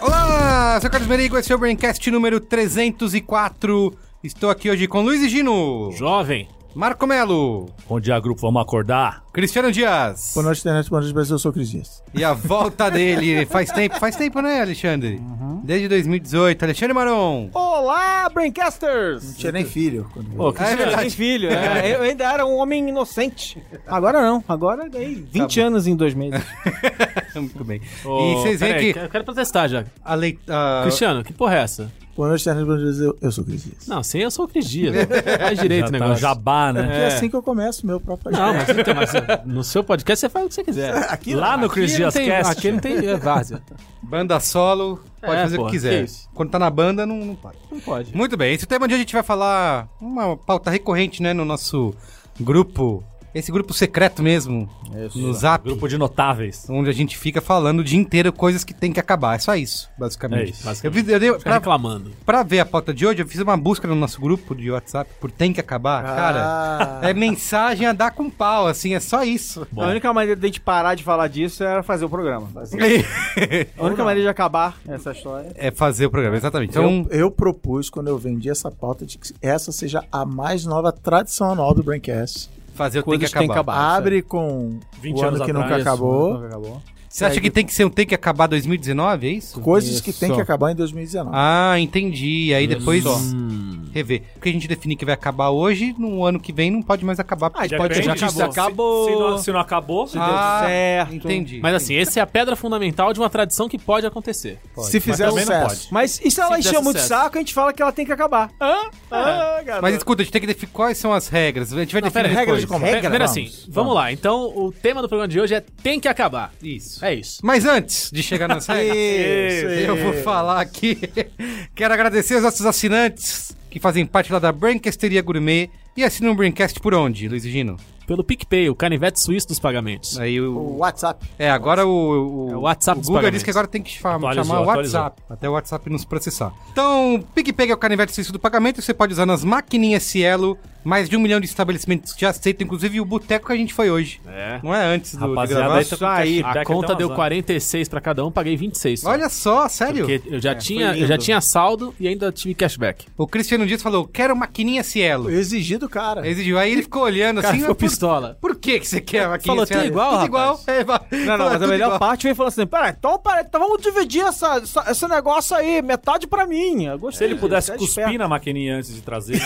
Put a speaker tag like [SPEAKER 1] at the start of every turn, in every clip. [SPEAKER 1] Olá, eu sou o Carlos Merigo, esse é o Braincast número 304. Estou aqui hoje com Luiz e Gino,
[SPEAKER 2] Jovem,
[SPEAKER 1] Marco Melo,
[SPEAKER 2] bom dia, grupo, vamos acordar?
[SPEAKER 1] Cristiano Dias
[SPEAKER 3] Boa noite, internet. Boa noite, Brasil. Eu sou o Cris Dias.
[SPEAKER 1] e a volta dele. Faz tempo, faz tempo, né, Alexandre?
[SPEAKER 2] Uhum.
[SPEAKER 1] Desde 2018, Alexandre Maron.
[SPEAKER 4] Olá, Braincasters!
[SPEAKER 3] Não tinha nem filho. Quando...
[SPEAKER 2] Ô, que-
[SPEAKER 1] É
[SPEAKER 4] Eu
[SPEAKER 1] verdade.
[SPEAKER 4] nem filho, é, eu ainda era um homem inocente. Agora não, agora ganhei
[SPEAKER 3] Tá
[SPEAKER 4] 20 anos em dois meses.
[SPEAKER 1] Muito bem.
[SPEAKER 2] ô,
[SPEAKER 1] e vocês
[SPEAKER 2] peraí,
[SPEAKER 1] veem que
[SPEAKER 2] Eu quero protestar já.
[SPEAKER 1] a lei... a-
[SPEAKER 2] Cristiano, que porra é essa?
[SPEAKER 3] Boa noite, internet. Boa noite, Brasil. Eu sou o Cris Dias.
[SPEAKER 2] Não, sem eu sou o Cris Dias. né? Faz direito
[SPEAKER 5] Já
[SPEAKER 2] o
[SPEAKER 5] tá
[SPEAKER 2] negócio.
[SPEAKER 5] jabá, né?
[SPEAKER 3] É.
[SPEAKER 2] É.
[SPEAKER 3] assim que eu começo o meu próprio
[SPEAKER 2] Não, mas, então, mas no seu podcast você faz o que você quiser.
[SPEAKER 3] Aqui
[SPEAKER 2] Lá no Cris
[SPEAKER 5] Aqui não
[SPEAKER 2] Dias
[SPEAKER 5] tem-
[SPEAKER 2] Cast.
[SPEAKER 5] aqui não tem é, várzea.
[SPEAKER 1] Banda solo, pode
[SPEAKER 2] É,
[SPEAKER 1] fazer o
[SPEAKER 2] pô,
[SPEAKER 1] que quiser.
[SPEAKER 2] que isso.
[SPEAKER 1] Quando tá na banda, não, não pode.
[SPEAKER 4] Não pode.
[SPEAKER 1] Muito bem, esse tema de hoje a gente vai falar uma pauta recorrente, né, no nosso grupo, esse grupo secreto mesmo, no Zap,
[SPEAKER 5] Grupo de notáveis.
[SPEAKER 2] Um
[SPEAKER 1] onde a gente fica falando o dia inteiro coisas que tem que acabar, é só isso, basicamente.
[SPEAKER 2] É isso,
[SPEAKER 1] Eu,
[SPEAKER 2] basicamente.
[SPEAKER 1] fiz- eu dei-
[SPEAKER 2] Fica
[SPEAKER 1] pra,
[SPEAKER 2] Tá reclamando.
[SPEAKER 1] pra ver a pauta de hoje, eu fiz uma busca no nosso grupo de WhatsApp por tem que acabar,
[SPEAKER 3] Ah.
[SPEAKER 1] cara. É mensagem a dar com pau, assim, é só isso.
[SPEAKER 2] Bom.
[SPEAKER 4] A única maneira de a gente parar de falar disso era fazer o programa. A única maneira de acabar essa história.
[SPEAKER 1] é fazer o programa, exatamente. Então,
[SPEAKER 3] Eu, eu propus, quando eu vendi essa pauta, de que essa seja a mais nova tradição anual do Braincast.
[SPEAKER 1] fazer o tem que
[SPEAKER 5] Coisas que tem que
[SPEAKER 1] acabar.
[SPEAKER 5] acabar. Bah,
[SPEAKER 3] Abre com
[SPEAKER 5] 20
[SPEAKER 3] o ano
[SPEAKER 5] anos
[SPEAKER 3] que nunca
[SPEAKER 5] atrás,
[SPEAKER 3] acabou,
[SPEAKER 1] Você acha que tem que ser um tem que acabar 2019, é isso?
[SPEAKER 3] coisas que
[SPEAKER 5] Isso.
[SPEAKER 3] tem que acabar em 2019.
[SPEAKER 1] Ah, entendi. Aí depois
[SPEAKER 5] Só.
[SPEAKER 2] Hum.
[SPEAKER 1] rever. O que a gente definir que vai acabar hoje, no ano que vem não pode mais acabar. porque pode
[SPEAKER 5] Ah, Depende
[SPEAKER 2] já
[SPEAKER 5] se-
[SPEAKER 2] acabou.
[SPEAKER 5] Se, não, se não acabou,
[SPEAKER 1] Ah,
[SPEAKER 4] certo.
[SPEAKER 1] Entendi.
[SPEAKER 2] Mas assim, essa é a pedra fundamental de uma tradição que pode acontecer.
[SPEAKER 3] Se fizer
[SPEAKER 5] também não
[SPEAKER 3] sucesso.
[SPEAKER 4] Mas e se ela
[SPEAKER 2] Se fizer
[SPEAKER 4] encher muito
[SPEAKER 2] sucesso.
[SPEAKER 4] saco, a gente fala que ela tem que acabar. Hã?
[SPEAKER 2] É.
[SPEAKER 4] Ah, garoto.
[SPEAKER 1] Mas escuta, a gente tem que definir quais são as regras. A gente vai definir
[SPEAKER 2] pera
[SPEAKER 1] depois.
[SPEAKER 2] aí,
[SPEAKER 3] regras de como? Regra?
[SPEAKER 2] Primeiro
[SPEAKER 3] Vamos,
[SPEAKER 2] assim, vamos, lá. Então, o tema do programa de hoje é tem que acabar.
[SPEAKER 1] Isso.
[SPEAKER 2] É isso.
[SPEAKER 1] Mas antes de chegar nas regras,
[SPEAKER 3] Isso,
[SPEAKER 1] eu vou falar aqui. Quero agradecer aos nossos assinantes que fazem parte lá da Brancasteria Gourmet. E assinam o Braincast por onde, Luiz e Gino?
[SPEAKER 2] Pelo PicPay, o canivete suíço dos pagamentos.
[SPEAKER 1] Aí o...
[SPEAKER 3] O WhatsApp.
[SPEAKER 1] É, agora o, o,
[SPEAKER 2] É, o WhatsApp
[SPEAKER 1] o
[SPEAKER 2] dos
[SPEAKER 1] Google diz
[SPEAKER 2] pagamentos.
[SPEAKER 1] que agora tem que fa-
[SPEAKER 2] Atualizou,
[SPEAKER 1] chamar o
[SPEAKER 2] atualizou.
[SPEAKER 1] WhatsApp, até o WhatsApp nos processar. Então, PicPay é o canivete suíço do pagamento, você pode usar nas maquininhas Cielo, mais de um milhão de estabelecimentos já aceitam, inclusive o boteco que a gente foi hoje.
[SPEAKER 2] É.
[SPEAKER 1] Não é antes do, de
[SPEAKER 5] Rapaziada,
[SPEAKER 1] gravar.
[SPEAKER 5] aí tá
[SPEAKER 4] Isso aí.
[SPEAKER 2] A conta deu 46 pra cada um, paguei 26. só.
[SPEAKER 1] Olha só, sério.
[SPEAKER 2] Porque eu já, tinha,
[SPEAKER 4] lindo.
[SPEAKER 2] eu já tinha saldo e ainda tive cashback.
[SPEAKER 1] O Cristiano Dias falou, quero maquininha Cielo.
[SPEAKER 3] Eu exigi do cara.
[SPEAKER 1] Exigiu. Aí ele ficou olhando assim,
[SPEAKER 2] ficou
[SPEAKER 1] mas
[SPEAKER 2] pistola.
[SPEAKER 1] por, por que, que você quer a maquininha
[SPEAKER 2] Falou,
[SPEAKER 1] Cielo?
[SPEAKER 2] tudo igual,
[SPEAKER 1] Tudo
[SPEAKER 2] rapaz.
[SPEAKER 1] igual. É, va-
[SPEAKER 4] Não, não,
[SPEAKER 1] falou,
[SPEAKER 4] mas a
[SPEAKER 1] "Tudo
[SPEAKER 4] melhor
[SPEAKER 1] igual."
[SPEAKER 4] parte vem falando assim: peraí, então, peraí, então vamos dividir essa, essa- esse negócio aí, metade pra mim. Eu
[SPEAKER 5] se
[SPEAKER 4] gostei.
[SPEAKER 5] ele pudesse
[SPEAKER 4] você é
[SPEAKER 5] cuspir
[SPEAKER 2] né,
[SPEAKER 4] esperto.
[SPEAKER 5] na maquininha antes de trazer.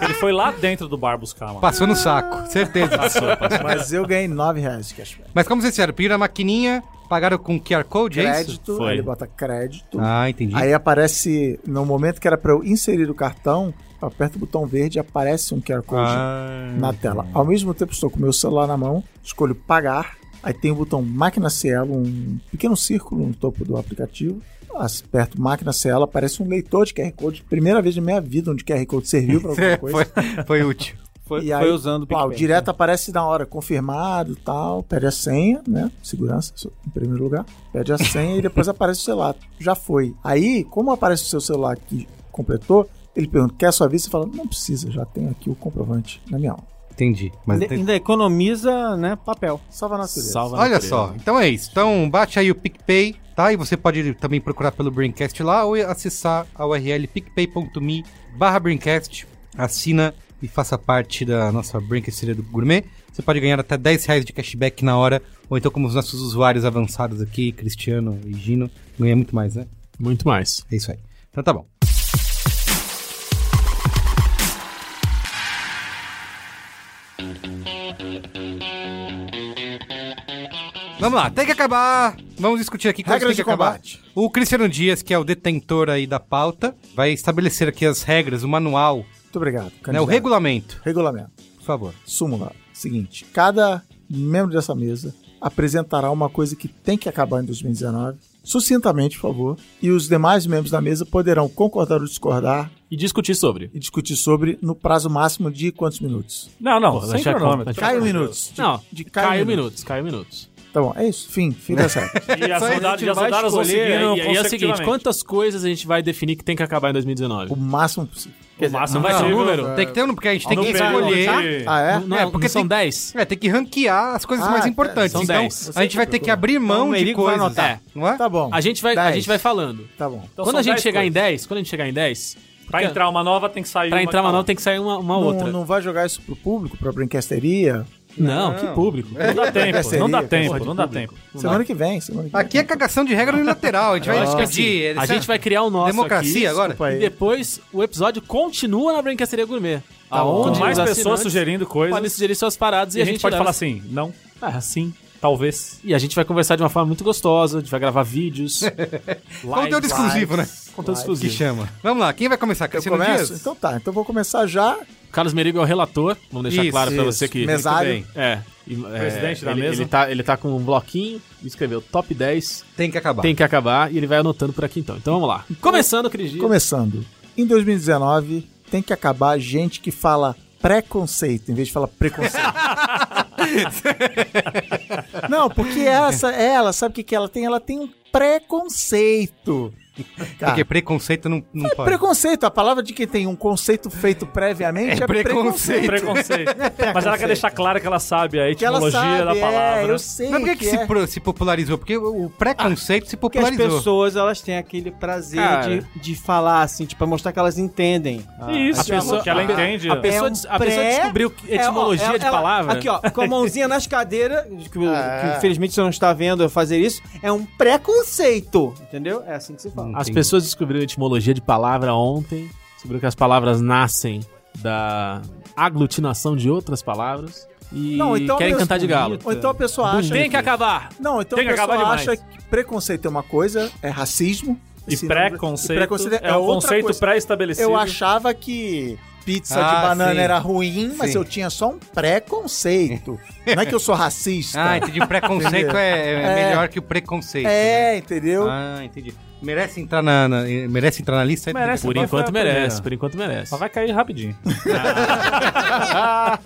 [SPEAKER 5] ele foi lá dentro do bar buscar, mano.
[SPEAKER 1] Passou no saco, certeza.
[SPEAKER 3] Mas eu ganhei 9 reais de cashback.
[SPEAKER 1] Mas como vocês disseram, pediram a maquininha, pagaram com QR Code, é isso?
[SPEAKER 3] Crédito,
[SPEAKER 5] Foi.
[SPEAKER 3] aí ele bota crédito.
[SPEAKER 1] Ah, entendi.
[SPEAKER 3] Aí aparece, no momento que era pra eu inserir o cartão, eu aperto o botão verde e aparece um QR Code
[SPEAKER 1] Ah,
[SPEAKER 3] na tela. Ao mesmo tempo, estou com o meu celular na mão, escolho pagar, aí tem o botão máquina Cielo, um pequeno círculo no topo do aplicativo. Aperto máquina Cielo, aparece um leitor de QR Code. Primeira vez na minha vida onde QR Code serviu pra alguma coisa.
[SPEAKER 1] É, foi, foi útil.
[SPEAKER 4] Foi,
[SPEAKER 3] E
[SPEAKER 4] foi
[SPEAKER 3] aí,
[SPEAKER 4] usando o
[SPEAKER 3] pau,
[SPEAKER 4] PicPay.
[SPEAKER 3] direto aparece na hora, confirmado tal, pede a senha, né? Segurança, isso, em primeiro lugar. Pede a senha e depois aparece o celular. Já foi. Aí, como aparece o seu celular que completou, ele pergunta, quer a sua vista? Você fala, não precisa, já tenho aqui o comprovante na minha mão.
[SPEAKER 1] Entendi. Mas
[SPEAKER 4] Ainda, ainda economiza, né, papel.
[SPEAKER 3] Salva a natureza.
[SPEAKER 2] Salva na
[SPEAKER 1] Olha
[SPEAKER 2] natureza.
[SPEAKER 1] só, então é isso. Então bate aí o PicPay, tá? E você pode também procurar pelo Braincast lá ou acessar a URL picpay.me barra Braincast. Assina e faça parte da nossa Braincasteria do Gourmet. Você pode ganhar até 10 reais de cashback na hora. Ou então como os nossos usuários avançados aqui, Cristiano e Gino. Ganha muito mais, né?
[SPEAKER 2] Muito mais.
[SPEAKER 1] É isso aí. Então tá bom. Vamos lá, tem que acabar. Vamos discutir aqui coisas que
[SPEAKER 3] Regras
[SPEAKER 1] Então, tem que
[SPEAKER 3] de
[SPEAKER 1] acabar.
[SPEAKER 3] combate.
[SPEAKER 1] O Cristiano Dias, que é o detentor aí da pauta, vai estabelecer aqui as regras, o manual,
[SPEAKER 3] Muito obrigado.
[SPEAKER 1] né, o
[SPEAKER 3] candidato.
[SPEAKER 1] regulamento,
[SPEAKER 3] Regulamento.
[SPEAKER 1] por favor.
[SPEAKER 3] Súmula. Seguinte, cada membro dessa mesa apresentará uma coisa que tem que acabar em 2019 sucintamente, por favor, e os demais membros da mesa poderão concordar ou discordar
[SPEAKER 6] E discutir sobre.
[SPEAKER 3] e discutir sobre no prazo máximo de quantos minutos?
[SPEAKER 6] Não, não,
[SPEAKER 2] Pô,
[SPEAKER 6] sem
[SPEAKER 2] deixa
[SPEAKER 6] cronômetro.
[SPEAKER 2] conta,
[SPEAKER 3] Caio minutos. De,
[SPEAKER 2] Não,
[SPEAKER 3] de Caio,
[SPEAKER 2] Caiu
[SPEAKER 3] minutos.
[SPEAKER 2] minutos, caiu minutos.
[SPEAKER 3] Tá bom, é isso. Fim, fim da série.
[SPEAKER 6] E as
[SPEAKER 4] Só a gente
[SPEAKER 6] rodadas, e as
[SPEAKER 4] vai
[SPEAKER 6] rodadas vão
[SPEAKER 4] escolher,
[SPEAKER 6] seguindo
[SPEAKER 4] Não,
[SPEAKER 2] e aí é o seguinte,
[SPEAKER 6] consecutivamente.
[SPEAKER 2] quantas coisas a gente vai definir que tem que acabar em 2019?
[SPEAKER 3] o máximo possível.
[SPEAKER 6] O máximo
[SPEAKER 1] não,
[SPEAKER 6] vai ser o
[SPEAKER 1] ah, não,
[SPEAKER 6] número.
[SPEAKER 1] Tem que ter um, número, porque a gente tem
[SPEAKER 6] Não
[SPEAKER 1] que
[SPEAKER 6] pega,
[SPEAKER 1] escolher.
[SPEAKER 6] não,
[SPEAKER 3] Ah, é?
[SPEAKER 2] Não, não,
[SPEAKER 1] É, porque
[SPEAKER 2] não são
[SPEAKER 1] tem-
[SPEAKER 2] 10?
[SPEAKER 1] É, tem que ranquear as coisas
[SPEAKER 3] Ah,
[SPEAKER 1] mais
[SPEAKER 3] é,
[SPEAKER 1] importantes.
[SPEAKER 2] são
[SPEAKER 1] então,
[SPEAKER 2] dez.
[SPEAKER 1] a gente vai ter que abrir
[SPEAKER 4] Então,
[SPEAKER 1] mão
[SPEAKER 4] o
[SPEAKER 1] de
[SPEAKER 4] Merigo vai
[SPEAKER 1] coisas.
[SPEAKER 4] anotar.
[SPEAKER 1] É. Não é?
[SPEAKER 3] Tá bom.
[SPEAKER 2] A gente vai, a
[SPEAKER 3] Dez.
[SPEAKER 2] gente vai falando.
[SPEAKER 3] Tá bom.
[SPEAKER 6] Então
[SPEAKER 2] quando
[SPEAKER 6] são
[SPEAKER 2] a gente
[SPEAKER 6] 10
[SPEAKER 2] chegar em
[SPEAKER 6] coisas.
[SPEAKER 2] 10, quando a gente chegar em 10,
[SPEAKER 6] Pra entrar uma nova tem que sair
[SPEAKER 2] pra
[SPEAKER 6] uma
[SPEAKER 2] entrar uma
[SPEAKER 6] cada.
[SPEAKER 2] nova tem que sair uma, uma
[SPEAKER 3] Não,
[SPEAKER 2] outra.
[SPEAKER 3] não vai jogar isso pro público, pra brinquesteria?
[SPEAKER 2] Não, que público.
[SPEAKER 6] Não dá tempo,
[SPEAKER 3] Parceria,
[SPEAKER 6] não dá tempo,
[SPEAKER 3] porra,
[SPEAKER 6] não
[SPEAKER 3] de
[SPEAKER 6] dá
[SPEAKER 3] público.
[SPEAKER 6] tempo.
[SPEAKER 3] Semana que vem, semana que
[SPEAKER 1] Aqui é
[SPEAKER 3] vem.
[SPEAKER 1] cagação de regra unilateral. A gente vai
[SPEAKER 2] Eu acho que
[SPEAKER 1] pedir.
[SPEAKER 2] assim, a gente vai criar o nosso
[SPEAKER 1] é Democracia
[SPEAKER 2] aqui,
[SPEAKER 1] agora?
[SPEAKER 3] Desculpa aí.
[SPEAKER 2] E depois o episódio continua na Brinquesteria Gourmet. aonde
[SPEAKER 6] Tá Com mais
[SPEAKER 2] os
[SPEAKER 6] pessoas
[SPEAKER 2] assinantes
[SPEAKER 6] sugerindo coisas.
[SPEAKER 2] podem sugerir suas paradas
[SPEAKER 6] E a gente pode falar assim, não,
[SPEAKER 2] Ah, sim.
[SPEAKER 6] talvez.
[SPEAKER 2] E a gente vai conversar de uma forma muito gostosa, a gente vai gravar vídeos.
[SPEAKER 1] Conteúdo exclusivo, né?
[SPEAKER 6] Conteúdo
[SPEAKER 1] Que
[SPEAKER 6] exclusivo.
[SPEAKER 1] chama. Vamos lá, quem vai começar?
[SPEAKER 3] Eu
[SPEAKER 1] Cassino
[SPEAKER 3] começo?
[SPEAKER 1] Dias?
[SPEAKER 3] Então tá, então vou começar já.
[SPEAKER 2] Carlos Merigo é o relator, vamos deixar
[SPEAKER 1] Isso,
[SPEAKER 2] claro pra
[SPEAKER 3] isso.
[SPEAKER 2] você que...
[SPEAKER 3] Mesário.
[SPEAKER 2] É, e- é,
[SPEAKER 6] Presidente da
[SPEAKER 2] ele,
[SPEAKER 6] mesa.
[SPEAKER 2] Ele tá, ele tá com um bloquinho, escreveu top 10,
[SPEAKER 1] Tem que acabar.
[SPEAKER 2] tem que acabar, e ele vai anotando por aqui então. Então vamos lá. Começando, Cris Dias.
[SPEAKER 3] Começando. Em 2019, tem que acabar gente que fala preconceito em vez de falar preconceito. Não, porque essa, ela, sabe o que, que ela tem? Ela tem um preconceito. Cara,
[SPEAKER 1] Porque preconceito não, não pode.
[SPEAKER 3] preconceito, a palavra de quem tem um conceito feito previamente é,
[SPEAKER 1] É
[SPEAKER 3] preconceito. É
[SPEAKER 1] preconceito.
[SPEAKER 6] Preconceito. Mas ela quer deixar claro que ela sabe a
[SPEAKER 3] Que ela
[SPEAKER 6] etimologia
[SPEAKER 3] sabe,
[SPEAKER 6] da
[SPEAKER 3] é,
[SPEAKER 6] palavra.
[SPEAKER 3] eu sei
[SPEAKER 1] Mas por que,
[SPEAKER 3] que,
[SPEAKER 1] que se,
[SPEAKER 3] é.
[SPEAKER 1] pro- se popularizou? Porque o o preconceito se
[SPEAKER 4] Porque as
[SPEAKER 1] popularizou.
[SPEAKER 4] pessoas, elas têm aquele prazer
[SPEAKER 2] Cara.
[SPEAKER 4] de, de falar, assim, tipo, pra mostrar que elas entendem. Ah,
[SPEAKER 6] Isso,
[SPEAKER 2] A pessoa-
[SPEAKER 6] que ela
[SPEAKER 2] a-
[SPEAKER 6] entende.
[SPEAKER 2] A pessoa,
[SPEAKER 4] É um
[SPEAKER 2] des- a pessoa
[SPEAKER 4] pré-
[SPEAKER 2] descobriu que- é etimologia
[SPEAKER 4] É, ó,
[SPEAKER 2] de
[SPEAKER 4] ela-
[SPEAKER 2] palavra.
[SPEAKER 4] Aqui, ó, com a mãozinha nas cadeiras, que,
[SPEAKER 3] É.
[SPEAKER 4] que infelizmente você não está vendo eu fazer isso, é um preconceito, entendeu? É assim que se fala.
[SPEAKER 2] As
[SPEAKER 1] Entendi.
[SPEAKER 2] pessoas descobriram etimologia de palavra ontem, descobriram que as palavras nascem da aglutinação de outras palavras e
[SPEAKER 3] Não, então
[SPEAKER 2] querem
[SPEAKER 3] mesmo-
[SPEAKER 2] cantar de galo.
[SPEAKER 3] Ou então a pessoa acha.
[SPEAKER 2] Tem que acabar!
[SPEAKER 3] Não, então
[SPEAKER 6] Tem
[SPEAKER 3] a
[SPEAKER 6] que
[SPEAKER 3] pessoa
[SPEAKER 6] acabar
[SPEAKER 3] acha
[SPEAKER 6] demais.
[SPEAKER 3] que preconceito é uma coisa, é racismo.
[SPEAKER 6] né? E
[SPEAKER 3] Esse nome-
[SPEAKER 6] preconceito,
[SPEAKER 3] e preconceito
[SPEAKER 6] é, um
[SPEAKER 3] outra
[SPEAKER 6] conceito
[SPEAKER 3] coisa.
[SPEAKER 6] pré-estabelecido.
[SPEAKER 3] Eu achava que pizza
[SPEAKER 1] Ah,
[SPEAKER 3] de banana
[SPEAKER 1] sim.
[SPEAKER 3] era ruim, mas
[SPEAKER 1] Sim.
[SPEAKER 3] eu tinha só um preconceito. Não é que eu sou racista.
[SPEAKER 1] Ah, entendi. O preconceito é, é
[SPEAKER 3] É.
[SPEAKER 1] melhor que o preconceito. né?
[SPEAKER 3] é, entendeu?
[SPEAKER 1] Ah, entendi. Merece entrar na, na- merece entrar na lista? É
[SPEAKER 6] Merece.
[SPEAKER 2] Por
[SPEAKER 6] Mas foi
[SPEAKER 2] enquanto
[SPEAKER 6] a
[SPEAKER 2] merece,
[SPEAKER 6] primeira.
[SPEAKER 2] por enquanto merece.
[SPEAKER 6] Mas vai cair rapidinho.
[SPEAKER 1] Ah,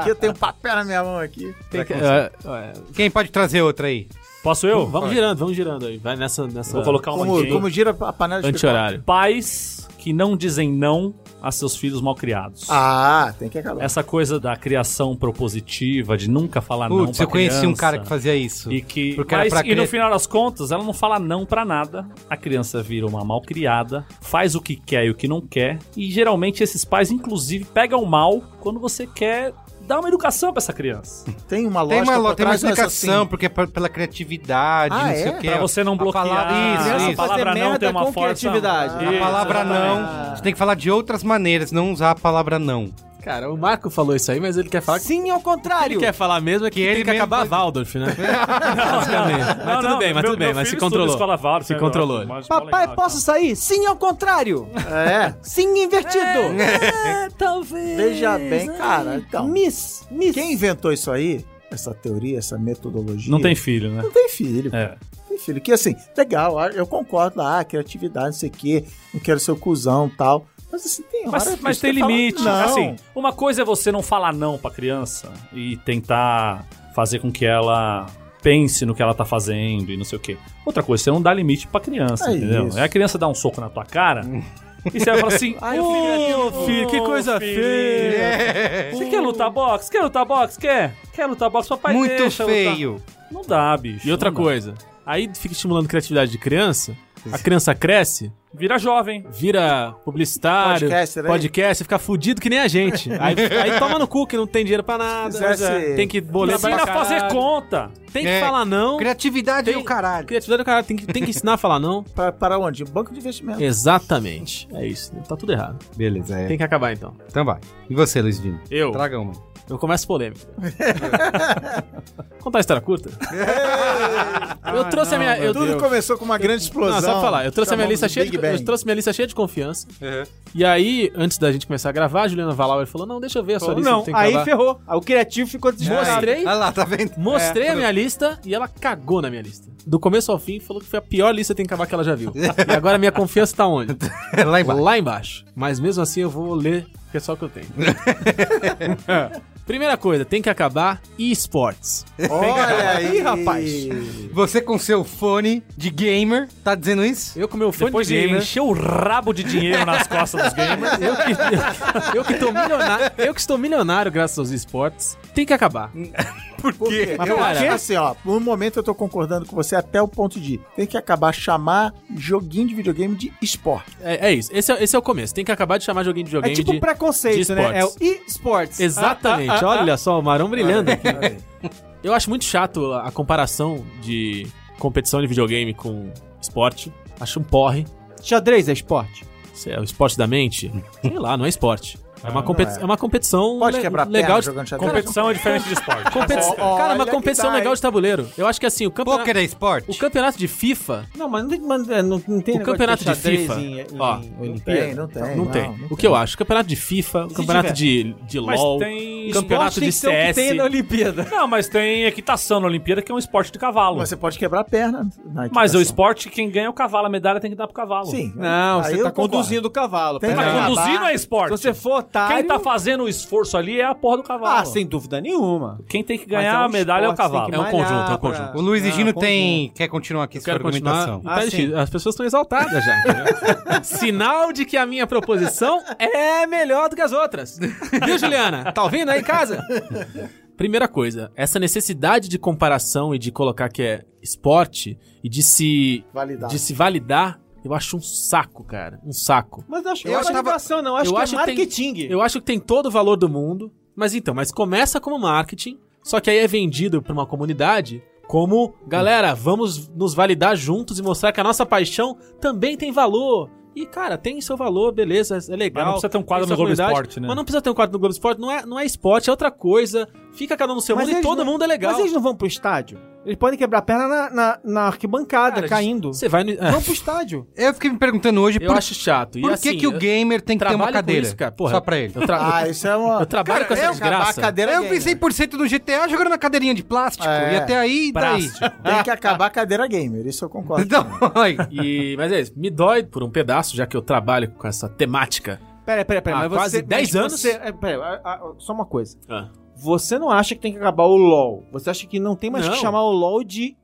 [SPEAKER 3] Aqui eu tenho um papel na minha mão aqui.
[SPEAKER 2] Tem que- é, é,
[SPEAKER 1] Quem pode trazer outra aí?
[SPEAKER 6] Posso eu?
[SPEAKER 2] vamos girando, vamos girando aí. Vai nessa. nessa
[SPEAKER 6] Vou colocar uma
[SPEAKER 3] Como,
[SPEAKER 6] aqui.
[SPEAKER 3] como gira a panela de
[SPEAKER 2] anti-horário.
[SPEAKER 6] Pais que não dizem não a seus filhos mal criados.
[SPEAKER 3] pipoca. Ah, tem que acabar.
[SPEAKER 6] Essa coisa da criação propositiva, de nunca falar Ah, não
[SPEAKER 1] Putz,
[SPEAKER 6] pra
[SPEAKER 1] eu conheci um
[SPEAKER 6] criança.
[SPEAKER 1] cara que fazia isso.
[SPEAKER 6] E que.
[SPEAKER 1] Porque era
[SPEAKER 6] mas-
[SPEAKER 1] pra
[SPEAKER 6] e no
[SPEAKER 1] cri-
[SPEAKER 6] final das contas, ela não fala não pra nada. A criança vira uma malcriada, faz o que quer e o que não quer. E geralmente esses pais, inclusive, pegam mal quando você quer dar uma educação pra essa criança.
[SPEAKER 3] Tem uma
[SPEAKER 1] Tem
[SPEAKER 3] lógica
[SPEAKER 1] uma,
[SPEAKER 3] por
[SPEAKER 1] lo- tem uma
[SPEAKER 3] trás, mas
[SPEAKER 1] explicação,
[SPEAKER 3] assim,
[SPEAKER 1] porque é pe- pela criatividade,
[SPEAKER 3] Ah,
[SPEAKER 1] não
[SPEAKER 3] é?
[SPEAKER 1] sei o que.
[SPEAKER 6] Pra você não bloquear.
[SPEAKER 1] Palavra, isso,
[SPEAKER 4] Criança
[SPEAKER 6] A
[SPEAKER 1] isso.
[SPEAKER 4] faz-
[SPEAKER 6] palavra
[SPEAKER 4] fazer
[SPEAKER 6] não
[SPEAKER 4] merda
[SPEAKER 6] tem uma
[SPEAKER 4] com
[SPEAKER 6] força.
[SPEAKER 4] criatividade.
[SPEAKER 1] A palavra não. Você tem que falar de outras maneiras, não usar a palavra não.
[SPEAKER 2] Cara, o Marco falou isso aí, mas ele quer falar que.
[SPEAKER 4] Sim, ao
[SPEAKER 2] Ele
[SPEAKER 4] contrário.
[SPEAKER 2] quer falar mesmo é que,
[SPEAKER 1] Que
[SPEAKER 2] tem
[SPEAKER 1] ele
[SPEAKER 2] que
[SPEAKER 1] mesmo
[SPEAKER 2] acabar
[SPEAKER 1] vai-
[SPEAKER 2] Waldorf, né? Basicamente. mas tudo bem, mas tudo bem, mas se controlou.
[SPEAKER 6] Escola Waldorf,
[SPEAKER 2] Se
[SPEAKER 6] né?
[SPEAKER 2] controlou.
[SPEAKER 6] Uma escola
[SPEAKER 4] Papai,
[SPEAKER 6] legal,
[SPEAKER 4] posso sair? Sim, ao contrário.
[SPEAKER 3] É,
[SPEAKER 4] Sim, invertido. É,
[SPEAKER 2] talvez.
[SPEAKER 3] veja bem, cara. Então,
[SPEAKER 4] Miss, miss.
[SPEAKER 3] quem inventou isso aí? Essa teoria, essa metodologia.
[SPEAKER 6] Não tem filho, né?
[SPEAKER 3] Não tem filho.
[SPEAKER 6] É.
[SPEAKER 3] Tem filho. Que assim, legal, ah, eu concordo. Ah, criatividade, não sei o quê. Não quero ser o cuzão tal. Mas assim, tem hora.
[SPEAKER 6] Mas,
[SPEAKER 3] que
[SPEAKER 6] mas
[SPEAKER 3] você
[SPEAKER 6] tem
[SPEAKER 3] fala,
[SPEAKER 6] limite.
[SPEAKER 3] não.
[SPEAKER 6] Assim, uma coisa é você não falar não pra criança e tentar fazer com que ela pense no que ela tá fazendo e não sei o quê. Outra coisa, você não dá limite pra criança,
[SPEAKER 3] É
[SPEAKER 6] entendeu?
[SPEAKER 3] isso. Hum.
[SPEAKER 6] É a criança dar um soco na tua cara e você vai falar assim:
[SPEAKER 3] Ai,
[SPEAKER 6] "Ô,
[SPEAKER 3] o filho é
[SPEAKER 6] filho,
[SPEAKER 3] meu,
[SPEAKER 6] que coisa feia. Você quer lutar boxe? Quer lutar boxe? Quer? Quer lutar boxe? Papai
[SPEAKER 1] Muito
[SPEAKER 6] deixa lutar."
[SPEAKER 1] feio.
[SPEAKER 6] Não dá, bicho.
[SPEAKER 2] E outra
[SPEAKER 6] não dá.
[SPEAKER 2] coisa, aí fica estimulando a criatividade de criança, a criança cresce,
[SPEAKER 6] Vira jovem.
[SPEAKER 2] vira publicitário,
[SPEAKER 3] Podcaster,
[SPEAKER 2] podcaster,
[SPEAKER 3] né?
[SPEAKER 2] fica fudido que nem a gente. aí, aí toma no cu que não tem dinheiro pra nada,
[SPEAKER 3] Fizesse-
[SPEAKER 2] é, tem que boleto
[SPEAKER 6] Ensina
[SPEAKER 2] pra
[SPEAKER 6] a fazer
[SPEAKER 2] caralho,
[SPEAKER 6] conta.
[SPEAKER 2] Tem que
[SPEAKER 1] É.
[SPEAKER 2] falar não.
[SPEAKER 1] Criatividade é o caralho.
[SPEAKER 2] Criatividade é o caralho, tem que, tem que ensinar a falar não.
[SPEAKER 3] Pra, para onde? Banco de investimento.
[SPEAKER 2] Exatamente. É isso, tá tudo errado.
[SPEAKER 1] Beleza, é.
[SPEAKER 2] Tem que acabar então.
[SPEAKER 1] Então vai. E você, Luiz Dino?
[SPEAKER 2] Eu,
[SPEAKER 1] Traga uma.
[SPEAKER 2] eu começo polêmico. Contar a história curta. eu trouxe a minha. eu-
[SPEAKER 3] Tudo começou com uma grande
[SPEAKER 2] Não,
[SPEAKER 3] explosão.
[SPEAKER 2] só pra falar, eu trouxe, a minha
[SPEAKER 3] Chamamos
[SPEAKER 2] lista
[SPEAKER 3] de
[SPEAKER 2] cheia de,
[SPEAKER 3] Big
[SPEAKER 2] eu
[SPEAKER 3] Bang.
[SPEAKER 2] trouxe minha lista cheia de confiança. E aí, antes da gente começar a gravar, a Juliana Valauer falou: Não, deixa eu ver a sua
[SPEAKER 4] Falou,
[SPEAKER 2] lista.
[SPEAKER 4] não,
[SPEAKER 2] que tem que
[SPEAKER 4] aí
[SPEAKER 2] gravar."
[SPEAKER 4] ferrou. Aí o criativo ficou desmoronado.
[SPEAKER 2] Mostrei,
[SPEAKER 1] Ah lá, tá vendo?
[SPEAKER 2] mostrei a minha lista e ela cagou na minha lista. Do começo ao fim, falou que foi a pior lista que tem que acabar que ela já viu. e agora minha confiança tá onde?
[SPEAKER 1] É lá embaixo.
[SPEAKER 2] Lá embaixo. Mas mesmo assim eu vou ler o que é só que eu tenho. Primeira coisa, tem que acabar esportes.
[SPEAKER 3] Olha aí,
[SPEAKER 4] rapaz.
[SPEAKER 1] Você com seu fone de gamer, tá dizendo isso?
[SPEAKER 2] Eu com meu fone
[SPEAKER 5] Depois
[SPEAKER 2] de
[SPEAKER 5] de
[SPEAKER 2] gamer.
[SPEAKER 5] encher o rabo de dinheiro nas costas dos gamers.
[SPEAKER 2] Eu que, eu, que tô milionário, eu que estou milionário graças aos esportes. Tem que acabar.
[SPEAKER 3] Por quê?
[SPEAKER 2] Mas né?
[SPEAKER 3] eu
[SPEAKER 2] cara-
[SPEAKER 3] acho assim, ó. Por um momento eu tô concordando com você até o ponto de tem que acabar chamar joguinho de videogame de esporte.
[SPEAKER 2] É, é isso. Esse é, esse é o começo. Tem que acabar de chamar joguinho de
[SPEAKER 4] É
[SPEAKER 2] videogame
[SPEAKER 4] tipo
[SPEAKER 2] de...
[SPEAKER 4] preconceito,
[SPEAKER 2] de
[SPEAKER 4] né? É o
[SPEAKER 2] esportes.
[SPEAKER 4] e-sports.
[SPEAKER 2] Exatamente.
[SPEAKER 4] Ah, ah, ah,
[SPEAKER 2] Olha só, o Marão
[SPEAKER 3] Ah,
[SPEAKER 2] brilhando aqui. Eu acho muito chato a a comparação de competição de videogame com esporte. Acho um porre.
[SPEAKER 4] ah. Xadrez é esporte.
[SPEAKER 2] Se é o esporte da mente? Sei lá, não é esporte. É uma, competi-
[SPEAKER 3] é.
[SPEAKER 2] é uma competição
[SPEAKER 3] Pode
[SPEAKER 2] le-
[SPEAKER 3] quebrar
[SPEAKER 2] legal
[SPEAKER 3] perna
[SPEAKER 2] de...
[SPEAKER 3] jogando xadrez.
[SPEAKER 5] Competição é diferente de esporte.
[SPEAKER 2] competi-
[SPEAKER 3] Ó,
[SPEAKER 2] Cara, uma
[SPEAKER 3] olha que
[SPEAKER 2] competição
[SPEAKER 3] tá,
[SPEAKER 2] legal
[SPEAKER 3] hein?
[SPEAKER 2] de tabuleiro. Eu acho que assim, o campeonato,
[SPEAKER 1] Poker é esporte?
[SPEAKER 2] o campeonato de FIFA
[SPEAKER 4] Não, mas não tem, mas, é, não, não tem
[SPEAKER 2] O
[SPEAKER 4] negócio
[SPEAKER 2] campeonato de
[SPEAKER 4] xadrez
[SPEAKER 2] FIFA,
[SPEAKER 4] em- em
[SPEAKER 2] ó,
[SPEAKER 4] Olimpíada.
[SPEAKER 3] Tem, não tem.
[SPEAKER 2] É, Não, tem. o que eu acho? Campeonato de FIFA, campeonato de, de
[SPEAKER 5] Mas
[SPEAKER 2] LOL,
[SPEAKER 5] tem
[SPEAKER 2] campeonato
[SPEAKER 4] Tem
[SPEAKER 2] de
[SPEAKER 4] que ser o que
[SPEAKER 2] CS.
[SPEAKER 4] tem na Olimpíada.
[SPEAKER 5] Não, mas tem equitação na Olimpíada, que é um esporte de cavalo.
[SPEAKER 3] Mas
[SPEAKER 5] Mas,
[SPEAKER 3] Você pode quebrar a perna. na
[SPEAKER 5] o
[SPEAKER 3] equitação.
[SPEAKER 5] esporte, quem ganha é o cavalo, a medalha tem que dar pro cavalo.
[SPEAKER 3] Sim.
[SPEAKER 4] Não,
[SPEAKER 3] aí
[SPEAKER 4] você
[SPEAKER 3] eu
[SPEAKER 4] tá
[SPEAKER 3] concordo.
[SPEAKER 4] conduzindo o cavalo.
[SPEAKER 3] Tem
[SPEAKER 4] peraí.
[SPEAKER 3] que
[SPEAKER 5] Mas
[SPEAKER 3] acabar.
[SPEAKER 5] conduzir não é esporte.
[SPEAKER 4] Ah, Se você for otário...
[SPEAKER 5] Quem tá fazendo o esforço ali é a porra do cavalo.
[SPEAKER 4] Ah, sem dúvida nenhuma.
[SPEAKER 5] Quem tem que
[SPEAKER 4] Mas
[SPEAKER 5] ganhar
[SPEAKER 4] é um
[SPEAKER 5] a medalha é o
[SPEAKER 4] esporte, tem
[SPEAKER 5] cavalo.
[SPEAKER 4] que
[SPEAKER 2] É um
[SPEAKER 4] malhar
[SPEAKER 2] conjunto, é um
[SPEAKER 4] pra-
[SPEAKER 2] conjunto.
[SPEAKER 1] O Luiz e
[SPEAKER 4] Ah,
[SPEAKER 1] Gino
[SPEAKER 4] conjunto.
[SPEAKER 1] tem. Quer continuar aqui
[SPEAKER 2] assim? Eu
[SPEAKER 1] essa
[SPEAKER 2] quero continuar.
[SPEAKER 1] argumentação?
[SPEAKER 2] Tá
[SPEAKER 4] Ah,
[SPEAKER 2] difícil.
[SPEAKER 4] sim.
[SPEAKER 2] As pessoas estão exaltadas já. entendeu? Sinal de que a minha proposição é melhor do que as outras. Viu, Juliana? Tá ouvindo aí em casa? Primeira coisa, essa necessidade de comparação e de colocar que é esporte e de se,
[SPEAKER 3] Validar.
[SPEAKER 2] de se validar, eu acho um saco, cara. Um saco.
[SPEAKER 4] Mas acho que
[SPEAKER 1] Eu
[SPEAKER 4] não é
[SPEAKER 1] achava-
[SPEAKER 4] inovação, não. Acho
[SPEAKER 2] eu
[SPEAKER 4] que
[SPEAKER 2] acho
[SPEAKER 4] é
[SPEAKER 2] que tem-
[SPEAKER 4] marketing.
[SPEAKER 2] Eu acho que tem todo o valor do mundo, mas então, mas começa como marketing, só que aí é vendido pra uma comunidade como, galera, vamos nos validar juntos e mostrar que a nossa paixão também tem valor. E, cara, tem seu valor, beleza, é
[SPEAKER 5] Mas
[SPEAKER 2] legal.
[SPEAKER 5] não precisa ter um quadro
[SPEAKER 2] tem sua
[SPEAKER 5] no Globo
[SPEAKER 2] comunidade,
[SPEAKER 5] Esporte, né?
[SPEAKER 2] Mas não precisa ter um quadro no Globo Esporte, não é, não é esporte, é outra coisa. Fica cada um no seu
[SPEAKER 4] Mas
[SPEAKER 2] mundo e
[SPEAKER 4] eles
[SPEAKER 2] todo
[SPEAKER 4] não-
[SPEAKER 2] mundo é legal.
[SPEAKER 4] Mas eles não vão pro estádio. Eles podem quebrar a perna na, na, na arquibancada,
[SPEAKER 2] Cara,
[SPEAKER 4] caindo.
[SPEAKER 2] Você vai no... é,
[SPEAKER 4] Vão pro estádio.
[SPEAKER 1] Eu fiquei me perguntando hoje
[SPEAKER 2] eu
[SPEAKER 1] por,
[SPEAKER 2] acho chato. E
[SPEAKER 1] por
[SPEAKER 2] assim,
[SPEAKER 1] que, que o
[SPEAKER 2] eu
[SPEAKER 1] gamer tem que ter
[SPEAKER 2] trabalho
[SPEAKER 1] uma
[SPEAKER 2] com
[SPEAKER 1] cadeira.
[SPEAKER 2] isso, cara. Porra,
[SPEAKER 1] só pra ele.
[SPEAKER 2] eu tra-
[SPEAKER 3] Ah, isso é uma.
[SPEAKER 2] eu trabalho com essa
[SPEAKER 4] um
[SPEAKER 3] eu- acabar
[SPEAKER 2] desgraça.
[SPEAKER 3] a cadeira
[SPEAKER 1] Eu
[SPEAKER 3] gamer.
[SPEAKER 1] vi 100% do GTA jogando na cadeirinha de plástico.
[SPEAKER 3] É.
[SPEAKER 1] E até aí, e daí?
[SPEAKER 3] Tem que acabar a cadeira gamer, isso eu concordo.
[SPEAKER 1] Então, aí.
[SPEAKER 2] E, mas é isso, me dói por um pedaço, já que eu trabalho com essa temática.
[SPEAKER 4] Peraí, peraí, peraí.
[SPEAKER 2] Há
[SPEAKER 4] mas você-
[SPEAKER 2] quase
[SPEAKER 4] mas
[SPEAKER 2] 10 anos?
[SPEAKER 4] você- é, peraí, a- a- só uma coisa. Você não acha que tem que acabar o LOL. Você acha que não tem mais
[SPEAKER 2] Não.
[SPEAKER 4] que chamar o LOL de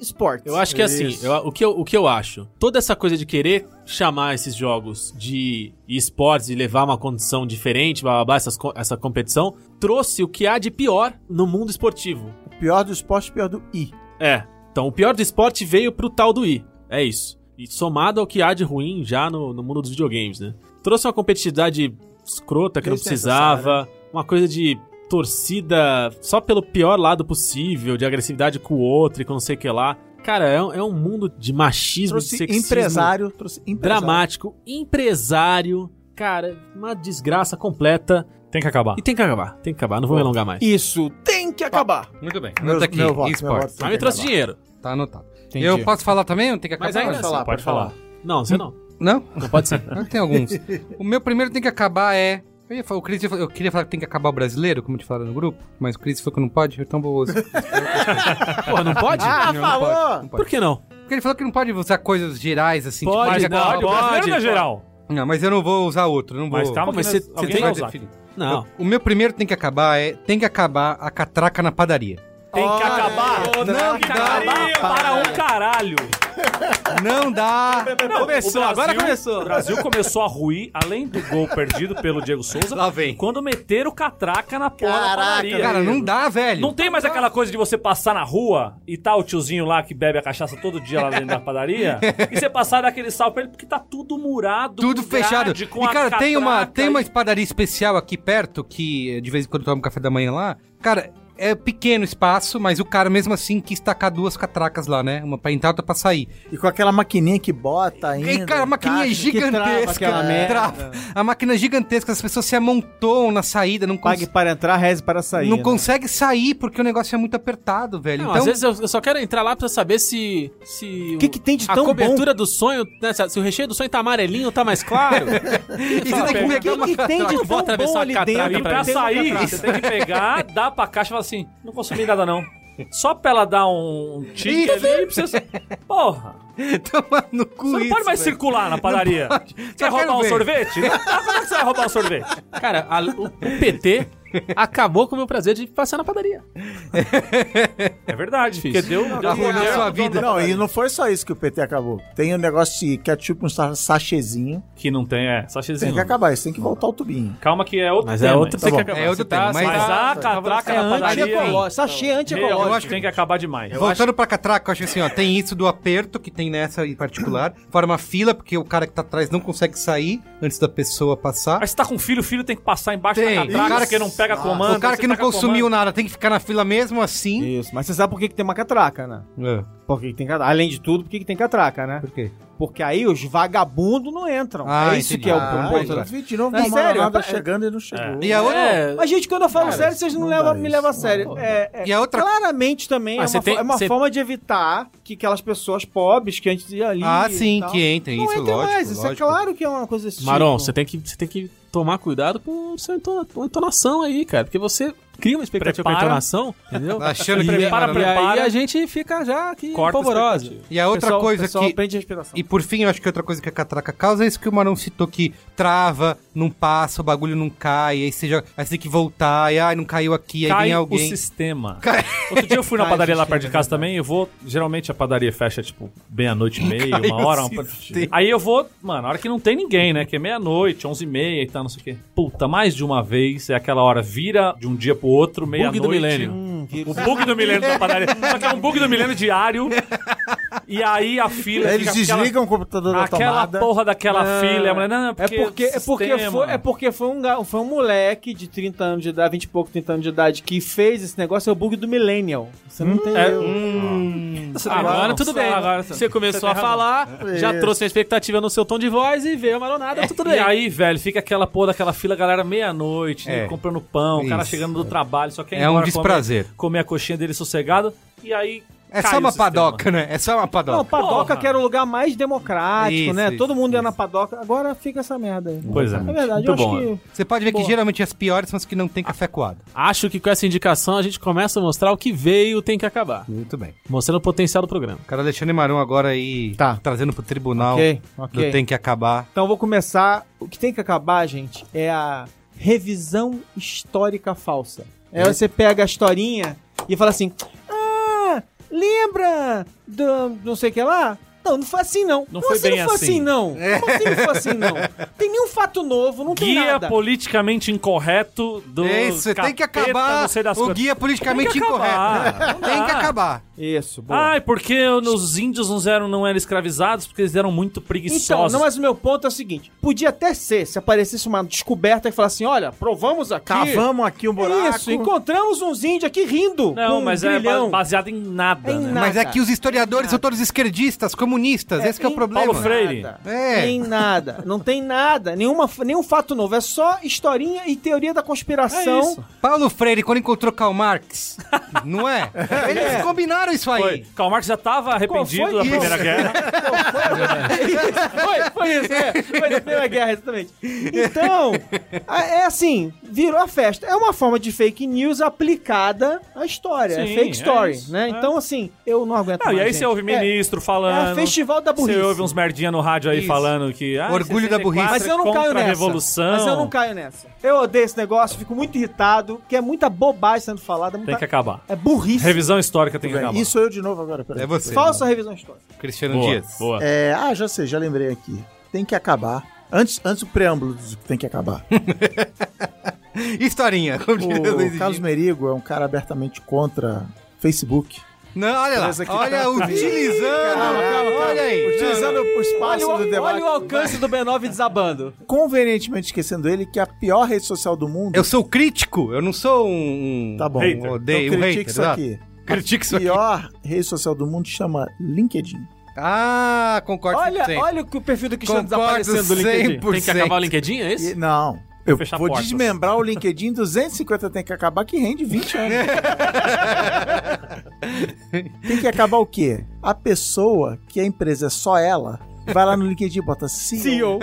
[SPEAKER 4] esportes.
[SPEAKER 2] Eu acho que assim,
[SPEAKER 3] Isso.
[SPEAKER 2] eu- o, que eu, o que eu acho, toda essa coisa de querer chamar esses jogos de esportes e levar uma condição diferente, blá blá blá, essas co- essa competição, trouxe o que há de pior no mundo esportivo.
[SPEAKER 3] O pior do esporte, o pior do I.
[SPEAKER 2] É, então o pior do esporte veio pro tal do I, é isso. E somado ao que há de ruim já no, no mundo dos videogames, né? Trouxe uma competitividade escrota que não
[SPEAKER 3] Desnecessária.
[SPEAKER 2] precisava, uma coisa de torcida só pelo pior lado possível, de agressividade com o outro e com não sei o que lá. Cara, é, um- é um mundo de machismo, de
[SPEAKER 3] Trouxe
[SPEAKER 2] sexismo
[SPEAKER 3] empresário, trouxe empresário.
[SPEAKER 2] dramático, empresário, cara, uma desgraça completa.
[SPEAKER 5] Tem que acabar.
[SPEAKER 2] E tem que acabar, tem que acabar, não vou me alongar mais.
[SPEAKER 4] Isso tem que acabar.
[SPEAKER 1] Muito bem.
[SPEAKER 3] Meu-
[SPEAKER 1] Anota aqui,
[SPEAKER 3] meu voto,
[SPEAKER 1] esportes.
[SPEAKER 3] meu voto.
[SPEAKER 2] Mas me trouxe dinheiro.
[SPEAKER 1] Tá anotado.
[SPEAKER 4] Entendi.
[SPEAKER 1] Eu posso falar também? Não tem que acabar?
[SPEAKER 2] Mas ainda
[SPEAKER 3] pode falar,
[SPEAKER 2] assim-
[SPEAKER 5] pode falar.
[SPEAKER 2] Não, você não.
[SPEAKER 1] Não?
[SPEAKER 2] Não pode ser.
[SPEAKER 1] Ah, Tem alguns. o meu primeiro tem que acabar é... Eu, ia falar, o Cris, ia falar- eu queria falar que tem que acabar o brasileiro, como te falaram no grupo, mas o Cris falou que não pode, então vou usar.
[SPEAKER 2] Porra, não pode?
[SPEAKER 3] Ah,
[SPEAKER 1] Não, não
[SPEAKER 3] falou!
[SPEAKER 1] pode, não
[SPEAKER 2] Por
[SPEAKER 1] pode.
[SPEAKER 2] que não?
[SPEAKER 1] Porque ele falou que não pode usar coisas gerais, assim.
[SPEAKER 2] Pode,
[SPEAKER 1] tem
[SPEAKER 5] Mas
[SPEAKER 1] que
[SPEAKER 2] não,
[SPEAKER 1] acabar-
[SPEAKER 5] pode, pode,
[SPEAKER 2] pode.
[SPEAKER 5] pode, geral.
[SPEAKER 1] Não, mas eu não vou usar outro, não vou...
[SPEAKER 5] Mas calma,
[SPEAKER 2] Pô, mas
[SPEAKER 5] que
[SPEAKER 2] você-
[SPEAKER 5] nós-
[SPEAKER 2] você
[SPEAKER 5] alguém
[SPEAKER 2] tem-
[SPEAKER 5] vai
[SPEAKER 1] Vai
[SPEAKER 5] usar. Tem
[SPEAKER 1] definir.
[SPEAKER 2] Não.
[SPEAKER 1] O meu primeiro tem que acabar é... Tem que acabar a catraca na padaria.
[SPEAKER 5] que
[SPEAKER 3] Olha,
[SPEAKER 5] acabar.
[SPEAKER 3] não
[SPEAKER 5] Tem que
[SPEAKER 3] dá
[SPEAKER 5] acabar para um caralho.
[SPEAKER 1] Não dá!
[SPEAKER 4] começou,
[SPEAKER 5] O
[SPEAKER 4] agora começou.
[SPEAKER 5] O Brasil começou a ruir, além do gol perdido pelo Diego Souza,
[SPEAKER 1] Lá vem.
[SPEAKER 5] quando meteram o catraca na porra da
[SPEAKER 3] Caraca,
[SPEAKER 5] padaria.
[SPEAKER 1] Cara, não dá, velho.
[SPEAKER 5] Não tem mais aquela coisa de você passar na rua e tá o tiozinho lá que bebe a cachaça todo dia lá dentro da padaria e você passar daquele sal pra ele porque tá tudo murado,
[SPEAKER 1] Tudo
[SPEAKER 5] com grade,
[SPEAKER 1] fechado.
[SPEAKER 5] com
[SPEAKER 1] E,
[SPEAKER 5] a
[SPEAKER 1] cara, tem uma,
[SPEAKER 5] catraca
[SPEAKER 1] tem uma
[SPEAKER 5] e-
[SPEAKER 1] um espadaria especial aqui perto, que eh, de vez em quando eu tomo café da manhã lá. Cara, é pequeno o espaço, mas o cara mesmo assim quis tacar duas catracas lá, né? Uma pra entrar, outra pra sair.
[SPEAKER 3] E com aquela maquininha que bota ainda.
[SPEAKER 1] E, cara, a maquininha é
[SPEAKER 3] encaixa.
[SPEAKER 4] trava
[SPEAKER 1] gigantesca.
[SPEAKER 4] aquela merda.
[SPEAKER 1] Trava. A máquina é gigantesca, as pessoas se amontoam na saída, não, cons
[SPEAKER 4] Pague para entrar, reze para sair.
[SPEAKER 1] não
[SPEAKER 4] né?
[SPEAKER 1] consegue sair porque o negócio é muito apertado, velho.
[SPEAKER 2] Não,
[SPEAKER 1] então,
[SPEAKER 2] às vezes eu, eu só quero entrar lá pra saber se. se
[SPEAKER 7] O que que tem de
[SPEAKER 2] a
[SPEAKER 7] tão
[SPEAKER 2] cobertura do sonho, né, se se o recheio do sonho tá amarelinho ou tá mais claro.
[SPEAKER 1] e você tem que pegar
[SPEAKER 7] O
[SPEAKER 1] é uma
[SPEAKER 7] que, que tem de
[SPEAKER 2] Eu vou
[SPEAKER 7] tão
[SPEAKER 2] atravessar
[SPEAKER 7] bom
[SPEAKER 2] a
[SPEAKER 7] ali
[SPEAKER 2] catraca
[SPEAKER 7] dentro?
[SPEAKER 6] E pra
[SPEAKER 7] Tem uma
[SPEAKER 6] sair,
[SPEAKER 7] catraca.
[SPEAKER 6] você tem que pegar, dar pra caixa e falar assim: não consumi nada não. Só pra ela dar um tique ali, precisa. Porra!
[SPEAKER 1] toma no cu
[SPEAKER 6] Você não
[SPEAKER 1] isso,
[SPEAKER 6] pode mais
[SPEAKER 1] velho.
[SPEAKER 6] circular na padaria. Você quer
[SPEAKER 1] Eu quero
[SPEAKER 6] roubar um
[SPEAKER 1] ver.
[SPEAKER 6] sorvete? Como é que você vai roubar um sorvete?
[SPEAKER 2] Cara, a- o PT acabou com o meu prazer de passar na padaria.
[SPEAKER 6] É verdade,
[SPEAKER 2] Difícil.
[SPEAKER 6] porque deu, deu
[SPEAKER 1] Arruinar
[SPEAKER 6] mulher-
[SPEAKER 1] sua vida.
[SPEAKER 3] Não, e não foi só isso que o PT acabou. Tem o negócio de ketchup com sa- sachêzinho.
[SPEAKER 6] Que não tem, é, só
[SPEAKER 3] Tem
[SPEAKER 6] xizinho.
[SPEAKER 3] que acabar isso, tem que voltar o tubinho.
[SPEAKER 6] Calma que é outro
[SPEAKER 2] Mas é
[SPEAKER 6] tema.
[SPEAKER 2] outro-
[SPEAKER 6] Tá
[SPEAKER 2] tem que
[SPEAKER 6] bom.
[SPEAKER 2] acabar.
[SPEAKER 1] É outro
[SPEAKER 2] Você tá-
[SPEAKER 1] tema, mas-
[SPEAKER 6] Mas a
[SPEAKER 1] Tá,
[SPEAKER 6] catraca
[SPEAKER 7] É
[SPEAKER 4] assim,
[SPEAKER 6] na padaria... É,
[SPEAKER 7] anti-ecológico. Sachê
[SPEAKER 6] Eu
[SPEAKER 7] anti-ecológico.
[SPEAKER 6] acho que tem que acabar demais.
[SPEAKER 1] Voltando pra catraca, eu acho que assim, ó, tem isso do aperto que tem nessa em particular. Forma fila, porque o cara que tá atrás não consegue sair antes da pessoa passar.
[SPEAKER 6] Mas se tá com filho, o filho tem que passar embaixo
[SPEAKER 1] Tem.
[SPEAKER 6] da catraca,
[SPEAKER 1] O cara
[SPEAKER 6] porque
[SPEAKER 1] que-
[SPEAKER 6] não pega comando.
[SPEAKER 1] o cara
[SPEAKER 6] você
[SPEAKER 1] que não
[SPEAKER 6] pega
[SPEAKER 1] consumiu
[SPEAKER 6] comando.
[SPEAKER 1] nada tem que ficar na fila mesmo assim.
[SPEAKER 4] Isso, mas você sabe por que, que tem uma catraca, né?
[SPEAKER 1] É,
[SPEAKER 4] Por que, que tem catraca? Além de tudo, por que, que tem catraca, né?
[SPEAKER 1] por quê?
[SPEAKER 4] Porque aí os vagabundos não entram.
[SPEAKER 1] Ah,
[SPEAKER 4] é isso
[SPEAKER 1] entendi.
[SPEAKER 4] que é o
[SPEAKER 1] Ah,
[SPEAKER 4] ponto.
[SPEAKER 1] entendi.
[SPEAKER 4] né?
[SPEAKER 3] De novo,
[SPEAKER 4] É
[SPEAKER 3] não
[SPEAKER 4] sério,
[SPEAKER 3] nada
[SPEAKER 4] é-
[SPEAKER 3] chegando e não chegou.
[SPEAKER 1] E a outra,
[SPEAKER 2] É,
[SPEAKER 4] Mas, gente, quando eu falo
[SPEAKER 3] Cara,
[SPEAKER 4] sério, vocês não,
[SPEAKER 3] não
[SPEAKER 4] levam,
[SPEAKER 3] dá
[SPEAKER 4] me
[SPEAKER 3] isso.
[SPEAKER 4] levam a sério.
[SPEAKER 3] Não,
[SPEAKER 4] é, é-
[SPEAKER 1] e a outra
[SPEAKER 4] Claramente também
[SPEAKER 2] Ah,
[SPEAKER 4] é
[SPEAKER 2] você
[SPEAKER 4] uma,
[SPEAKER 2] tem-
[SPEAKER 4] fo- é uma
[SPEAKER 2] você-
[SPEAKER 4] forma de evitar que aquelas pessoas pobres que antes iam ali.
[SPEAKER 1] Ah,
[SPEAKER 4] e
[SPEAKER 1] sim,
[SPEAKER 4] tal,
[SPEAKER 1] que entrem,
[SPEAKER 4] Não
[SPEAKER 1] isso,
[SPEAKER 4] entram
[SPEAKER 1] lógico,
[SPEAKER 4] mais. Isso é
[SPEAKER 1] lógico.
[SPEAKER 4] claro que é uma coisa desse
[SPEAKER 2] Maron,
[SPEAKER 4] tipo.
[SPEAKER 2] você tem, que, você tem que tomar cuidado com sua entona- com entonação aí, cara. Porque você cria uma expectativa com
[SPEAKER 6] Prepara.
[SPEAKER 2] a entonação, entendeu?
[SPEAKER 1] Tá achando
[SPEAKER 2] e,
[SPEAKER 1] que prepara,
[SPEAKER 2] e aí
[SPEAKER 6] prepara.
[SPEAKER 2] a gente fica já aqui
[SPEAKER 6] Corta a
[SPEAKER 2] polvorosa.
[SPEAKER 1] e a É outra
[SPEAKER 4] Pessoal-
[SPEAKER 1] coisa
[SPEAKER 4] pessoal
[SPEAKER 1] que.
[SPEAKER 4] aprende a respiração.
[SPEAKER 1] E por fim, eu acho que outra coisa que a catraca causa é isso que o Marão citou, que trava, não passa, o bagulho não cai, aí você, joga, aí você tem que voltar, e ai, não caiu aqui, aí
[SPEAKER 6] Cai
[SPEAKER 1] vem
[SPEAKER 6] o
[SPEAKER 1] alguém.
[SPEAKER 6] sistema. Outro dia eu fui na
[SPEAKER 4] Cai o
[SPEAKER 6] padaria lá
[SPEAKER 4] sistema,
[SPEAKER 6] perto de
[SPEAKER 1] é
[SPEAKER 6] casa também, eu vou... Geralmente a padaria fecha, tipo, meia-noite e meia,
[SPEAKER 1] Cai
[SPEAKER 6] uma
[SPEAKER 1] o
[SPEAKER 6] hora. uma-
[SPEAKER 1] sistema.
[SPEAKER 6] Aí eu vou... Mano, a hora que não tem ninguém, né? Que é meia-noite, onze e meia e tal, não sei o quê. Puta, mais de uma vez, é aquela hora, vira de um dia pro outro, meia-noite.
[SPEAKER 2] milênio.
[SPEAKER 4] Hum,
[SPEAKER 6] O bug do milênio da padaria. Só que é um bug do milênio diário. E aí a fila...
[SPEAKER 3] Eles
[SPEAKER 6] fica aquela-
[SPEAKER 3] desligam o computador da
[SPEAKER 6] Aquela
[SPEAKER 3] tomada.
[SPEAKER 6] porra daquela fila. a mulher, não, não,
[SPEAKER 4] É porque, é porque,
[SPEAKER 6] sistema.
[SPEAKER 2] né?
[SPEAKER 4] foi, é porque foi, um, ga- foi um moleque de 30 anos de idade, 20 e pouco, 30 anos de idade, que fez esse negócio, é o bug do Millennial. Você
[SPEAKER 1] Hum,
[SPEAKER 4] não entendeu.
[SPEAKER 1] Ah. é,
[SPEAKER 2] Agora
[SPEAKER 6] Não,
[SPEAKER 2] tudo bem.
[SPEAKER 6] agora você-
[SPEAKER 2] você começou a falar,
[SPEAKER 1] É.
[SPEAKER 2] já trouxe a expectativa no seu tom de voz e veio a
[SPEAKER 4] É,
[SPEAKER 2] maronada, tudo
[SPEAKER 6] E
[SPEAKER 2] bem.
[SPEAKER 6] aí, velho, fica aquela porra daquela fila, galera, meia-noite, né,
[SPEAKER 1] É.
[SPEAKER 6] comprando pão, o cara
[SPEAKER 1] Isso.
[SPEAKER 6] chegando do trabalho, só quer ir
[SPEAKER 1] É um
[SPEAKER 6] embora
[SPEAKER 1] desprazer.
[SPEAKER 6] Comer, comer a coxinha dele sossegado, e aí.
[SPEAKER 1] É
[SPEAKER 6] cai
[SPEAKER 1] só
[SPEAKER 6] o
[SPEAKER 1] uma
[SPEAKER 6] sistema.
[SPEAKER 1] padoca, né? É só uma padoca.
[SPEAKER 4] Não, padoca
[SPEAKER 6] Porra.
[SPEAKER 4] que era o lugar mais democrático,
[SPEAKER 1] Isso,
[SPEAKER 4] né?
[SPEAKER 1] isso,
[SPEAKER 4] Todo mundo ia
[SPEAKER 1] isso.
[SPEAKER 4] na padoca. Agora fica essa merda aí.
[SPEAKER 6] Pois é.
[SPEAKER 4] É verdade,
[SPEAKER 6] Muito
[SPEAKER 4] eu
[SPEAKER 6] bom,
[SPEAKER 4] acho que...
[SPEAKER 1] Você pode ver
[SPEAKER 4] Boa.
[SPEAKER 1] que geralmente as piores são as que não tem café coado.
[SPEAKER 2] Acho que com essa indicação a gente começa a mostrar o que veio tem que acabar.
[SPEAKER 1] Muito bem.
[SPEAKER 2] Mostrando o potencial do programa.
[SPEAKER 1] O cara Alexandre Marão agora aí
[SPEAKER 4] Tá.
[SPEAKER 1] trazendo pro tribunal
[SPEAKER 4] Ok,
[SPEAKER 1] do
[SPEAKER 4] ok.
[SPEAKER 1] tem que acabar.
[SPEAKER 4] Então eu vou começar. O que tem que acabar, gente, é a revisão histórica falsa. É você pega a historinha e fala assim: Ah, lembra do não sei o que lá? Não, não foi assim não.
[SPEAKER 6] Não
[SPEAKER 4] Como
[SPEAKER 6] foi
[SPEAKER 4] assim,
[SPEAKER 6] bem
[SPEAKER 4] não foi
[SPEAKER 6] assim.
[SPEAKER 4] assim não. Como assim não foi assim não? Tem nenhum fato novo, não tem
[SPEAKER 6] Guia
[SPEAKER 4] nada.
[SPEAKER 6] politicamente incorreto do.
[SPEAKER 1] É Isso, tem que
[SPEAKER 6] capeta,
[SPEAKER 1] acabar
[SPEAKER 6] não sei das
[SPEAKER 1] o
[SPEAKER 6] quantas.
[SPEAKER 1] guia politicamente
[SPEAKER 6] Tem que
[SPEAKER 1] incorreto.
[SPEAKER 6] acabar.
[SPEAKER 1] Tem que acabar.
[SPEAKER 4] Isso, boa.
[SPEAKER 6] Ai, porque os índios não eram, não eram escravizados porque eles eram muito preguiçosos.
[SPEAKER 4] Então, não, mas o meu ponto é o seguinte: podia até ser, se aparecesse uma descoberta que falasse assim: olha, provamos aqui.
[SPEAKER 3] Cavamos aqui um buraco.
[SPEAKER 4] Isso, encontramos uns índios aqui rindo.
[SPEAKER 6] Não,
[SPEAKER 4] com um
[SPEAKER 6] mas é ba-
[SPEAKER 4] grilhão.
[SPEAKER 6] baseado em nada.
[SPEAKER 4] Em
[SPEAKER 6] né?
[SPEAKER 4] nada.
[SPEAKER 1] Mas é que os historiadores são todos esquerdistas, comunistas. Esse que é o
[SPEAKER 4] em
[SPEAKER 1] problema.
[SPEAKER 6] Paulo Freire.
[SPEAKER 4] nada.
[SPEAKER 1] É.
[SPEAKER 4] Em nada. Não tem nada. Nenhuma, nenhum fato novo. É só historinha e teoria da
[SPEAKER 6] É
[SPEAKER 4] conspiração.
[SPEAKER 6] isso.
[SPEAKER 1] Paulo Freire, quando encontrou Karl Marx, não é? Eles combinaram isso aí.
[SPEAKER 6] Foi. Karl Marx já tava arrependido
[SPEAKER 4] foi
[SPEAKER 6] da
[SPEAKER 4] isso?
[SPEAKER 6] Primeira Guerra.
[SPEAKER 4] foi, foi isso, é. Foi da Primeira Guerra, exatamente. Então, a- é assim, virou a festa. É uma forma de fake news aplicada à história.
[SPEAKER 6] Sim,
[SPEAKER 4] é fake
[SPEAKER 6] é
[SPEAKER 4] story,
[SPEAKER 6] isso,
[SPEAKER 4] né?
[SPEAKER 6] é.
[SPEAKER 4] Então, assim, eu não aguento
[SPEAKER 6] Não,
[SPEAKER 4] mais,
[SPEAKER 6] e aí
[SPEAKER 4] gente.
[SPEAKER 6] você ouve
[SPEAKER 4] É,
[SPEAKER 6] ministro falando.
[SPEAKER 4] é festival da burrice.
[SPEAKER 6] Você ouve uns merdinha no rádio aí
[SPEAKER 1] Isso.
[SPEAKER 6] falando que. Ah,
[SPEAKER 1] Orgulho da
[SPEAKER 6] 64
[SPEAKER 1] burrice.
[SPEAKER 4] Mas eu não
[SPEAKER 6] contra
[SPEAKER 4] caio
[SPEAKER 6] a
[SPEAKER 4] nessa.
[SPEAKER 6] revolução.
[SPEAKER 4] Mas eu não caio nessa. Eu odeio esse negócio, fico muito irritado, porque é muita bobagem sendo falada, muita...
[SPEAKER 6] Tem que acabar.
[SPEAKER 4] é burrice.
[SPEAKER 6] Revisão histórica tem que acabar.
[SPEAKER 3] Isso eu de novo agora, peraí.
[SPEAKER 1] É você.
[SPEAKER 4] Falsa revisão histórica.
[SPEAKER 1] Cristiano
[SPEAKER 6] boa,
[SPEAKER 1] Dias.
[SPEAKER 6] boa.
[SPEAKER 3] É, ah, já sei, já lembrei aqui. Tem que acabar. Antes, antes o preâmbulo do que tem que acabar.
[SPEAKER 1] Historinha. como diz o Luiz
[SPEAKER 3] O Carlos Merigo é um cara abertamente contra Facebook.
[SPEAKER 1] Não, olha lá. Olha, utilizando.
[SPEAKER 3] Calma, calma, calma.
[SPEAKER 1] Olha aí.
[SPEAKER 3] Utilizando o espaço
[SPEAKER 4] Olha
[SPEAKER 3] do
[SPEAKER 4] o,
[SPEAKER 3] debate.
[SPEAKER 4] olha o alcance do B9 desabando.
[SPEAKER 3] Convenientemente esquecendo ele que é a pior rede social do mundo.
[SPEAKER 1] Eu sou crítico, eu não sou um. um-
[SPEAKER 3] Tá bom.
[SPEAKER 1] Um, odeio, um hater,
[SPEAKER 3] critique isso
[SPEAKER 1] exato.
[SPEAKER 3] aqui.
[SPEAKER 1] Critique isso
[SPEAKER 3] A
[SPEAKER 1] aqui.
[SPEAKER 3] pior rede social do mundo chama LinkedIn.
[SPEAKER 1] Ah, concordo
[SPEAKER 4] Olha,
[SPEAKER 1] 100%.
[SPEAKER 4] olha o que o perfil do Cristiano
[SPEAKER 1] Concordo
[SPEAKER 4] desaparecendo do LinkedIn.
[SPEAKER 1] 100%.
[SPEAKER 2] Tem que acabar o LinkedIn, é
[SPEAKER 3] E-
[SPEAKER 2] isso?
[SPEAKER 3] não. Eu
[SPEAKER 6] Fechar
[SPEAKER 3] vou
[SPEAKER 6] portas.
[SPEAKER 3] desmembrar o LinkedIn, 250 tem que acabar, que rende 20 anos. tem que acabar o quê? A pessoa que a empresa é só ela, vai lá no LinkedIn e bota CEO.
[SPEAKER 4] CEO.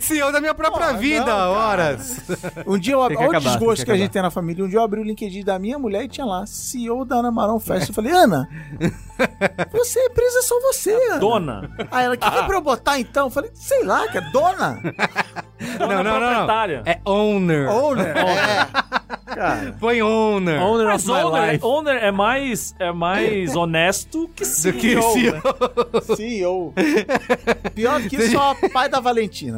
[SPEAKER 1] CEO da minha própria
[SPEAKER 3] Porra,
[SPEAKER 1] vida,
[SPEAKER 3] não,
[SPEAKER 1] horas.
[SPEAKER 3] Um dia eu abri.
[SPEAKER 4] Tem que
[SPEAKER 3] Olha o
[SPEAKER 4] acabar,
[SPEAKER 3] desgosto
[SPEAKER 4] tem que
[SPEAKER 3] que, a gente tem na família. Um dia eu abri o LinkedIn da minha mulher e tinha lá, CEO da Ana Marão Fest. Eu falei, Ana, você é empresa só você, Ana.
[SPEAKER 6] Dona.
[SPEAKER 3] Aí ela, o que, que é pra eu botar então? Eu falei, sei lá, que é dona.
[SPEAKER 6] Dona
[SPEAKER 1] não, não, não.
[SPEAKER 6] proprietária.
[SPEAKER 1] É owner.
[SPEAKER 3] Owner. É.
[SPEAKER 1] Põe owner.
[SPEAKER 4] Owner
[SPEAKER 6] Mas
[SPEAKER 4] of my
[SPEAKER 6] owner,
[SPEAKER 4] life.
[SPEAKER 6] owner é mais, é mais honesto que CEO.
[SPEAKER 1] Do que CEO.
[SPEAKER 3] CEO. Pior que só pai da Valentina.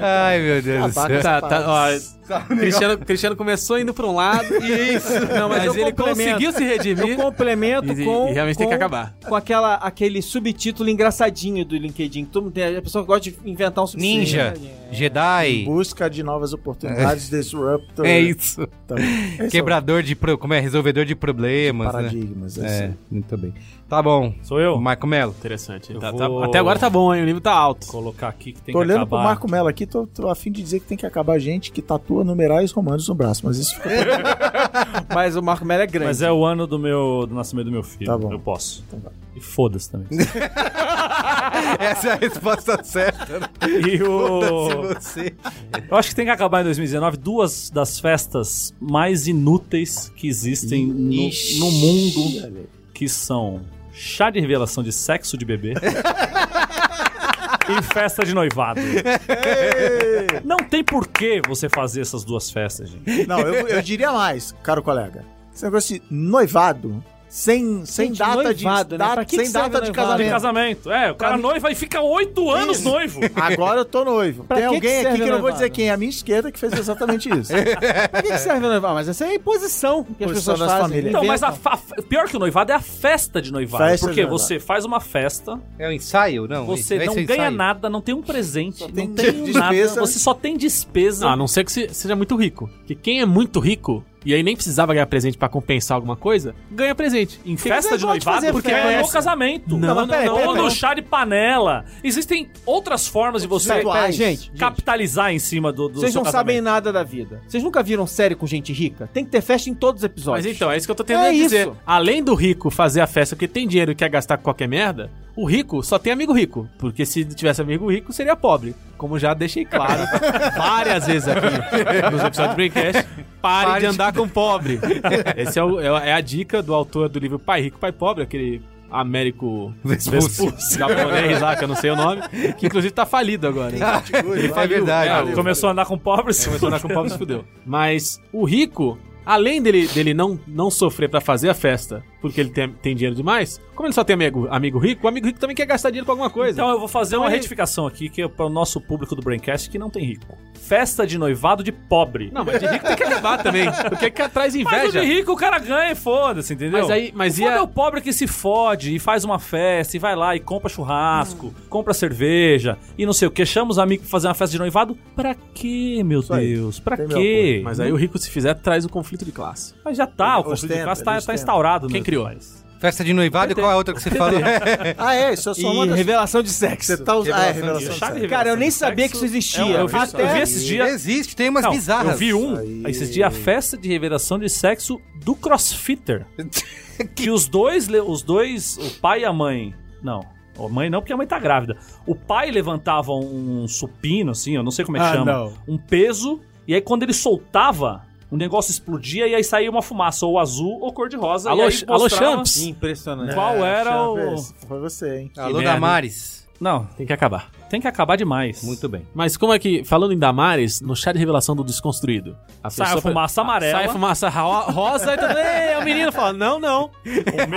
[SPEAKER 1] Ai, meu Deus do
[SPEAKER 3] Babaca.
[SPEAKER 1] céu.
[SPEAKER 2] Tá, tá, ó, Cristiano, Cristiano começou indo pra um lado. Isso. Não, mas,
[SPEAKER 4] Mas eu
[SPEAKER 2] ele
[SPEAKER 4] complemento.
[SPEAKER 2] conseguiu se
[SPEAKER 4] Eu
[SPEAKER 2] redimir.
[SPEAKER 4] complemento
[SPEAKER 2] E- e
[SPEAKER 4] com.
[SPEAKER 2] realmente tem
[SPEAKER 4] com-
[SPEAKER 2] que acabar.
[SPEAKER 4] Com aquela, aquele subtítulo engraçadinho do LinkedIn. Todo mundo tem, a pessoa gosta de inventar um subtítulo.
[SPEAKER 1] Ninja, Jedi.
[SPEAKER 3] Busca de novas oportunidades, disruptor.
[SPEAKER 1] É isso.
[SPEAKER 3] Também. Esse é o
[SPEAKER 1] Quebrador de. pro- Como é? Resolvedor de problemas, né?
[SPEAKER 3] Paradigmas.
[SPEAKER 1] É,
[SPEAKER 3] assim.
[SPEAKER 1] muito bem. Tá bom.
[SPEAKER 6] Sou eu?
[SPEAKER 1] Marco Melo.
[SPEAKER 2] Interessante.
[SPEAKER 6] Eu
[SPEAKER 2] Tá-
[SPEAKER 6] vou-
[SPEAKER 2] tá- até agora tá bom, hein? O nível tá alto.
[SPEAKER 6] Colocar aqui que tem
[SPEAKER 3] Tô
[SPEAKER 6] que
[SPEAKER 3] olhando
[SPEAKER 6] acabar.
[SPEAKER 3] pro Marco Mello aqui, tô, tô a fim de dizer que tem que acabar gente que tatua numerais romanos no braço, mas isso fica...
[SPEAKER 4] Mas o Marco Melo é grande.
[SPEAKER 6] Mas é o ano do meu do nascimento do meu filho.
[SPEAKER 3] Tá bom.
[SPEAKER 6] Eu posso. E foda-se também.
[SPEAKER 1] Essa é a resposta certa. né?
[SPEAKER 6] E o...
[SPEAKER 1] Você.
[SPEAKER 6] Eu acho que tem que acabar em 2019 duas das festas mais inúteis que existem no,
[SPEAKER 1] Ixi.
[SPEAKER 6] no mundo, que são chá de revelação de sexo de bebê e festa de noivado. Não tem porquê você fazer essas duas festas, gente.
[SPEAKER 3] Não, eu, eu diria mais, caro colega. Esse negócio de noivado, sem, sem
[SPEAKER 4] Gente,
[SPEAKER 3] data
[SPEAKER 4] noivado, né?
[SPEAKER 3] de... data-
[SPEAKER 4] Pra que
[SPEAKER 3] sem
[SPEAKER 4] que serve
[SPEAKER 3] data de
[SPEAKER 4] noivado?
[SPEAKER 6] De
[SPEAKER 3] casamento.
[SPEAKER 6] casamento. É, o cara noiva e fica oito anos noivo.
[SPEAKER 3] Agora eu tô noivo.
[SPEAKER 4] Pra
[SPEAKER 3] Tem
[SPEAKER 4] que que
[SPEAKER 3] alguém aqui
[SPEAKER 4] serve
[SPEAKER 3] que eu não vou
[SPEAKER 4] noivado?
[SPEAKER 3] dizer quem é a minha esquerda que fez exatamente isso.
[SPEAKER 4] Pra que, que serve o noivado? Mas essa é a imposição que as
[SPEAKER 3] Imposição
[SPEAKER 4] pessoas
[SPEAKER 3] das
[SPEAKER 4] fazem. Então,
[SPEAKER 3] famílias.
[SPEAKER 6] Não, mas a,
[SPEAKER 4] inventam.
[SPEAKER 6] fa- pior que o noivado é a festa de noivado.
[SPEAKER 3] Festa
[SPEAKER 6] porque
[SPEAKER 3] de noivado.
[SPEAKER 6] você faz uma festa,
[SPEAKER 1] É um ensaio? Não.
[SPEAKER 6] você
[SPEAKER 1] vai
[SPEAKER 6] não
[SPEAKER 1] ser
[SPEAKER 6] ganha
[SPEAKER 1] ensaio.
[SPEAKER 6] nada, não tem um presente,
[SPEAKER 3] tem
[SPEAKER 6] não tem
[SPEAKER 3] despesa.
[SPEAKER 6] nada, você só tem despesa.
[SPEAKER 2] Ah, a não ser que se- seja muito rico. Porque quem é muito rico, e aí nem precisava ganhar presente pra compensar alguma coisa, ganha presente. Em
[SPEAKER 6] Festa de noivado porque é no casamento.
[SPEAKER 4] Não, mas peraí, peraí,
[SPEAKER 6] Ou no
[SPEAKER 4] peraí.
[SPEAKER 6] chá de panela. Existem outras formas de você
[SPEAKER 3] Rituais.
[SPEAKER 4] Pera, gente,
[SPEAKER 6] capitalizar em cima do, do
[SPEAKER 4] Vocês
[SPEAKER 6] seu
[SPEAKER 4] não sabem
[SPEAKER 6] casamento.
[SPEAKER 4] nada da vida. Vocês nunca viram série com gente rica? Tem que ter festa em todos os episódios.
[SPEAKER 2] Mas então, é isso que eu tô tentando
[SPEAKER 4] É
[SPEAKER 2] dizer.
[SPEAKER 4] isso.
[SPEAKER 2] Além do rico fazer a festa porque tem dinheiro e quer gastar com qualquer merda, o rico só tem amigo rico. Porque se tivesse amigo rico, seria pobre. Como já deixei claro várias vezes aqui nos episódios do Braincast. Pare,
[SPEAKER 1] Pare
[SPEAKER 2] de
[SPEAKER 1] de-
[SPEAKER 2] andar com pobre. Essa é, o- é a dica do autor do livro Pai Rico, Pai Pobre, aquele Américo
[SPEAKER 1] Vespúcio.
[SPEAKER 2] Vespúcio, japonês lá, que eu não sei o nome, que inclusive tá falido agora. hein?
[SPEAKER 1] É verdade.
[SPEAKER 2] É, o-
[SPEAKER 6] Começou a andar com pobres.
[SPEAKER 2] Começou a andar com pobre se fudeu. Mas o rico, além dele, dele não, não sofrer pra fazer a festa, porque ele tem, tem dinheiro demais, como ele só tem amigo, amigo rico, o amigo rico também quer gastar dinheiro com alguma coisa.
[SPEAKER 6] Então eu vou fazer
[SPEAKER 2] Então
[SPEAKER 6] uma
[SPEAKER 2] ele-
[SPEAKER 6] retificação aqui que é para o nosso público do Braincast que não tem rico. Festa de noivado de pobre.
[SPEAKER 2] não, mas de rico tem que acabar também, porque é que traz
[SPEAKER 6] Mas o
[SPEAKER 2] inveja.
[SPEAKER 6] de rico o cara ganha, e foda-se, entendeu?
[SPEAKER 2] Mas aí, mas e
[SPEAKER 6] Foda é
[SPEAKER 2] a...
[SPEAKER 6] o pobre que se fode e faz uma festa e vai lá e compra churrasco, compra cerveja e não sei o que. Chama os amigos pra fazer uma festa de noivado. Pra quê, meu
[SPEAKER 3] aí.
[SPEAKER 6] Deus? Pra
[SPEAKER 3] Tem meu
[SPEAKER 6] quê?
[SPEAKER 2] Mas aí o rico, se fizer, traz o conflito de classe.
[SPEAKER 6] Mas já tá, o
[SPEAKER 3] Ele
[SPEAKER 6] conflito de
[SPEAKER 3] ostenta,
[SPEAKER 1] é
[SPEAKER 6] classe tá,
[SPEAKER 3] ele
[SPEAKER 6] tá
[SPEAKER 3] ostenta.
[SPEAKER 6] instaurado.
[SPEAKER 2] Quem
[SPEAKER 6] mesmo.
[SPEAKER 2] criou?
[SPEAKER 1] Festa de noivado e qual é a outra que você falou?
[SPEAKER 3] Ah, é, isso é só uma
[SPEAKER 4] E
[SPEAKER 3] das...
[SPEAKER 4] revelação de sexo.
[SPEAKER 3] Você tá usando... Ah, é, revelação
[SPEAKER 6] Revelação
[SPEAKER 3] de
[SPEAKER 6] de sexo.
[SPEAKER 3] sexo.
[SPEAKER 4] Cara, eu nem sabia que
[SPEAKER 6] Sexo
[SPEAKER 4] isso existia.
[SPEAKER 6] é um- eu vi-
[SPEAKER 4] Até-
[SPEAKER 6] eu vi esses dias...
[SPEAKER 1] Existe, tem umas
[SPEAKER 6] Não,
[SPEAKER 1] bizarras.
[SPEAKER 6] eu vi um
[SPEAKER 3] Aí.
[SPEAKER 6] esses dias, a festa de revelação de sexo do crossfitter. que os dois, le- os dois, o pai e a mãe. Não, a mãe não, porque a mãe tá grávida. O pai levantava um supino, assim, eu não sei como é que
[SPEAKER 3] Ah,
[SPEAKER 6] chama.
[SPEAKER 3] não.
[SPEAKER 6] Um peso, e aí quando ele soltava, o negócio explodia e aí saía uma fumaça, ou azul ou cor-de-rosa.
[SPEAKER 2] Alô,
[SPEAKER 6] e aí
[SPEAKER 2] Ch- alô,
[SPEAKER 6] mostrava
[SPEAKER 2] Champs?
[SPEAKER 4] Impressionante.
[SPEAKER 6] Qual
[SPEAKER 3] É,
[SPEAKER 6] era
[SPEAKER 3] Champ,
[SPEAKER 6] o.
[SPEAKER 3] esse Foi você, hein?
[SPEAKER 1] Alô,
[SPEAKER 6] merda, hein?
[SPEAKER 1] Damares.
[SPEAKER 5] Não, tem que acabar. Tem que acabar demais.
[SPEAKER 1] Muito bem.
[SPEAKER 2] Mas como é que, falando em Damares, no chá de revelação do Desconstruído, a
[SPEAKER 5] Sai a
[SPEAKER 2] pessoa-
[SPEAKER 5] fumaça amarela.
[SPEAKER 2] Sai a fumaça ro- rosa e tudo. Ei, o menino fala: não, não.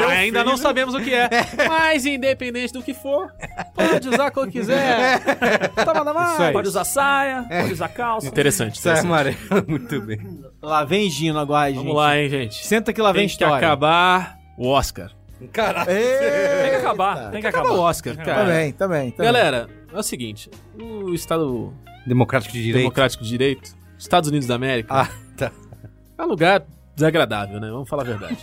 [SPEAKER 2] Ainda não sabemos o que é. Mas independente do que for, pode usar quando quiser.
[SPEAKER 4] É. Toma na
[SPEAKER 1] Isso aí.
[SPEAKER 4] mão.
[SPEAKER 5] Pode usar saia,
[SPEAKER 1] É.
[SPEAKER 5] pode usar calça.
[SPEAKER 2] Interessante,
[SPEAKER 1] Sai
[SPEAKER 2] interessante.
[SPEAKER 1] é amarelo. Muito bem.
[SPEAKER 4] Lá vem Gino agora, gente.
[SPEAKER 2] Vamos lá, hein, gente.
[SPEAKER 4] Senta que lá
[SPEAKER 2] Tem
[SPEAKER 4] vem
[SPEAKER 2] que
[SPEAKER 4] história.
[SPEAKER 2] acabar o Oscar.
[SPEAKER 1] Caralho.
[SPEAKER 5] Tem que acabar, tem que
[SPEAKER 2] Acaba o
[SPEAKER 5] acabar.
[SPEAKER 2] Oscar, cara.
[SPEAKER 3] Também, também. também.
[SPEAKER 2] É. Galera, é o seguinte: o Estado
[SPEAKER 1] É Democrático de Direito.
[SPEAKER 2] Democrático de Direito, Estados Unidos da América,
[SPEAKER 1] Ah, tá.
[SPEAKER 2] É um lugar desagradável, né? Vamos falar a verdade.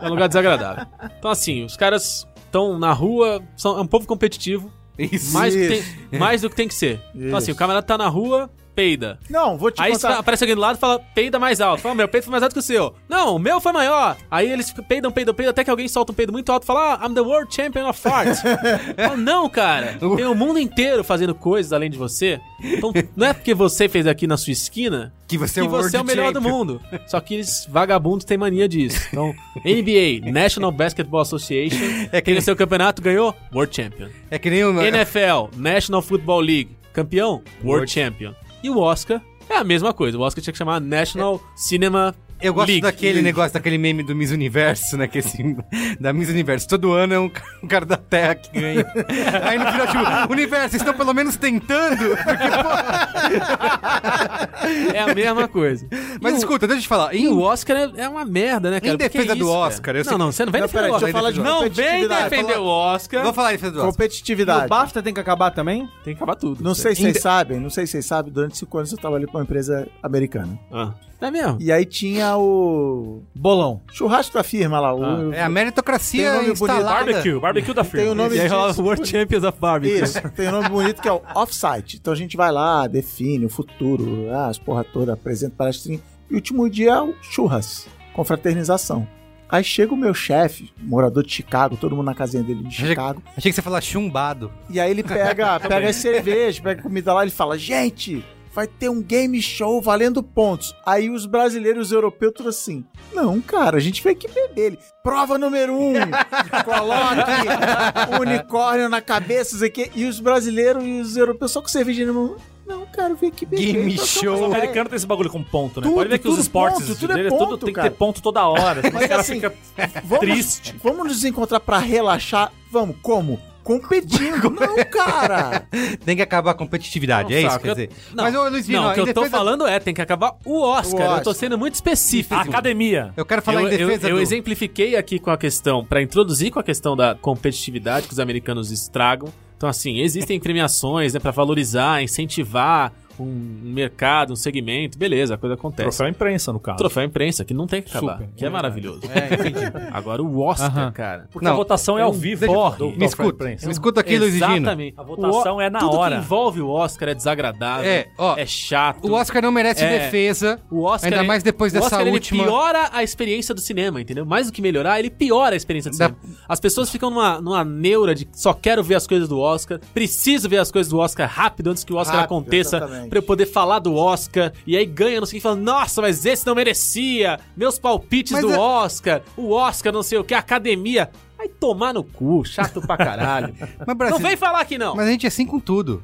[SPEAKER 2] é um lugar desagradável. Então, assim, os caras estão na rua, são, é um povo competitivo,
[SPEAKER 1] Isso.
[SPEAKER 2] mais, do que tem, mais do que tem que ser. Então, assim, o camarada tá na rua, peida.
[SPEAKER 3] Não, vou te
[SPEAKER 2] Aí
[SPEAKER 3] contar.
[SPEAKER 2] Tipo, você- aparece alguém do lado e fala, peida mais alto. Fala, meu peito foi mais alto que o seu. Não, o meu foi maior. Aí eles ficam- peidam, peidam, peidam, até que alguém solta um peido muito alto e fala, ah, I'm the world champion of farts. Fala, não, cara. Tem o mundo inteiro fazendo coisas além de você. Então, não é porque você fez aqui na sua esquina
[SPEAKER 1] Que você um
[SPEAKER 2] que você é o melhor do mundo. Só que eles vagabundos têm mania disso. Então, NBA, National Basketball Association,
[SPEAKER 1] É que
[SPEAKER 2] teve
[SPEAKER 1] nem-
[SPEAKER 2] seu campeonato, ganhou World Champion.
[SPEAKER 1] É que nem o...
[SPEAKER 2] NFL, National Football League, campeão, World,
[SPEAKER 1] World-
[SPEAKER 2] Champion. E o Oscar é a mesma coisa. O Oscar tinha que chamar National Cinema
[SPEAKER 1] Eu gosto
[SPEAKER 2] League.
[SPEAKER 1] daquele negócio, daquele meme do Miss Universo, né? Que assim, da Miss Universo. Todo ano é um, ca- um cara da Terra que ganha. Aí no final, tipo, Universo, vocês estão pelo menos tentando?
[SPEAKER 2] É a mesma coisa.
[SPEAKER 1] Mas
[SPEAKER 2] E o-
[SPEAKER 1] escuta, deixa eu te falar.
[SPEAKER 2] E
[SPEAKER 1] Em
[SPEAKER 2] o Oscar é- é uma merda, né, cara?
[SPEAKER 1] Em
[SPEAKER 2] Por que
[SPEAKER 1] defesa do
[SPEAKER 2] cara?
[SPEAKER 1] Oscar, eu sei
[SPEAKER 2] Não,
[SPEAKER 1] que-
[SPEAKER 2] não, você não vem
[SPEAKER 3] Não,
[SPEAKER 2] defender o
[SPEAKER 3] peraí, deixa
[SPEAKER 2] Oscar.
[SPEAKER 3] eu falar de
[SPEAKER 2] Não vem
[SPEAKER 3] competitividade.
[SPEAKER 2] defender o Oscar.
[SPEAKER 1] Vou falar isso do Oscar.
[SPEAKER 3] Competitividade.
[SPEAKER 4] O BAFTA tem que acabar também?
[SPEAKER 2] Tem que acabar tudo.
[SPEAKER 3] Não sei se é
[SPEAKER 1] Ainda-
[SPEAKER 3] vocês sabem, não sei se vocês sabem, durante cinco anos eu trabalhei pra uma empresa americana.
[SPEAKER 2] Ah, é mesmo.
[SPEAKER 3] E aí tinha o
[SPEAKER 4] Bolão.
[SPEAKER 3] churrasco da firma lá, o-
[SPEAKER 2] Ah,
[SPEAKER 1] É a meritocracia
[SPEAKER 3] Tem um nome bonito.
[SPEAKER 1] instalada.
[SPEAKER 5] Barbecue, barbecue
[SPEAKER 4] é.
[SPEAKER 5] da
[SPEAKER 1] um
[SPEAKER 5] firma.
[SPEAKER 3] tem o nome
[SPEAKER 2] E aí
[SPEAKER 3] disso.
[SPEAKER 2] rola World Champions of Barbie.
[SPEAKER 3] Isso, tem um nome bonito que é o Offsite. Então a gente vai lá, define o futuro, ah, as porra toda, apresenta palestrinha. E o último dia é o churras, confraternização. Aí chega o meu chefe, morador de Chicago, todo mundo na casinha dele de
[SPEAKER 1] Chega-
[SPEAKER 3] Chicago.
[SPEAKER 1] Achei que você ia falar chumbado.
[SPEAKER 3] E aí ele
[SPEAKER 2] Tá
[SPEAKER 3] pega, pega as cervejas, pega a comida lá, ele fala: gente, vai ter um game show valendo pontos. Aí os brasileiros e os europeus tudo assim: não, cara, a gente veio aqui beber. Ele, prova número um, coloque um unicórnio na cabeça, isso aqui. E os brasileiros e os europeus só com cerveja na mão. Não, cara, eu vim aqui beber.
[SPEAKER 1] Game
[SPEAKER 3] Então,
[SPEAKER 5] Os
[SPEAKER 1] show.
[SPEAKER 3] calma, vai."
[SPEAKER 5] americanos têm esse bagulho com ponto, né?
[SPEAKER 3] Tudo,
[SPEAKER 5] Pode ver que os
[SPEAKER 3] tudo
[SPEAKER 5] esportes
[SPEAKER 3] ponto, tudo é
[SPEAKER 5] dele tudo,
[SPEAKER 3] ponto,
[SPEAKER 5] tem que
[SPEAKER 3] cara.
[SPEAKER 5] ter ponto toda hora. Mas
[SPEAKER 3] Mas
[SPEAKER 5] o cara
[SPEAKER 3] assim,
[SPEAKER 5] fica
[SPEAKER 2] é
[SPEAKER 3] Vamos,
[SPEAKER 5] triste.
[SPEAKER 3] Vamos nos encontrar pra relaxar? Vamos, como? Competindo.
[SPEAKER 2] é
[SPEAKER 3] não, cara.
[SPEAKER 1] Tem que acabar a competitividade,
[SPEAKER 2] Não,
[SPEAKER 1] é isso,
[SPEAKER 2] um saco,
[SPEAKER 1] quer
[SPEAKER 2] eu-
[SPEAKER 1] dizer.
[SPEAKER 2] não.
[SPEAKER 1] Mas, ô, Luiz Vino,
[SPEAKER 2] Não, o
[SPEAKER 1] ó,
[SPEAKER 2] que
[SPEAKER 1] em
[SPEAKER 2] eu tô
[SPEAKER 1] defesa-
[SPEAKER 2] falando é, tem que acabar o Oscar.
[SPEAKER 3] O
[SPEAKER 2] Eu tô
[SPEAKER 3] Oscar.
[SPEAKER 2] sendo muito específico.
[SPEAKER 5] Academia.
[SPEAKER 1] Eu quero falar
[SPEAKER 2] eu,
[SPEAKER 1] em
[SPEAKER 2] eu-
[SPEAKER 1] defesa
[SPEAKER 2] eu
[SPEAKER 1] do...
[SPEAKER 2] exemplifiquei aqui com a questão, pra introduzir com a questão da competitividade que os americanos estragam. Então, assim, existem premiações, né, pra valorizar, incentivar um um mercado, um segmento, beleza, a coisa acontece.
[SPEAKER 5] Troféu imprensa, no caso.
[SPEAKER 2] Troféu imprensa, que não tem que acabar,
[SPEAKER 5] Super,
[SPEAKER 2] que é,
[SPEAKER 5] é
[SPEAKER 2] maravilhoso. Agora o Oscar,
[SPEAKER 4] Aham.
[SPEAKER 2] cara.
[SPEAKER 5] Porque a votação é ao vivo.
[SPEAKER 1] Deixa eu-
[SPEAKER 5] Corre.
[SPEAKER 1] Me
[SPEAKER 5] Troféu
[SPEAKER 1] escuta,
[SPEAKER 5] imprensa.
[SPEAKER 1] me escuta aqui, Luiz Gino.
[SPEAKER 2] Exatamente.
[SPEAKER 5] A votação
[SPEAKER 2] O-
[SPEAKER 5] é na
[SPEAKER 2] tudo
[SPEAKER 5] hora.
[SPEAKER 2] que envolve o Oscar é desagradável,
[SPEAKER 1] É, ó,
[SPEAKER 2] é chato.
[SPEAKER 1] O Oscar não merece
[SPEAKER 2] É.
[SPEAKER 1] defesa.
[SPEAKER 2] O Oscar, é
[SPEAKER 1] Ainda
[SPEAKER 2] ele-
[SPEAKER 1] mais depois
[SPEAKER 2] o
[SPEAKER 1] dessa
[SPEAKER 2] Oscar, ele
[SPEAKER 1] última-
[SPEAKER 2] piora a experiência do cinema, entendeu? Mais do que melhorar, ele piora a experiência do
[SPEAKER 1] Da-
[SPEAKER 2] cinema. As pessoas ficam numa, numa neura de só quero ver as coisas do Oscar, preciso ver as coisas do Oscar rápido antes que o Oscar
[SPEAKER 3] Rápido,
[SPEAKER 2] aconteça,
[SPEAKER 3] Ah, exatamente.
[SPEAKER 2] pra eu poder falar do Oscar. E aí ganha, não sei o que, fala, nossa, mas esse não merecia, meus palpites
[SPEAKER 1] Mas
[SPEAKER 2] do
[SPEAKER 1] é-
[SPEAKER 2] Oscar, o Oscar não sei o que, a academia. Vai tomar no cu, chato pra caralho.
[SPEAKER 1] Mas,
[SPEAKER 2] não
[SPEAKER 1] Brasil,
[SPEAKER 2] vem falar que não.
[SPEAKER 1] mas a gente é assim com tudo.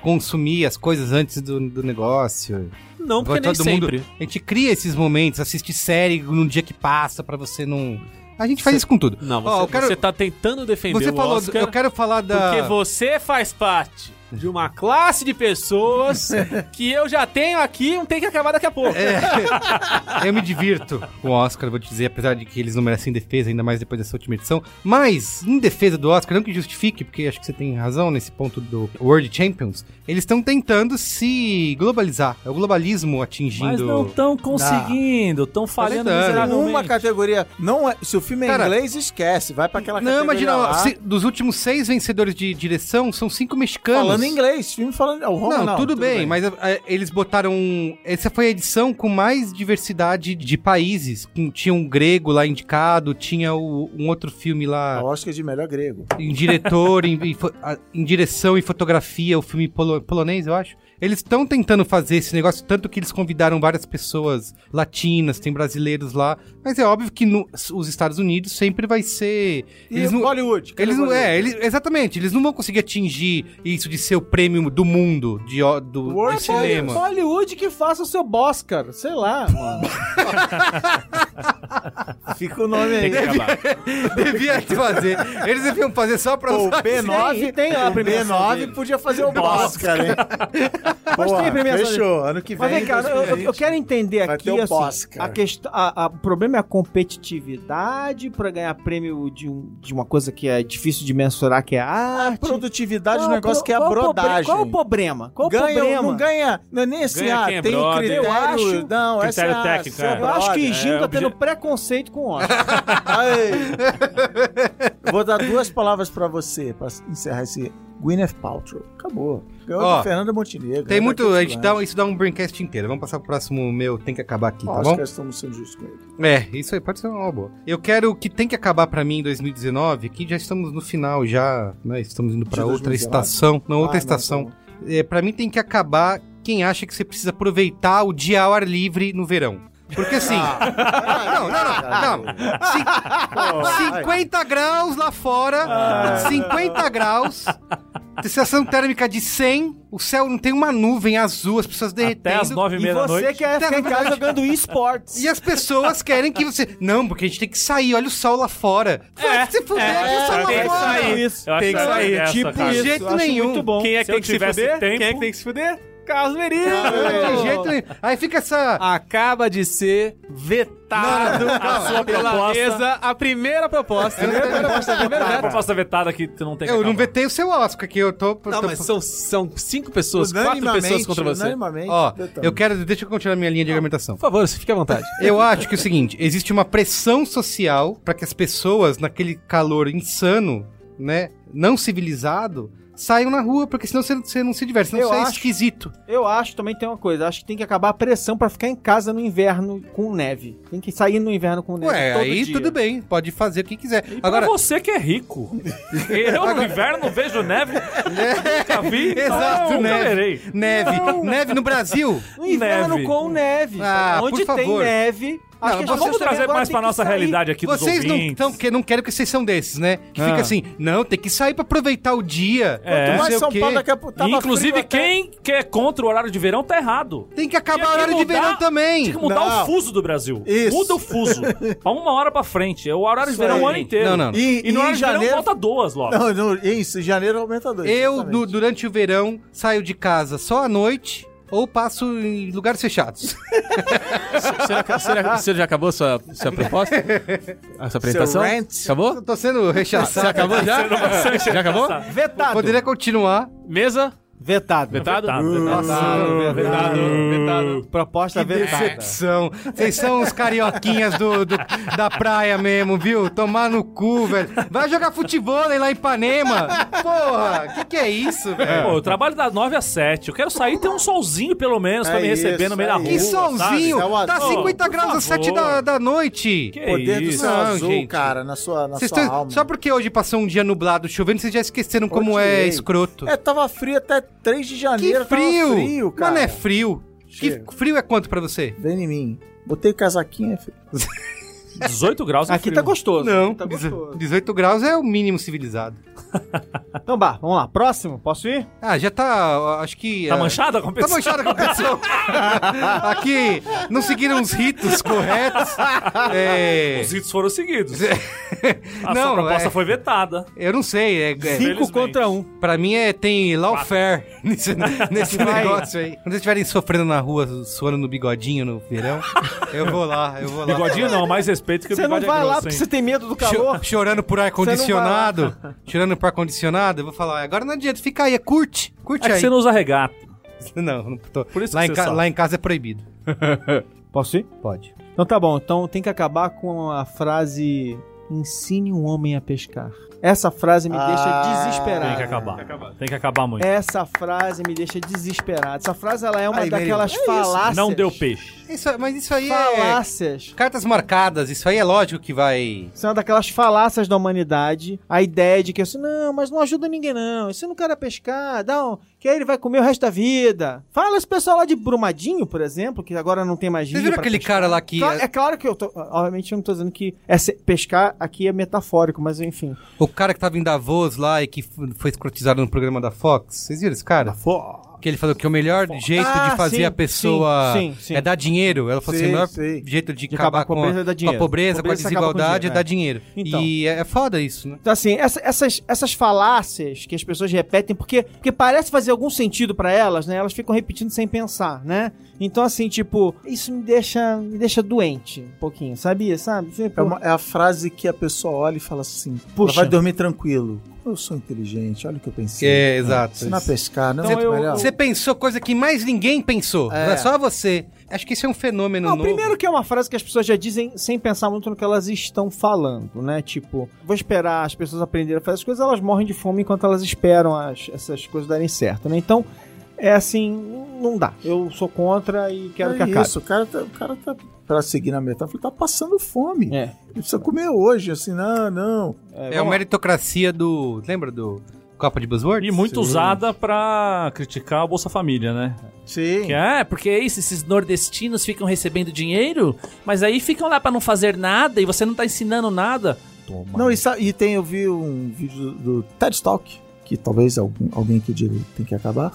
[SPEAKER 1] Consumir as coisas antes do, do negócio.
[SPEAKER 2] Não, porque nem
[SPEAKER 1] Todo mundo-
[SPEAKER 2] sempre.
[SPEAKER 1] A gente cria esses momentos, assiste série num dia que passa pra você não... A gente faz isso com tudo.
[SPEAKER 2] Não, você,
[SPEAKER 1] Ó, eu quero-
[SPEAKER 2] você tá tentando defender
[SPEAKER 1] Você
[SPEAKER 2] o
[SPEAKER 1] falou,
[SPEAKER 2] Oscar.
[SPEAKER 1] eu quero falar da...
[SPEAKER 2] Porque você faz parte de uma classe de pessoas que eu já tenho aqui, um tem que acabar daqui a pouco.
[SPEAKER 1] É. Eu me divirto com o Oscar, vou te dizer, apesar de que eles não merecem defesa, ainda mais depois dessa última edição. Mas, em defesa do Oscar, não que justifique, porque acho que você tem razão nesse ponto do World Champions, eles estão tentando se globalizar. É o globalismo atingindo.
[SPEAKER 5] Mas não estão conseguindo, estão falhando
[SPEAKER 1] tentando.
[SPEAKER 5] miseravelmente.
[SPEAKER 3] Uma categoria. Não é, se o filme é
[SPEAKER 1] Cara,
[SPEAKER 3] inglês, esquece. Vai pra aquela
[SPEAKER 1] Não,
[SPEAKER 3] categoria.
[SPEAKER 1] imagina,
[SPEAKER 3] lá.
[SPEAKER 1] se- dos últimos seis vencedores de direção, são cinco mexicanos.
[SPEAKER 3] Falando inglês, filme falando. O Roma,
[SPEAKER 1] Não,
[SPEAKER 3] não,
[SPEAKER 1] tudo, bem, mas é, eles botaram. um, Essa foi a edição com mais diversidade de países. Com- Tinha um grego lá indicado, tinha o- um outro filme lá.
[SPEAKER 3] A Oscar de melhor grego.
[SPEAKER 1] em diretor, em, em fo- a- em direção e fotografia, o filme polo- polonês, eu acho. Eles estão tentando fazer esse negócio, tanto que eles convidaram várias pessoas latinas, tem brasileiros lá. Mas é óbvio que no- os Estados Unidos sempre vai ser.
[SPEAKER 4] E
[SPEAKER 1] Eles não,
[SPEAKER 4] Hollywood. cadê
[SPEAKER 1] eles não,
[SPEAKER 4] Hollywood?
[SPEAKER 1] é, eles- exatamente, eles não vão conseguir atingir isso de ser o prêmio do mundo, de, ó- do, do
[SPEAKER 4] World
[SPEAKER 1] cinema.
[SPEAKER 4] Hollywood, Hollywood que faça o seu Oscar. Sei lá, mano.
[SPEAKER 3] Fica o nome
[SPEAKER 5] Tem
[SPEAKER 3] aí.
[SPEAKER 5] que acabar.
[SPEAKER 1] Devia fazer. Eles deviam fazer só pra
[SPEAKER 3] Pô, o
[SPEAKER 1] usar-
[SPEAKER 3] B9
[SPEAKER 4] Tem- tem lá a
[SPEAKER 3] o
[SPEAKER 4] premiação
[SPEAKER 3] B9
[SPEAKER 4] dele.
[SPEAKER 3] podia fazer um o Oscar, hein?
[SPEAKER 4] Mas tem a premiação
[SPEAKER 3] Fechou. Ano que vem.
[SPEAKER 4] Mas vem cá, eu- eu, eu quero entender
[SPEAKER 3] Vai
[SPEAKER 4] aqui
[SPEAKER 3] ter o
[SPEAKER 4] assim,
[SPEAKER 3] Oscar.
[SPEAKER 4] a questão, a- a- o problema é a competitividade para ganhar prêmio de, um- de uma coisa que é difícil de mensurar, que é a
[SPEAKER 3] A
[SPEAKER 4] arte.
[SPEAKER 3] produtividade
[SPEAKER 4] Qual
[SPEAKER 3] do
[SPEAKER 4] o
[SPEAKER 3] negócio
[SPEAKER 4] pro-
[SPEAKER 3] que é a
[SPEAKER 4] qual o proble-
[SPEAKER 3] brodagem.
[SPEAKER 4] Qual o problema? Qual o
[SPEAKER 3] ganha ou
[SPEAKER 4] problema?
[SPEAKER 3] não ganha? Não é nem assim,
[SPEAKER 5] Ganha
[SPEAKER 3] ah,
[SPEAKER 5] quem é
[SPEAKER 3] tem
[SPEAKER 5] brother.
[SPEAKER 3] critério.
[SPEAKER 4] Eu acho-
[SPEAKER 5] critério
[SPEAKER 3] não, essa é
[SPEAKER 5] técnico,
[SPEAKER 3] a,
[SPEAKER 5] é.
[SPEAKER 4] Eu acho que
[SPEAKER 3] brother.
[SPEAKER 4] Gil
[SPEAKER 5] é,
[SPEAKER 4] tá tendo
[SPEAKER 5] obje-
[SPEAKER 4] preconceito com o
[SPEAKER 3] Vou dar duas palavras pra você, pra encerrar esse Gwyneth Paltrow. Acabou. Ganhou
[SPEAKER 1] Ó,
[SPEAKER 3] da Fernanda Montenegro.
[SPEAKER 1] Tem
[SPEAKER 3] né,
[SPEAKER 1] muito.
[SPEAKER 3] da
[SPEAKER 1] A
[SPEAKER 3] Kate
[SPEAKER 1] gente
[SPEAKER 3] Blanchett.
[SPEAKER 1] dá, isso dá um braincast inteiro. Vamos passar pro próximo meu tem que acabar aqui, tá
[SPEAKER 3] Ó,
[SPEAKER 1] bom?
[SPEAKER 3] Os caras estão sendo justos com ele.
[SPEAKER 1] É, isso aí pode ser uma boa. Eu quero que tem que acabar pra mim em 2019, que já estamos no final já, né? Estamos indo pra
[SPEAKER 3] De
[SPEAKER 1] outra
[SPEAKER 3] 2019?
[SPEAKER 1] estação, não, outra
[SPEAKER 3] Ah,
[SPEAKER 1] estação.
[SPEAKER 3] não, tá
[SPEAKER 1] É, para mim tem que acabar quem acha que você precisa aproveitar o dia ao ar livre no verão. Porque assim,
[SPEAKER 3] Ah,
[SPEAKER 1] não, não, não, não.
[SPEAKER 3] bom.
[SPEAKER 1] Cin- 50 graus lá
[SPEAKER 3] Ah.
[SPEAKER 1] fora, 50 graus, sensação térmica de 100, o céu não tem uma nuvem azul, as pessoas derretendo.
[SPEAKER 5] Até às nove e
[SPEAKER 4] E
[SPEAKER 5] meia da
[SPEAKER 4] você
[SPEAKER 5] noite.
[SPEAKER 4] quer ficar em casa jogando esportes.
[SPEAKER 1] E as pessoas querem que você. Não, porque a gente tem que sair, olha o sol lá fora. Vai se fuder, olha o sol lá
[SPEAKER 5] É, tem que
[SPEAKER 1] fora.
[SPEAKER 5] sair. Eu acho
[SPEAKER 2] Tem que
[SPEAKER 5] essa-
[SPEAKER 2] sair,
[SPEAKER 5] essa,
[SPEAKER 2] tipo
[SPEAKER 5] cara.
[SPEAKER 1] De jeito nenhum.
[SPEAKER 4] Muito bom.
[SPEAKER 5] Quem é que
[SPEAKER 2] Se
[SPEAKER 5] tem
[SPEAKER 2] eu
[SPEAKER 5] que se
[SPEAKER 2] tivesse
[SPEAKER 5] fuder?
[SPEAKER 2] tempo-
[SPEAKER 5] Quem é que tem que se fuder?
[SPEAKER 2] Carlos Merino!
[SPEAKER 4] É.
[SPEAKER 1] De jeito nenhum. Aí fica essa.
[SPEAKER 5] Ah,
[SPEAKER 2] Acaba de ser vetado a sua
[SPEAKER 5] Pela
[SPEAKER 2] proposta.
[SPEAKER 5] mesa,
[SPEAKER 2] a primeira proposta.
[SPEAKER 5] A proposta vetada que tu não tem que
[SPEAKER 1] Eu não
[SPEAKER 5] acabar.
[SPEAKER 1] vetei o seu Oscar, que eu tô.
[SPEAKER 2] Não,
[SPEAKER 1] tô-
[SPEAKER 2] mas são, são cinco pessoas, quatro
[SPEAKER 3] Unanimamente,
[SPEAKER 2] pessoas contra você. Por
[SPEAKER 3] Unanimamente.
[SPEAKER 1] Ó,
[SPEAKER 3] Betão.
[SPEAKER 4] então.
[SPEAKER 1] eu quero. Deixa eu continuar minha linha de argumentação.
[SPEAKER 2] favor, você fique à vontade.
[SPEAKER 1] Eu acho que é o seguinte: existe uma pressão social para que as pessoas, naquele calor insano, né? Não civilizado, saiam na rua, porque senão você, você não se diverte, senão
[SPEAKER 4] Eu
[SPEAKER 1] você é
[SPEAKER 4] acho-
[SPEAKER 1] esquisito.
[SPEAKER 4] Eu acho também tem uma coisa, acho que tem que acabar a pressão pra ficar em casa no inverno com neve. Tem que sair no inverno com neve
[SPEAKER 1] Ué,
[SPEAKER 4] todo
[SPEAKER 1] aí
[SPEAKER 4] dia.
[SPEAKER 1] tudo bem, pode fazer o que quiser.
[SPEAKER 5] E pra
[SPEAKER 1] Agora,
[SPEAKER 5] você que é rico. Eu no inverno vejo neve. Nunca vi. então
[SPEAKER 1] Exato,
[SPEAKER 5] eu nunca
[SPEAKER 1] neve.
[SPEAKER 5] verei.
[SPEAKER 1] neve. Neve no Brasil?
[SPEAKER 4] No inverno
[SPEAKER 5] Neve.
[SPEAKER 4] com neve.
[SPEAKER 1] Ah,
[SPEAKER 4] Onde
[SPEAKER 1] por
[SPEAKER 4] tem
[SPEAKER 1] favor.
[SPEAKER 4] neve, acho que as
[SPEAKER 5] Mas
[SPEAKER 4] pessoas
[SPEAKER 5] vamos
[SPEAKER 4] também
[SPEAKER 5] trazer
[SPEAKER 4] agora
[SPEAKER 5] mais
[SPEAKER 4] têm
[SPEAKER 5] pra
[SPEAKER 4] que
[SPEAKER 5] nossa
[SPEAKER 4] sair.
[SPEAKER 5] realidade aqui dos
[SPEAKER 1] Vocês não
[SPEAKER 5] ouvintes.
[SPEAKER 1] estão, porque não quero que vocês são desses, né? Que
[SPEAKER 5] Ah.
[SPEAKER 1] fica assim, não, tem que sair pra aproveitar o dia.
[SPEAKER 5] É.
[SPEAKER 1] não
[SPEAKER 3] Mas
[SPEAKER 1] sei o
[SPEAKER 3] São
[SPEAKER 1] quê.
[SPEAKER 3] Paulo daqui a pouco tava
[SPEAKER 5] E, Inclusive,
[SPEAKER 3] frio até-
[SPEAKER 5] quem que é contra o horário de verão tá errado.
[SPEAKER 1] Tem que acabar
[SPEAKER 5] Tinha
[SPEAKER 1] o
[SPEAKER 5] que
[SPEAKER 1] horário de
[SPEAKER 5] mudar-
[SPEAKER 1] verão
[SPEAKER 5] Tem
[SPEAKER 1] também.
[SPEAKER 5] que mudar
[SPEAKER 3] Não.
[SPEAKER 5] o fuso do Brasil.
[SPEAKER 3] Isso.
[SPEAKER 5] Muda o fuso. Pra uma hora pra frente. É o horário
[SPEAKER 3] Isso
[SPEAKER 5] de verão
[SPEAKER 3] aí.
[SPEAKER 5] o ano inteiro.
[SPEAKER 1] Não, não, não.
[SPEAKER 5] E, no
[SPEAKER 3] E em
[SPEAKER 5] horário de
[SPEAKER 3] janeiro-
[SPEAKER 5] verão volta duas logo.
[SPEAKER 3] Não, não, isso, em janeiro aumenta dois.
[SPEAKER 1] Eu,
[SPEAKER 3] exatamente.
[SPEAKER 1] du- durante o verão, saio de casa só à noite ou passo em lugares fechados.
[SPEAKER 2] será, que- será, que- você já acabou sua, sua proposta? A sua apresentação?
[SPEAKER 3] rant.
[SPEAKER 2] Acabou?
[SPEAKER 1] Eu tô sendo
[SPEAKER 2] Você
[SPEAKER 1] rechaçado.
[SPEAKER 2] acabou já? Já acabou?
[SPEAKER 4] Vetado.
[SPEAKER 1] Poderia continuar.
[SPEAKER 2] Mesa?
[SPEAKER 4] Vetado.
[SPEAKER 2] Vetado?
[SPEAKER 4] Vetado.
[SPEAKER 2] Vetado, vetado.
[SPEAKER 4] Proposta vetada.
[SPEAKER 1] Decepção. Vocês são os carioquinhas do, do- da praia mesmo, viu? Tomar no cu, velho. Vai jogar futebol lá em Ipanema. Porra, que que é isso, velho?
[SPEAKER 5] Pô, eu trabalho das 9 às 7. Eu quero sair e ter um solzinho, pelo menos, pra
[SPEAKER 3] É
[SPEAKER 5] me receber
[SPEAKER 3] isso,
[SPEAKER 5] no meio
[SPEAKER 3] é
[SPEAKER 5] da
[SPEAKER 3] isso.
[SPEAKER 5] rua.
[SPEAKER 1] Que solzinho!
[SPEAKER 3] sabe? É uma-
[SPEAKER 1] Tá
[SPEAKER 3] Ô,
[SPEAKER 1] 50
[SPEAKER 5] por
[SPEAKER 1] graus às 7
[SPEAKER 5] favor.
[SPEAKER 1] da, da noite.
[SPEAKER 5] Que
[SPEAKER 3] Poder do
[SPEAKER 5] isso?
[SPEAKER 3] céu
[SPEAKER 1] Não,
[SPEAKER 3] azul,
[SPEAKER 1] gente.
[SPEAKER 3] cara, na sua, na
[SPEAKER 1] Vocês
[SPEAKER 3] sua
[SPEAKER 1] tão-
[SPEAKER 3] alma.
[SPEAKER 1] Só porque hoje passou um dia nublado chovendo, vocês já esqueceram como é
[SPEAKER 3] Odiei.
[SPEAKER 1] escroto.
[SPEAKER 3] É, tava frio até 3 de
[SPEAKER 1] que
[SPEAKER 3] janeiro.
[SPEAKER 1] frio!
[SPEAKER 3] Tava frio, cara.
[SPEAKER 1] Mano, é frio.
[SPEAKER 3] Chega.
[SPEAKER 1] Que frio é quanto pra você?
[SPEAKER 3] Vem em mim. Botei casaquinho, é frio.
[SPEAKER 5] 18 graus é
[SPEAKER 4] Aqui
[SPEAKER 5] frio.
[SPEAKER 4] tá gostoso.
[SPEAKER 1] Não,
[SPEAKER 4] Tá
[SPEAKER 1] deze-
[SPEAKER 4] gostoso.
[SPEAKER 1] 18 graus é o mínimo civilizado.
[SPEAKER 4] Então, bah, vamos lá. Próximo? Posso ir?
[SPEAKER 1] Ah, já tá, ó, acho que...
[SPEAKER 5] Tá
[SPEAKER 1] é,
[SPEAKER 5] manchada a
[SPEAKER 1] Tá
[SPEAKER 5] competição?
[SPEAKER 1] manchada a competição. Aqui, não seguiram os ritos corretos. É...
[SPEAKER 5] Os ritos foram seguidos. A sua
[SPEAKER 1] Não,
[SPEAKER 5] proposta
[SPEAKER 1] é-
[SPEAKER 5] foi vetada.
[SPEAKER 1] Eu não sei, é, é,
[SPEAKER 4] Cinco
[SPEAKER 5] Infelizmente.
[SPEAKER 4] contra um.
[SPEAKER 1] Pra mim é, tem lawfare nesse, nesse
[SPEAKER 4] Vai.
[SPEAKER 1] negócio aí. Quando vocês estiverem sofrendo na rua, suando no bigodinho no verão, eu vou lá, eu vou lá.
[SPEAKER 5] Bigodinho não, mais respeito que o
[SPEAKER 4] Você não
[SPEAKER 5] bigode
[SPEAKER 4] vai
[SPEAKER 5] é
[SPEAKER 4] lá
[SPEAKER 5] grosso,
[SPEAKER 4] porque
[SPEAKER 5] hein?
[SPEAKER 4] você tem medo do
[SPEAKER 1] Cho-
[SPEAKER 4] calor?
[SPEAKER 1] chorando por
[SPEAKER 4] Você
[SPEAKER 1] ar-condicionado, chorando por ar-condicionado, eu vou falar, agora não adianta, fica aí, curte, curte
[SPEAKER 5] É que
[SPEAKER 1] aí.
[SPEAKER 5] você não usa regata.
[SPEAKER 1] Não, não tô.
[SPEAKER 5] Por isso
[SPEAKER 1] lá,
[SPEAKER 5] que
[SPEAKER 1] em
[SPEAKER 5] você
[SPEAKER 1] ca-
[SPEAKER 5] sofre.
[SPEAKER 1] lá em casa é proibido.
[SPEAKER 4] Posso ir?
[SPEAKER 1] Pode.
[SPEAKER 4] Então tá bom, então tem que acabar com a frase ensine um homem a pescar. Essa frase me
[SPEAKER 3] Ah,
[SPEAKER 4] deixa
[SPEAKER 5] Tem que
[SPEAKER 4] desesperado.
[SPEAKER 5] acabar. Tem que acabar muito.
[SPEAKER 4] Essa frase me deixa desesperado. Essa frase ela é uma
[SPEAKER 3] Aí, Merigo,
[SPEAKER 4] daquelas
[SPEAKER 3] é isso.
[SPEAKER 4] falácias.
[SPEAKER 5] Não deu peixe.
[SPEAKER 1] Isso- mas isso aí é.
[SPEAKER 4] Falácias.
[SPEAKER 1] Cartas marcadas, isso aí é lógico que vai.
[SPEAKER 4] Isso é uma daquelas falácias da humanidade. A ideia de que assim, não, mas não ajuda ninguém, não. Esse não quer pescar, dá um, que aí ele vai comer o resto da vida. Fala esse pessoal lá de Brumadinho, por exemplo, que agora não tem mais
[SPEAKER 1] Vocês
[SPEAKER 4] rio
[SPEAKER 1] viram
[SPEAKER 4] pra
[SPEAKER 1] aquele cara lá que.
[SPEAKER 4] Claro- é claro que eu tô. Obviamente eu não tô dizendo que é se- pescar aqui é metafórico, mas enfim.
[SPEAKER 1] O cara que tava em Davos lá e que f- foi escrotizado no programa da Fox. Vocês viram esse cara? Que ele falou que o melhor jeito
[SPEAKER 4] Ah,
[SPEAKER 1] de fazer
[SPEAKER 4] sim,
[SPEAKER 1] a pessoa
[SPEAKER 4] sim, sim, sim.
[SPEAKER 1] é dar dinheiro. Ela falou assim: o melhor
[SPEAKER 3] Sim, sim.
[SPEAKER 1] jeito de,
[SPEAKER 4] De
[SPEAKER 1] acabar, com a pobreza,
[SPEAKER 4] é dar
[SPEAKER 1] com a,
[SPEAKER 4] dinheiro.
[SPEAKER 1] pobreza, com a
[SPEAKER 4] Pobreza acaba com
[SPEAKER 1] desigualdade, é
[SPEAKER 4] dinheiro,
[SPEAKER 1] dar
[SPEAKER 4] é.
[SPEAKER 1] dinheiro.
[SPEAKER 4] Então.
[SPEAKER 1] E é, é foda isso, né?
[SPEAKER 4] Então, assim, essa- essas, essas falácias que as pessoas repetem, porque, porque parece fazer algum sentido pra elas, né? Elas ficam repetindo sem pensar, né? Então, assim, tipo, isso me deixa, me deixa doente um pouquinho, sabia? Sabe? Tipo,
[SPEAKER 3] É, uma- é a frase que a pessoa olha e fala assim:
[SPEAKER 4] Puxa.
[SPEAKER 3] Puxa. vai dormir tranquilo. Eu sou inteligente, olha o que eu pensei.
[SPEAKER 1] É, exato.
[SPEAKER 3] Se não
[SPEAKER 1] Isso.
[SPEAKER 3] pescar, não
[SPEAKER 4] Então
[SPEAKER 3] é
[SPEAKER 4] eu-
[SPEAKER 3] melhor.
[SPEAKER 1] Você pensou coisa que mais ninguém pensou.
[SPEAKER 3] É.
[SPEAKER 1] Não é só você. Acho que isso é um fenômeno
[SPEAKER 4] Não,
[SPEAKER 1] novo.
[SPEAKER 4] primeiro que é uma frase que as pessoas já dizem sem pensar muito no que elas estão falando, né? Tipo, vou esperar as pessoas aprenderem a fazer as coisas, elas morrem de fome enquanto elas esperam as- essas coisas darem certo, né? Então, é assim, não dá. Eu sou contra e quero
[SPEAKER 3] é
[SPEAKER 4] que acabe.
[SPEAKER 3] isso, o cara tá, o cara tá pra seguir na metáfora, ele tá passando fome.
[SPEAKER 4] É,
[SPEAKER 3] Ele precisa comer hoje, assim, não, não.
[SPEAKER 4] é,
[SPEAKER 1] É a
[SPEAKER 4] vamos lá.
[SPEAKER 1] meritocracia do. Lembra do Copa de Buzzwords?
[SPEAKER 5] E muito
[SPEAKER 3] Sim.
[SPEAKER 5] usada pra criticar o Bolsa Família, né?
[SPEAKER 3] Sim.
[SPEAKER 5] Que, ah, porque é isso, esses nordestinos ficam recebendo dinheiro, mas aí ficam lá pra não fazer nada e você não tá ensinando nada. Toma.
[SPEAKER 3] Não, e, sa- e tem, eu vi um vídeo do, do TED Talk, que talvez algum- alguém que diga tem que acabar.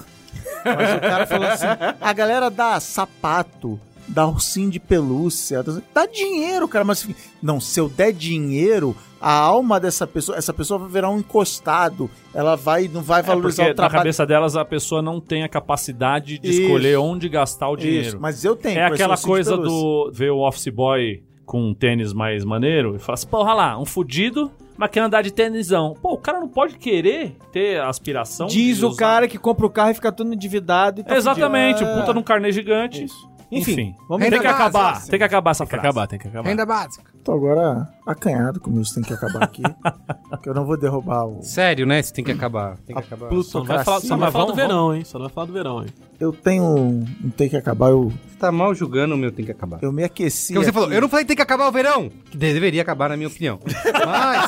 [SPEAKER 3] Mas o cara falou assim: a galera dá sapato, dá ursinho de pelúcia, dá- dá dinheiro, cara. Mas assim, não, se eu der dinheiro, a alma dessa pessoa, essa pessoa vai virar um encostado. Ela vai, não vai
[SPEAKER 5] É porque
[SPEAKER 3] valorizar o
[SPEAKER 5] na
[SPEAKER 3] trabalho.
[SPEAKER 5] cabeça delas a pessoa não tem a capacidade de
[SPEAKER 3] Isso.
[SPEAKER 5] escolher onde gastar o dinheiro.
[SPEAKER 3] Isso, mas eu tenho.
[SPEAKER 5] é
[SPEAKER 3] com esse
[SPEAKER 5] aquela
[SPEAKER 3] ursinho de
[SPEAKER 5] coisa
[SPEAKER 3] pelúcia.
[SPEAKER 5] do ver o office boy com um tênis mais maneiro e fala assim, porra lá, um fudido, mas quer andar de tênisão. Pô, o cara não pode querer ter a aspiração.
[SPEAKER 4] Diz
[SPEAKER 5] de
[SPEAKER 4] o
[SPEAKER 5] usar-
[SPEAKER 4] cara que compra o carro e fica todo endividado e tá
[SPEAKER 5] Exatamente,
[SPEAKER 3] É.
[SPEAKER 4] fudido.
[SPEAKER 5] o puta num carnê gigante. Enfim,
[SPEAKER 4] vamos
[SPEAKER 5] tem
[SPEAKER 1] Renda
[SPEAKER 5] que acabar,
[SPEAKER 1] básica.
[SPEAKER 5] tem que acabar essa
[SPEAKER 2] Tem que
[SPEAKER 5] frase.
[SPEAKER 2] acabar, tem que acabar.
[SPEAKER 1] Renda básica.
[SPEAKER 3] Tô agora acanhado como isso tem que acabar aqui. que eu não vou derrubar o.
[SPEAKER 1] Sério, né? Isso tem que acabar. Tem que
[SPEAKER 3] A
[SPEAKER 1] acabar.
[SPEAKER 2] Só não vai
[SPEAKER 3] plutocracia.
[SPEAKER 2] falar, só não vai
[SPEAKER 5] Mas
[SPEAKER 2] falar do
[SPEAKER 5] vamos-
[SPEAKER 2] verão, hein? Só não vai falar do verão, hein?
[SPEAKER 3] Eu tenho um, um tem que acabar, eu,
[SPEAKER 1] Você tá mal julgando o meu tem que acabar.
[SPEAKER 3] eu me aqueci.
[SPEAKER 1] Porque você
[SPEAKER 3] aqui.
[SPEAKER 1] falou, eu não falei que tem que acabar o verão. Que deveria acabar, na minha opinião.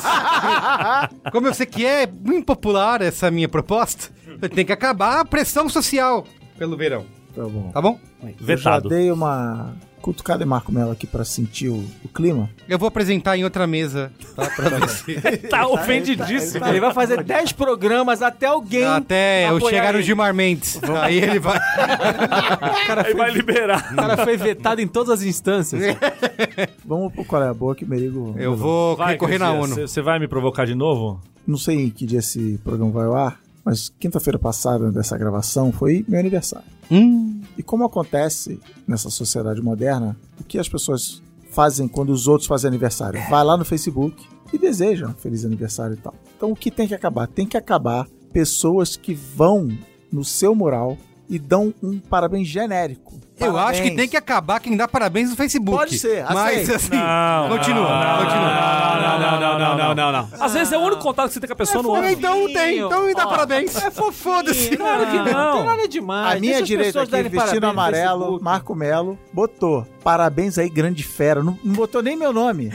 [SPEAKER 1] Mas, como eu sei que é impopular essa minha proposta, tem que acabar a pressão social pelo verão.
[SPEAKER 3] Tá bom.
[SPEAKER 1] Tá bom?
[SPEAKER 3] Eu já
[SPEAKER 5] Vetado.
[SPEAKER 3] dei uma cutucada em Marco Mello aqui pra sentir o, o clima.
[SPEAKER 1] Eu vou apresentar em outra mesa, tá? Pra ver se...
[SPEAKER 5] Tá ofendidíssimo.
[SPEAKER 4] Ele vai fazer 10 programas até alguém.
[SPEAKER 1] Até eu
[SPEAKER 4] apoiar
[SPEAKER 1] chegar no
[SPEAKER 4] ele.
[SPEAKER 1] Gilmar Mendes. Aí ele vai...
[SPEAKER 5] Aí vai liberar.
[SPEAKER 2] O cara foi vetado em todas as instâncias.
[SPEAKER 3] Vamos pro qual é a boa que o Merigo.
[SPEAKER 1] Eu vou
[SPEAKER 5] Vai,
[SPEAKER 1] correr na
[SPEAKER 5] Garcia,
[SPEAKER 1] ONU.
[SPEAKER 5] você- Você vai me provocar de novo?
[SPEAKER 3] Não sei em que dia esse programa vai ao ar, mas quinta-feira passada dessa gravação foi meu aniversário.
[SPEAKER 1] Hum,
[SPEAKER 3] E como acontece nessa sociedade moderna, o que as pessoas fazem quando os outros fazem
[SPEAKER 4] É.
[SPEAKER 3] aniversário? Vai lá no Facebook e desejam feliz aniversário e tal. Então o que tem que acabar? Tem que acabar pessoas que vão no seu mural e dão um parabéns genérico.
[SPEAKER 1] eu acho que
[SPEAKER 3] Parabéns.
[SPEAKER 1] tem que acabar quem dá parabéns no Facebook.
[SPEAKER 3] Pode ser,
[SPEAKER 1] Mas
[SPEAKER 3] aceito.
[SPEAKER 1] assim, continua, continua.
[SPEAKER 2] Não, não, não, não, não, não, não.
[SPEAKER 5] Às vezes é o único contato que você tem com a pessoa no
[SPEAKER 1] Mas
[SPEAKER 5] ano.
[SPEAKER 1] Então tem, então me dá parabéns. É
[SPEAKER 4] Sim,
[SPEAKER 1] foda-se.
[SPEAKER 5] Claro que não.
[SPEAKER 4] tem nada demais.
[SPEAKER 3] A minha
[SPEAKER 4] Deixa as
[SPEAKER 3] direita
[SPEAKER 4] pessoas
[SPEAKER 3] aqui,
[SPEAKER 4] darem parabéns
[SPEAKER 3] vestido
[SPEAKER 4] no
[SPEAKER 3] amarelo,
[SPEAKER 4] Facebook.
[SPEAKER 3] Marco Melo, botou. Parabéns aí, grande fera. Não, não botou nem meu nome.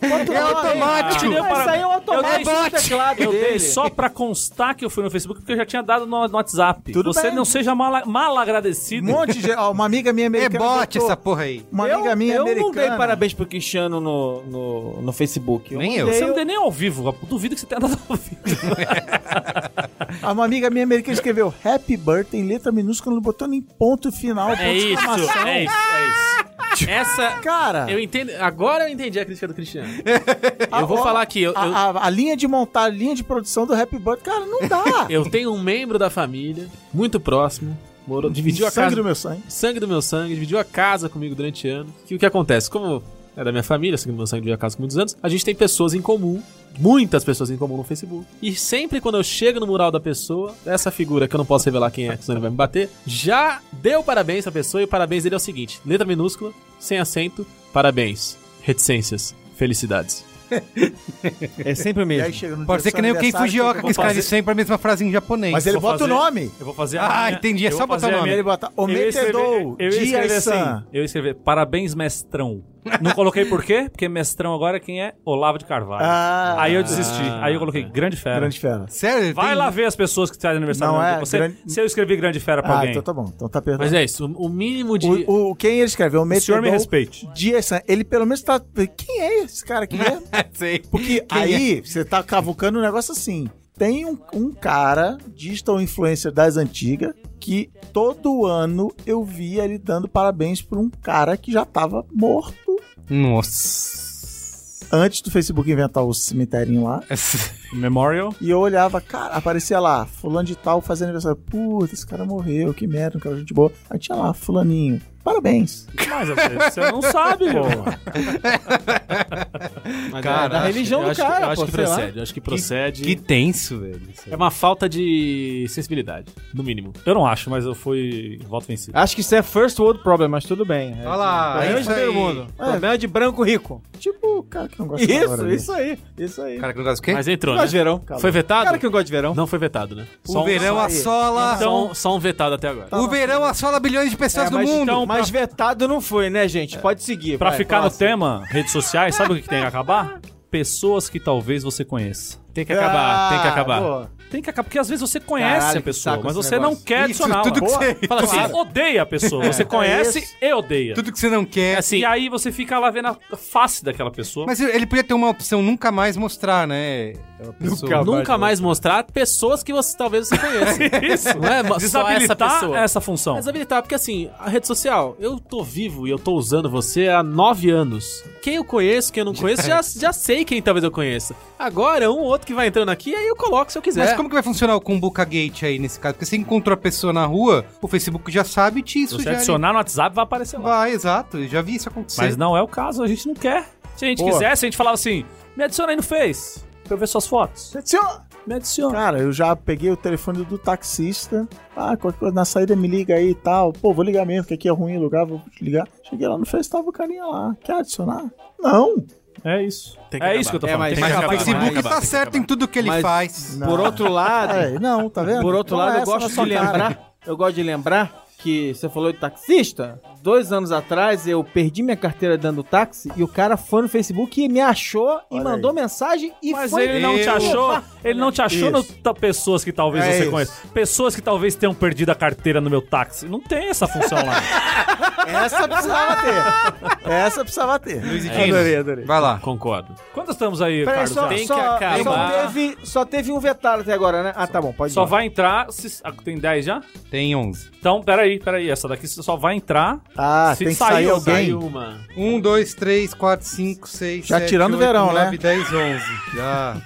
[SPEAKER 4] Bota o
[SPEAKER 1] É
[SPEAKER 4] nome.
[SPEAKER 1] automático.
[SPEAKER 4] Ah, mas Isso aí é um
[SPEAKER 5] Eu
[SPEAKER 4] automático
[SPEAKER 5] dei
[SPEAKER 4] do teclado
[SPEAKER 5] Eu dei
[SPEAKER 4] dele.
[SPEAKER 5] só pra constar que eu fui no Facebook, porque eu já tinha dado no, no WhatsApp.
[SPEAKER 3] Tudo
[SPEAKER 5] Você
[SPEAKER 3] bem.
[SPEAKER 5] não seja mal, mal
[SPEAKER 3] Um
[SPEAKER 5] agradecido.
[SPEAKER 3] monte de. Ó, uma amiga minha
[SPEAKER 1] É
[SPEAKER 3] americana.
[SPEAKER 1] bote
[SPEAKER 3] botou.
[SPEAKER 1] essa porra aí.
[SPEAKER 3] Uma
[SPEAKER 4] eu,
[SPEAKER 3] amiga minha
[SPEAKER 4] eu não
[SPEAKER 3] americana.
[SPEAKER 4] dei parabéns pro Cristiano no, no, no Facebook.
[SPEAKER 1] Nem eu.
[SPEAKER 4] mandei
[SPEAKER 5] Você não tem nem ao vivo. eu Duvido que você tenha dado ao vivo.
[SPEAKER 3] Ah, Uma amiga minha americana escreveu Happy Birthday em letra minúscula, não botou nem ponto final. ponto exclamação.
[SPEAKER 5] É
[SPEAKER 2] É
[SPEAKER 5] isso, é isso.
[SPEAKER 2] Essa.
[SPEAKER 3] Cara,
[SPEAKER 2] Eu entendo. Agora eu entendi a crítica do Cristiano. Eu vou falar aqui. Eu,
[SPEAKER 3] a,
[SPEAKER 2] eu,
[SPEAKER 3] a- a linha de montar, a linha de produção do Happy Birthday, cara, não dá.
[SPEAKER 2] eu tenho um membro da família, muito próximo. Morou, dividiu a
[SPEAKER 3] sangue
[SPEAKER 2] casa.
[SPEAKER 3] do meu sangue.
[SPEAKER 2] sangue do meu sangue, dividiu a casa comigo durante anos. E o que acontece? Como é da minha família, sangue do meu sangue dividiu a casa com muitos anos, a gente tem pessoas em comum, muitas pessoas em comum no Facebook. E sempre quando eu chego no mural da pessoa, essa figura que eu não posso revelar quem é, senão ele vai me bater, já deu parabéns à pessoa e o parabéns dele é o seguinte: letra minúscula, sem acento, parabéns, reticências, felicidades.
[SPEAKER 4] É sempre o
[SPEAKER 3] E
[SPEAKER 4] mesmo.
[SPEAKER 3] aí chega no
[SPEAKER 1] Pode
[SPEAKER 3] dia
[SPEAKER 1] ser
[SPEAKER 3] do
[SPEAKER 1] que nem o
[SPEAKER 3] seu
[SPEAKER 1] Ken
[SPEAKER 3] aniversário,
[SPEAKER 1] Fujioka, que
[SPEAKER 3] tem
[SPEAKER 1] escreve
[SPEAKER 5] fazer-
[SPEAKER 1] sempre a mesma frase em japonês.
[SPEAKER 3] Mas ele
[SPEAKER 5] Vou
[SPEAKER 3] bota o
[SPEAKER 5] fazer-
[SPEAKER 3] nome.
[SPEAKER 5] Eu vou fazer a
[SPEAKER 1] Ah,
[SPEAKER 5] minha-
[SPEAKER 1] entendi, é
[SPEAKER 5] eu
[SPEAKER 1] só
[SPEAKER 5] vou fazer
[SPEAKER 1] botar o
[SPEAKER 5] a
[SPEAKER 1] nome.
[SPEAKER 5] minha-
[SPEAKER 3] Ele bota
[SPEAKER 5] Eu ia escrever-
[SPEAKER 3] Ometedou,
[SPEAKER 5] eu ia
[SPEAKER 3] dia
[SPEAKER 5] escrever
[SPEAKER 3] e san.
[SPEAKER 5] assim, eu ia escrever, parabéns mestrão. Não coloquei por quê? Porque mestrão agora quem é? Olavo de Carvalho.
[SPEAKER 3] Ah.
[SPEAKER 5] aí eu desisti. Aí eu coloquei grande fera.
[SPEAKER 3] Grande fera.
[SPEAKER 1] Sério? ele
[SPEAKER 5] Vai
[SPEAKER 1] tem-
[SPEAKER 5] lá ver as pessoas que fazem aniversário.
[SPEAKER 3] Não
[SPEAKER 5] no
[SPEAKER 3] é
[SPEAKER 5] dia. Você-
[SPEAKER 3] grande-
[SPEAKER 5] Se eu escrevi grande fera pra
[SPEAKER 3] Ah,
[SPEAKER 5] alguém,
[SPEAKER 3] então tá bom. Então tá
[SPEAKER 2] Mas
[SPEAKER 3] perdoado.
[SPEAKER 2] é isso, o mínimo de.
[SPEAKER 3] O, o- quem ele escreveu?
[SPEAKER 5] o senhor me
[SPEAKER 3] Metedou,
[SPEAKER 5] respeite.
[SPEAKER 3] Dia e san. Ele pelo menos tá. Quem é esse cara aqui mesmo?
[SPEAKER 1] Sei.
[SPEAKER 3] Porque
[SPEAKER 4] é?
[SPEAKER 3] aí você tá cavucando um negócio assim. Tem um, um cara, digital influencer das antigas, que todo ano eu via ele dando parabéns pra um cara que já tava morto
[SPEAKER 1] Nossa.
[SPEAKER 3] antes do Facebook inventar o cemiterinho lá.
[SPEAKER 5] Memorial.
[SPEAKER 3] E eu olhava, cara, aparecia lá, fulano de tal fazendo aniversário. Puta, esse cara morreu, que merda, um cara gente boa. Aí tinha lá, fulaninho. Parabéns.
[SPEAKER 5] Mas você não sabe, pô.
[SPEAKER 2] Mas
[SPEAKER 1] Cara,
[SPEAKER 2] é da
[SPEAKER 4] acho-
[SPEAKER 2] religião
[SPEAKER 4] eu
[SPEAKER 2] do
[SPEAKER 4] acho que-
[SPEAKER 2] cara,
[SPEAKER 4] eu acho
[SPEAKER 2] pô,
[SPEAKER 4] que
[SPEAKER 2] sei lá.
[SPEAKER 4] procede,
[SPEAKER 2] eu acho que procede.
[SPEAKER 1] Que tenso, velho.
[SPEAKER 2] É uma falta de sensibilidade, no mínimo.
[SPEAKER 5] Eu não acho, mas eu fui voto vencido.
[SPEAKER 4] Acho que isso é first world problem, mas tudo bem. É,
[SPEAKER 1] Olha lá,
[SPEAKER 4] problema
[SPEAKER 1] é
[SPEAKER 4] de
[SPEAKER 1] isso
[SPEAKER 4] primeiro
[SPEAKER 1] aí.
[SPEAKER 4] mundo. Problema de branco rico.
[SPEAKER 3] Tipo, o cara que não gosta de né?
[SPEAKER 4] Isso,
[SPEAKER 3] calor,
[SPEAKER 4] isso aí, isso aí.
[SPEAKER 1] Cara, que não gosta do quê?
[SPEAKER 2] Mas entrou,
[SPEAKER 4] Gosta de
[SPEAKER 2] né?
[SPEAKER 4] verão.
[SPEAKER 2] Foi vetado?
[SPEAKER 4] Cara que não gosta de verão.
[SPEAKER 2] Não foi vetado, né?
[SPEAKER 1] o verão assola.
[SPEAKER 2] Então, só um vetado até agora.
[SPEAKER 1] o verão assola bilhões de pessoas
[SPEAKER 4] É,
[SPEAKER 1] no
[SPEAKER 4] mas,
[SPEAKER 1] mundo.
[SPEAKER 4] então, mas vetado não foi, né, gente? Pode seguir.
[SPEAKER 5] Pra
[SPEAKER 4] vai,
[SPEAKER 5] ficar no
[SPEAKER 4] próximo.
[SPEAKER 5] tema, redes sociais, sabe o que que tem que acabar? Pessoas que talvez você conheça.
[SPEAKER 2] Tem que acabar, tem que acabar.
[SPEAKER 4] Ah, boa.
[SPEAKER 5] Tem que acabar, porque às vezes você conhece
[SPEAKER 4] Caralho,
[SPEAKER 5] a
[SPEAKER 4] que
[SPEAKER 5] pessoa,
[SPEAKER 4] saco
[SPEAKER 5] mas
[SPEAKER 4] esse
[SPEAKER 5] você não
[SPEAKER 4] negócio.
[SPEAKER 5] quer
[SPEAKER 1] Isso,
[SPEAKER 5] adicionar.
[SPEAKER 1] tudo que, você,
[SPEAKER 5] Fala assim, odeia a pessoa. Você conhece
[SPEAKER 3] isso.
[SPEAKER 5] e odeia.
[SPEAKER 1] tudo que é você não quer.
[SPEAKER 2] Assim,
[SPEAKER 5] E aí você fica lá vendo a face daquela pessoa.
[SPEAKER 1] Mas ele podia ter uma opção nunca mais mostrar, né? Aquela pessoa.
[SPEAKER 2] nunca mais mostrar pessoas que você talvez você conheça.
[SPEAKER 5] Isso.
[SPEAKER 2] Não é mo- só essa
[SPEAKER 5] Desabilitar essa,
[SPEAKER 2] pessoa.
[SPEAKER 5] função.
[SPEAKER 2] Mas habilitar, porque assim, a rede social, eu tô vivo e eu tô usando você há nove anos. Quem eu conheço, quem eu não conheço, já, já sei quem talvez eu conheça. Agora, um outro que vai entrando aqui, aí eu coloco se eu quiser.
[SPEAKER 1] Mas como que vai funcionar o Kumbuka Gate aí nesse caso? Porque você encontrou a pessoa na rua, o Facebook já sabe e te
[SPEAKER 5] Se você
[SPEAKER 1] sugere.
[SPEAKER 5] adicionar no WhatsApp, vai aparecer lá.
[SPEAKER 1] Vai, exato. Eu já vi isso acontecer.
[SPEAKER 5] Mas não é o caso, a gente não quer. Se a gente
[SPEAKER 3] Pô.
[SPEAKER 5] quisesse, a gente falava assim: me adiciona aí no Face, pra eu ver suas fotos.
[SPEAKER 3] Senhor,
[SPEAKER 5] Me adiciona.
[SPEAKER 3] Cara, eu já peguei o telefone do taxista. Ah, qualquer coisa na saída me liga aí e tal. Pô, vou ligar mesmo, que aqui é ruim o lugar, vou te ligar. Cheguei lá no Face, tava o carinha lá. Quer adicionar? Não.
[SPEAKER 5] É isso.
[SPEAKER 2] Tem que
[SPEAKER 5] É
[SPEAKER 2] acabar.
[SPEAKER 5] isso que eu tô
[SPEAKER 4] É,
[SPEAKER 5] falando.
[SPEAKER 4] mas-
[SPEAKER 5] tem
[SPEAKER 1] Mas
[SPEAKER 5] que
[SPEAKER 1] o
[SPEAKER 4] Tem
[SPEAKER 5] acabar.
[SPEAKER 1] Facebook
[SPEAKER 2] tem que acabar,
[SPEAKER 1] tá
[SPEAKER 2] tem que
[SPEAKER 1] certo em
[SPEAKER 2] acabar.
[SPEAKER 1] tudo que ele
[SPEAKER 4] Mas-
[SPEAKER 1] faz.
[SPEAKER 4] Por outro lado,
[SPEAKER 3] É, não, tá vendo?
[SPEAKER 4] Por outro
[SPEAKER 3] Não é
[SPEAKER 4] lado, eu
[SPEAKER 3] essa
[SPEAKER 4] gosto
[SPEAKER 3] nossa
[SPEAKER 4] de
[SPEAKER 3] cara.
[SPEAKER 4] lembrar, eu gosto de lembrar que você falou de taxista. Dois anos atrás eu perdi minha carteira dando táxi e o cara foi no Facebook e me achou e
[SPEAKER 3] Olha
[SPEAKER 4] mandou
[SPEAKER 3] aí.
[SPEAKER 4] mensagem e
[SPEAKER 5] Mas
[SPEAKER 4] foi.
[SPEAKER 5] ele não te
[SPEAKER 1] Eu-
[SPEAKER 5] achou, ele não te achou no
[SPEAKER 3] Isso.
[SPEAKER 5] ta- pessoas que talvez
[SPEAKER 3] É
[SPEAKER 5] você
[SPEAKER 3] isso.
[SPEAKER 5] conheça. Pessoas que talvez tenham perdido a carteira no meu táxi. Não tem essa função lá.
[SPEAKER 3] É Essa precisava ter. É Essa precisava ter. Adorei, adorei.
[SPEAKER 1] Vai lá.
[SPEAKER 2] Concordo.
[SPEAKER 5] Quantas estamos aí,
[SPEAKER 4] Peraí,
[SPEAKER 5] Carlos?
[SPEAKER 4] só,
[SPEAKER 5] Tem-
[SPEAKER 4] só-
[SPEAKER 2] que acabar.
[SPEAKER 4] só teve, só teve um vetado até agora, né? Ah, tá bom, pode
[SPEAKER 5] Só
[SPEAKER 4] ir.
[SPEAKER 5] vai entrar. se- ah, tem 10 já?
[SPEAKER 1] Tem 11.
[SPEAKER 5] Então, peraí, peraí. Essa daqui só vai entrar.
[SPEAKER 3] Ah,
[SPEAKER 5] Se
[SPEAKER 3] tem que
[SPEAKER 5] saiu,
[SPEAKER 3] sair alguém.
[SPEAKER 2] Sai uma.
[SPEAKER 1] 1, 2, 3, 4, 5, 6,
[SPEAKER 3] Já
[SPEAKER 1] 7,
[SPEAKER 3] tirando o
[SPEAKER 1] 8,
[SPEAKER 3] verão,
[SPEAKER 1] 9,
[SPEAKER 3] né?
[SPEAKER 1] 10, 11. Já.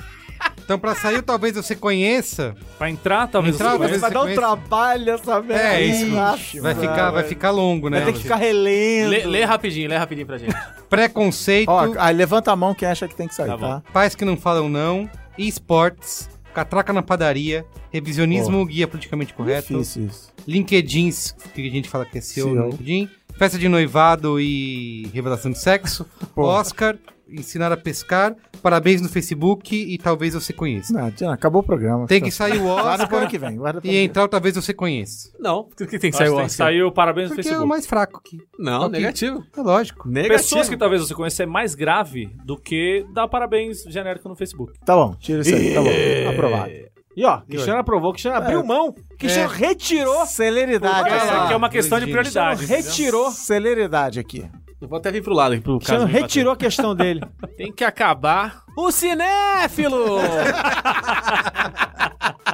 [SPEAKER 1] Então pra sair, talvez você conheça.
[SPEAKER 5] Vai entrar, talvez.
[SPEAKER 1] Entrar,
[SPEAKER 5] você
[SPEAKER 1] talvez.
[SPEAKER 5] conheça.
[SPEAKER 4] Mas vai dar um
[SPEAKER 1] Sequência.
[SPEAKER 4] trabalho essa merda.
[SPEAKER 1] É, isso.
[SPEAKER 4] Ih, acho,
[SPEAKER 1] Vai
[SPEAKER 4] mano.
[SPEAKER 1] ficar, vai ficar longo, né?
[SPEAKER 4] Vai ter que ficar relendo.
[SPEAKER 2] Lê, lê rapidinho, lê rapidinho pra gente.
[SPEAKER 1] Preconceito,
[SPEAKER 3] Ó, aí levanta a mão quem acha que tem que sair,
[SPEAKER 5] Tá bom.
[SPEAKER 3] tá?
[SPEAKER 1] pais que não falam não, esportes, catraca na padaria, revisionismo, guia politicamente correto,
[SPEAKER 3] Difícil isso.
[SPEAKER 1] LinkedIns, que a gente fala que é seu
[SPEAKER 3] Seu.
[SPEAKER 1] no LinkedIn, festa de noivado e revelação de sexo, Oscar, ensinar a pescar, parabéns no Facebook e talvez você conheça.
[SPEAKER 3] Não, Diana, acabou o programa.
[SPEAKER 1] Tem que sair o
[SPEAKER 3] Guarda pro ano
[SPEAKER 1] Oscar
[SPEAKER 3] que vem. Guarda pro
[SPEAKER 1] e
[SPEAKER 3] ano que
[SPEAKER 1] entrar o talvez você conheça.
[SPEAKER 2] Não, porque tem que sair
[SPEAKER 5] Saiu,
[SPEAKER 2] o
[SPEAKER 5] tem
[SPEAKER 2] Oscar.
[SPEAKER 5] que sair o parabéns no
[SPEAKER 1] Porque é
[SPEAKER 5] Facebook.
[SPEAKER 1] o mais fraco aqui.
[SPEAKER 2] Não,
[SPEAKER 1] Ok.
[SPEAKER 2] negativo.
[SPEAKER 1] É lógico.
[SPEAKER 5] Pessoas que talvez você conheça é mais grave do que dar parabéns genérico no Facebook.
[SPEAKER 3] vem. Tá bom, tira isso aí. Tá bom. Aprovado.
[SPEAKER 4] E ó, Cristiano aprovou, Cristiano
[SPEAKER 2] é.
[SPEAKER 4] abriu mão, Cristiano retirou.
[SPEAKER 3] Celeridade.
[SPEAKER 5] Mas
[SPEAKER 3] olha
[SPEAKER 5] isso
[SPEAKER 4] Ah,
[SPEAKER 3] lá.
[SPEAKER 5] aqui é uma questão de
[SPEAKER 1] Luizinho.
[SPEAKER 5] prioridade.
[SPEAKER 4] Retirou.
[SPEAKER 3] Celeridade aqui.
[SPEAKER 2] Eu vou até vir pro lado aqui pro
[SPEAKER 4] Cristiano
[SPEAKER 2] caso. me bater.
[SPEAKER 4] retirou a questão dele.
[SPEAKER 2] Tem que acabar o cinéfilo!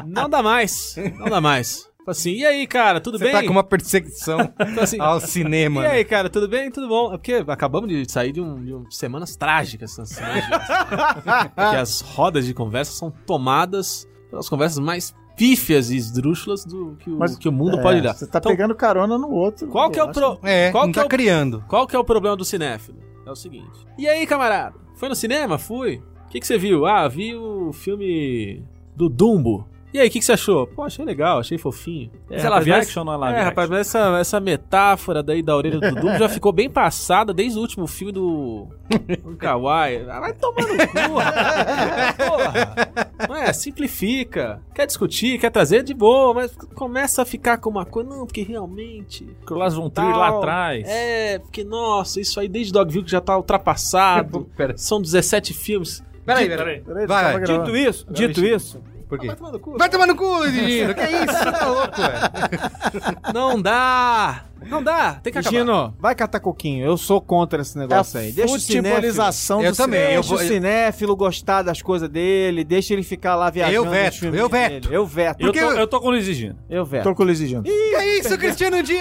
[SPEAKER 2] não dá mais, não dá mais. Fala Assim, e aí, cara, tudo
[SPEAKER 1] Você
[SPEAKER 2] bem?
[SPEAKER 1] tá com uma perseguição
[SPEAKER 2] Fala assim,
[SPEAKER 1] ao
[SPEAKER 2] e
[SPEAKER 1] cinema. né?
[SPEAKER 2] aí, cara, tudo bem? Tudo bom? É porque acabamos de sair de, um, de um- semanas trágicas. Essas semanas de- Porque as rodas de conversa são tomadas pelas conversas mais pífias e esdrúxulas do que o,
[SPEAKER 3] Mas-
[SPEAKER 2] que o mundo
[SPEAKER 3] É,
[SPEAKER 2] pode dar.
[SPEAKER 3] Você tá
[SPEAKER 2] Então,
[SPEAKER 3] pegando carona no outro.
[SPEAKER 2] qual que é
[SPEAKER 3] eu
[SPEAKER 2] o
[SPEAKER 3] acho. um
[SPEAKER 2] pro...
[SPEAKER 1] É,
[SPEAKER 2] qual
[SPEAKER 1] não
[SPEAKER 2] que
[SPEAKER 1] tá
[SPEAKER 2] é o
[SPEAKER 1] criando.
[SPEAKER 2] Qual que é o problema do cinéfilo? É o seguinte. E aí, camarada? Foi no cinema? Fui. O que, que você viu? Ah, vi o filme do Dumbo. E aí, o que, que você achou? Pô, achei legal, achei fofinho.
[SPEAKER 5] Isso é live action ou não é live
[SPEAKER 2] É,
[SPEAKER 5] action?
[SPEAKER 2] rapaz, mas essa, essa metáfora daí da orelha do Dudu já ficou bem passada desde o último filme do, do Kawaii. Ah, Vai tomar no cu, rapaz. Porra. Não é, simplifica. Quer discutir, quer trazer de boa, mas começa a ficar com uma coisa. Não, porque realmente.
[SPEAKER 5] Que o Lars von Trier lá
[SPEAKER 2] Tal.
[SPEAKER 5] atrás.
[SPEAKER 2] É, porque, nossa, isso aí desde Dogville que já tá ultrapassado.
[SPEAKER 1] Pera-
[SPEAKER 2] São 17 filmes.
[SPEAKER 1] Peraí, peraí.
[SPEAKER 3] Peraí,
[SPEAKER 1] Vai,
[SPEAKER 3] tava
[SPEAKER 1] vai.
[SPEAKER 3] gravando.
[SPEAKER 4] Dito isso, dito isso,
[SPEAKER 1] Por quê?
[SPEAKER 2] Vai tomar no cu.
[SPEAKER 1] Vai tomar no cu, Luizinho! Que isso? Você tá louco, velho.
[SPEAKER 2] Não dá! Não dá! Tem que acabar.
[SPEAKER 4] Gino, vai catar coquinho. Eu sou contra esse
[SPEAKER 3] É a
[SPEAKER 4] negócio aí. Deixa o cinéfilo,
[SPEAKER 3] futebolização
[SPEAKER 1] Eu
[SPEAKER 3] do
[SPEAKER 1] também,
[SPEAKER 3] cinema.
[SPEAKER 1] eu
[SPEAKER 4] deixa
[SPEAKER 1] vou-
[SPEAKER 4] o cinéfilo gostar das coisas dele, deixa ele ficar lá viajando.
[SPEAKER 1] Eu
[SPEAKER 4] nos
[SPEAKER 1] veto,
[SPEAKER 4] filmes
[SPEAKER 1] eu veto.
[SPEAKER 4] dele. Eu veto.
[SPEAKER 5] Eu,
[SPEAKER 4] Eu,
[SPEAKER 1] Porque-
[SPEAKER 5] tô, eu tô com o Luiz e Gino.
[SPEAKER 4] veto.
[SPEAKER 3] Tô com o Luiz e Gino.
[SPEAKER 1] Que isso, Cristiano Dias?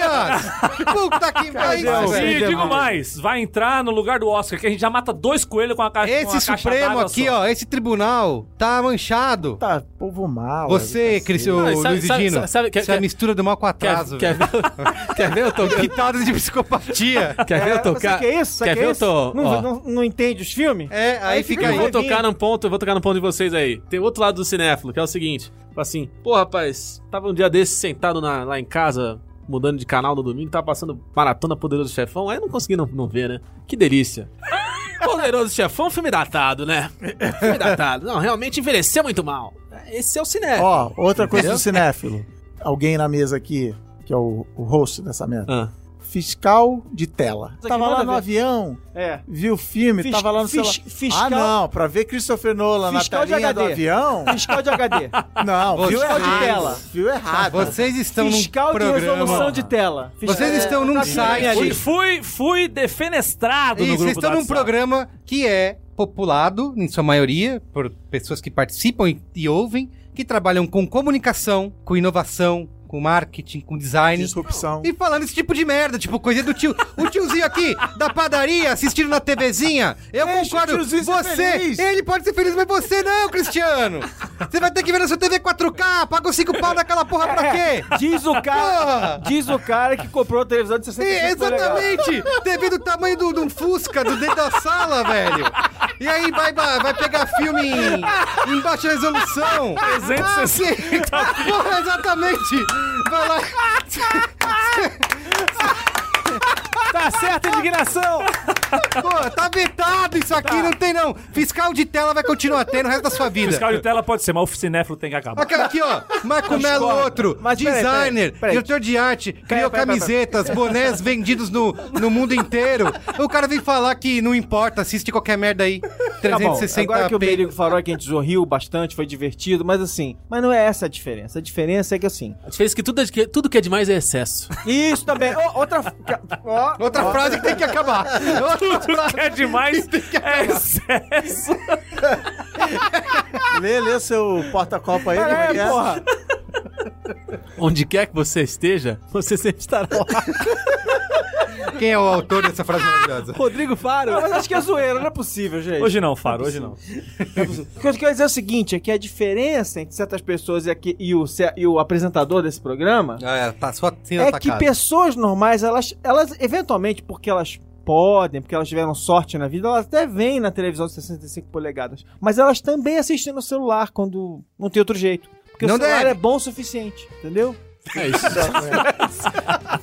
[SPEAKER 1] Puta que pariu,
[SPEAKER 4] Deus?
[SPEAKER 1] velho.
[SPEAKER 5] E
[SPEAKER 4] Sim,
[SPEAKER 5] digo
[SPEAKER 4] demais.
[SPEAKER 5] mais, vai entrar no lugar do Oscar, que a gente já mata dois coelhos com a caixa com
[SPEAKER 1] Esse
[SPEAKER 5] uma caixa
[SPEAKER 1] Supremo
[SPEAKER 5] d'água
[SPEAKER 1] aqui,
[SPEAKER 5] só.
[SPEAKER 1] ó, esse tribunal, tá manchado.
[SPEAKER 3] Tá, povo é, mal.
[SPEAKER 1] Você, Cristiano,
[SPEAKER 2] Não, e sabe-
[SPEAKER 1] Luiz e
[SPEAKER 2] sabe-
[SPEAKER 1] Gino,
[SPEAKER 2] sabe- sabe- quer-
[SPEAKER 1] você é a
[SPEAKER 2] quer-
[SPEAKER 1] mistura do mal com
[SPEAKER 2] Quer,
[SPEAKER 1] atraso,
[SPEAKER 2] quer
[SPEAKER 1] velho.
[SPEAKER 2] ver, quer ver eu tocar?
[SPEAKER 1] Pitadas de psicopatia.
[SPEAKER 2] Quer ver eu tocar?
[SPEAKER 4] Sabe o que é isso? Sabe
[SPEAKER 2] Quer
[SPEAKER 4] o que é
[SPEAKER 2] ver
[SPEAKER 4] isso?
[SPEAKER 2] eu tô? ó.
[SPEAKER 4] Não, não- não entende os filmes?
[SPEAKER 1] É, aí fica
[SPEAKER 2] Eu
[SPEAKER 1] aí.
[SPEAKER 2] vou
[SPEAKER 4] vai vir.
[SPEAKER 2] tocar num ponto, eu vou tocar num ponto de vocês aí. Tem outro lado do cinéfilo, que é o seguinte. Tipo assim, pô, rapaz, tava um dia desse sentado na- lá em casa, mudando de canal no domingo, tava passando Maratona Poderoso Chefão, aí eu não consegui não, não ver, né? Que delícia. Poderoso Chefão, filme datado, né? Filme datado. Não, realmente envelheceu muito mal. Esse é o cinéfilo.
[SPEAKER 3] Ó, outra coisa do cinéfilo. Alguém na mesa aqui, que é o, o host dessa merda.
[SPEAKER 2] Ah.
[SPEAKER 3] Fiscal de tela.
[SPEAKER 4] aqui
[SPEAKER 3] Tava lá
[SPEAKER 4] nada
[SPEAKER 3] no
[SPEAKER 4] a ver.
[SPEAKER 3] avião,
[SPEAKER 4] É.
[SPEAKER 3] viu o filme,
[SPEAKER 4] Fis-
[SPEAKER 3] tava lá no
[SPEAKER 4] fis-
[SPEAKER 3] celular.
[SPEAKER 4] fiscal-
[SPEAKER 3] Ah, não, pra ver Christopher Nolan
[SPEAKER 4] Fiscal
[SPEAKER 3] na
[SPEAKER 4] de
[SPEAKER 3] telinha do
[SPEAKER 4] HD.
[SPEAKER 3] avião?
[SPEAKER 4] Fiscal de HD.
[SPEAKER 3] Não, viu
[SPEAKER 1] Fiscal de
[SPEAKER 3] errado.
[SPEAKER 4] tela.
[SPEAKER 3] Viu errado.
[SPEAKER 1] Vocês estão
[SPEAKER 4] Fiscal
[SPEAKER 1] num
[SPEAKER 4] de resolução
[SPEAKER 1] programa...
[SPEAKER 4] de tela. Fiscal-
[SPEAKER 1] Vocês estão num
[SPEAKER 4] tá aqui na
[SPEAKER 1] site...
[SPEAKER 4] minha
[SPEAKER 5] Fui,
[SPEAKER 4] lista.
[SPEAKER 5] fui, fui defenestrado
[SPEAKER 1] Isso,
[SPEAKER 5] no
[SPEAKER 1] vocês
[SPEAKER 5] grupo
[SPEAKER 1] estão
[SPEAKER 5] do
[SPEAKER 1] num
[SPEAKER 5] WhatsApp.
[SPEAKER 1] programa que é populado, em sua maioria, por pessoas que participam e, e ouvem, que trabalham com comunicação, com inovação, com marketing, com design.
[SPEAKER 3] Disrupção.
[SPEAKER 1] E falando esse tipo de merda, tipo coisa do tio. O tiozinho aqui, da padaria, assistindo na TVzinha. Eu
[SPEAKER 3] Deixa o
[SPEAKER 1] concordo.
[SPEAKER 3] tiozinho ser
[SPEAKER 1] Você,
[SPEAKER 3] feliz.
[SPEAKER 1] ele pode ser feliz, mas você não, Cristiano. Você vai ter que ver na sua TV 4K. Paga os cinco pau naquela porra pra quê?
[SPEAKER 4] Diz o cara,
[SPEAKER 1] Porra!
[SPEAKER 4] diz o cara que comprou a televisão de 65
[SPEAKER 1] É,
[SPEAKER 4] polegadas.
[SPEAKER 1] exatamente! TV do tamanho do- de um Fusca, do dentro da sala, velho! E aí vai, ba- vai pegar filme em, em baixa resolução!
[SPEAKER 5] 360.
[SPEAKER 1] Ah, sim. Porra, exatamente! Vai lá!
[SPEAKER 4] Tá certa a indignação.
[SPEAKER 1] Pô, tá vetado isso aqui, não tem não! Fiscal de tela vai continuar tendo o resto da sua vida!
[SPEAKER 5] Fiscal de tela pode ser, mas o cinéfilo tem que
[SPEAKER 4] Tá
[SPEAKER 5] acabar.
[SPEAKER 1] Aqui, aqui, ó, Marco Melo outro,
[SPEAKER 4] Mas peraí,
[SPEAKER 1] designer,
[SPEAKER 4] peraí, peraí.
[SPEAKER 1] diretor de arte, criou
[SPEAKER 4] peraí, peraí.
[SPEAKER 1] camisetas, bonés vendidos no, no mundo inteiro. O cara vem falar que não importa, assiste qualquer merda aí.
[SPEAKER 4] Tá bom,
[SPEAKER 1] 360p.
[SPEAKER 4] agora que o Merigo falou que a gente sorriu bastante, foi divertido, mas assim, mas não é essa a diferença. A diferença é que assim,
[SPEAKER 2] A diferença é que tudo, é de que tudo que é demais é excesso.
[SPEAKER 4] isso também, Ó, outra, ó,
[SPEAKER 1] Outra frase que tem que acabar. Outra frase.
[SPEAKER 5] É demais, é excesso.
[SPEAKER 3] Lê, lê seu porta-copa aí. como
[SPEAKER 4] é,
[SPEAKER 3] que é?
[SPEAKER 4] porra.
[SPEAKER 2] Onde quer que você esteja, você sempre estará lá.
[SPEAKER 1] Quem é o autor dessa frase maravilhosa?
[SPEAKER 2] Rodrigo Faro.
[SPEAKER 4] Não, mas acho que é zoeira, não é possível, gente.
[SPEAKER 5] Hoje não, Faro, hoje não.
[SPEAKER 4] O que eu quero dizer é o seguinte, é que a diferença entre certas pessoas e, aqui- e o, ce- e o apresentador desse programa
[SPEAKER 1] É, tá só sendo
[SPEAKER 4] é que pessoas normais, elas, elas eventualmente, porque elas podem, porque elas tiveram sorte na vida, elas até vêm na televisão de 65 polegadas. Mas elas também assistem no celular quando não tem outro jeito. Porque
[SPEAKER 1] Não
[SPEAKER 4] o celular
[SPEAKER 1] deve.
[SPEAKER 4] é bom o suficiente, entendeu?
[SPEAKER 2] É isso.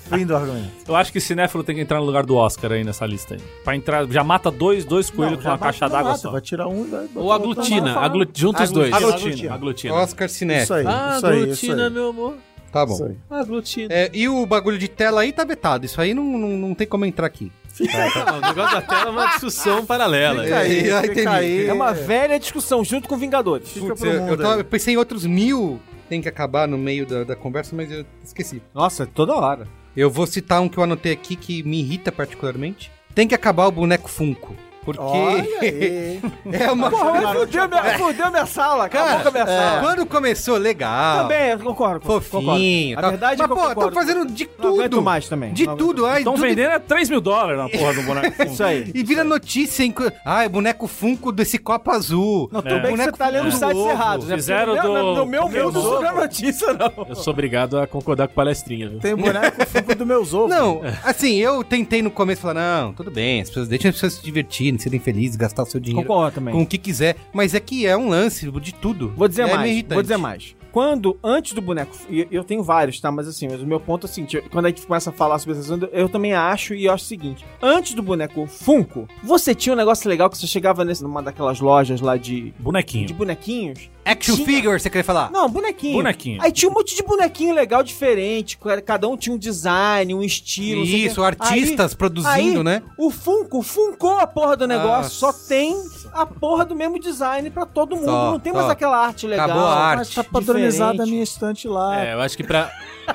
[SPEAKER 3] Fim do argumento.
[SPEAKER 5] Eu acho que cinéfilo tem que entrar no lugar do Oscar aí nessa lista aí. Pra entrar, já mata dois, dois coelhos
[SPEAKER 3] Não,
[SPEAKER 5] com
[SPEAKER 3] já
[SPEAKER 5] uma
[SPEAKER 3] mata,
[SPEAKER 5] caixa
[SPEAKER 3] não
[SPEAKER 5] d'água
[SPEAKER 3] mata,
[SPEAKER 5] só.
[SPEAKER 3] Vai tirar um e vai botar
[SPEAKER 2] Ou
[SPEAKER 3] outro na
[SPEAKER 2] aglutina,
[SPEAKER 3] mala.
[SPEAKER 2] aglu- junta os dois.
[SPEAKER 5] Aglutina, aglutina.
[SPEAKER 1] Oscar
[SPEAKER 3] Isso
[SPEAKER 1] Cinéfilo.
[SPEAKER 3] aí, isso aí, isso
[SPEAKER 2] Ah, Aglutina,
[SPEAKER 3] aí.
[SPEAKER 2] meu amor.
[SPEAKER 1] Tá
[SPEAKER 3] Isso
[SPEAKER 1] bom.
[SPEAKER 3] aí.
[SPEAKER 2] Aglutina.
[SPEAKER 1] É, e o bagulho de tela aí tá vetado. Isso aí não, não, não tem como entrar aqui.
[SPEAKER 2] Não, o negócio da tela é uma discussão paralela.
[SPEAKER 3] Fica aí,
[SPEAKER 1] Ah,
[SPEAKER 3] fica
[SPEAKER 1] entendi.
[SPEAKER 3] aí.
[SPEAKER 4] É uma velha discussão junto com Vingadores.
[SPEAKER 3] Fica
[SPEAKER 1] Putz,
[SPEAKER 3] pro
[SPEAKER 1] eu, eu
[SPEAKER 3] mundo
[SPEAKER 1] tava-
[SPEAKER 3] aí.
[SPEAKER 1] eu pensei em outros mil tem que acabar no meio da, da conversa, mas eu esqueci.
[SPEAKER 4] Nossa, toda hora.
[SPEAKER 1] Eu vou citar um que eu anotei aqui que me irrita particularmente. Tem que acabar o boneco Funko. Porque
[SPEAKER 3] Olha aí.
[SPEAKER 1] é uma.
[SPEAKER 4] Porra, mas fudeu minha, fudeu minha sala, acabou com a minha
[SPEAKER 1] É.
[SPEAKER 4] sala.
[SPEAKER 1] Quando começou, legal.
[SPEAKER 4] Também, eu concordo. concordo, concordo.
[SPEAKER 1] Fofinho.
[SPEAKER 4] A
[SPEAKER 1] tal.
[SPEAKER 4] verdade
[SPEAKER 1] Mas,
[SPEAKER 4] é que eu
[SPEAKER 1] pô,
[SPEAKER 4] concordo
[SPEAKER 1] tô
[SPEAKER 4] com
[SPEAKER 1] fazendo de
[SPEAKER 4] Não aguento
[SPEAKER 1] tudo.
[SPEAKER 4] mais também.
[SPEAKER 1] De
[SPEAKER 4] Não aguento
[SPEAKER 1] tudo. Ai,
[SPEAKER 5] Estão
[SPEAKER 1] tudo-
[SPEAKER 5] vendendo é 3 mil dólares na porra do boneco.
[SPEAKER 4] mais. Isso aí.
[SPEAKER 1] E vira notícia em... co- Ai, boneco Funko desse copo azul.
[SPEAKER 4] Não, tudo
[SPEAKER 5] É.
[SPEAKER 4] bem que você
[SPEAKER 1] Boneco
[SPEAKER 4] tá lendo os
[SPEAKER 1] do
[SPEAKER 4] sites
[SPEAKER 1] ovo.
[SPEAKER 4] errados, né?
[SPEAKER 5] Fizeram
[SPEAKER 4] Porque no-
[SPEAKER 5] do-
[SPEAKER 4] No meu
[SPEAKER 5] do meu
[SPEAKER 4] mundo isso
[SPEAKER 5] ovo.
[SPEAKER 4] não é notícia, não.
[SPEAKER 2] Eu sou obrigado a concordar com palestrinha, viu?
[SPEAKER 3] Tem o boneco Funko do meus ovos.
[SPEAKER 1] Não, assim, eu tentei no começo falar, não, tudo bem, as pessoas deixam as pessoas se divertirem, serem felizes, gastar o seu dinheiro
[SPEAKER 4] Concordo também.
[SPEAKER 1] com o que quiser, mas é que é um lance de tudo.
[SPEAKER 4] Vou dizer
[SPEAKER 1] É meio
[SPEAKER 4] mais,
[SPEAKER 1] irritante.
[SPEAKER 4] vou dizer mais. quando, antes do boneco, e eu tenho vários, tá? Mas assim, mas o meu ponto é o seguinte, quando a gente começa a falar sobre essas coisas, eu também acho, e eu acho o seguinte, antes do boneco Funko, você tinha um negócio legal que você chegava nesse, numa daquelas lojas lá de, de
[SPEAKER 5] Bonequinho.
[SPEAKER 4] bonequinhos.
[SPEAKER 1] Action
[SPEAKER 4] Tinha-
[SPEAKER 1] figure, você queria falar?
[SPEAKER 4] Não, bonequinho.
[SPEAKER 5] Bonequinho.
[SPEAKER 4] Aí tinha um monte de bonequinho legal diferente, cara, cada um tinha um design, um estilo. não sei o quê.
[SPEAKER 1] Isso, artistas produzindo,
[SPEAKER 4] aí,
[SPEAKER 1] né?
[SPEAKER 4] O Funko funcou a porra do negócio, só
[SPEAKER 1] Nossa.
[SPEAKER 4] tem a porra do mesmo design pra todo mundo,
[SPEAKER 1] Só,
[SPEAKER 4] não tem
[SPEAKER 1] só.
[SPEAKER 4] mais aquela arte legal.
[SPEAKER 1] Acabou a arte.
[SPEAKER 3] Mas tá padronizado a
[SPEAKER 4] Diferente.
[SPEAKER 3] minha estante lá
[SPEAKER 2] É, eu acho que pra,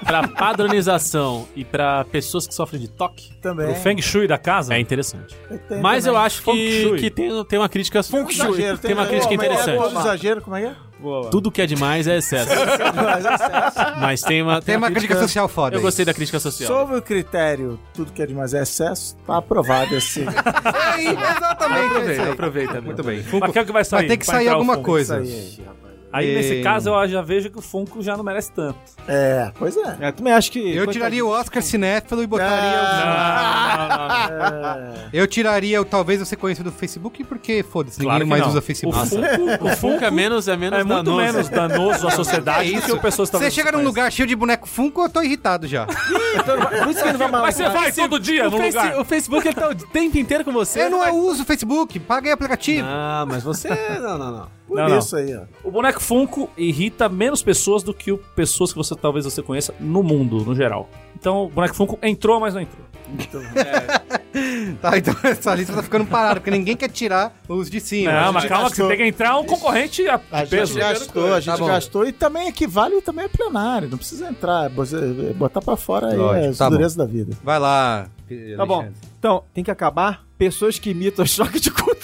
[SPEAKER 2] pra padronização e pra pessoas que sofrem de toque,
[SPEAKER 3] também.
[SPEAKER 5] O Feng Shui da casa?
[SPEAKER 2] é interessante.
[SPEAKER 3] Tem
[SPEAKER 2] Mas eu
[SPEAKER 3] também. um
[SPEAKER 2] acho
[SPEAKER 5] Feng
[SPEAKER 2] que,
[SPEAKER 5] Shui.
[SPEAKER 2] que tem, tem uma crítica. Feng
[SPEAKER 3] Exagero,
[SPEAKER 2] Tem
[SPEAKER 5] um
[SPEAKER 2] uma crítica
[SPEAKER 3] como é que é?
[SPEAKER 2] interessante.
[SPEAKER 3] Todo exagero, como é que é?
[SPEAKER 2] Tudo que é demais é excesso. Mas tem uma,
[SPEAKER 1] Tem uma crítica social foda.
[SPEAKER 2] Eu
[SPEAKER 1] aí.
[SPEAKER 2] gostei da crítica social.
[SPEAKER 3] Sobre o critério, tudo que é demais é excesso, tá aprovado esse.
[SPEAKER 1] Aí, exatamente. é isso aí.
[SPEAKER 2] Aproveita.
[SPEAKER 1] Muito bem.
[SPEAKER 5] Mas que é o que vai sair?
[SPEAKER 1] Vai ter que
[SPEAKER 5] Vai
[SPEAKER 1] sair
[SPEAKER 5] entrar o
[SPEAKER 1] alguma
[SPEAKER 5] Funko.
[SPEAKER 1] coisa.
[SPEAKER 5] Aí,
[SPEAKER 1] É.
[SPEAKER 5] nesse caso, eu já vejo que o Funko já não merece tanto.
[SPEAKER 3] É, pois é.
[SPEAKER 4] Eu também acho que.
[SPEAKER 1] Eu tiraria o Oscar Cinéfilo e botaria. o- Eu tiraria o Talvez Você Conheça do Facebook, porque foda-se,
[SPEAKER 5] Claro
[SPEAKER 1] ninguém
[SPEAKER 5] que
[SPEAKER 1] mais
[SPEAKER 5] não.
[SPEAKER 1] usa
[SPEAKER 5] O
[SPEAKER 1] Facebook.
[SPEAKER 5] Funko,
[SPEAKER 2] O Funko é menos, é menos
[SPEAKER 5] é muito
[SPEAKER 2] danoso.
[SPEAKER 5] menos danoso à sociedade do que o pessoas
[SPEAKER 1] Você chega num lugar cheio de boneco Funko, eu tô irritado já.
[SPEAKER 4] Então,
[SPEAKER 3] Por isso que ele vai
[SPEAKER 5] Mas você vai todo dia
[SPEAKER 2] O,
[SPEAKER 5] Tá no
[SPEAKER 2] Face-
[SPEAKER 5] lugar.
[SPEAKER 2] o Facebook é ele tá o tempo inteiro com você.
[SPEAKER 1] Eu não
[SPEAKER 2] vai-
[SPEAKER 1] uso o Facebook, paguei o aplicativo.
[SPEAKER 2] Ah, mas você. Não, não, não.
[SPEAKER 3] Por
[SPEAKER 5] Não, não.
[SPEAKER 3] isso aí, ó.
[SPEAKER 5] O boneco Funko irrita menos pessoas do que o pessoas que você talvez você conheça no mundo, no geral. Então, o boneco Funko entrou, mas não entrou.
[SPEAKER 1] Tá, então essa lista tá ficando parada, porque ninguém quer tirar os de cima.
[SPEAKER 5] Não, mas
[SPEAKER 3] gente
[SPEAKER 5] calma que você tem
[SPEAKER 3] gastou.
[SPEAKER 5] que entrar um concorrente a
[SPEAKER 3] A gente
[SPEAKER 5] peso.
[SPEAKER 3] gastou, a
[SPEAKER 1] Tá
[SPEAKER 3] gente
[SPEAKER 1] bom.
[SPEAKER 3] gastou e também equivale também a plenário. Não precisa entrar, você- botar pra fora aí
[SPEAKER 1] Lógico,
[SPEAKER 3] as
[SPEAKER 1] tá bom.
[SPEAKER 3] durezas da vida.
[SPEAKER 1] Vai lá.
[SPEAKER 4] Tá bom. Então, tem que acabar pessoas que imitam choque de cultura.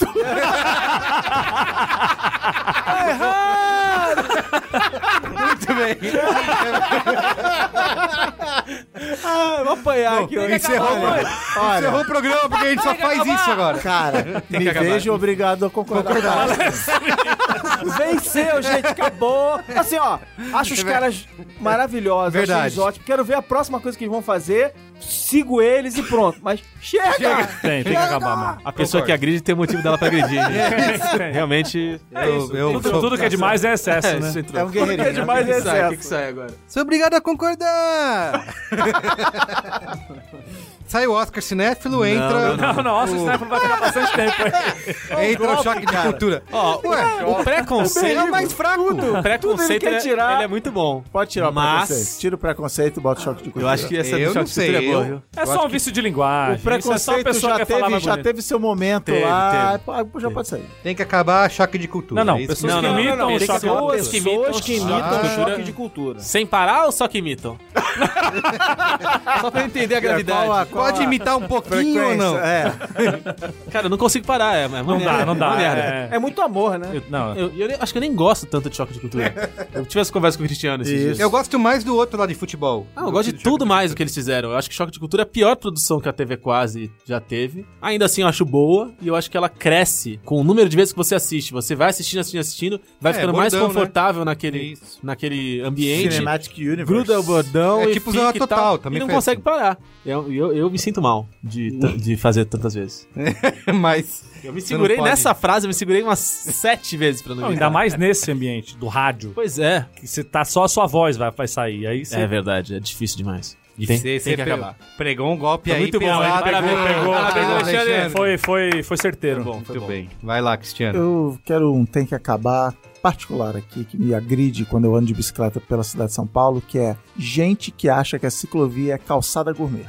[SPEAKER 1] Muito bem.
[SPEAKER 4] Ah, vou apanhar aqui hoje.
[SPEAKER 1] Encerrou, o- encerrou o programa, porque a gente só faz isso agora.
[SPEAKER 3] Cara, me
[SPEAKER 2] acabar.
[SPEAKER 3] vejo obrigado a concordar.
[SPEAKER 4] Venceu, gente, acabou. Assim, ó, acho os caras maravilhosos,
[SPEAKER 1] Verdade.
[SPEAKER 4] acho eles ótimos. Quero ver a próxima coisa que eles vão fazer. Sigo eles e pronto. Mas chega!
[SPEAKER 5] Tem, tem que acabar, mano.
[SPEAKER 2] A pessoa que agride tem motivo dela pra agredir.
[SPEAKER 5] É,
[SPEAKER 2] gente. Realmente.
[SPEAKER 1] É Eu, eu
[SPEAKER 5] Tudo,
[SPEAKER 1] sou-
[SPEAKER 5] tudo que é demais é excesso, né?
[SPEAKER 3] É um guerreirinho.
[SPEAKER 4] É demais
[SPEAKER 2] que sai?
[SPEAKER 4] excesso.
[SPEAKER 2] O que que sai agora?
[SPEAKER 1] Sou obrigado a concordar. Sai o Oscar Cinéfilo, entra,
[SPEAKER 5] Não, não, nossa, o Stefano vai ficar bastante tempo aí.
[SPEAKER 1] entra o choque de cultura.
[SPEAKER 2] Ó, o-
[SPEAKER 1] Ué,
[SPEAKER 2] o preconceito.
[SPEAKER 1] é o mais fraco.
[SPEAKER 2] O preconceito
[SPEAKER 4] quer
[SPEAKER 2] ele, é-
[SPEAKER 4] tirar.
[SPEAKER 2] ele é muito bom.
[SPEAKER 3] Pode tirar o
[SPEAKER 2] Mas-
[SPEAKER 3] preconceito. Tira o preconceito e bota o choque de
[SPEAKER 2] Eu
[SPEAKER 3] cultura.
[SPEAKER 2] acho que essa
[SPEAKER 1] Eu
[SPEAKER 2] do
[SPEAKER 1] não
[SPEAKER 2] choque de cultura
[SPEAKER 1] sei,
[SPEAKER 2] é boa,
[SPEAKER 1] eu-
[SPEAKER 2] viu?
[SPEAKER 5] É só um vício de linguagem.
[SPEAKER 3] O
[SPEAKER 5] Isso é só a
[SPEAKER 3] preconceito
[SPEAKER 5] pessoa
[SPEAKER 3] já,
[SPEAKER 5] que quer falar
[SPEAKER 3] teve,
[SPEAKER 5] mais
[SPEAKER 3] já
[SPEAKER 5] bonito.
[SPEAKER 3] teve seu momento
[SPEAKER 2] Teve,
[SPEAKER 3] lá. pô, Já pode sair.
[SPEAKER 1] Tem que acabar choque de cultura.
[SPEAKER 5] Não, não,
[SPEAKER 1] é isso
[SPEAKER 5] pessoas
[SPEAKER 1] que-
[SPEAKER 2] Não,
[SPEAKER 5] que
[SPEAKER 2] não, não,
[SPEAKER 5] imitam
[SPEAKER 2] não,
[SPEAKER 5] o
[SPEAKER 2] tem que
[SPEAKER 5] choque de
[SPEAKER 2] ser
[SPEAKER 5] cultura.
[SPEAKER 2] pessoas que imitam
[SPEAKER 4] Pessoas que imitam
[SPEAKER 1] Ah.
[SPEAKER 4] choque de cultura.
[SPEAKER 2] Sem parar ou só que imitam? só pra eu entender a gravidade.
[SPEAKER 3] Qual a- qual
[SPEAKER 1] Pode
[SPEAKER 3] a
[SPEAKER 1] imitar um pouquinho ou não?
[SPEAKER 3] frequência? É.
[SPEAKER 2] Cara, eu não consigo parar, é, mas
[SPEAKER 5] Não dá, não dá.
[SPEAKER 2] merda.
[SPEAKER 5] é.
[SPEAKER 4] É muito amor, né?
[SPEAKER 5] Eu- Não,
[SPEAKER 2] Eu, eu nem- acho que eu nem gosto tanto de choque de cultura. Eu tive essa conversa com o Cristiano esses dias.
[SPEAKER 1] Eu gosto mais do outro lá de futebol.
[SPEAKER 2] Ah, eu gosto de tudo mais o que eles fizeram. Eu acho que Choque de Cultura é a pior produção que a TV quase já teve. Ainda assim, eu acho boa e eu acho que ela cresce com o número de vezes que você assiste. Você vai assistindo, assistindo, assistindo, vai
[SPEAKER 1] É,
[SPEAKER 2] ficando mais
[SPEAKER 1] bordão,
[SPEAKER 2] confortável naquele,
[SPEAKER 1] Isso.
[SPEAKER 2] naquele ambiente.
[SPEAKER 3] Cinematic Universe.
[SPEAKER 2] Gruda o bordão
[SPEAKER 1] É
[SPEAKER 2] e
[SPEAKER 1] tipo
[SPEAKER 2] fica
[SPEAKER 1] Zorra
[SPEAKER 2] e
[SPEAKER 1] Total,
[SPEAKER 2] tal,
[SPEAKER 1] também
[SPEAKER 2] E não
[SPEAKER 1] foi assim.
[SPEAKER 2] consegue parar. Eu, eu, eu me sinto mal de, ta- de fazer tantas vezes.
[SPEAKER 1] Mas
[SPEAKER 2] Eu me
[SPEAKER 1] não
[SPEAKER 2] segurei
[SPEAKER 1] pode.
[SPEAKER 2] nessa frase, eu me segurei umas sete vezes pra não,
[SPEAKER 5] Não,
[SPEAKER 2] me
[SPEAKER 5] ainda mais nesse ambiente do rádio,
[SPEAKER 2] Pois é.
[SPEAKER 5] que você tá só a sua voz vai, vai sair. Aí você
[SPEAKER 2] É verdade, é difícil demais.
[SPEAKER 1] Você- você
[SPEAKER 2] que
[SPEAKER 1] pe-
[SPEAKER 2] acabar.
[SPEAKER 1] Pregou um golpe
[SPEAKER 5] Foi
[SPEAKER 1] aí
[SPEAKER 5] muito bom,
[SPEAKER 1] pesado.
[SPEAKER 5] ele pegou,
[SPEAKER 1] Parabéns,
[SPEAKER 5] pegou,
[SPEAKER 1] parabéns,
[SPEAKER 5] pegou.
[SPEAKER 1] Alexandre.
[SPEAKER 5] Foi, foi, foi certeiro.
[SPEAKER 6] Tá
[SPEAKER 1] Muito bem. Vai lá, Cristiano.
[SPEAKER 3] Eu quero um tem que acabar particular aqui que me agride quando eu ando de bicicleta pela cidade de São Paulo, que é gente que acha que a ciclovia é calçada gourmet.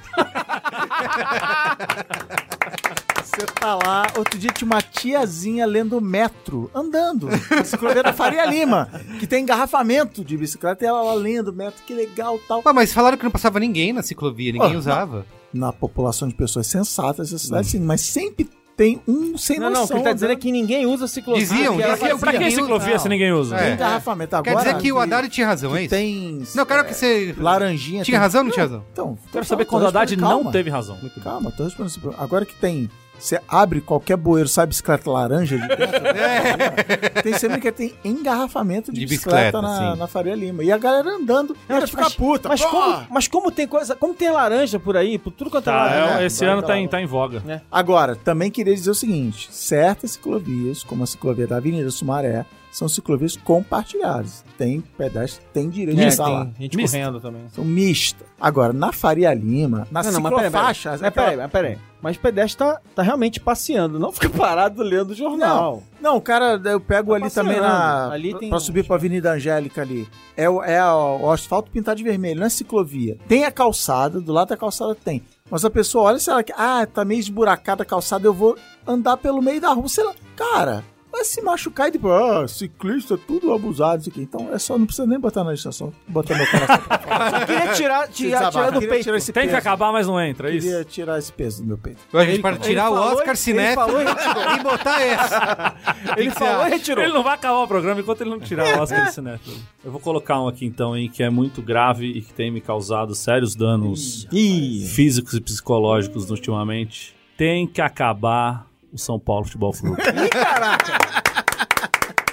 [SPEAKER 3] Você tá lá, outro dia tinha uma tiazinha lendo metro, andando, na ciclovia da Faria Lima, que tem engarrafamento de bicicleta, e ela lá lendo metro, que legal tal.
[SPEAKER 1] Pô, mas falaram que não passava ninguém na ciclovia, ninguém
[SPEAKER 3] Pô,
[SPEAKER 1] usava.
[SPEAKER 3] Na população de pessoas sensatas, essa cidade sim, mas sempre tem um sem
[SPEAKER 4] Uhum. Não, não, o que
[SPEAKER 3] noção.
[SPEAKER 4] ele tá dizendo é
[SPEAKER 3] andando
[SPEAKER 4] que ninguém usa ciclovia.
[SPEAKER 1] Diziam,
[SPEAKER 4] que ela
[SPEAKER 1] diziam
[SPEAKER 4] fazia-
[SPEAKER 5] Pra que
[SPEAKER 1] Ninguém
[SPEAKER 5] ciclovia
[SPEAKER 4] tá.
[SPEAKER 3] usa,
[SPEAKER 5] se ninguém usa?
[SPEAKER 1] É.
[SPEAKER 3] tem engarrafamento
[SPEAKER 1] Quer
[SPEAKER 3] agora.
[SPEAKER 1] dizer que o Haddad tinha razão, é
[SPEAKER 3] que
[SPEAKER 1] isso?
[SPEAKER 3] tem é,
[SPEAKER 1] Não, eu quero que você...
[SPEAKER 3] laranjinha.
[SPEAKER 1] Tinha
[SPEAKER 3] tem-
[SPEAKER 1] razão ou não tinha razão?
[SPEAKER 3] Então,
[SPEAKER 5] Quero saber quando a Haddad não teve razão.
[SPEAKER 3] Calma, tô respondendo. esse problema. Agora que tem. Você abre qualquer bueiro, sai bicicleta laranja de dentro, tem sempre que tem engarrafamento de,
[SPEAKER 1] De bicicleta,
[SPEAKER 3] bicicleta, na,
[SPEAKER 1] sim.
[SPEAKER 3] na Faria Lima. E a galera andando,
[SPEAKER 4] Não,
[SPEAKER 3] ela
[SPEAKER 4] mas-
[SPEAKER 3] fica
[SPEAKER 4] mas-
[SPEAKER 3] puta.
[SPEAKER 4] Mas
[SPEAKER 3] pô!
[SPEAKER 4] como, mas como tem coisa. Como tem laranja por aí, por tudo quanto é
[SPEAKER 5] Tá,
[SPEAKER 4] laranja.
[SPEAKER 5] é,
[SPEAKER 3] né?
[SPEAKER 5] esse
[SPEAKER 3] Vai É.
[SPEAKER 5] ano
[SPEAKER 3] pra
[SPEAKER 5] tá
[SPEAKER 3] lá.
[SPEAKER 5] em, tá em voga.
[SPEAKER 3] Agora, também queria dizer o seguinte: certas ciclovias, como a ciclovia da Avenida Sumaré, são ciclovias compartilhadas. Tem pedestre, tem direito de
[SPEAKER 4] É,
[SPEAKER 3] usar lá.
[SPEAKER 4] tem gente
[SPEAKER 6] Mista.
[SPEAKER 4] correndo também.
[SPEAKER 3] São mista. Agora, na Faria Lima, na
[SPEAKER 4] Não, não, mas peraí,
[SPEAKER 3] ciclofaixa...
[SPEAKER 4] Mas peraí, mas peraí. Mas o pedestre tá, tá realmente passeando, não fica parado lendo o jornal.
[SPEAKER 3] Não, cara, eu pego
[SPEAKER 4] Tá
[SPEAKER 3] ali
[SPEAKER 4] passeando.
[SPEAKER 3] também na.
[SPEAKER 4] Ali
[SPEAKER 3] pra-
[SPEAKER 4] tem
[SPEAKER 3] Pra
[SPEAKER 4] um-
[SPEAKER 3] subir pra Avenida Angélica ali. É, o- é o, o asfalto pintado de vermelho, não é ciclovia. Tem a calçada, do lado da calçada tem. Mas a pessoa olha, sei lá, que, ah, tá meio esburacada a calçada, eu vou andar pelo meio da rua, sei lá. Cara, vai se machucar e tipo, ah, ciclista, tudo abusado, isso aqui. Então é só, não precisa nem botar na estação, botar meu coração. pra fora.
[SPEAKER 4] Só queria tirar, tirar,
[SPEAKER 3] Desabafo.
[SPEAKER 4] tirar do
[SPEAKER 3] Queria
[SPEAKER 4] peito.
[SPEAKER 3] tirar esse
[SPEAKER 6] Tem que
[SPEAKER 3] peso.
[SPEAKER 6] acabar, mas não entra, é isso?
[SPEAKER 3] Queria tirar esse peso do meu peito.
[SPEAKER 1] Eu acho que para tirar o
[SPEAKER 4] falou e-
[SPEAKER 1] Oscar
[SPEAKER 4] ele
[SPEAKER 1] Cinéfilo
[SPEAKER 4] falou e
[SPEAKER 1] e botar essa.
[SPEAKER 4] Ele
[SPEAKER 1] que você
[SPEAKER 4] falou e
[SPEAKER 1] acha?
[SPEAKER 4] retirou.
[SPEAKER 6] Ele não vai acabar o programa enquanto ele não tirar o Oscar do Cinéfilo. Eu vou colocar um aqui então, hein, que é muito grave e que tem me causado sérios danos
[SPEAKER 4] Ih,
[SPEAKER 6] físicos e psicológicos ultimamente. Tem que acabar o São Paulo Futebol Clube.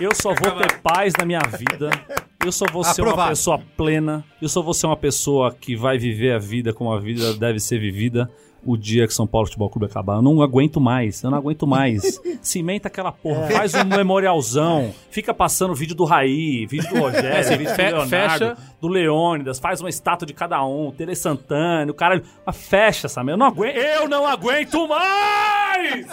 [SPEAKER 6] Eu só vou ter paz na minha vida. Eu só vou ser uma
[SPEAKER 1] Aprovado.
[SPEAKER 6] pessoa plena. Eu só vou ser uma pessoa que vai viver a vida como a vida deve ser vivida. O dia que São Paulo Futebol Clube acabar, eu não aguento mais, eu não aguento mais. Cimenta aquela porra, faz um memorialzão, fica passando vídeo do Raí, vídeo do Rogério, vídeo do
[SPEAKER 2] fe-
[SPEAKER 6] É, Leonardo,
[SPEAKER 2] fecha.
[SPEAKER 6] do Leônidas, faz uma estátua de cada um, Tele Santana, o caralho. Mas fecha essa merda, eu não aguento, eu não aguento mais!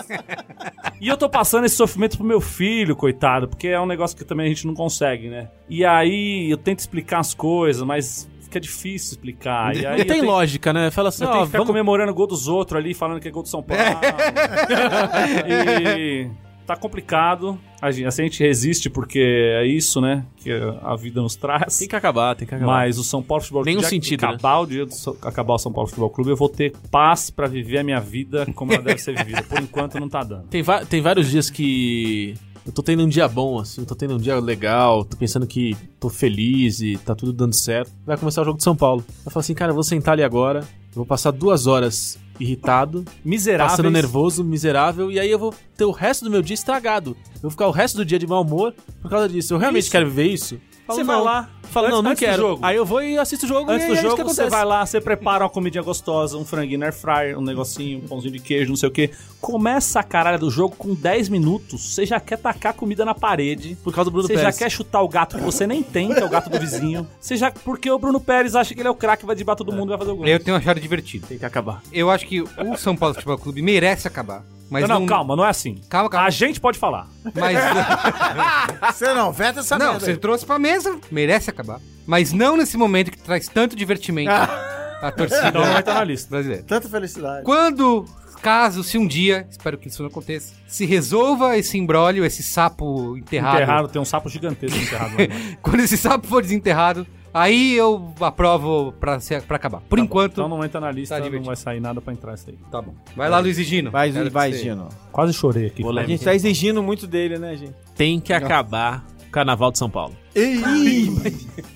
[SPEAKER 6] E eu tô passando esse sofrimento pro meu filho, coitado, porque é um negócio que também a gente não consegue, né? E aí eu tento explicar as coisas, mas fica difícil explicar. E aí
[SPEAKER 2] Não
[SPEAKER 6] eu
[SPEAKER 2] tem
[SPEAKER 6] tenho-
[SPEAKER 2] lógica, né? Fala assim,
[SPEAKER 6] Eu tenho
[SPEAKER 2] ó,
[SPEAKER 6] que ficar
[SPEAKER 2] vamos...
[SPEAKER 6] comemorando o gol dos outros ali, falando que é gol do São Paulo. e tá complicado. A gente, assim, a gente resiste porque é isso, né? Que a vida nos traz.
[SPEAKER 2] Tem que acabar, tem que acabar.
[SPEAKER 6] Mas o São Paulo Futebol Clube.
[SPEAKER 2] Nenhum
[SPEAKER 6] dia que
[SPEAKER 2] sentido, né?
[SPEAKER 6] Acabar o dia do so- acabar o São Paulo Futebol Clube, eu vou ter paz pra viver a minha vida como ela deve ser vivida. Por enquanto não tá dando.
[SPEAKER 2] Tem, va- tem vários dias que eu tô tendo um dia bom, assim, eu tô tendo um dia legal, tô pensando que tô feliz e tá tudo dando certo. Vai começar o jogo de São Paulo. Eu falo assim, cara, eu vou sentar ali agora, eu vou passar duas horas irritado,
[SPEAKER 6] Miserável.
[SPEAKER 2] passando nervoso, miserável, e aí eu vou ter o resto do meu dia estragado. Eu vou ficar o resto do dia de mau humor por causa disso. Eu realmente quero viver isso? Falo,
[SPEAKER 6] Você vai
[SPEAKER 2] não.
[SPEAKER 6] lá.
[SPEAKER 2] Falo,
[SPEAKER 6] antes-
[SPEAKER 2] não, não
[SPEAKER 6] antes do
[SPEAKER 2] quero.
[SPEAKER 6] jogo.
[SPEAKER 2] Aí eu vou e assisto o jogo
[SPEAKER 6] Antes
[SPEAKER 2] e
[SPEAKER 6] do
[SPEAKER 2] é isso
[SPEAKER 6] jogo,
[SPEAKER 2] que
[SPEAKER 6] você
[SPEAKER 2] acontece.
[SPEAKER 6] vai lá, você prepara uma comidinha gostosa, um franguinho na air fryer, um negocinho, um pãozinho de queijo, não sei o quê. Começa a caralho do jogo com 10 minutos, você já quer tacar comida na parede.
[SPEAKER 2] Por causa do Bruno
[SPEAKER 6] Você
[SPEAKER 2] Pérez.
[SPEAKER 6] já quer chutar o gato que você nem tem, que é o gato do vizinho. Você já. Porque o Bruno Pérez acha que ele é o craque, vai debater todo mundo e vai fazer o gol.
[SPEAKER 1] Eu tenho achado divertido.
[SPEAKER 2] Tem que acabar.
[SPEAKER 1] Eu acho que o São Paulo Futebol Clube merece acabar. Mas
[SPEAKER 6] Não, não, calma, Ah, não é assim.
[SPEAKER 1] Calma, calma.
[SPEAKER 6] A gente pode falar.
[SPEAKER 1] Mas,
[SPEAKER 3] Você não, veta essa
[SPEAKER 1] não,
[SPEAKER 3] merda
[SPEAKER 1] você
[SPEAKER 3] aí.
[SPEAKER 1] trouxe pra mesa, merece acabar. Mas não nesse momento que traz tanto divertimento à torcida
[SPEAKER 6] Então não vai estar na lista.
[SPEAKER 1] brasileira.
[SPEAKER 3] Tanta felicidade.
[SPEAKER 1] Quando, caso, se um dia, espero que isso não aconteça, se resolva esse imbróglio, esse sapo enterrado.
[SPEAKER 6] Enterrado, tem um sapo gigantesco enterrado. lá.
[SPEAKER 1] Quando esse sapo for desenterrado, aí eu aprovo pra, ser- pra acabar. Por
[SPEAKER 6] Tá bom,
[SPEAKER 1] enquanto, tá
[SPEAKER 6] Então não entra na lista, não
[SPEAKER 1] divertido.
[SPEAKER 6] vai sair nada pra entrar isso aí.
[SPEAKER 1] tá bom. Vai lá, Luiz e Gino.
[SPEAKER 4] vai,
[SPEAKER 1] Quero
[SPEAKER 4] vai,
[SPEAKER 1] que você-
[SPEAKER 4] Gino.
[SPEAKER 6] Quase chorei aqui.
[SPEAKER 4] A gente tá exigindo muito dele, né, gente?
[SPEAKER 2] Tem que acabar o Carnaval de São Paulo.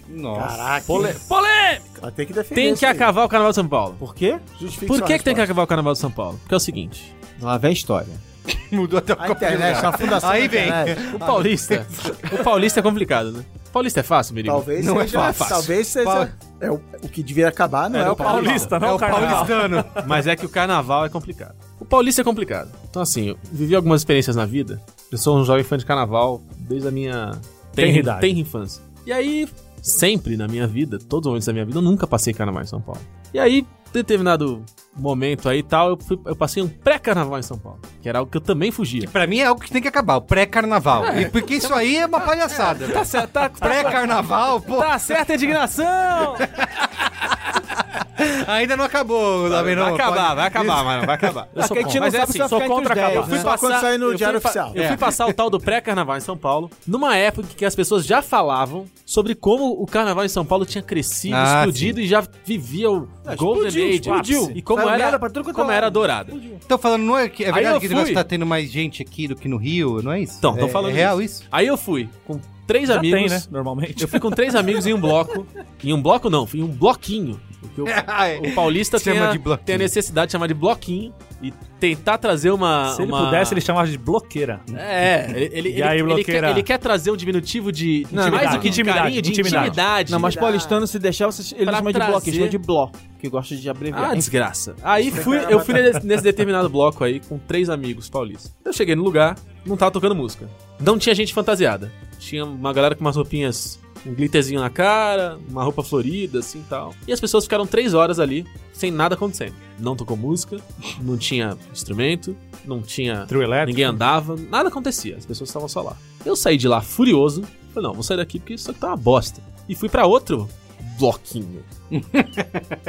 [SPEAKER 1] Nossa.
[SPEAKER 6] Pole...
[SPEAKER 3] Vai ter que defender
[SPEAKER 2] Tem
[SPEAKER 3] isso
[SPEAKER 2] que
[SPEAKER 3] aí.
[SPEAKER 2] acabar o Carnaval de São Paulo.
[SPEAKER 4] Por quê?
[SPEAKER 3] Justifique
[SPEAKER 2] Por
[SPEAKER 3] sua
[SPEAKER 2] que, que tem que
[SPEAKER 3] resposta.
[SPEAKER 2] acabar o Carnaval de São Paulo? Porque é o seguinte,
[SPEAKER 4] Lá vem a história.
[SPEAKER 1] Mudou até o
[SPEAKER 3] A internet, a fundação
[SPEAKER 1] Aí
[SPEAKER 3] da
[SPEAKER 1] vem.
[SPEAKER 3] internet.
[SPEAKER 2] o paulista, o paulista é complicado, né? Paulista é fácil, Merigo?
[SPEAKER 3] Talvez
[SPEAKER 1] Não é
[SPEAKER 3] seja,
[SPEAKER 1] fácil.
[SPEAKER 3] talvez seja
[SPEAKER 1] Pau-
[SPEAKER 3] é o, o que devia acabar, não é,
[SPEAKER 2] Era
[SPEAKER 3] o
[SPEAKER 2] o Paulo.
[SPEAKER 3] Paulo.
[SPEAKER 6] Paulista, não
[SPEAKER 1] É o
[SPEAKER 6] Carnaval.
[SPEAKER 1] paulistano.
[SPEAKER 2] Mas é que o carnaval é complicado. O paulista é complicado. Então, assim, eu vivi algumas experiências na vida. Eu sou um jovem fã de carnaval desde a minha
[SPEAKER 6] Tenra idade.
[SPEAKER 2] tenra infância. E aí, sempre na minha vida, todos os momentos da minha vida, eu nunca passei carnaval em São Paulo. E aí, determinado momento aí e tal, eu, fui- eu passei um pré-carnaval em São Paulo, que era algo que eu também fugia.
[SPEAKER 1] Pra mim é algo que tem que acabar, o pré-carnaval. E porque isso aí é uma palhaçada.
[SPEAKER 2] Tá certo, tá,
[SPEAKER 1] Pré-carnaval, pô,
[SPEAKER 2] tá certa a indignação!
[SPEAKER 1] ainda não acabou, tá vendo?
[SPEAKER 2] Vai acabar, vai acabar, mano, vai acabar.
[SPEAKER 6] Eu sou
[SPEAKER 4] Aquele
[SPEAKER 6] contra.
[SPEAKER 4] time não
[SPEAKER 2] Mas é
[SPEAKER 4] sabe
[SPEAKER 2] assim,
[SPEAKER 4] se vai
[SPEAKER 2] sou
[SPEAKER 4] ficar entre
[SPEAKER 2] contra
[SPEAKER 4] os 10,
[SPEAKER 2] acabar. Eu
[SPEAKER 4] né?
[SPEAKER 2] fui
[SPEAKER 3] Só
[SPEAKER 2] passar,
[SPEAKER 3] quando sair no
[SPEAKER 2] eu fui
[SPEAKER 3] Diário
[SPEAKER 2] pa-
[SPEAKER 3] Oficial.
[SPEAKER 2] Eu fui passar o tal do pré-carnaval em São Paulo, numa época que as pessoas já falavam sobre como o carnaval em São Paulo tinha crescido,
[SPEAKER 1] Ah,
[SPEAKER 2] explodido e já vivia o Golden
[SPEAKER 4] explodiu,
[SPEAKER 2] Age.
[SPEAKER 4] explodiu.
[SPEAKER 2] E como
[SPEAKER 4] Saiu
[SPEAKER 2] era,
[SPEAKER 4] merda pra tudo quanto
[SPEAKER 2] como
[SPEAKER 4] é
[SPEAKER 2] era
[SPEAKER 4] lado.
[SPEAKER 2] dourada.
[SPEAKER 1] Então falando, não é, que- é
[SPEAKER 2] Aí eu
[SPEAKER 1] verdade que esse negócio tá
[SPEAKER 2] fui.
[SPEAKER 1] tendo mais gente aqui do que no Rio, não é isso?
[SPEAKER 2] Então, tão
[SPEAKER 1] É-
[SPEAKER 2] falando
[SPEAKER 1] É real isso?
[SPEAKER 2] Aí eu fui com três
[SPEAKER 6] Já
[SPEAKER 2] amigos.
[SPEAKER 6] tem, né? Normalmente.
[SPEAKER 2] Eu fui com três amigos em um bloco. Em um bloco não, fui em um bloquinho. Porque eu O paulista tem
[SPEAKER 1] É. Chama
[SPEAKER 2] a,
[SPEAKER 1] de bloquinho.
[SPEAKER 2] tem a necessidade de chamar de bloquinho e tentar trazer uma.
[SPEAKER 6] Se ele
[SPEAKER 2] uma-
[SPEAKER 6] pudesse, ele chamava de bloqueira.
[SPEAKER 2] É, ele, ele,
[SPEAKER 6] E
[SPEAKER 2] ele-
[SPEAKER 6] aí,
[SPEAKER 2] ele
[SPEAKER 6] bloqueira?
[SPEAKER 2] quer, ele quer trazer um diminutivo de.
[SPEAKER 4] Não,
[SPEAKER 2] de mais
[SPEAKER 4] não.
[SPEAKER 2] do que de
[SPEAKER 6] Intimidade,
[SPEAKER 2] carinho, de
[SPEAKER 6] intimidade.
[SPEAKER 2] intimidade.
[SPEAKER 4] Não, mas
[SPEAKER 2] de-
[SPEAKER 4] paulistano, se deixar, vocês- eles
[SPEAKER 2] Pra
[SPEAKER 4] chamam de bloco, eles
[SPEAKER 2] trazer-
[SPEAKER 4] chamam de bló, que gosta de abreviar.
[SPEAKER 2] Ah, desgraça. Aí fui, eu fui nesse, nesse determinado bloco aí com três amigos paulistas. Eu cheguei no lugar, não tava tocando música. Não tinha gente fantasiada. Tinha uma galera com umas roupinhas, um glitterzinho na cara, uma roupa florida, assim tal. E as pessoas ficaram três horas ali, sem nada acontecendo. Não tocou música, não tinha instrumento, não tinha.
[SPEAKER 5] Trio elétrico.
[SPEAKER 2] Ninguém andava, nada acontecia, as pessoas estavam só lá. Eu saí de lá furioso, falei, não, vou sair daqui porque isso aqui tá uma bosta. E fui pra outro bloquinho.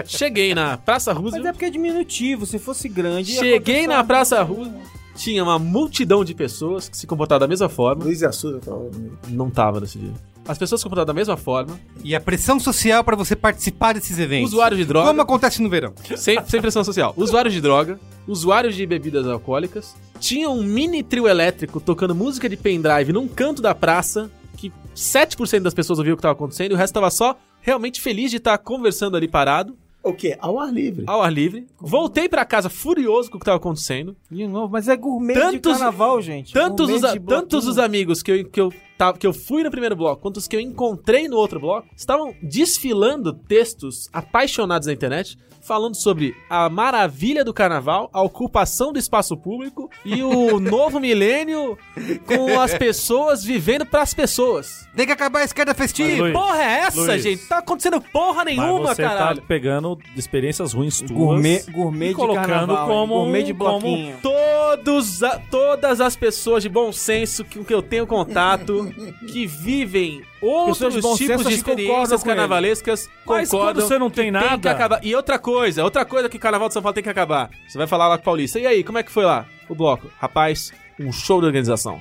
[SPEAKER 2] Cheguei na Praça
[SPEAKER 4] Mas
[SPEAKER 2] Roosevelt.
[SPEAKER 4] é porque é diminutivo, se fosse grande... ia
[SPEAKER 2] Cheguei
[SPEAKER 4] acontecer
[SPEAKER 2] na
[SPEAKER 4] uma-
[SPEAKER 2] Praça Roosevelt. Tinha uma multidão de pessoas que se comportaram da mesma forma.
[SPEAKER 3] Luiz e Assuda tava no meio.
[SPEAKER 2] Não tava nesse dia. As pessoas se comportaram da mesma forma.
[SPEAKER 1] E a pressão social pra você participar desses eventos.
[SPEAKER 2] Usuário de droga.
[SPEAKER 1] Como acontece no verão.
[SPEAKER 2] Sem, sem pressão social. Usuários de droga, usuários de bebidas alcoólicas. Tinha um mini trio elétrico tocando música de pendrive num canto da praça, que 7% das pessoas ouviam o que estava acontecendo, e o resto estava só realmente feliz de estar conversando ali parado,
[SPEAKER 3] O quê? Ao ar livre.
[SPEAKER 2] ao ar livre. Voltei pra casa furioso com o que estava acontecendo.
[SPEAKER 4] De novo, mas é gourmet
[SPEAKER 2] Tantos-
[SPEAKER 4] de carnaval, gente.
[SPEAKER 2] Tantos
[SPEAKER 4] Gourmet
[SPEAKER 2] os, a-
[SPEAKER 4] Tipo, um de bloquinho.
[SPEAKER 2] tantos os amigos que eu, que, eu tava, que eu fui no primeiro bloco, quanto os que eu encontrei no outro bloco, estavam desfilando textos apaixonados na internet, falando sobre a maravilha do carnaval, a ocupação do espaço público e o novo milênio com as pessoas vivendo pras pessoas.
[SPEAKER 1] Tem que acabar a esquerda
[SPEAKER 5] Mas,
[SPEAKER 1] festiva.
[SPEAKER 5] Luiz,
[SPEAKER 2] porra é essa,
[SPEAKER 5] Luiz.
[SPEAKER 2] gente? Tá acontecendo porra
[SPEAKER 5] Mas
[SPEAKER 2] nenhuma,
[SPEAKER 5] você
[SPEAKER 2] caralho.
[SPEAKER 5] tá pegando experiências ruins tuas.
[SPEAKER 4] Gourmet, gourmet
[SPEAKER 5] e
[SPEAKER 4] de
[SPEAKER 5] colocando
[SPEAKER 4] carnaval,
[SPEAKER 5] como um-
[SPEAKER 4] gourmet de
[SPEAKER 5] como um
[SPEAKER 4] bloquinho.
[SPEAKER 2] Todos a- todas as pessoas de bom senso com que eu tenho contato, que vivem outros
[SPEAKER 4] Pessoas de bom
[SPEAKER 2] tipos
[SPEAKER 4] senso,
[SPEAKER 2] de
[SPEAKER 4] acho que concordam
[SPEAKER 2] experiências
[SPEAKER 4] com ele.
[SPEAKER 2] carnavalescas,
[SPEAKER 5] Mas quando
[SPEAKER 2] concordam.
[SPEAKER 5] você não tem
[SPEAKER 2] Tem que
[SPEAKER 5] nada,
[SPEAKER 2] acabar. E outra coisa, outra coisa que o Carnaval de São Paulo tem que acabar. Você vai falar lá com o Paulista. E aí, como é que foi lá? O bloco. Rapaz, um show de organização.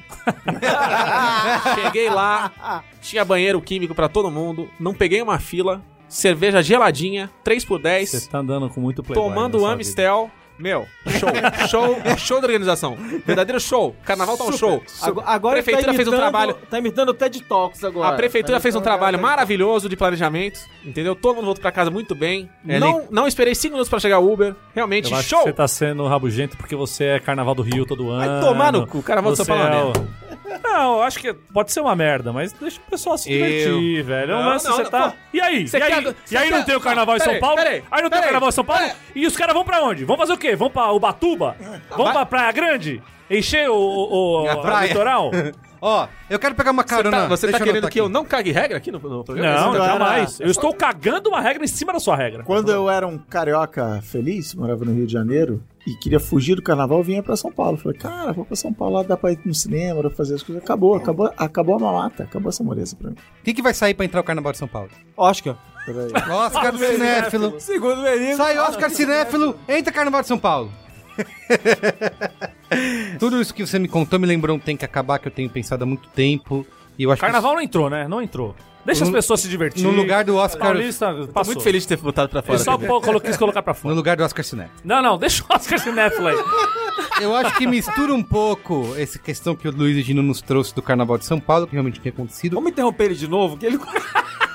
[SPEAKER 2] Cheguei lá, tinha banheiro químico pra todo mundo, não peguei uma fila, cerveja geladinha, 3 por 10
[SPEAKER 5] você tá andando com muito playboy.
[SPEAKER 2] tomando
[SPEAKER 5] nessa
[SPEAKER 2] Amstel. Meu, show, show, show da organização. Verdadeiro show. Carnaval tá um show.
[SPEAKER 4] Ago- Agora
[SPEAKER 2] a prefeitura
[SPEAKER 4] tá
[SPEAKER 2] fez um
[SPEAKER 4] imitando-
[SPEAKER 2] trabalho.
[SPEAKER 4] Tá imitando o TED Talks agora.
[SPEAKER 2] A prefeitura
[SPEAKER 4] Tá
[SPEAKER 2] fez um
[SPEAKER 4] imitando-
[SPEAKER 2] trabalho maravilhoso de planejamento, entendeu? Todo mundo voltou pra casa muito bem.
[SPEAKER 1] É,
[SPEAKER 2] Não, não esperei cinco minutos pra chegar o Uber. Realmente,
[SPEAKER 5] Eu acho
[SPEAKER 2] show!
[SPEAKER 5] que você tá sendo rabugento porque você é Carnaval do Rio todo
[SPEAKER 2] Vai
[SPEAKER 5] ano.
[SPEAKER 2] tomar no cu, Carnaval do
[SPEAKER 5] Você
[SPEAKER 2] São Paulo é
[SPEAKER 5] é
[SPEAKER 2] uma merda.
[SPEAKER 5] o- Não, eu acho que pode ser uma merda, mas deixa o pessoal se divertir, velho. É um
[SPEAKER 2] Não,
[SPEAKER 5] lance,
[SPEAKER 2] não,
[SPEAKER 5] você
[SPEAKER 2] não,
[SPEAKER 5] tá...
[SPEAKER 2] pô.
[SPEAKER 5] E aí?
[SPEAKER 2] Você
[SPEAKER 5] e aí,
[SPEAKER 2] quer-
[SPEAKER 5] e
[SPEAKER 2] você
[SPEAKER 5] aí não
[SPEAKER 2] quer-
[SPEAKER 5] tem o Carnaval em São
[SPEAKER 2] Peraí,
[SPEAKER 5] Paulo?
[SPEAKER 2] peraí,
[SPEAKER 5] aí não tem o
[SPEAKER 2] peraí.
[SPEAKER 5] Carnaval em São Paulo?
[SPEAKER 2] Peraí.
[SPEAKER 5] E os caras vão pra onde? Vão fazer o quê? Vão pra Ubatuba? Vão pra Praia Grande? Encher o, o, o-
[SPEAKER 1] A praia.
[SPEAKER 5] o litoral?
[SPEAKER 1] Ó, eu quero pegar uma
[SPEAKER 2] Você
[SPEAKER 1] carona.
[SPEAKER 2] tá, você tá
[SPEAKER 1] Deixa
[SPEAKER 2] querendo
[SPEAKER 1] anotar
[SPEAKER 2] que eu
[SPEAKER 1] aqui.
[SPEAKER 2] não cague regra aqui no, no programa? tá
[SPEAKER 5] Não,
[SPEAKER 4] Isso era-
[SPEAKER 5] jamais. Eu estou cagando uma regra em cima da sua regra.
[SPEAKER 3] Quando eu era um carioca feliz, morava no Rio de Janeiro, e queria fugir do carnaval, eu vinha pra São Paulo. Falei, cara, vou pra São Paulo, lá dá pra ir no cinema, dá pra fazer as coisas. Acabou, acabou, acabou a mamata, acabou essa moleza pra mim.
[SPEAKER 1] O que, que vai sair pra entrar o Carnaval de São Paulo?
[SPEAKER 4] Oscar.
[SPEAKER 3] Peraí.
[SPEAKER 1] Oscar
[SPEAKER 5] né,
[SPEAKER 1] Cinéfilo.
[SPEAKER 4] Segundo o menino.
[SPEAKER 1] Sai Oscar Cinéfilo, entra Carnaval de São Paulo. Tudo isso que você me contou me lembrou um Tem Que Acabar que eu tenho pensado há muito tempo. E eu acho que
[SPEAKER 5] Carnaval não entrou, né? Não entrou. Deixa as
[SPEAKER 1] No-
[SPEAKER 5] pessoas se divertirem.
[SPEAKER 1] no lugar do Oscar-
[SPEAKER 5] Paulista
[SPEAKER 2] Tô
[SPEAKER 5] passou.
[SPEAKER 2] Tá muito feliz de ter botado pra
[SPEAKER 5] Eu
[SPEAKER 2] fora.
[SPEAKER 5] só pô- colo- quis colocar pra
[SPEAKER 1] No
[SPEAKER 5] fora.
[SPEAKER 1] lugar do Oscar Cinéfilo.
[SPEAKER 5] Não, não, deixa o Oscar Cinéfilo aí.
[SPEAKER 1] Eu acho que mistura um pouco essa questão que o Luiz Edino nos trouxe do Carnaval de São Paulo, que realmente tinha acontecido,
[SPEAKER 4] Vamos interromper ele de novo, que ele...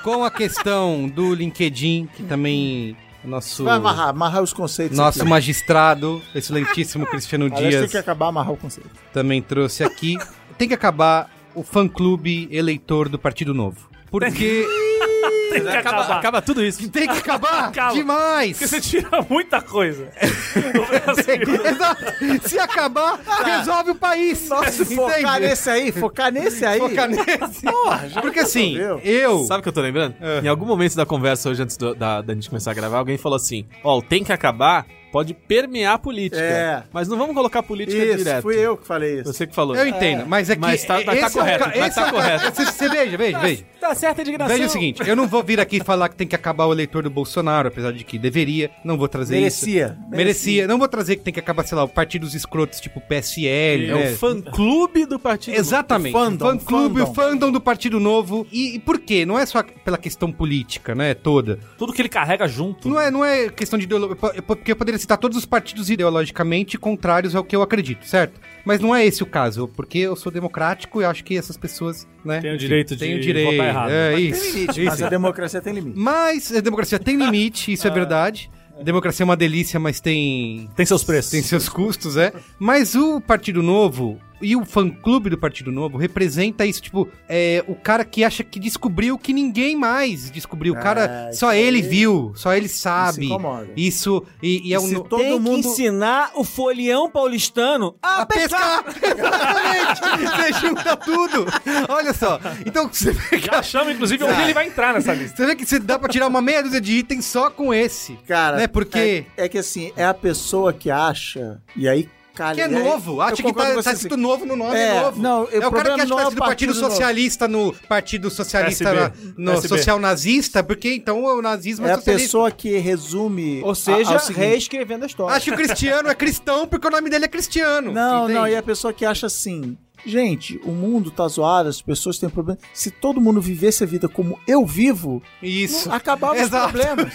[SPEAKER 1] com a questão do LinkedIn, que também o nosso,
[SPEAKER 3] Vai amarrar, amarrar os conceitos.
[SPEAKER 1] nosso
[SPEAKER 3] aqui.
[SPEAKER 1] magistrado, excelentíssimo Cristiano
[SPEAKER 3] Aliás, tem
[SPEAKER 1] Dias,
[SPEAKER 3] que é acabar amarrar o conceito.
[SPEAKER 1] também trouxe aqui. Tem que acabar o fã-clube eleitor do Partido Novo. Porque
[SPEAKER 5] Tem que
[SPEAKER 2] Acaba,
[SPEAKER 5] acabar.
[SPEAKER 2] acaba tudo isso.
[SPEAKER 1] tem que acabar
[SPEAKER 5] Acaba.
[SPEAKER 1] demais!
[SPEAKER 5] Porque você tira muita coisa. É O
[SPEAKER 1] Exato. Se acabar, resolve o país.
[SPEAKER 3] Nossa,
[SPEAKER 1] Entende?
[SPEAKER 3] focar nesse aí, focar nesse aí.
[SPEAKER 1] Focar nesse. Porque assim,
[SPEAKER 3] resolveu.
[SPEAKER 1] eu...
[SPEAKER 2] Sabe o que eu tô lembrando? Em algum momento da conversa hoje, antes do- da, da gente começar a gravar, alguém falou assim: Ó, o tem que acabar pode permear a política.
[SPEAKER 3] É.
[SPEAKER 2] Mas não vamos colocar política
[SPEAKER 3] Isso,
[SPEAKER 2] direto.
[SPEAKER 3] fui eu que falei isso.
[SPEAKER 2] Você que falou.
[SPEAKER 1] Eu entendo, mas é que...
[SPEAKER 2] Mas tá- mas tá
[SPEAKER 1] esse é o
[SPEAKER 2] correto,
[SPEAKER 1] ca-
[SPEAKER 2] mas
[SPEAKER 1] esse
[SPEAKER 2] tá
[SPEAKER 1] é o ca-
[SPEAKER 2] correto.
[SPEAKER 1] Você, você veja, veja, veja.
[SPEAKER 4] Tá certa a indignação.
[SPEAKER 1] Veja o seguinte, eu não vou vir aqui falar que tem que acabar o eleitor do Bolsonaro, apesar de que deveria, não vou trazer isso.
[SPEAKER 3] Merecia.
[SPEAKER 1] Merecia. Não vou trazer que tem que acabar, sei lá, o partido dos escrotos, tipo PSL,
[SPEAKER 2] É o
[SPEAKER 1] né?
[SPEAKER 2] fã-clube do Partido
[SPEAKER 1] Exatamente.
[SPEAKER 3] O fandom,
[SPEAKER 1] o fã-clube, o
[SPEAKER 3] fandom.
[SPEAKER 1] fandom do Partido Novo. E, e por quê? Não é só pela questão política, né, toda.
[SPEAKER 5] Tudo que ele carrega junto.
[SPEAKER 1] Não é, não é questão de ideologia. Porque eu poderia citar todos os partidos ideologicamente contrários ao que eu acredito, certo? Mas não é esse o caso, porque eu sou democrático e acho que essas pessoas, né?
[SPEAKER 5] Tem o direito
[SPEAKER 1] têm
[SPEAKER 5] de
[SPEAKER 1] o direito.
[SPEAKER 5] votar errado.
[SPEAKER 1] É
[SPEAKER 3] Mas
[SPEAKER 1] isso.
[SPEAKER 3] Tem limite, mas
[SPEAKER 1] isso.
[SPEAKER 3] a democracia tem limite.
[SPEAKER 1] Mas a democracia tem limite,
[SPEAKER 3] Ah.
[SPEAKER 1] isso é verdade. A democracia é uma delícia, mas tem
[SPEAKER 5] Tem seus preços.
[SPEAKER 1] tem seus custos, é. Mas o Partido Novo, E o fã-clube do Partido Novo representa isso, tipo, é, o cara que acha que descobriu que ninguém mais descobriu. O cara,
[SPEAKER 3] Ah,
[SPEAKER 1] só
[SPEAKER 3] isso
[SPEAKER 1] ele
[SPEAKER 3] aí-
[SPEAKER 1] viu, só ele sabe.
[SPEAKER 3] incomoda.
[SPEAKER 1] Isso, e, e é um...
[SPEAKER 3] se todo
[SPEAKER 4] Tem que
[SPEAKER 3] mundo- Ah,
[SPEAKER 4] ensinar o folião paulistano a,
[SPEAKER 1] A
[SPEAKER 4] pescar.
[SPEAKER 1] pescar! Exatamente! Você junta tudo! Olha só, então você vê que,
[SPEAKER 5] Já chama, inclusive, onde ele vai entrar nessa lista.
[SPEAKER 1] você vê que você dá pra tirar uma meia dúzia de itens só com esse.
[SPEAKER 3] Cara,
[SPEAKER 1] Né, porque-
[SPEAKER 3] é, é que assim, é a pessoa que acha, e aí calha.
[SPEAKER 1] Que é
[SPEAKER 3] e aí-
[SPEAKER 1] novo, acha
[SPEAKER 3] tá eu
[SPEAKER 1] que tá,
[SPEAKER 3] concordo com
[SPEAKER 1] tá
[SPEAKER 3] você, assim.
[SPEAKER 1] escrito novo no nome,
[SPEAKER 3] É,
[SPEAKER 1] novo.
[SPEAKER 3] não,
[SPEAKER 1] é o
[SPEAKER 3] o
[SPEAKER 1] cara
[SPEAKER 3] problema
[SPEAKER 1] que acha
[SPEAKER 3] não
[SPEAKER 1] que tá
[SPEAKER 3] é o
[SPEAKER 1] escrito Partido
[SPEAKER 3] Partido Novo.
[SPEAKER 1] Socialista no Partido Socialista
[SPEAKER 5] SB.
[SPEAKER 1] na- no
[SPEAKER 5] SB.
[SPEAKER 1] Social Nazista, porque então o nazismo
[SPEAKER 3] É a
[SPEAKER 1] socialista.
[SPEAKER 3] pessoa que resume.
[SPEAKER 4] Ou seja,
[SPEAKER 3] ao seguinte.
[SPEAKER 4] reescrevendo a história.
[SPEAKER 1] Acha que o Cristiano é cristão porque o nome dele é Cristiano.
[SPEAKER 3] Não,
[SPEAKER 1] entende?
[SPEAKER 3] não, e a pessoa que acha assim. Gente, o mundo tá zoado, as pessoas têm problema. Se todo mundo vivesse a vida como eu vivo,
[SPEAKER 1] Isso.
[SPEAKER 3] não acabava os
[SPEAKER 1] Exato.
[SPEAKER 3] problemas.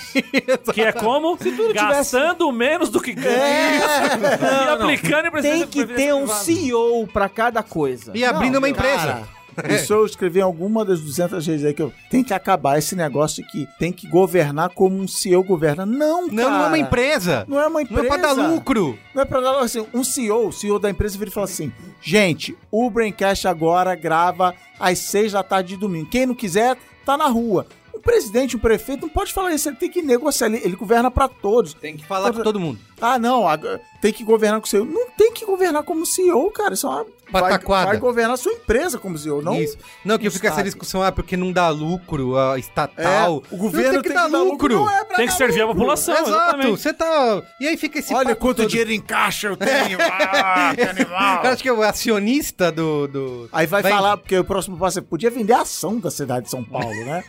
[SPEAKER 5] Que é como gastando menos do que ganha. e aplicando e
[SPEAKER 4] É. Tem
[SPEAKER 5] precisando-
[SPEAKER 4] que ter um CEO pra cada coisa.
[SPEAKER 1] E abrindo uma
[SPEAKER 3] Cara,
[SPEAKER 1] empresa.
[SPEAKER 3] Isso eu escrevi em alguma das 200 vezes aí que eu. Tem que acabar esse negócio que tem que governar como um CEO governa. Não,
[SPEAKER 1] Não,
[SPEAKER 3] cara.
[SPEAKER 1] não é uma empresa.
[SPEAKER 3] Não é uma
[SPEAKER 1] Não
[SPEAKER 3] empresa.
[SPEAKER 1] é pra dar lucro.
[SPEAKER 3] Não é pra dar assim, um CEO, o CEO da empresa vira e fala assim: gente, o Braincast agora grava às seis da tarde de domingo. Quem não quiser, tá na rua. O presidente, o prefeito, não pode falar isso, ele tem que negociar, ele, ele governa pra todos.
[SPEAKER 1] Tem que falar com todo mundo.
[SPEAKER 3] Ah, não, agora tem que governar com o CEO. Não tem que governar como CEO, cara. Isso é uma. Vai,
[SPEAKER 1] Pataquada.
[SPEAKER 3] vai governar a sua empresa como CEO, não.
[SPEAKER 1] Isso. Não, que fica essa
[SPEAKER 3] Estado.
[SPEAKER 1] discussão, ah, porque não dá lucro, ah,
[SPEAKER 3] É,
[SPEAKER 1] estatal.
[SPEAKER 3] o governo
[SPEAKER 1] Não,
[SPEAKER 3] tem que, dar lucro. não é pra
[SPEAKER 5] Tem que
[SPEAKER 3] dar
[SPEAKER 5] servir a
[SPEAKER 3] lucro.
[SPEAKER 5] população,
[SPEAKER 1] Exato,
[SPEAKER 5] exatamente.
[SPEAKER 1] você tá. E aí fica esse
[SPEAKER 3] Olha
[SPEAKER 1] papo
[SPEAKER 3] quanto
[SPEAKER 1] todo.
[SPEAKER 3] dinheiro em caixa eu tenho.
[SPEAKER 2] ah,
[SPEAKER 1] O cara acha que é o acionista do. do-
[SPEAKER 3] Aí vai
[SPEAKER 1] Vai-
[SPEAKER 3] falar, porque o próximo passo é podia vender a ação da cidade de São Paulo, né?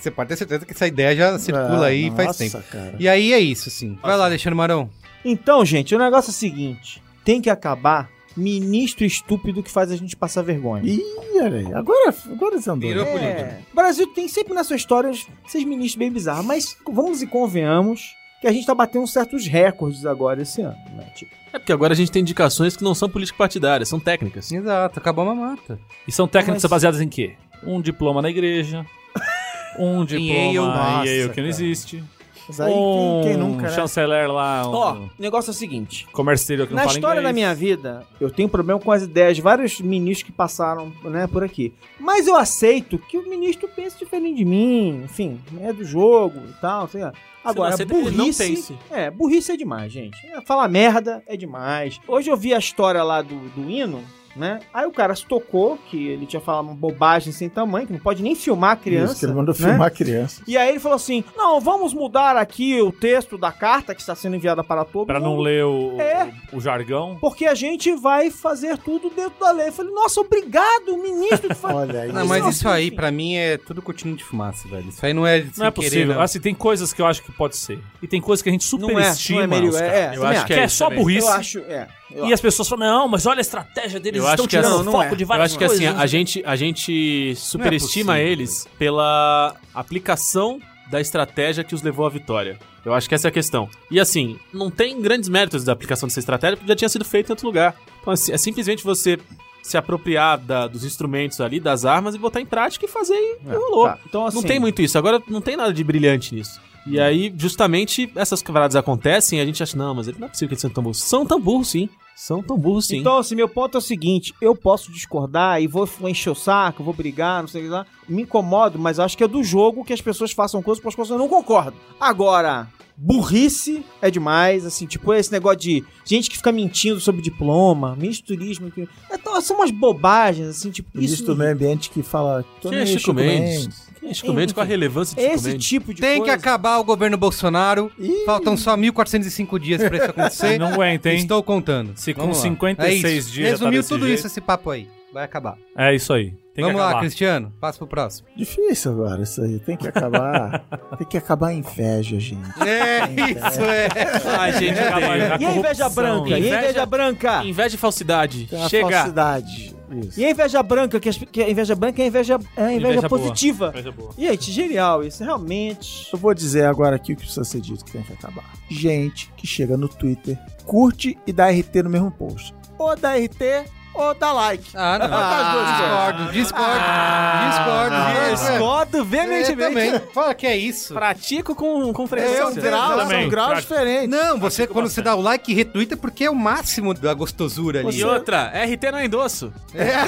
[SPEAKER 1] Você pode ter certeza que essa ideia já circula
[SPEAKER 3] Ah,
[SPEAKER 1] aí faz
[SPEAKER 3] nossa,
[SPEAKER 1] tempo.
[SPEAKER 3] cara.
[SPEAKER 1] E aí é isso, sim. Vai lá, Alexandre Marão.
[SPEAKER 4] Então, gente, o negócio é o seguinte: tem que acabar ministro estúpido que faz a gente passar vergonha.
[SPEAKER 3] Ih, olha aí. Agora, agora você andou.
[SPEAKER 1] Virou
[SPEAKER 3] né?
[SPEAKER 1] político.
[SPEAKER 4] É. O Brasil tem sempre na sua história uns- esses ministros bem bizarros, mas vamos e convenhamos que a gente tá batendo certos recordes agora esse ano, né? Tipo,
[SPEAKER 2] É porque agora a gente tem indicações que não são político-partidárias, são técnicas.
[SPEAKER 1] Exato, acabou uma mata.
[SPEAKER 5] E são técnicas
[SPEAKER 4] Mas-
[SPEAKER 5] baseadas em quê? Um diploma na igreja. Um
[SPEAKER 1] Yale.
[SPEAKER 5] diploma em Yale
[SPEAKER 1] Nossa,
[SPEAKER 5] que não existe.
[SPEAKER 3] Mas aí
[SPEAKER 5] um
[SPEAKER 3] quem, quem nunca, né?
[SPEAKER 5] chanceler lá, um
[SPEAKER 4] Ó, o negócio é o seguinte.
[SPEAKER 5] comerciário que não
[SPEAKER 4] Na
[SPEAKER 5] fala
[SPEAKER 4] história
[SPEAKER 5] inglês.
[SPEAKER 4] da minha vida, eu tenho problema com as ideias de vários ministros que passaram né, por aqui. Mas eu aceito que o ministro pense diferente de mim, enfim, é do jogo e tal, sei lá. Agora,
[SPEAKER 2] aceita que ele não
[SPEAKER 4] burrice.
[SPEAKER 2] pense.
[SPEAKER 4] É, burrice é demais, gente. É, falar merda é demais. Hoje eu vi a história lá do, do hino. Né? Aí o cara se tocou que ele tinha falado uma bobagem sem tamanho, que não pode nem filmar a criança.
[SPEAKER 3] Isso, que ele mandou
[SPEAKER 4] né?
[SPEAKER 3] filmar a criança.
[SPEAKER 4] E aí ele falou assim: não, vamos mudar aqui o texto da carta que está sendo enviada para todos.
[SPEAKER 5] Pra não
[SPEAKER 4] Vamos
[SPEAKER 5] ler o,
[SPEAKER 4] É.
[SPEAKER 5] o jargão.
[SPEAKER 4] porque a gente vai fazer tudo dentro da lei. Eu falei, nossa, obrigado, ministro. que faz-
[SPEAKER 3] Olha
[SPEAKER 5] É
[SPEAKER 3] aí.
[SPEAKER 1] Não, mas
[SPEAKER 4] Isso,
[SPEAKER 1] isso aí,
[SPEAKER 4] enfim.
[SPEAKER 1] pra mim, é tudo cortina de fumaça, velho. Isso aí não é.
[SPEAKER 5] Não é possível. assim, tem coisas que eu acho que pode ser. E tem coisas que a gente
[SPEAKER 4] Não é, não é
[SPEAKER 5] superestima.
[SPEAKER 4] meio-
[SPEAKER 5] os
[SPEAKER 4] é,
[SPEAKER 5] caras.
[SPEAKER 4] é,
[SPEAKER 2] Eu
[SPEAKER 4] também
[SPEAKER 2] acho
[SPEAKER 5] Que
[SPEAKER 2] que
[SPEAKER 5] é,
[SPEAKER 2] é
[SPEAKER 5] só
[SPEAKER 2] burrice.
[SPEAKER 4] Eu
[SPEAKER 5] burrice.
[SPEAKER 4] acho, é. eu
[SPEAKER 5] E as pessoas falam, não, mas olha a estratégia deles,
[SPEAKER 2] Eu
[SPEAKER 5] estão
[SPEAKER 2] acho que é-
[SPEAKER 5] tirando
[SPEAKER 4] não, não
[SPEAKER 5] foco
[SPEAKER 4] é.
[SPEAKER 5] de
[SPEAKER 2] Eu
[SPEAKER 5] várias
[SPEAKER 2] acho que
[SPEAKER 5] coisas. né? é
[SPEAKER 2] assim, a gente, a gente superestima
[SPEAKER 1] possível,
[SPEAKER 2] eles pela aplicação da estratégia que os levou à vitória. Eu acho que essa é a questão. E assim, não tem grandes méritos da aplicação dessa estratégia, porque já tinha sido feito em outro lugar. Então assim, é simplesmente você se apropriar da- dos instrumentos ali, das armas, e botar em prática e fazer e rolou.
[SPEAKER 4] tá. Então, assim,
[SPEAKER 2] Não tem muito isso. Agora não tem nada de brilhante nisso. E aí, justamente, essas paradas acontecem e a gente acha, não, mas não é possível que eles sejam tão burros. São tão burros, sim. São tão burros, sim.
[SPEAKER 4] Então, assim, meu ponto é o seguinte: eu posso discordar e vou encher o saco, vou brigar, não sei o que lá. Me incomodo, mas acho que é do jogo que as pessoas façam coisas com as quais eu não concordo. Agora, burrice é demais, assim, tipo esse negócio de gente que fica mentindo sobre diploma, misturismo. Que... Então, são umas bobagens, assim, tipo.
[SPEAKER 3] Isso, do meio é ambiente que fala. tô
[SPEAKER 2] Quem
[SPEAKER 3] nem
[SPEAKER 2] é
[SPEAKER 3] aí,
[SPEAKER 2] Chico Mendes? Quem é Chico Mendes?
[SPEAKER 4] Enfim.
[SPEAKER 2] Qual a relevância de Chico
[SPEAKER 4] Esse
[SPEAKER 2] Mendes?
[SPEAKER 4] tipo de
[SPEAKER 1] Tem que
[SPEAKER 4] coisa.
[SPEAKER 1] acabar o governo Bolsonaro.
[SPEAKER 3] Ih.
[SPEAKER 1] Faltam só 1.405 dias pra isso acontecer.
[SPEAKER 5] Não aguenta, hein?
[SPEAKER 1] Estou contando.
[SPEAKER 5] Se com
[SPEAKER 1] Vamos lá.
[SPEAKER 5] 56
[SPEAKER 1] É
[SPEAKER 5] dias
[SPEAKER 1] isso.
[SPEAKER 5] já tá
[SPEAKER 1] Resumiu
[SPEAKER 5] desse
[SPEAKER 1] tudo
[SPEAKER 5] jeito.
[SPEAKER 1] isso, esse papo aí. Vai acabar.
[SPEAKER 5] É isso aí. Tem
[SPEAKER 1] Vamos
[SPEAKER 5] que acabar.
[SPEAKER 1] lá, Cristiano. Passa pro próximo.
[SPEAKER 3] Difícil agora isso aí. Tem que acabar. tem que acabar a inveja, gente.
[SPEAKER 1] É, isso é.
[SPEAKER 2] Ai, gente,
[SPEAKER 5] Acabar
[SPEAKER 4] E a inveja
[SPEAKER 5] corrupção.
[SPEAKER 4] branca? E a inveja
[SPEAKER 2] Inveja-
[SPEAKER 4] branca?
[SPEAKER 2] Inveja de falsidade.
[SPEAKER 3] Tem uma
[SPEAKER 2] Chega.
[SPEAKER 3] É falsidade. é Isso.
[SPEAKER 4] E a inveja branca, que, as- que a inveja branca é a inveja, é a inveja,
[SPEAKER 5] Inveja boa.
[SPEAKER 4] positiva.
[SPEAKER 5] Coisa boa.
[SPEAKER 4] Gente, genial isso, realmente.
[SPEAKER 3] Eu vou dizer agora aqui o que precisa ser dito que tem que acabar. Gente que chega no Twitter, curte e dá RT no mesmo post. Ou dá RT ou dá like.
[SPEAKER 1] Ah, não.
[SPEAKER 3] Ah,
[SPEAKER 1] discordo, discordo. discordo.
[SPEAKER 3] ah,
[SPEAKER 1] discordo.
[SPEAKER 4] Discordo
[SPEAKER 1] Eu
[SPEAKER 4] veementemente.
[SPEAKER 1] também. Fala que é isso.
[SPEAKER 2] Pratico com,
[SPEAKER 1] é
[SPEAKER 2] com
[SPEAKER 1] um
[SPEAKER 3] São
[SPEAKER 2] frequência.
[SPEAKER 3] graus,
[SPEAKER 5] também.
[SPEAKER 3] são graus
[SPEAKER 5] Pra-
[SPEAKER 3] diferentes.
[SPEAKER 1] Não, você quando você dá o like e retuita porque é o máximo da gostosura ali.
[SPEAKER 2] E outra, RT não é endosso.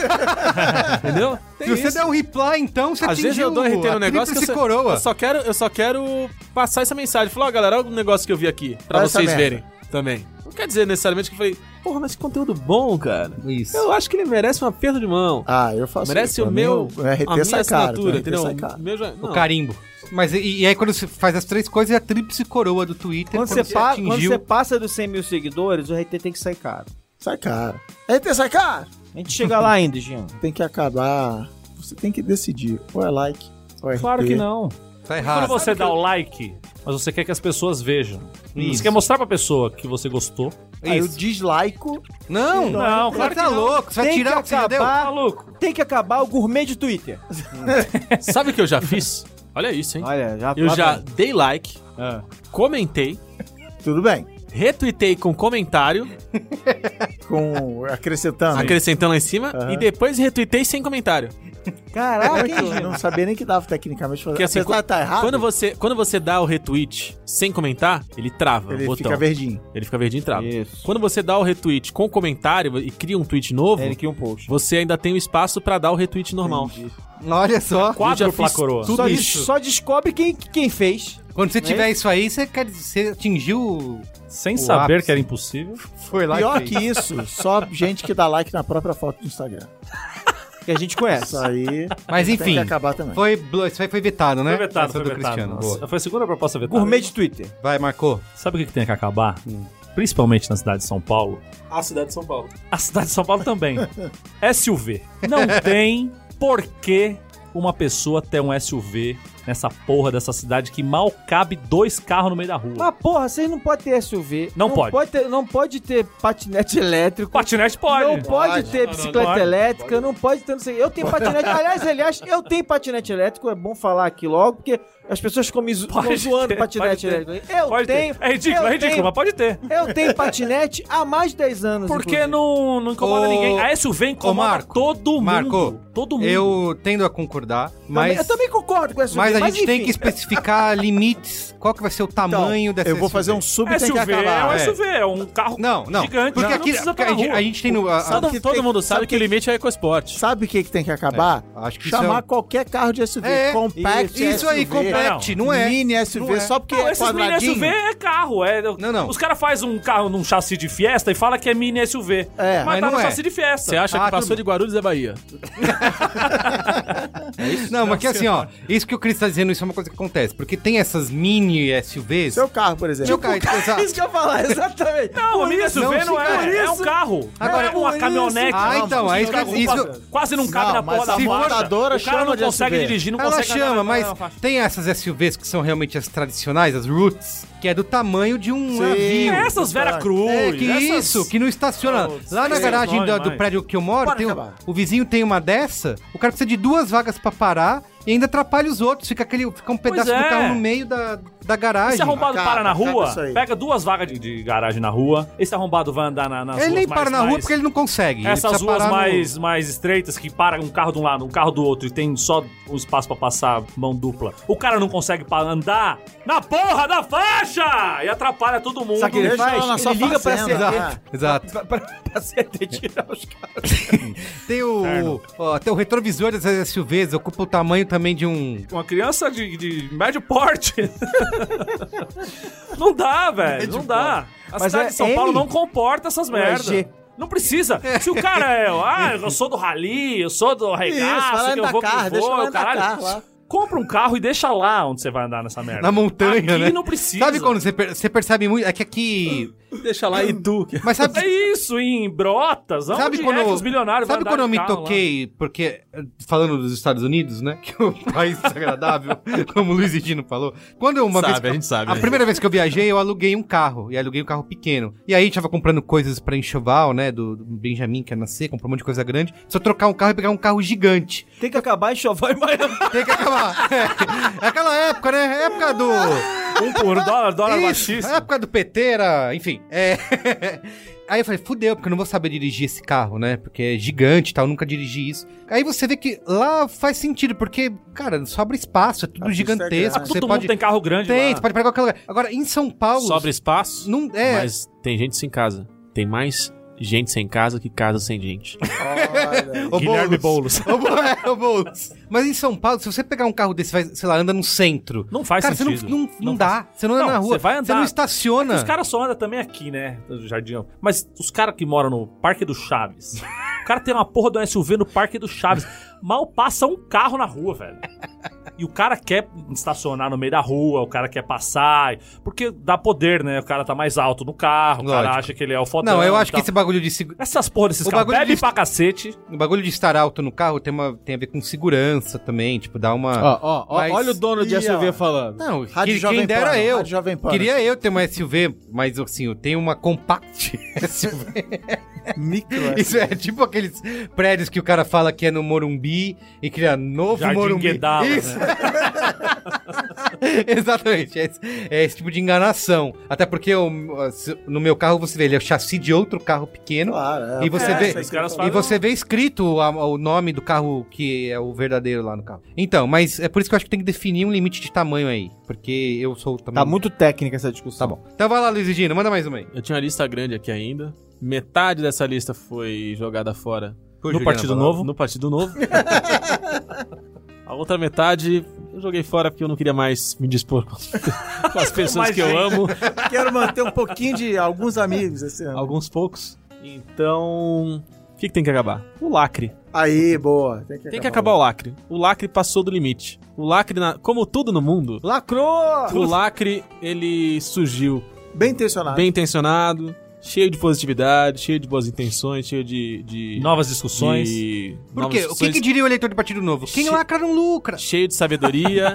[SPEAKER 2] Entendeu? Tem
[SPEAKER 1] Se você
[SPEAKER 2] isso.
[SPEAKER 1] der um reply, então você
[SPEAKER 2] Às vezes eu dou RT
[SPEAKER 1] a
[SPEAKER 2] no negócio que eu
[SPEAKER 1] tríplice
[SPEAKER 2] só,
[SPEAKER 1] coroa.
[SPEAKER 2] eu só quero, eu só quero passar essa mensagem. Falar, ó, galera, olha o negócio que eu vi aqui, pra
[SPEAKER 3] Olha essa
[SPEAKER 2] vocês
[SPEAKER 3] merda.
[SPEAKER 2] verem também. Não quer dizer necessariamente que eu falei, porra, mas que conteúdo bom, cara.
[SPEAKER 1] Isso.
[SPEAKER 2] Eu acho que ele merece um aperto de mão.
[SPEAKER 3] Ah, eu faço.
[SPEAKER 2] merece
[SPEAKER 3] isso.
[SPEAKER 2] o
[SPEAKER 3] Pra mim,
[SPEAKER 2] meu,
[SPEAKER 3] RT
[SPEAKER 2] a minha
[SPEAKER 3] sai caro,
[SPEAKER 2] assinatura,
[SPEAKER 3] RT
[SPEAKER 2] entendeu?
[SPEAKER 3] sai caro.
[SPEAKER 2] Meu já- não.
[SPEAKER 1] O carimbo. Mas e, e aí quando você faz as três coisas, é a tríplice coroa do Twitter.
[SPEAKER 4] Quando você, pa- quando
[SPEAKER 1] atingiu-
[SPEAKER 4] você passa dos 100 mil seguidores, o RT tem que sair caro.
[SPEAKER 3] Sai caro. RT sai caro.
[SPEAKER 4] A gente chega lá ainda, Jean.
[SPEAKER 3] Tem que acabar. Você tem que decidir. Ou é like, ou é RT.
[SPEAKER 5] Claro que não.
[SPEAKER 1] Tá
[SPEAKER 5] Quando
[SPEAKER 2] Ah,
[SPEAKER 1] errado.
[SPEAKER 5] você dá o like, mas você quer que as pessoas vejam.
[SPEAKER 1] Isso.
[SPEAKER 5] Você quer mostrar pra pessoa que você gostou.
[SPEAKER 3] Aí eu
[SPEAKER 1] Isso.
[SPEAKER 3] dislaico.
[SPEAKER 1] Não,
[SPEAKER 5] Não,
[SPEAKER 1] Você
[SPEAKER 5] claro
[SPEAKER 1] tá
[SPEAKER 5] que não.
[SPEAKER 1] louco. Você vai
[SPEAKER 4] Tem
[SPEAKER 1] tirar o que
[SPEAKER 4] que
[SPEAKER 1] você deu.
[SPEAKER 4] acabar,
[SPEAKER 5] Maluco.
[SPEAKER 4] tem que acabar o gourmet de Twitter.
[SPEAKER 2] Sabe o que eu já fiz? Olha isso, hein?
[SPEAKER 4] Olha, já
[SPEAKER 2] Eu
[SPEAKER 4] lá
[SPEAKER 2] já
[SPEAKER 4] vai. Ah.
[SPEAKER 2] dei like, comentei,
[SPEAKER 3] Tudo bem.
[SPEAKER 2] retuitei com comentário,
[SPEAKER 3] Com. Acrescentando.
[SPEAKER 2] acrescentando lá em cima, e depois retuitei sem comentário.
[SPEAKER 4] Caraca, hein,
[SPEAKER 3] Eu
[SPEAKER 4] Jean?
[SPEAKER 3] Ah, não sabia nem que dava tecnicamente fazer.
[SPEAKER 2] Porque assim,
[SPEAKER 3] Apesar de tá errado,
[SPEAKER 2] Quando você, quando você dá o retweet sem comentar, ele trava
[SPEAKER 3] ele
[SPEAKER 2] o botão.
[SPEAKER 3] fica verdinho.
[SPEAKER 2] Ele fica verdinho e trava.
[SPEAKER 4] Isso.
[SPEAKER 2] Quando você dá o retweet com comentário e cria um tweet novo,
[SPEAKER 4] Ele cria um post.
[SPEAKER 2] você ainda tem o espaço pra dar o retweet normal.
[SPEAKER 1] Olha só.
[SPEAKER 2] Eu
[SPEAKER 5] Quadro
[SPEAKER 2] já
[SPEAKER 5] pra
[SPEAKER 2] fiz
[SPEAKER 5] coroa.
[SPEAKER 2] tudo
[SPEAKER 4] Só,
[SPEAKER 2] isso.
[SPEAKER 4] só descobre quem, quem fez.
[SPEAKER 1] Quando você tiver isso aí, você, quer, você atingiu.
[SPEAKER 5] Sem
[SPEAKER 1] O
[SPEAKER 5] saber
[SPEAKER 1] ápice.
[SPEAKER 5] que era impossível.
[SPEAKER 1] Foi lá
[SPEAKER 3] Pior que isso, só gente que dá like na própria foto do Instagram.
[SPEAKER 4] Que a gente conhece.
[SPEAKER 3] Isso aí
[SPEAKER 1] É. Mas
[SPEAKER 3] tem
[SPEAKER 1] enfim.
[SPEAKER 3] que acabar também.
[SPEAKER 1] Foi, blo- isso aí foi vetado, né?
[SPEAKER 5] Foi vetado,
[SPEAKER 1] Essa
[SPEAKER 5] foi
[SPEAKER 1] do
[SPEAKER 5] vetado.
[SPEAKER 1] Cristiano.
[SPEAKER 5] Nossa,
[SPEAKER 1] Boa.
[SPEAKER 5] Foi a segunda proposta vetada.
[SPEAKER 4] Gourmet de Twitter.
[SPEAKER 1] Vai, marcou.
[SPEAKER 5] Sabe o que que tem que acabar?
[SPEAKER 1] Hum.
[SPEAKER 5] Principalmente na cidade de São Paulo.
[SPEAKER 2] A cidade de São Paulo.
[SPEAKER 5] A cidade de São Paulo também. SUV. Não tem por que uma pessoa ter um SUV nessa porra dessa cidade que mal cabe dois carros no meio da rua.
[SPEAKER 4] Mas Ah, porra, vocês não podem ter SUV.
[SPEAKER 5] Não pode.
[SPEAKER 4] ter, não pode ter patinete elétrico.
[SPEAKER 5] Patinete
[SPEAKER 4] Não
[SPEAKER 5] pode.
[SPEAKER 4] pode ter bicicleta
[SPEAKER 5] pode.
[SPEAKER 4] elétrica, não pode ter não sei. Eu tenho patinete. aliás, aliás, eu tenho patinete elétrico, é bom falar aqui logo, porque as pessoas ficam me zo-
[SPEAKER 5] Pode
[SPEAKER 4] ficam zoando
[SPEAKER 5] ter,
[SPEAKER 4] patinete
[SPEAKER 5] pode ter.
[SPEAKER 4] elétrico. Eu
[SPEAKER 5] Pode
[SPEAKER 4] tenho.
[SPEAKER 5] ter. É ridículo,
[SPEAKER 4] eu
[SPEAKER 5] é ridículo,
[SPEAKER 4] tenho-
[SPEAKER 5] mas pode ter.
[SPEAKER 4] Eu tenho patinete há mais de 10 anos.
[SPEAKER 5] Porque
[SPEAKER 4] inclusive.
[SPEAKER 5] não, não incomoda
[SPEAKER 1] Ô,
[SPEAKER 5] ninguém. A SUV incomoda
[SPEAKER 1] ô, Marco,
[SPEAKER 5] todo mundo.
[SPEAKER 1] Marco,
[SPEAKER 5] todo mundo.
[SPEAKER 1] Eu tendo a concordar,
[SPEAKER 4] Também-
[SPEAKER 1] mas.
[SPEAKER 4] eu também concordo com essa
[SPEAKER 1] Mas a gente tem
[SPEAKER 4] enfim.
[SPEAKER 1] que especificar limites. Qual que vai ser o tamanho dessa
[SPEAKER 3] Então, Eu vou
[SPEAKER 1] SUV?
[SPEAKER 3] fazer um sub e tem que
[SPEAKER 5] SUV é um
[SPEAKER 3] acabar.
[SPEAKER 1] é.
[SPEAKER 5] SUV, é um carro
[SPEAKER 1] Não, não.
[SPEAKER 5] gigante.
[SPEAKER 1] porque
[SPEAKER 5] que
[SPEAKER 1] aqui
[SPEAKER 5] não precisa
[SPEAKER 1] porque
[SPEAKER 5] pra
[SPEAKER 1] a, gente,
[SPEAKER 5] rua.
[SPEAKER 1] a gente tem no. a- a-
[SPEAKER 3] Sabe
[SPEAKER 2] Todo,
[SPEAKER 3] que
[SPEAKER 2] todo
[SPEAKER 3] tem-
[SPEAKER 2] mundo sabe
[SPEAKER 3] sabe
[SPEAKER 2] que o
[SPEAKER 3] que-
[SPEAKER 2] limite é o EcoSport.
[SPEAKER 3] Sabe o que, que tem que acabar?
[SPEAKER 1] acho que isso
[SPEAKER 3] Chamar
[SPEAKER 1] é um-
[SPEAKER 3] qualquer carro de SUV.
[SPEAKER 1] É,
[SPEAKER 3] compact
[SPEAKER 1] isso aí,
[SPEAKER 3] SUV,
[SPEAKER 1] compact, não, é?
[SPEAKER 3] Mini SUV,
[SPEAKER 1] Não é.
[SPEAKER 3] só porque
[SPEAKER 5] Não,
[SPEAKER 3] é
[SPEAKER 5] esses mini
[SPEAKER 3] quadradinho.
[SPEAKER 5] SUV é carro. É,
[SPEAKER 1] Não, não.
[SPEAKER 5] Os caras fazem um carro num chassi de fiesta e fala que é mini SUV.
[SPEAKER 3] É,
[SPEAKER 1] mas
[SPEAKER 5] mas, tá
[SPEAKER 1] não
[SPEAKER 5] no
[SPEAKER 1] é.
[SPEAKER 5] chassi de fiesta.
[SPEAKER 2] Você acha
[SPEAKER 1] Ah,
[SPEAKER 2] que passou
[SPEAKER 1] tudo
[SPEAKER 2] de Guarulhos à Bahia?
[SPEAKER 1] Não, mas que assim, ó, isso que o Cris tá dizendo, isso é uma coisa que acontece. Porque tem essas mini SUVs.
[SPEAKER 3] Seu carro, por exemplo.
[SPEAKER 1] Meu cara, tipo, exato.
[SPEAKER 4] é Isso que eu ia falar, exatamente.
[SPEAKER 5] Não, a mini SUV
[SPEAKER 1] não
[SPEAKER 5] não,
[SPEAKER 1] se
[SPEAKER 5] é. É um
[SPEAKER 4] isso.
[SPEAKER 5] carro.
[SPEAKER 1] Agora,
[SPEAKER 5] Agora, é uma
[SPEAKER 4] por
[SPEAKER 5] caminhonete.
[SPEAKER 1] Ah,
[SPEAKER 5] Não,
[SPEAKER 1] então, aí
[SPEAKER 5] não cabe-
[SPEAKER 1] isso-
[SPEAKER 5] quase- Quase não cabe
[SPEAKER 3] Não,
[SPEAKER 5] na
[SPEAKER 3] mas
[SPEAKER 5] porra da
[SPEAKER 3] se
[SPEAKER 5] faixa.
[SPEAKER 3] montadora
[SPEAKER 5] O cara
[SPEAKER 3] chama
[SPEAKER 5] não
[SPEAKER 3] de
[SPEAKER 5] consegue
[SPEAKER 3] SUV.
[SPEAKER 5] dirigir, não
[SPEAKER 1] Ela
[SPEAKER 5] consegue...
[SPEAKER 1] chama,
[SPEAKER 5] andar na
[SPEAKER 1] mas
[SPEAKER 5] faixa.
[SPEAKER 1] tem essas SUVs que são realmente as tradicionais, as roots, que é do tamanho de um navio.
[SPEAKER 5] Essas Vera Cruz.
[SPEAKER 1] É, que
[SPEAKER 5] essas-
[SPEAKER 1] isso, que não estaciona.
[SPEAKER 5] Oh,
[SPEAKER 1] Lá na
[SPEAKER 5] sim,
[SPEAKER 1] garagem
[SPEAKER 5] bom
[SPEAKER 1] da- do
[SPEAKER 5] demais.
[SPEAKER 1] prédio que eu moro,
[SPEAKER 3] Bora
[SPEAKER 1] tem um-
[SPEAKER 3] acabar.
[SPEAKER 1] o vizinho tem uma dessa, o cara precisa de duas vagas pra parar e ainda atrapalha os outros. Fica, aquele, fica um pedaço do
[SPEAKER 5] é.
[SPEAKER 1] carro no meio da, da garagem.
[SPEAKER 5] Esse arrombado
[SPEAKER 3] Acaba,
[SPEAKER 5] para na
[SPEAKER 3] acaba
[SPEAKER 5] rua,
[SPEAKER 3] isso aí.
[SPEAKER 5] pega duas vagas de, de garagem na rua. Esse arrombado vai andar na, nas
[SPEAKER 1] ele
[SPEAKER 5] ruas
[SPEAKER 1] nem
[SPEAKER 5] mais-
[SPEAKER 1] para na rua
[SPEAKER 5] mais-
[SPEAKER 1] porque ele não consegue. ele
[SPEAKER 5] Essas
[SPEAKER 1] precisa
[SPEAKER 5] ruas
[SPEAKER 1] parar no-
[SPEAKER 5] mais, mais estreitas que para um carro de um lado, um carro do outro e tem só um espaço pra passar mão dupla. O cara não consegue pa- andar na porra da faixa! E atrapalha todo mundo.
[SPEAKER 3] Sabe o que ele faz?
[SPEAKER 4] na sua
[SPEAKER 3] Ele liga pra
[SPEAKER 4] fazenda.
[SPEAKER 3] CT.
[SPEAKER 1] Exato, exato.
[SPEAKER 4] Pra, pra, pra CT tirar os caras.
[SPEAKER 1] Tem o, ó, tem o retrovisor dessas SUVs, ocupa o tamanho também de um.
[SPEAKER 5] Uma criança de, de médio porte. não dá, velho. Não dá. A
[SPEAKER 4] Mas
[SPEAKER 5] cidade
[SPEAKER 4] é
[SPEAKER 5] de São
[SPEAKER 4] M?
[SPEAKER 5] Paulo não comporta essas
[SPEAKER 4] é
[SPEAKER 5] merdas.
[SPEAKER 4] G?
[SPEAKER 5] Não precisa. Se o cara é, ah, eu sou do rally, eu sou do
[SPEAKER 3] Isso, vai
[SPEAKER 5] regaço,
[SPEAKER 3] lá
[SPEAKER 5] que eu vou
[SPEAKER 3] andar carro,
[SPEAKER 5] que
[SPEAKER 3] deixa
[SPEAKER 5] vou,
[SPEAKER 3] lá andar
[SPEAKER 5] caralho.
[SPEAKER 3] carro lá.
[SPEAKER 5] Compra um carro e deixa lá onde você vai andar nessa merda.
[SPEAKER 1] Na montanha,
[SPEAKER 5] Aqui
[SPEAKER 1] né?
[SPEAKER 5] não precisa.
[SPEAKER 1] Sabe quando você, per- você percebe muito? É que aqui.
[SPEAKER 2] Deixa lá e tu. que-
[SPEAKER 1] Mas sabe,
[SPEAKER 5] É isso, em Brotas, onde
[SPEAKER 1] sabe quando,
[SPEAKER 5] é que os bilionários
[SPEAKER 1] sabe
[SPEAKER 5] vão andar
[SPEAKER 1] quando eu
[SPEAKER 5] de
[SPEAKER 1] me
[SPEAKER 5] carro lá?
[SPEAKER 1] toquei, porque, falando dos Estados Unidos, né, que é um país desagradável, como o Luiz Edino falou, quando eu, uma vez,
[SPEAKER 2] Sabe,
[SPEAKER 1] que
[SPEAKER 2] a
[SPEAKER 1] eu-
[SPEAKER 2] gente sabe.
[SPEAKER 1] a primeira vez que eu viajei, eu aluguei um carro, e aluguei um carro pequeno, e aí a gente tava comprando coisas pra enxoval, né, do, do Benjamin, que ia nascer, comprou um monte de coisa grande, se eu trocar um carro e pegar um carro gigante,
[SPEAKER 4] Tem que acabar e chovar em Miami.
[SPEAKER 1] tem que acabar, é, é aquela é época, né, época do...
[SPEAKER 5] Um por dólar, dólar baixíssimo.
[SPEAKER 1] Ah, por causa do PT era. Enfim. é. Aí eu falei, fudeu, porque eu não vou saber dirigir esse carro, né? Porque é gigante e tal, eu nunca dirigi isso. Aí você vê que lá faz sentido, porque, cara, sobra espaço, é tudo
[SPEAKER 3] pista é
[SPEAKER 1] gigantesco.
[SPEAKER 3] grande.
[SPEAKER 1] você
[SPEAKER 5] Todo
[SPEAKER 1] pode.
[SPEAKER 5] mundo tem carro grande
[SPEAKER 1] Tem,
[SPEAKER 5] lá.
[SPEAKER 1] você pode pegar qualquer lugar. Agora, em São Paulo.
[SPEAKER 2] Sobra espaço,
[SPEAKER 1] Não, é,
[SPEAKER 2] mas tem gente sem casa. Tem mais gente sem casa que casa sem gente.
[SPEAKER 3] Olha,
[SPEAKER 1] Ô,
[SPEAKER 2] Guilherme Boulos.
[SPEAKER 1] Ô, Bo- é, ô, Boulos. Mas em São Paulo, se você pegar um carro desse, vai, sei lá, anda no centro.
[SPEAKER 5] Não faz
[SPEAKER 1] cara,
[SPEAKER 5] sentido.
[SPEAKER 1] você não, um não, não, dá. Você não anda
[SPEAKER 5] Não,
[SPEAKER 1] na rua.
[SPEAKER 5] você vai
[SPEAKER 1] não
[SPEAKER 5] andar.
[SPEAKER 1] estaciona.
[SPEAKER 5] Os caras só andam também aqui, né? No Jardim. Mas os caras que moram no Parque do Chaves. o cara tem uma porra do SUV no Parque do Chaves. Mal passa um carro na rua, velho. E o cara quer estacionar no meio da rua, o cara quer passar. Porque dá poder, né? O cara tá mais alto no carro, o cara
[SPEAKER 1] Lógico.
[SPEAKER 5] acha que ele é o fodão.
[SPEAKER 1] Não, eu acho
[SPEAKER 5] e
[SPEAKER 1] que
[SPEAKER 5] tal.
[SPEAKER 1] esse bagulho de, segu-
[SPEAKER 5] Essas porra desses
[SPEAKER 1] O
[SPEAKER 5] caras
[SPEAKER 1] bagulho
[SPEAKER 5] bebe
[SPEAKER 1] de-
[SPEAKER 5] pra cacete.
[SPEAKER 1] o bagulho de estar alto no carro tem, uma, tem a ver com segurança também. Tipo, dá uma.
[SPEAKER 6] Ó, ó, ó,
[SPEAKER 1] Mas-
[SPEAKER 6] olha o dono de
[SPEAKER 3] Ih,
[SPEAKER 6] SUV
[SPEAKER 3] ó.
[SPEAKER 6] falando.
[SPEAKER 1] Não, que-
[SPEAKER 3] Rádio
[SPEAKER 1] quem
[SPEAKER 3] Jovem
[SPEAKER 1] dera
[SPEAKER 3] Pan,
[SPEAKER 1] eu.
[SPEAKER 3] Rádio Jovem Pan.
[SPEAKER 1] Queria eu ter uma SUV, mas assim, eu tenho uma compact SUV.
[SPEAKER 3] Micro.
[SPEAKER 1] Isso é tipo aqueles prédios que o cara fala que é no Morumbi e cria novo
[SPEAKER 5] Jardim
[SPEAKER 1] Morumbi.
[SPEAKER 5] Guedala, né?
[SPEAKER 1] Isso. Exatamente. É esse, é esse tipo de enganação. Até porque eu- se- no meu carro você vê, ele é o chassi de outro carro pequeno.
[SPEAKER 3] Claro, é.
[SPEAKER 1] E você
[SPEAKER 5] É,
[SPEAKER 1] vê-
[SPEAKER 5] esses caras
[SPEAKER 1] E
[SPEAKER 5] falam-
[SPEAKER 1] você vê escrito a- o nome do carro que é o verdadeiro lá no carro. Então, mas é por isso que eu acho que tem que definir um limite de tamanho aí. Porque eu sou também.
[SPEAKER 6] Tá muito técnica essa discussão. Tá bom.
[SPEAKER 1] Então vai lá, Luiz e Gino, manda mais uma aí.
[SPEAKER 2] Eu tinha uma lista grande aqui ainda. Metade dessa lista foi jogada fora
[SPEAKER 1] Por
[SPEAKER 2] no
[SPEAKER 1] Juliana
[SPEAKER 2] Partido
[SPEAKER 1] Palau.
[SPEAKER 2] Novo. No Partido Novo. A outra metade eu joguei fora porque eu não queria mais me dispor com com as pessoas
[SPEAKER 5] Mais
[SPEAKER 2] que eu
[SPEAKER 5] gente.
[SPEAKER 2] amo.
[SPEAKER 3] Quero manter um pouquinho de alguns amigos esse ano.
[SPEAKER 2] Alguns poucos. Então. O que, que tem que acabar? O lacre.
[SPEAKER 3] Aí, boa.
[SPEAKER 2] Tem que acabar o lacre. O lacre passou do limite. O lacre, na- como tudo no mundo,
[SPEAKER 6] Lacrou!
[SPEAKER 2] o lacre ele surgiu
[SPEAKER 3] Bem intencionado.
[SPEAKER 2] bem intencionado, cheio de positividade, cheio de boas intenções, cheio de. de
[SPEAKER 5] Novas discussões.
[SPEAKER 2] de
[SPEAKER 1] Por
[SPEAKER 2] novas
[SPEAKER 1] quê? O que,
[SPEAKER 2] discussões,
[SPEAKER 1] que diria o eleitor do Partido Novo? Quem
[SPEAKER 2] Che-
[SPEAKER 1] lacra não lucra.
[SPEAKER 2] Cheio de sabedoria,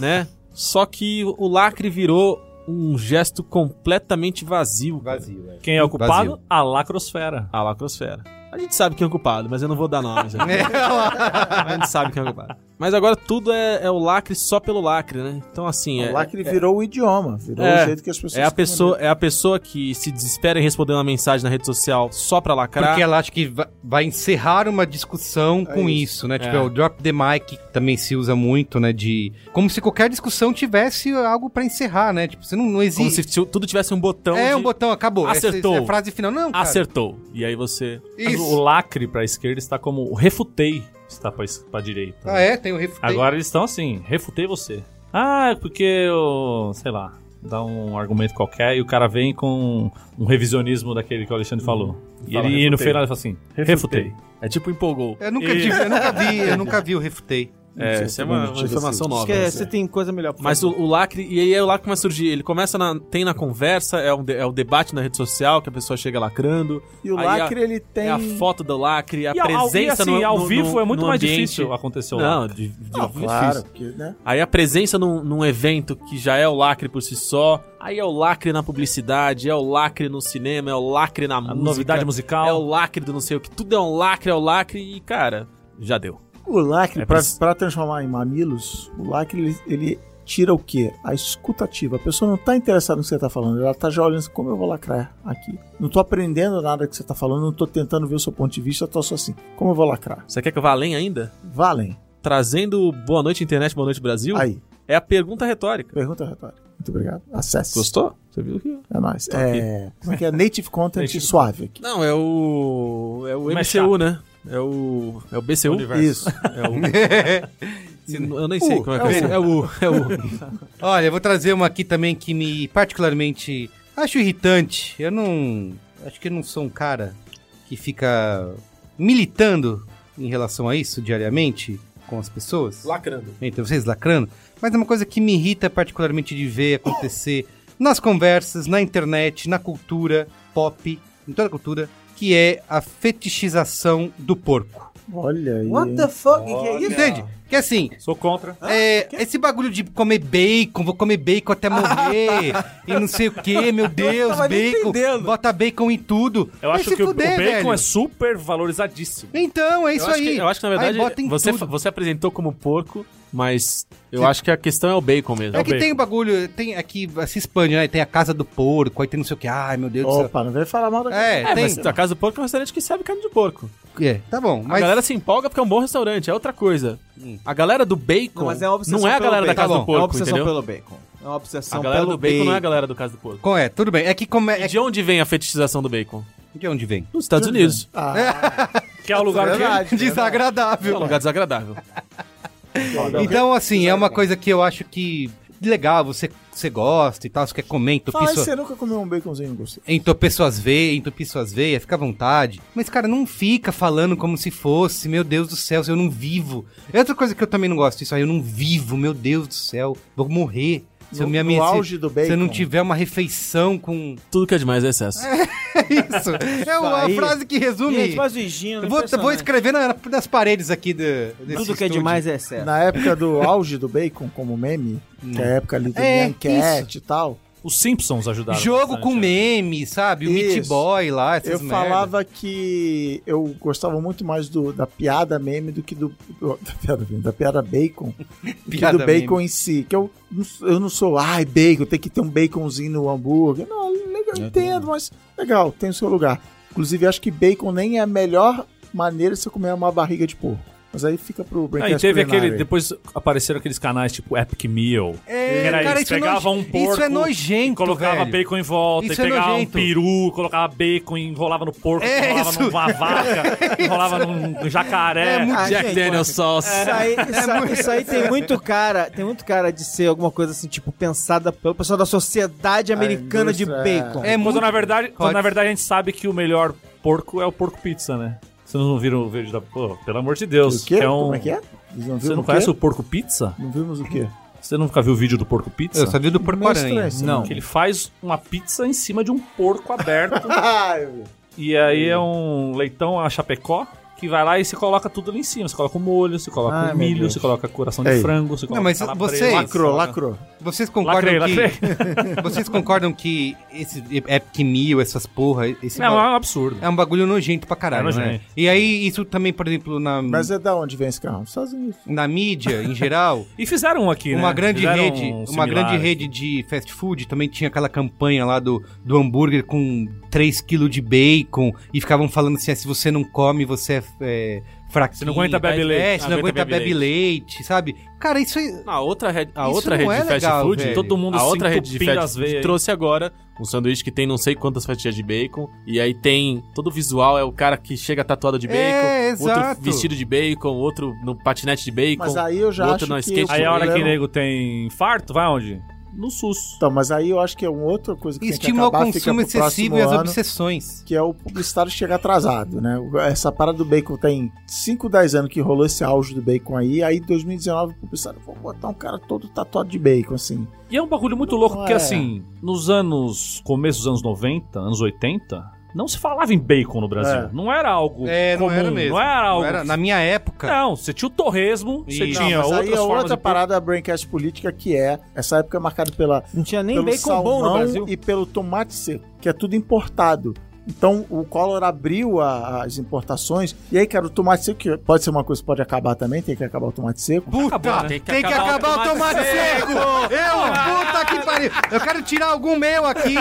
[SPEAKER 2] né? Só que o lacre virou um gesto completamente vazio.
[SPEAKER 1] Vazio, é.
[SPEAKER 5] Quem é o culpado?
[SPEAKER 1] Vazio.
[SPEAKER 5] A lacrosfera.
[SPEAKER 2] A lacrosfera. A gente sabe quem é o culpado, mas eu não vou dar nomes. aqui.
[SPEAKER 1] É,
[SPEAKER 2] a gente sabe quem é o culpado. Mas agora tudo é, é o lacre só pelo lacre, né? Então, assim, é,
[SPEAKER 3] Lá que ele virou o idioma, virou
[SPEAKER 2] É.
[SPEAKER 3] o jeito que as pessoas.
[SPEAKER 2] é, a
[SPEAKER 3] se
[SPEAKER 2] pessoa, é a pessoa que se desespera em responder uma mensagem na rede social só pra lacrar.
[SPEAKER 1] Porque ela acha que va- vai encerrar uma discussão com
[SPEAKER 3] isso.
[SPEAKER 1] isso, né? Tipo,
[SPEAKER 2] É.
[SPEAKER 1] é o drop the mic, que também se usa muito, né? De. Como se qualquer discussão tivesse algo pra encerrar, né? Tipo, você não, não
[SPEAKER 2] Como
[SPEAKER 1] existe.
[SPEAKER 2] se tu- tudo tivesse um botão.
[SPEAKER 1] É
[SPEAKER 2] de
[SPEAKER 1] um botão, acabou. Essa-
[SPEAKER 2] Acertou.
[SPEAKER 1] Essa, é a frase final. Não, cara.
[SPEAKER 5] Acertou.
[SPEAKER 2] E aí você.
[SPEAKER 5] Mas
[SPEAKER 1] Isso.
[SPEAKER 5] O lacre pra esquerda está como o refutei está pra, es- pra direita.
[SPEAKER 1] Ah, é? Tem o refutei.
[SPEAKER 5] Tá Agora eles estão assim, refutei você. Ah, é porque eu, sei lá, dá um argumento qualquer e o cara vem com um revisionismo daquele que o Alexandre falou.
[SPEAKER 1] Hum.
[SPEAKER 5] E
[SPEAKER 2] Fala,
[SPEAKER 5] ele e no
[SPEAKER 2] refutei.
[SPEAKER 5] final ele fala assim, refutei.
[SPEAKER 2] É tipo empolgou.
[SPEAKER 1] Eu nunca, tive- eu nunca vi, eu nunca vi o refutei.
[SPEAKER 2] É, isso é uma,
[SPEAKER 3] tipo
[SPEAKER 2] uma informação
[SPEAKER 4] Acho
[SPEAKER 2] nova. né? assim.
[SPEAKER 4] que é- você tem coisa melhor pra
[SPEAKER 2] Mas o,
[SPEAKER 4] fazer.
[SPEAKER 2] o lacre, e aí é o lacre começa a surgir. Ele começa na. Tem na conversa, é, um de- é o debate na rede social que a pessoa chega lacrando.
[SPEAKER 3] E o
[SPEAKER 2] Aí
[SPEAKER 3] lacre, ele tem.
[SPEAKER 2] É a foto do lacre, a
[SPEAKER 5] E ao- e
[SPEAKER 2] presença
[SPEAKER 5] assim,
[SPEAKER 2] no,
[SPEAKER 5] ao
[SPEAKER 2] no-
[SPEAKER 5] vivo
[SPEAKER 2] no-
[SPEAKER 5] é muito
[SPEAKER 2] no
[SPEAKER 5] mais
[SPEAKER 2] ambiente.
[SPEAKER 5] difícil acontecer o
[SPEAKER 2] Não,
[SPEAKER 5] lacre.
[SPEAKER 2] de, de,
[SPEAKER 3] Não,
[SPEAKER 2] de-
[SPEAKER 3] claro,
[SPEAKER 2] difícil.
[SPEAKER 3] porque, né?
[SPEAKER 2] Aí a presença num, num evento que já é o lacre por si só, aí é o lacre na publicidade, é o lacre no cinema, é o lacre na
[SPEAKER 5] A
[SPEAKER 2] música,
[SPEAKER 5] novidade
[SPEAKER 2] é o
[SPEAKER 5] musical.
[SPEAKER 2] lacre do não sei o que, tudo é um lacre, é o lacre e, cara, já deu.
[SPEAKER 3] O lacre,
[SPEAKER 5] É
[SPEAKER 3] pra,
[SPEAKER 5] preciso-
[SPEAKER 3] pra transformar em mamilos, o lacre, ele, ele tira o quê? A escutativa. A pessoa não tá interessada no que você tá falando, ela tá já olhando assim, como eu vou lacrar aqui? Não tô aprendendo nada que você tá falando, não tô tentando ver o seu ponto de vista, eu tô só assim, como eu vou lacrar?
[SPEAKER 2] Você quer que eu vá além ainda?
[SPEAKER 3] Valem.
[SPEAKER 2] Trazendo Boa Noite Internet, Boa Noite Brasil,
[SPEAKER 3] Aí,
[SPEAKER 2] é a pergunta retórica.
[SPEAKER 3] pergunta retórica. Muito obrigado. Acesse.
[SPEAKER 2] Gostou? Você viu que...
[SPEAKER 3] É nóis. É, como é que é? Native Content suave aqui.
[SPEAKER 2] Não, é o... é o
[SPEAKER 5] Mas
[SPEAKER 2] MCU, né? É o... é o BCU?
[SPEAKER 3] Isso.
[SPEAKER 2] É o... Eu nem
[SPEAKER 1] U,
[SPEAKER 2] sei como é que é. É o... É o...
[SPEAKER 1] Olha, eu vou trazer uma aqui também que me particularmente acho irritante. Eu não. Acho que eu não sou um cara que fica militando em relação a isso diariamente com as pessoas.
[SPEAKER 2] Lacrando.
[SPEAKER 1] Entre vocês lacrando. Mas é uma coisa que me irrita particularmente de ver acontecer nas conversas, na internet, na cultura pop, em toda a cultura, que é a fetichização do porco.
[SPEAKER 3] Olha aí.
[SPEAKER 4] What
[SPEAKER 3] hein?
[SPEAKER 4] the fuck? Que é isso?
[SPEAKER 1] Entende? Que assim,
[SPEAKER 5] Sou contra.
[SPEAKER 1] é, esse bagulho de comer bacon, vou comer bacon até morrer, e não sei o que, meu Deus,
[SPEAKER 4] tava nem
[SPEAKER 1] bacon,
[SPEAKER 4] entendendo.
[SPEAKER 1] bota bacon em tudo.
[SPEAKER 5] Eu
[SPEAKER 1] Vai
[SPEAKER 5] acho
[SPEAKER 1] se
[SPEAKER 5] que o-
[SPEAKER 1] fuder,
[SPEAKER 5] o bacon
[SPEAKER 1] velho.
[SPEAKER 5] é super valorizadíssimo.
[SPEAKER 1] Então, é isso
[SPEAKER 2] eu acho
[SPEAKER 1] aí.
[SPEAKER 2] Que, eu acho que, na
[SPEAKER 1] Aí
[SPEAKER 2] verdade,
[SPEAKER 1] bota em
[SPEAKER 2] você,
[SPEAKER 1] tudo.
[SPEAKER 2] você apresentou como porco, mas eu acho que a questão é o bacon mesmo.
[SPEAKER 1] É que
[SPEAKER 5] bacon.
[SPEAKER 1] tem o bagulho, tem aqui, se expande, né? Tem a casa do porco, aí tem não sei o que, ai meu Deus do céu.
[SPEAKER 3] Opa, não veio falar mal da
[SPEAKER 1] É,
[SPEAKER 2] É,
[SPEAKER 1] tem.
[SPEAKER 2] mas a Casa do Porco é um restaurante que serve carne de porco.
[SPEAKER 1] É, tá bom,
[SPEAKER 2] A
[SPEAKER 1] mas.
[SPEAKER 2] galera se empolga porque é um bom restaurante, é outra coisa. A galera do bacon
[SPEAKER 4] Não, mas é uma obsessão
[SPEAKER 2] não é a
[SPEAKER 4] pelo
[SPEAKER 2] galera da
[SPEAKER 4] bacon.
[SPEAKER 2] Casa
[SPEAKER 1] Tá
[SPEAKER 2] do
[SPEAKER 1] bom,
[SPEAKER 4] é uma
[SPEAKER 2] Porco,
[SPEAKER 4] obsessão
[SPEAKER 2] entendeu?
[SPEAKER 4] pelo bacon. É uma obsessão
[SPEAKER 2] A galera
[SPEAKER 4] pelo
[SPEAKER 2] do bacon, não é a galera do Casa do Porco.
[SPEAKER 1] Qual é? Tudo bem. É que como é.
[SPEAKER 2] E
[SPEAKER 1] é-
[SPEAKER 2] de onde vem a fetichização do bacon?
[SPEAKER 1] De onde vem?
[SPEAKER 2] Dos Estados Unidos.
[SPEAKER 3] Ah,
[SPEAKER 5] Que é o lugar que
[SPEAKER 3] Verdade,
[SPEAKER 2] É um
[SPEAKER 1] Desagradável.
[SPEAKER 2] lugar desagradável.
[SPEAKER 1] Então, assim, é uma coisa que eu acho que. Legal, você, você gosta e tal, você quer comer, entupir,
[SPEAKER 3] Fala,
[SPEAKER 1] sua-
[SPEAKER 3] você nunca comeu um baconzinho gostoso.
[SPEAKER 1] entupir suas veias, entupir suas veias, fica à vontade. Mas, cara, não fica falando como se fosse, meu Deus do céu, eu não vivo. É outra coisa que eu também não gosto, isso aí, eu não vivo, meu Deus do céu, vou morrer. Se eu
[SPEAKER 3] No-
[SPEAKER 1] me
[SPEAKER 3] no
[SPEAKER 1] se-
[SPEAKER 3] auge do
[SPEAKER 1] Se eu não
[SPEAKER 3] bacon.
[SPEAKER 1] tiver uma refeição com.
[SPEAKER 2] Tudo que é demais é excesso.
[SPEAKER 1] É isso. É uma
[SPEAKER 4] aí.
[SPEAKER 1] frase que resume.
[SPEAKER 4] Gente, mas o Gino,
[SPEAKER 1] Eu vou, eu vou escrever na- nas paredes aqui do, desse
[SPEAKER 4] Tudo que é
[SPEAKER 1] estúdio.
[SPEAKER 4] demais é excesso.
[SPEAKER 3] Na época do auge do bacon, como meme, que é a época ali do
[SPEAKER 1] É,
[SPEAKER 3] minha enquete e tal,
[SPEAKER 5] os Simpsons ajudaram.
[SPEAKER 1] Jogo
[SPEAKER 5] bastante,
[SPEAKER 1] com
[SPEAKER 5] né?
[SPEAKER 1] meme, sabe? O Meat
[SPEAKER 3] Isso.
[SPEAKER 1] Boy lá, essas
[SPEAKER 3] eu
[SPEAKER 1] merda.
[SPEAKER 3] falava que eu gostava muito mais do, da piada meme do que do, do- da, piada, meme, da piada bacon que
[SPEAKER 1] Piada
[SPEAKER 3] do bacon
[SPEAKER 1] meme.
[SPEAKER 3] em si. Que eu, não sou- eu não sou, ai, bacon, tem que ter um baconzinho no hambúrguer. Não, legal,
[SPEAKER 1] Uhum.
[SPEAKER 3] entendo, mas legal, tem o seu lugar. Inclusive, acho que bacon nem é a melhor maneira de você comer uma barriga de porco. Mas aí fica
[SPEAKER 1] é
[SPEAKER 3] pro
[SPEAKER 5] Ah, e
[SPEAKER 3] Braincast
[SPEAKER 5] teve
[SPEAKER 3] culinário
[SPEAKER 5] aquele.
[SPEAKER 3] aí.
[SPEAKER 5] Depois apareceram aqueles canais tipo Epic Meal.
[SPEAKER 1] É,
[SPEAKER 5] que era
[SPEAKER 1] cara,
[SPEAKER 5] isso.
[SPEAKER 1] isso é
[SPEAKER 5] Pegava
[SPEAKER 1] noje-
[SPEAKER 5] um porco.
[SPEAKER 1] isso é nojento,
[SPEAKER 5] e Colocava
[SPEAKER 1] velho.
[SPEAKER 5] bacon em volta.
[SPEAKER 1] Isso
[SPEAKER 5] e
[SPEAKER 1] é
[SPEAKER 5] pegava um
[SPEAKER 1] nojento.
[SPEAKER 5] peru, colocava bacon, e enrolava no porco,
[SPEAKER 1] É
[SPEAKER 5] enrolava
[SPEAKER 1] isso.
[SPEAKER 5] numa vaca, enrolava num jacaré.
[SPEAKER 1] É muito-
[SPEAKER 2] Jack Daniel Sauce.
[SPEAKER 4] Ah,
[SPEAKER 1] É.
[SPEAKER 4] Isso aí, isso aí- isso aí tem muito cara, tem muito cara de ser alguma coisa assim, tipo, pensada pelo pessoal da sociedade americana de
[SPEAKER 3] indústria-
[SPEAKER 4] bacon.
[SPEAKER 1] É
[SPEAKER 5] Quando
[SPEAKER 1] muito...
[SPEAKER 5] na verdade, quando
[SPEAKER 1] Pode-
[SPEAKER 5] na verdade a gente sabe que o melhor porco é o porco pizza, né? Vocês não viram o vídeo da. Pô, pelo amor de Deus.
[SPEAKER 3] O quê?
[SPEAKER 5] é um-
[SPEAKER 3] Como é que é? Vocês não
[SPEAKER 5] Você
[SPEAKER 3] viram
[SPEAKER 5] não
[SPEAKER 3] o
[SPEAKER 5] conhece
[SPEAKER 3] quê?
[SPEAKER 5] o porco pizza?
[SPEAKER 3] Não vimos o quê?
[SPEAKER 5] Você nunca viu o vídeo do porco pizza?
[SPEAKER 1] Eu só vi do porco
[SPEAKER 3] Meio né?
[SPEAKER 1] aranha.
[SPEAKER 3] estranho,
[SPEAKER 4] Não.
[SPEAKER 5] Que ele faz uma pizza em cima de um porco aberto.
[SPEAKER 3] Ah, eu vi.
[SPEAKER 5] e aí é um leitão a chapecó que vai lá e se coloca tudo ali em cima. Você coloca o molho, você coloca
[SPEAKER 3] Ai,
[SPEAKER 5] o
[SPEAKER 3] meu
[SPEAKER 5] milho,
[SPEAKER 3] Deus.
[SPEAKER 5] você coloca coração de
[SPEAKER 3] Ei.
[SPEAKER 5] frango, você coloca
[SPEAKER 1] mas
[SPEAKER 5] calabresa.
[SPEAKER 1] vocês-
[SPEAKER 3] Lacrou, lacrou.
[SPEAKER 1] Vocês concordam
[SPEAKER 5] Lacrei,
[SPEAKER 1] que... Vocês concordam que esse Epic Meal, essas porra, esse
[SPEAKER 5] Não,
[SPEAKER 1] ba-
[SPEAKER 5] é um absurdo.
[SPEAKER 1] é um bagulho nojento pra caralho,
[SPEAKER 5] É
[SPEAKER 1] né?
[SPEAKER 5] nojento.
[SPEAKER 1] E aí, isso também, por exemplo, na,
[SPEAKER 3] Mas é da onde vem esse carro? Sozinho.
[SPEAKER 1] na mídia, em geral...
[SPEAKER 5] E fizeram um aqui, né?
[SPEAKER 1] Uma grande
[SPEAKER 5] Fizeram
[SPEAKER 1] rede,
[SPEAKER 5] um
[SPEAKER 1] uma
[SPEAKER 5] similar.
[SPEAKER 1] grande rede de fast food também tinha aquela campanha lá do, do hambúrguer com 3 kg de bacon e ficavam falando assim, ah, se você não come, você é, é fraquinho.
[SPEAKER 5] Você não aguenta
[SPEAKER 1] tá?
[SPEAKER 5] bebe leite.
[SPEAKER 1] É, você não aguenta bebe leite, sabe? Cara, isso é, aí...
[SPEAKER 2] A Ah, outra, re- a
[SPEAKER 1] Isso
[SPEAKER 2] outra
[SPEAKER 1] não
[SPEAKER 2] rede
[SPEAKER 1] é
[SPEAKER 2] de fast
[SPEAKER 1] legal,
[SPEAKER 2] food,
[SPEAKER 1] velho.
[SPEAKER 5] Todo mundo
[SPEAKER 2] a
[SPEAKER 5] se
[SPEAKER 2] outra rede de
[SPEAKER 5] entupindo
[SPEAKER 2] fast
[SPEAKER 5] as veias
[SPEAKER 2] food
[SPEAKER 5] aí.
[SPEAKER 2] trouxe agora um sanduíche que tem não sei quantas fatias de bacon. E aí tem. Todo o visual é o cara que chega tatuado de bacon,
[SPEAKER 1] É, exato.
[SPEAKER 2] outro vestido de bacon, outro no patinete de bacon.
[SPEAKER 3] Mas aí eu já
[SPEAKER 2] outro
[SPEAKER 3] acho
[SPEAKER 2] não,
[SPEAKER 3] que...
[SPEAKER 2] skate-
[SPEAKER 5] Aí a hora que o
[SPEAKER 3] problema-
[SPEAKER 5] nego tem infarto, vai onde? No SUS.
[SPEAKER 3] Então, mas aí eu acho que é uma outra coisa que
[SPEAKER 1] Estimula o
[SPEAKER 3] tem que acabar,
[SPEAKER 1] consumo
[SPEAKER 3] fica pro
[SPEAKER 1] excessivo e
[SPEAKER 3] próximo
[SPEAKER 1] as
[SPEAKER 3] ano,
[SPEAKER 1] obsessões.
[SPEAKER 3] Que é o publicitário chegar atrasado, né? Essa parada do bacon tem 5, 10 anos que rolou esse auge do bacon aí. Aí em 2019 o publicitário, vou botar um cara todo tatuado de bacon, assim.
[SPEAKER 5] E é um bagulho muito louco, porque
[SPEAKER 3] é.
[SPEAKER 5] assim, nos anos. começo dos anos 90, anos 80, não se falava em bacon no Brasil.
[SPEAKER 3] É.
[SPEAKER 5] Não era algo. comum, Não era algo.
[SPEAKER 1] era- na minha época...
[SPEAKER 5] Não, você tinha o torresmo, você
[SPEAKER 1] Isso.
[SPEAKER 5] tinha
[SPEAKER 3] Não, mas aí
[SPEAKER 5] outras
[SPEAKER 3] é
[SPEAKER 5] formas
[SPEAKER 3] outra
[SPEAKER 5] de...
[SPEAKER 3] parada da Braincast política que é essa época é marcada pela
[SPEAKER 4] Não tinha nem
[SPEAKER 3] pelo
[SPEAKER 4] bacon bom no
[SPEAKER 3] salmão
[SPEAKER 4] Brasil.
[SPEAKER 3] E pelo tomate seco, que é tudo importado. Então o Collor abriu a- as importações. E aí, cara, o tomate seco, que pode ser uma coisa que pode acabar também, tem que acabar o tomate seco.
[SPEAKER 1] Puta,
[SPEAKER 5] Acabou, né?
[SPEAKER 1] tem, que acabar o tomate seco! Eu, puta que pariu! Eu quero tirar algum meu aqui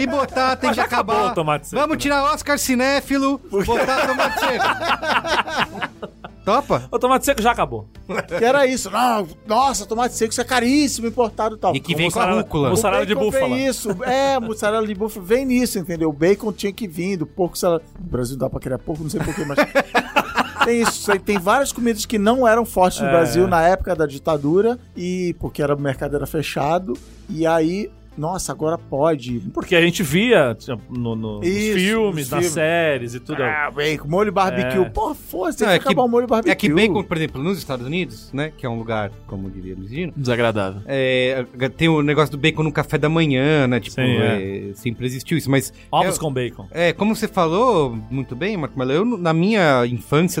[SPEAKER 1] e botar, tem que acabar.
[SPEAKER 5] acabou o tomate seco,
[SPEAKER 1] Vamos
[SPEAKER 5] né?
[SPEAKER 1] tirar Oscar Cinéfilo, botar tomate seco. Topa?
[SPEAKER 5] O tomate seco já acabou.
[SPEAKER 3] Que era isso. Não, nossa, tomate seco, isso é caríssimo, importado e tal.
[SPEAKER 1] E que vem com a
[SPEAKER 5] mussarela-
[SPEAKER 1] rúcula.
[SPEAKER 5] mussarela- mussarela de
[SPEAKER 3] bacon
[SPEAKER 5] búfala.
[SPEAKER 3] Vem isso. É, mussarela de búfala vem nisso, entendeu? O bacon tinha que vir, do porco, sei lá. No Brasil dá pra criar porco, não sei porquê, mas. Tem isso, aí tem várias comidas que não eram fortes
[SPEAKER 1] É.
[SPEAKER 3] no Brasil na época da ditadura, e porque era, o mercado era fechado, e aí nossa, agora pode.
[SPEAKER 5] Porque a gente via tinha, no- no- nos
[SPEAKER 3] Isso,
[SPEAKER 5] filmes,
[SPEAKER 3] nos
[SPEAKER 5] nas
[SPEAKER 3] filmes.
[SPEAKER 5] séries e tudo.
[SPEAKER 1] É.
[SPEAKER 3] Ah, bacon, molho barbecue.
[SPEAKER 5] É.
[SPEAKER 3] Pô, foda-se, tem
[SPEAKER 1] Não,
[SPEAKER 3] que
[SPEAKER 1] é que-
[SPEAKER 3] acabar o molho barbecue.
[SPEAKER 1] É que bacon, por exemplo, nos Estados Unidos, né? Que é um lugar, como diria Luizino,
[SPEAKER 2] Desagradável.
[SPEAKER 1] é, tem o negócio do bacon no café da manhã, né? Tipo,
[SPEAKER 5] Sim,
[SPEAKER 1] é, sempre existiu isso. Mas,
[SPEAKER 5] Ovos
[SPEAKER 1] Eu-
[SPEAKER 5] com bacon.
[SPEAKER 1] é, como você falou muito bem, Marco Melo, eu na minha infância,
[SPEAKER 5] A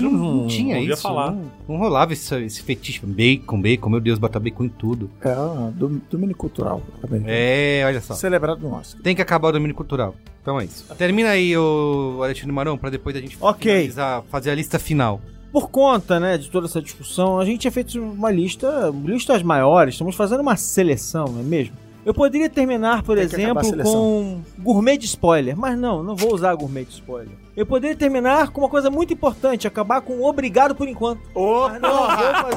[SPEAKER 5] gente
[SPEAKER 1] não,
[SPEAKER 5] não-
[SPEAKER 1] não tinha
[SPEAKER 5] não ouvia
[SPEAKER 1] isso.
[SPEAKER 5] falar.
[SPEAKER 1] Não, não rolava esse, esse fetiche. Bacon, bacon, meu Deus, botar bacon em tudo.
[SPEAKER 3] É, ah, dom- domínio cultural. Tá bem.
[SPEAKER 1] É, olha só.
[SPEAKER 3] Celebrado no Oscar.
[SPEAKER 1] Tem que acabar o domínio cultural. Então é isso. Termina aí, o Alexandre Marão, pra depois a gente
[SPEAKER 4] Ok.
[SPEAKER 1] finalizar, fazer a lista final.
[SPEAKER 4] Por conta, né, de toda essa discussão, a gente tinha feito uma lista, listas maiores, estamos fazendo uma seleção, não é mesmo? Eu poderia terminar, por
[SPEAKER 3] Tem que acabar a
[SPEAKER 4] exemplo,
[SPEAKER 3] seleção.
[SPEAKER 4] com gourmet de spoiler, mas não, não vou usar gourmet de spoiler. Eu poderia terminar com uma coisa muito importante, acabar com obrigado por enquanto.
[SPEAKER 3] Ô,
[SPEAKER 4] Mas não vou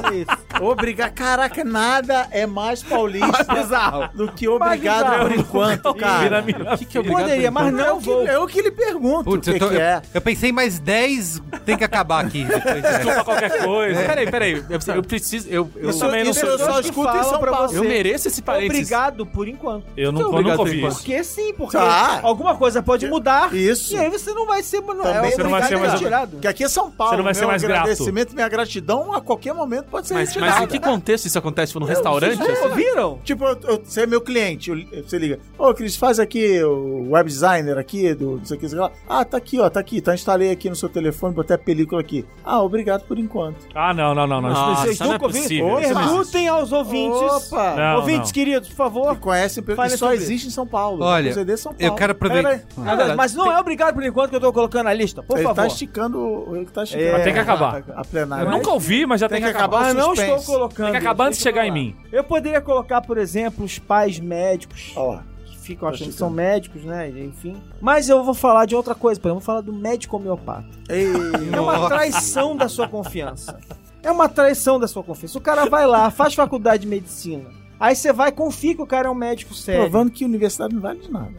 [SPEAKER 4] fazer isso.
[SPEAKER 3] Obrigado. Caraca, nada é mais paulista do que obrigado por enquanto, cara.
[SPEAKER 2] O que, que é obrigado?
[SPEAKER 4] Poderia, mas não
[SPEAKER 3] eu que,
[SPEAKER 4] vou.
[SPEAKER 3] eu que lhe pergunto
[SPEAKER 1] Putz,
[SPEAKER 3] o
[SPEAKER 1] eu,
[SPEAKER 3] que,
[SPEAKER 1] tô-
[SPEAKER 3] que
[SPEAKER 1] eu-
[SPEAKER 3] é.
[SPEAKER 1] eu pensei mais 10, tem que acabar aqui. Depois, né?
[SPEAKER 5] Desculpa qualquer coisa.
[SPEAKER 1] É.
[SPEAKER 2] Peraí, peraí. Eu preciso- Eu preciso. Eu, eu,
[SPEAKER 3] Isso-
[SPEAKER 5] também não
[SPEAKER 3] isso
[SPEAKER 5] sei.
[SPEAKER 3] eu só
[SPEAKER 4] Pessoas que
[SPEAKER 3] escuto em
[SPEAKER 4] falam
[SPEAKER 3] São
[SPEAKER 4] pra
[SPEAKER 3] Paulo.
[SPEAKER 4] você.
[SPEAKER 2] eu mereço esse parênteses.
[SPEAKER 4] Obrigado por enquanto.
[SPEAKER 5] Eu, não,
[SPEAKER 2] Então,
[SPEAKER 5] eu nunca
[SPEAKER 2] obrigado
[SPEAKER 5] ouvi
[SPEAKER 2] por
[SPEAKER 5] isso.
[SPEAKER 4] Porque sim, porque
[SPEAKER 3] Tá.
[SPEAKER 4] alguma coisa pode mudar.
[SPEAKER 3] Isso.
[SPEAKER 4] E aí você não é vai ser. Também
[SPEAKER 3] Também
[SPEAKER 5] você não vai ser mais-
[SPEAKER 4] retirado.
[SPEAKER 3] Que aqui é São Paulo.
[SPEAKER 5] Você não vai ser
[SPEAKER 3] meu
[SPEAKER 5] mais grato.
[SPEAKER 3] agradecimento, minha gratidão a qualquer momento pode ser
[SPEAKER 2] Mas, mas
[SPEAKER 3] retirada.
[SPEAKER 2] em que contexto isso acontece? Tipo, num restaurante?
[SPEAKER 4] Vocês
[SPEAKER 2] assim?
[SPEAKER 4] ouviram?
[SPEAKER 3] Tipo, eu, eu- você é meu cliente, eu- você liga. Ô, Cris, faz aqui o web designer aqui, do não sei o que, sei lá. Ah, tá aqui, ó, tá aqui, tá instalei aqui no seu telefone, botei a película aqui. Ah, obrigado por enquanto.
[SPEAKER 5] Ah, não, não, não. não. Isso-
[SPEAKER 2] Nossa,
[SPEAKER 5] isso
[SPEAKER 2] não é
[SPEAKER 5] nunca ouvi.
[SPEAKER 2] possível.
[SPEAKER 5] Isso não existe.
[SPEAKER 4] Perguntem aos ouvintes.
[SPEAKER 3] Opa!
[SPEAKER 5] Não,
[SPEAKER 4] ouvintes
[SPEAKER 5] não.
[SPEAKER 4] queridos, por favor.
[SPEAKER 3] Que conhece,
[SPEAKER 4] Fale
[SPEAKER 3] que só
[SPEAKER 4] sobre
[SPEAKER 3] existe em São Paulo.
[SPEAKER 1] Olha,
[SPEAKER 3] O CD São Paulo.
[SPEAKER 1] Eu quero
[SPEAKER 4] Peraí,
[SPEAKER 1] aproveitar.
[SPEAKER 4] peraí. Ah, mas não é obrigado por enquanto que eu tô colocando na lista, por
[SPEAKER 3] ele
[SPEAKER 4] favor.
[SPEAKER 3] tá esticando, o- ele tá esticando.
[SPEAKER 5] Mas tem que acabar.
[SPEAKER 3] A plenária.
[SPEAKER 5] Eu nunca ouvi, mas já tem, que acabar.
[SPEAKER 4] Mas
[SPEAKER 3] acabar o
[SPEAKER 4] Ah, não
[SPEAKER 3] suspense.
[SPEAKER 4] estou colocando.
[SPEAKER 5] Tem que acabar antes de
[SPEAKER 4] Deixa eu
[SPEAKER 5] chegar em
[SPEAKER 4] falar.
[SPEAKER 5] mim.
[SPEAKER 4] Eu poderia colocar, por exemplo, os pais médicos
[SPEAKER 3] Ó, lá.
[SPEAKER 4] que ficam achando que
[SPEAKER 3] chegando.
[SPEAKER 4] são médicos, né? Enfim. Mas eu vou falar de outra coisa, por exemplo, eu vou falar do médico homeopata.
[SPEAKER 3] Ei,
[SPEAKER 4] É uma traição da sua confiança. É uma traição da sua confiança. O cara vai lá, faz faculdade de medicina. Aí você vai, confia que o cara é um médico sério.
[SPEAKER 3] provando que universidade não vale de nada.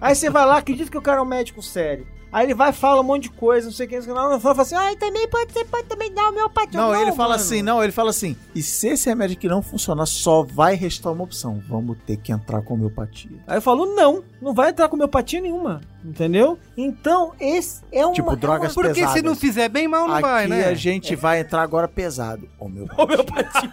[SPEAKER 4] Aí você vai lá, acredita que o cara é um médico sério. Aí ele vai, fala um monte de coisa, não sei o que, não sei o que. Não, não fala fala assim, ah, também pode, você pode também dar o meu patrão.
[SPEAKER 3] Não, ele fala
[SPEAKER 4] mano.
[SPEAKER 3] assim, não, ele fala assim. E se esse remédio aqui não funcionar, só vai restar uma opção. Vamos ter que entrar com homeopatia.
[SPEAKER 4] Aí eu falo, não, não vai entrar com homeopatia nenhuma, entendeu? Então, esse é um...
[SPEAKER 3] Tipo, drogas
[SPEAKER 1] Porque se
[SPEAKER 3] pesadas.
[SPEAKER 1] não fizer bem, mal não
[SPEAKER 3] Aqui
[SPEAKER 1] vai, né?
[SPEAKER 3] a gente vai entrar agora pesado. Homeopatia.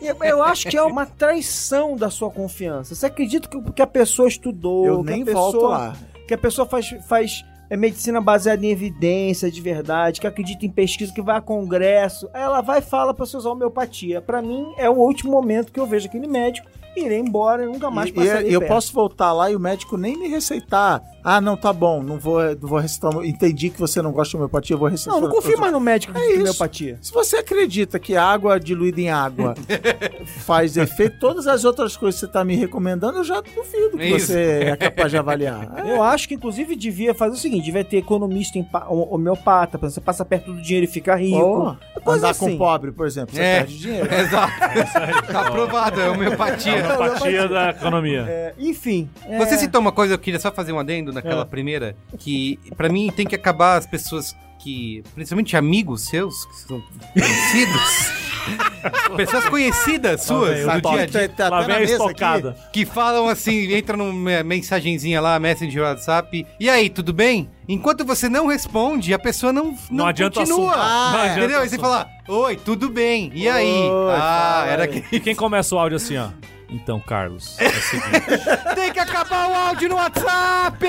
[SPEAKER 4] Eu, eu acho que é uma traição da sua confiança. Você acredita que, que a pessoa estudou,
[SPEAKER 3] Eu
[SPEAKER 4] que
[SPEAKER 3] nem
[SPEAKER 4] a pessoa,
[SPEAKER 3] volto lá.
[SPEAKER 4] que a pessoa faz, faz é, medicina baseada em evidência de verdade, que acredita em pesquisa, que vai a congresso. Aí Ela vai e fala pra você usar homeopatia. Pra mim, é o último momento que eu vejo aquele médico, irei embora e nunca mais
[SPEAKER 3] E- e
[SPEAKER 4] passarei
[SPEAKER 3] eu
[SPEAKER 4] perto.
[SPEAKER 3] posso voltar lá e o médico nem me receitar. Ah, não, tá bom, não vou, não vou receitar. Entendi que você não gosta de homeopatia, eu vou receitar.
[SPEAKER 4] Não, não confio mais no médico que
[SPEAKER 3] É
[SPEAKER 4] diz
[SPEAKER 3] isso.
[SPEAKER 4] homeopatia.
[SPEAKER 3] Se você acredita que água diluída em água faz efeito, todas as outras coisas que você tá me recomendando, eu já duvido que
[SPEAKER 1] É isso.
[SPEAKER 3] você é capaz de avaliar.
[SPEAKER 4] Eu acho que, inclusive, devia fazer o seguinte: devia ter economista em pa- homeopata, pra você passar perto do dinheiro e ficar rico.
[SPEAKER 3] Ou
[SPEAKER 4] coisa
[SPEAKER 3] andar
[SPEAKER 4] assim.
[SPEAKER 3] com pobre, por exemplo, você
[SPEAKER 1] É.
[SPEAKER 3] perde dinheiro.
[SPEAKER 5] É
[SPEAKER 1] Exato. tá aprovado, é homeopatia.
[SPEAKER 5] Apatia da economia.
[SPEAKER 4] É, enfim. é-
[SPEAKER 1] Você citou uma coisa, eu queria só fazer um adendo naquela
[SPEAKER 3] Ah.
[SPEAKER 1] primeira, que pra mim tem que acabar as pessoas que, principalmente amigos seus, que são conhecidos, pessoas conhecidas suas,
[SPEAKER 5] Tá bem,
[SPEAKER 1] do dia a
[SPEAKER 3] Tá-
[SPEAKER 1] dia,
[SPEAKER 3] tá
[SPEAKER 5] Lá
[SPEAKER 3] até
[SPEAKER 5] vem
[SPEAKER 3] na
[SPEAKER 5] a
[SPEAKER 3] mesa aqui.
[SPEAKER 5] estocada.
[SPEAKER 1] que falam assim, entra numa mensagenzinha lá, Messenger, WhatsApp, e aí, tudo bem? Enquanto você não responde, a pessoa não, não,
[SPEAKER 5] Não adianta o
[SPEAKER 1] continua.
[SPEAKER 5] assunto.
[SPEAKER 1] Ah,
[SPEAKER 5] Não adianta
[SPEAKER 1] entendeu?
[SPEAKER 5] o
[SPEAKER 1] Aí você
[SPEAKER 5] assunto.
[SPEAKER 1] fala, oi, tudo bem, e aí?
[SPEAKER 3] Oi,
[SPEAKER 1] ah,
[SPEAKER 3] fala
[SPEAKER 1] era
[SPEAKER 3] aí.
[SPEAKER 1] que...
[SPEAKER 5] E quem começa o áudio assim, ó. Então, Carlos, é o seguinte.
[SPEAKER 1] Tem que acabar o áudio no WhatsApp!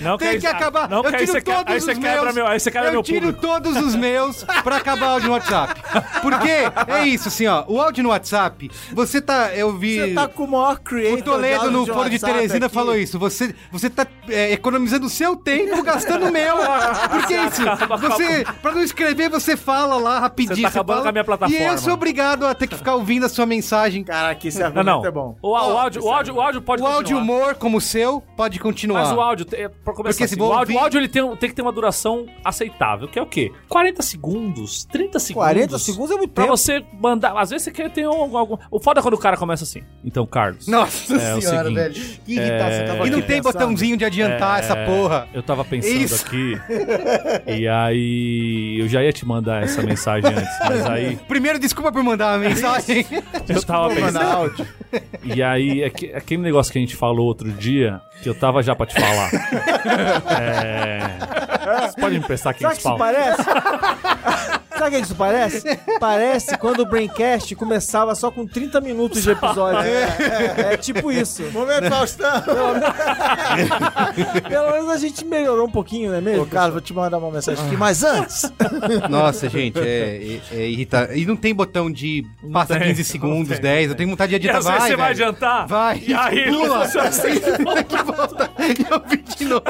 [SPEAKER 5] Não
[SPEAKER 1] Tem
[SPEAKER 5] quer-
[SPEAKER 1] que acabar.
[SPEAKER 5] ah, Não
[SPEAKER 1] eu
[SPEAKER 5] quer-
[SPEAKER 1] tiro
[SPEAKER 5] aí você
[SPEAKER 1] todos
[SPEAKER 5] quer- aí
[SPEAKER 1] os
[SPEAKER 5] você quebra
[SPEAKER 1] meus.
[SPEAKER 5] meu- aí você quebra
[SPEAKER 1] eu
[SPEAKER 5] meu
[SPEAKER 1] tiro
[SPEAKER 5] público.
[SPEAKER 1] todos os meus pra acabar o áudio no WhatsApp. Porque é isso, assim, ó. O áudio no WhatsApp, você tá. Eu vi.
[SPEAKER 3] Você tá com o maior creator
[SPEAKER 1] O Toledo
[SPEAKER 3] áudio
[SPEAKER 1] no Foro de
[SPEAKER 3] WhatsApp
[SPEAKER 1] Teresina
[SPEAKER 3] aqui.
[SPEAKER 1] falou isso. Você, você tá é, economizando o seu tempo, gastando o meu. Porque é isso,
[SPEAKER 5] tá
[SPEAKER 1] você, pra não escrever, você fala lá rapidinho.
[SPEAKER 5] Você tá acabando
[SPEAKER 1] fala,
[SPEAKER 5] com a minha plataforma.
[SPEAKER 1] E eu sou obrigado a ter que ficar ouvindo a sua mensagem.
[SPEAKER 3] Caraca, esse
[SPEAKER 5] Não,
[SPEAKER 3] argumento
[SPEAKER 5] não.
[SPEAKER 3] é bom.
[SPEAKER 5] O, o áudio, o, áudio, o áudio pode
[SPEAKER 1] O áudio
[SPEAKER 5] continuar.
[SPEAKER 1] humor, como o seu, pode continuar.
[SPEAKER 5] Mas o áudio, te- é, pra começar
[SPEAKER 1] Porque
[SPEAKER 5] assim,
[SPEAKER 1] se
[SPEAKER 5] o
[SPEAKER 1] vou
[SPEAKER 5] áudio, o
[SPEAKER 1] ouvir-
[SPEAKER 5] áudio ele tem, um- tem que ter uma duração aceitável, que é o quê? 40 segundos, 30 segundos.
[SPEAKER 3] 40
[SPEAKER 4] 30 segundos é muito
[SPEAKER 5] Pra
[SPEAKER 4] tempo.
[SPEAKER 5] você mandar. Às vezes você quer ter um, algum. O foda é quando o cara começa assim. Então, Carlos.
[SPEAKER 1] Nossa
[SPEAKER 5] É, o
[SPEAKER 1] senhora,
[SPEAKER 5] seguinte,
[SPEAKER 1] velho. Que irritação.
[SPEAKER 5] é,
[SPEAKER 1] E não tem
[SPEAKER 3] pensando.
[SPEAKER 1] botãozinho de adiantar essa porra.
[SPEAKER 5] Eu tava pensando
[SPEAKER 1] Isso.
[SPEAKER 5] aqui. e aí. Eu já ia te mandar essa mensagem antes, mas aí.
[SPEAKER 1] Primeiro, desculpa por mandar uma mensagem.
[SPEAKER 5] Eu tava
[SPEAKER 3] Vou mandar
[SPEAKER 5] pensando.
[SPEAKER 3] áudio.
[SPEAKER 5] E aí, é que- é aquele negócio que a gente falou outro dia, que eu tava já pra te falar. é. Você pode me emprestar aqui
[SPEAKER 4] Sabe
[SPEAKER 5] uns
[SPEAKER 4] o que
[SPEAKER 5] pau?
[SPEAKER 4] isso parece? Sabe o que isso parece? Parece quando o Braincast começava só com 30 minutos de episódio. É, é tipo isso.
[SPEAKER 3] Momento Faustão.
[SPEAKER 4] Pelo menos a gente melhorou um pouquinho, não é mesmo?
[SPEAKER 3] Ô, Carlos, vou te mandar uma mensagem aqui, mas antes...
[SPEAKER 1] Nossa, gente, é, é, é irritante. E não tem botão de passa 15 segundos, 10. Eu tenho vontade de
[SPEAKER 5] E
[SPEAKER 1] adiantar.
[SPEAKER 5] às vezes
[SPEAKER 1] Vai,
[SPEAKER 5] você vai
[SPEAKER 1] velho.
[SPEAKER 5] adiantar.
[SPEAKER 1] Vai.
[SPEAKER 5] E aí,
[SPEAKER 1] Pula.
[SPEAKER 5] você assim,
[SPEAKER 1] que volta. Eu vi de novo.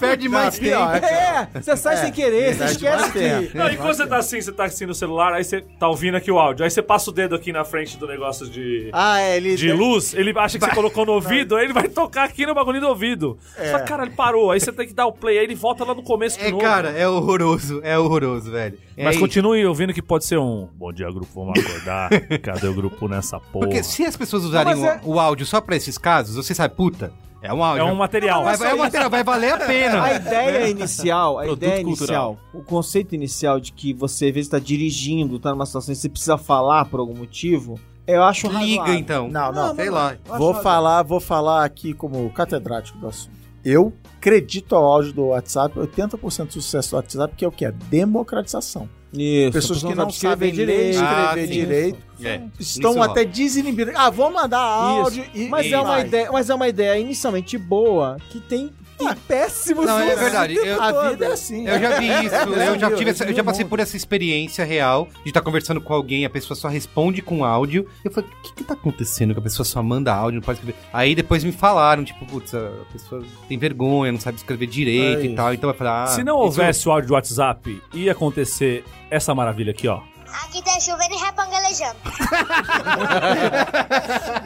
[SPEAKER 1] Perde mais tempo.
[SPEAKER 4] É, você sai sem querer, você esquece que...
[SPEAKER 5] Não,
[SPEAKER 3] É,
[SPEAKER 5] e quando você tá assim, você tá assim no celular, aí você tá ouvindo aqui o áudio, aí você passa o dedo aqui na frente do negócio de,
[SPEAKER 3] Ah, é, ele...
[SPEAKER 5] de luz, ele acha que você colocou no ouvido, aí ele vai tocar aqui no bagulho do ouvido. Só que, cara, ele parou, aí você tem que dar o play, aí ele volta lá no começo de
[SPEAKER 1] É,
[SPEAKER 5] novo.
[SPEAKER 1] cara, é horroroso. É horroroso, velho.
[SPEAKER 5] Mas
[SPEAKER 1] é,
[SPEAKER 5] continue ouvindo que pode ser um bom dia, grupo, vamos acordar. Cadê o grupo nessa porra?
[SPEAKER 1] Porque se as pessoas usarem
[SPEAKER 4] Não,
[SPEAKER 1] o,
[SPEAKER 4] mas
[SPEAKER 1] o áudio só pra esses casos, você sabe, puta, é um
[SPEAKER 5] É
[SPEAKER 1] áudio.
[SPEAKER 5] um material.
[SPEAKER 1] Vai, vai- é um material, vai valer a
[SPEAKER 4] A
[SPEAKER 1] pena.
[SPEAKER 4] ideia inicial, a
[SPEAKER 5] Produto
[SPEAKER 4] ideia inicial, o conceito inicial de que você às vezes tá dirigindo, tá numa situação e você precisa falar por algum motivo, eu acho
[SPEAKER 1] Liga
[SPEAKER 4] razoável.
[SPEAKER 1] então.
[SPEAKER 3] Não, não.
[SPEAKER 1] Sei lá.
[SPEAKER 3] Vou falar, vou falar aqui como catedrático do assunto. Eu acredito ao áudio do WhatsApp, 80% do sucesso do WhatsApp, que é o que? É democratização.
[SPEAKER 4] Isso,
[SPEAKER 3] Pessoas
[SPEAKER 4] a pessoa
[SPEAKER 3] que não
[SPEAKER 4] sabe
[SPEAKER 3] sabem ler,
[SPEAKER 4] direito.
[SPEAKER 1] Ah,
[SPEAKER 3] escrever
[SPEAKER 1] sim.
[SPEAKER 3] direito,
[SPEAKER 1] É.
[SPEAKER 3] estão
[SPEAKER 1] Isso rola.
[SPEAKER 3] até desinibidas. Ah, vou mandar áudio e.
[SPEAKER 4] Mas é, uma
[SPEAKER 3] vai.
[SPEAKER 4] ideia, mas é uma ideia inicialmente boa que tem, tem péssimos
[SPEAKER 1] Não, é
[SPEAKER 4] usos.
[SPEAKER 1] verdade. Eu,
[SPEAKER 3] A vida é assim.
[SPEAKER 1] eu já vi isso, eu já,
[SPEAKER 3] Meu,
[SPEAKER 1] tive essa- eu já passei por essa experiência real de estar conversando com alguém, a pessoa só responde com áudio. Eu falei, o que que tá acontecendo? Que a pessoa só manda áudio, não pode escrever. Aí depois me falaram, tipo, putz, a pessoa tem vergonha, não sabe escrever direito
[SPEAKER 3] É
[SPEAKER 1] e tal. Então vai falar. ah,
[SPEAKER 5] Se não
[SPEAKER 1] isso-
[SPEAKER 5] houvesse o áudio do WhatsApp, ia acontecer essa maravilha aqui, ó.
[SPEAKER 8] Aqui tá chovendo e repangalejando.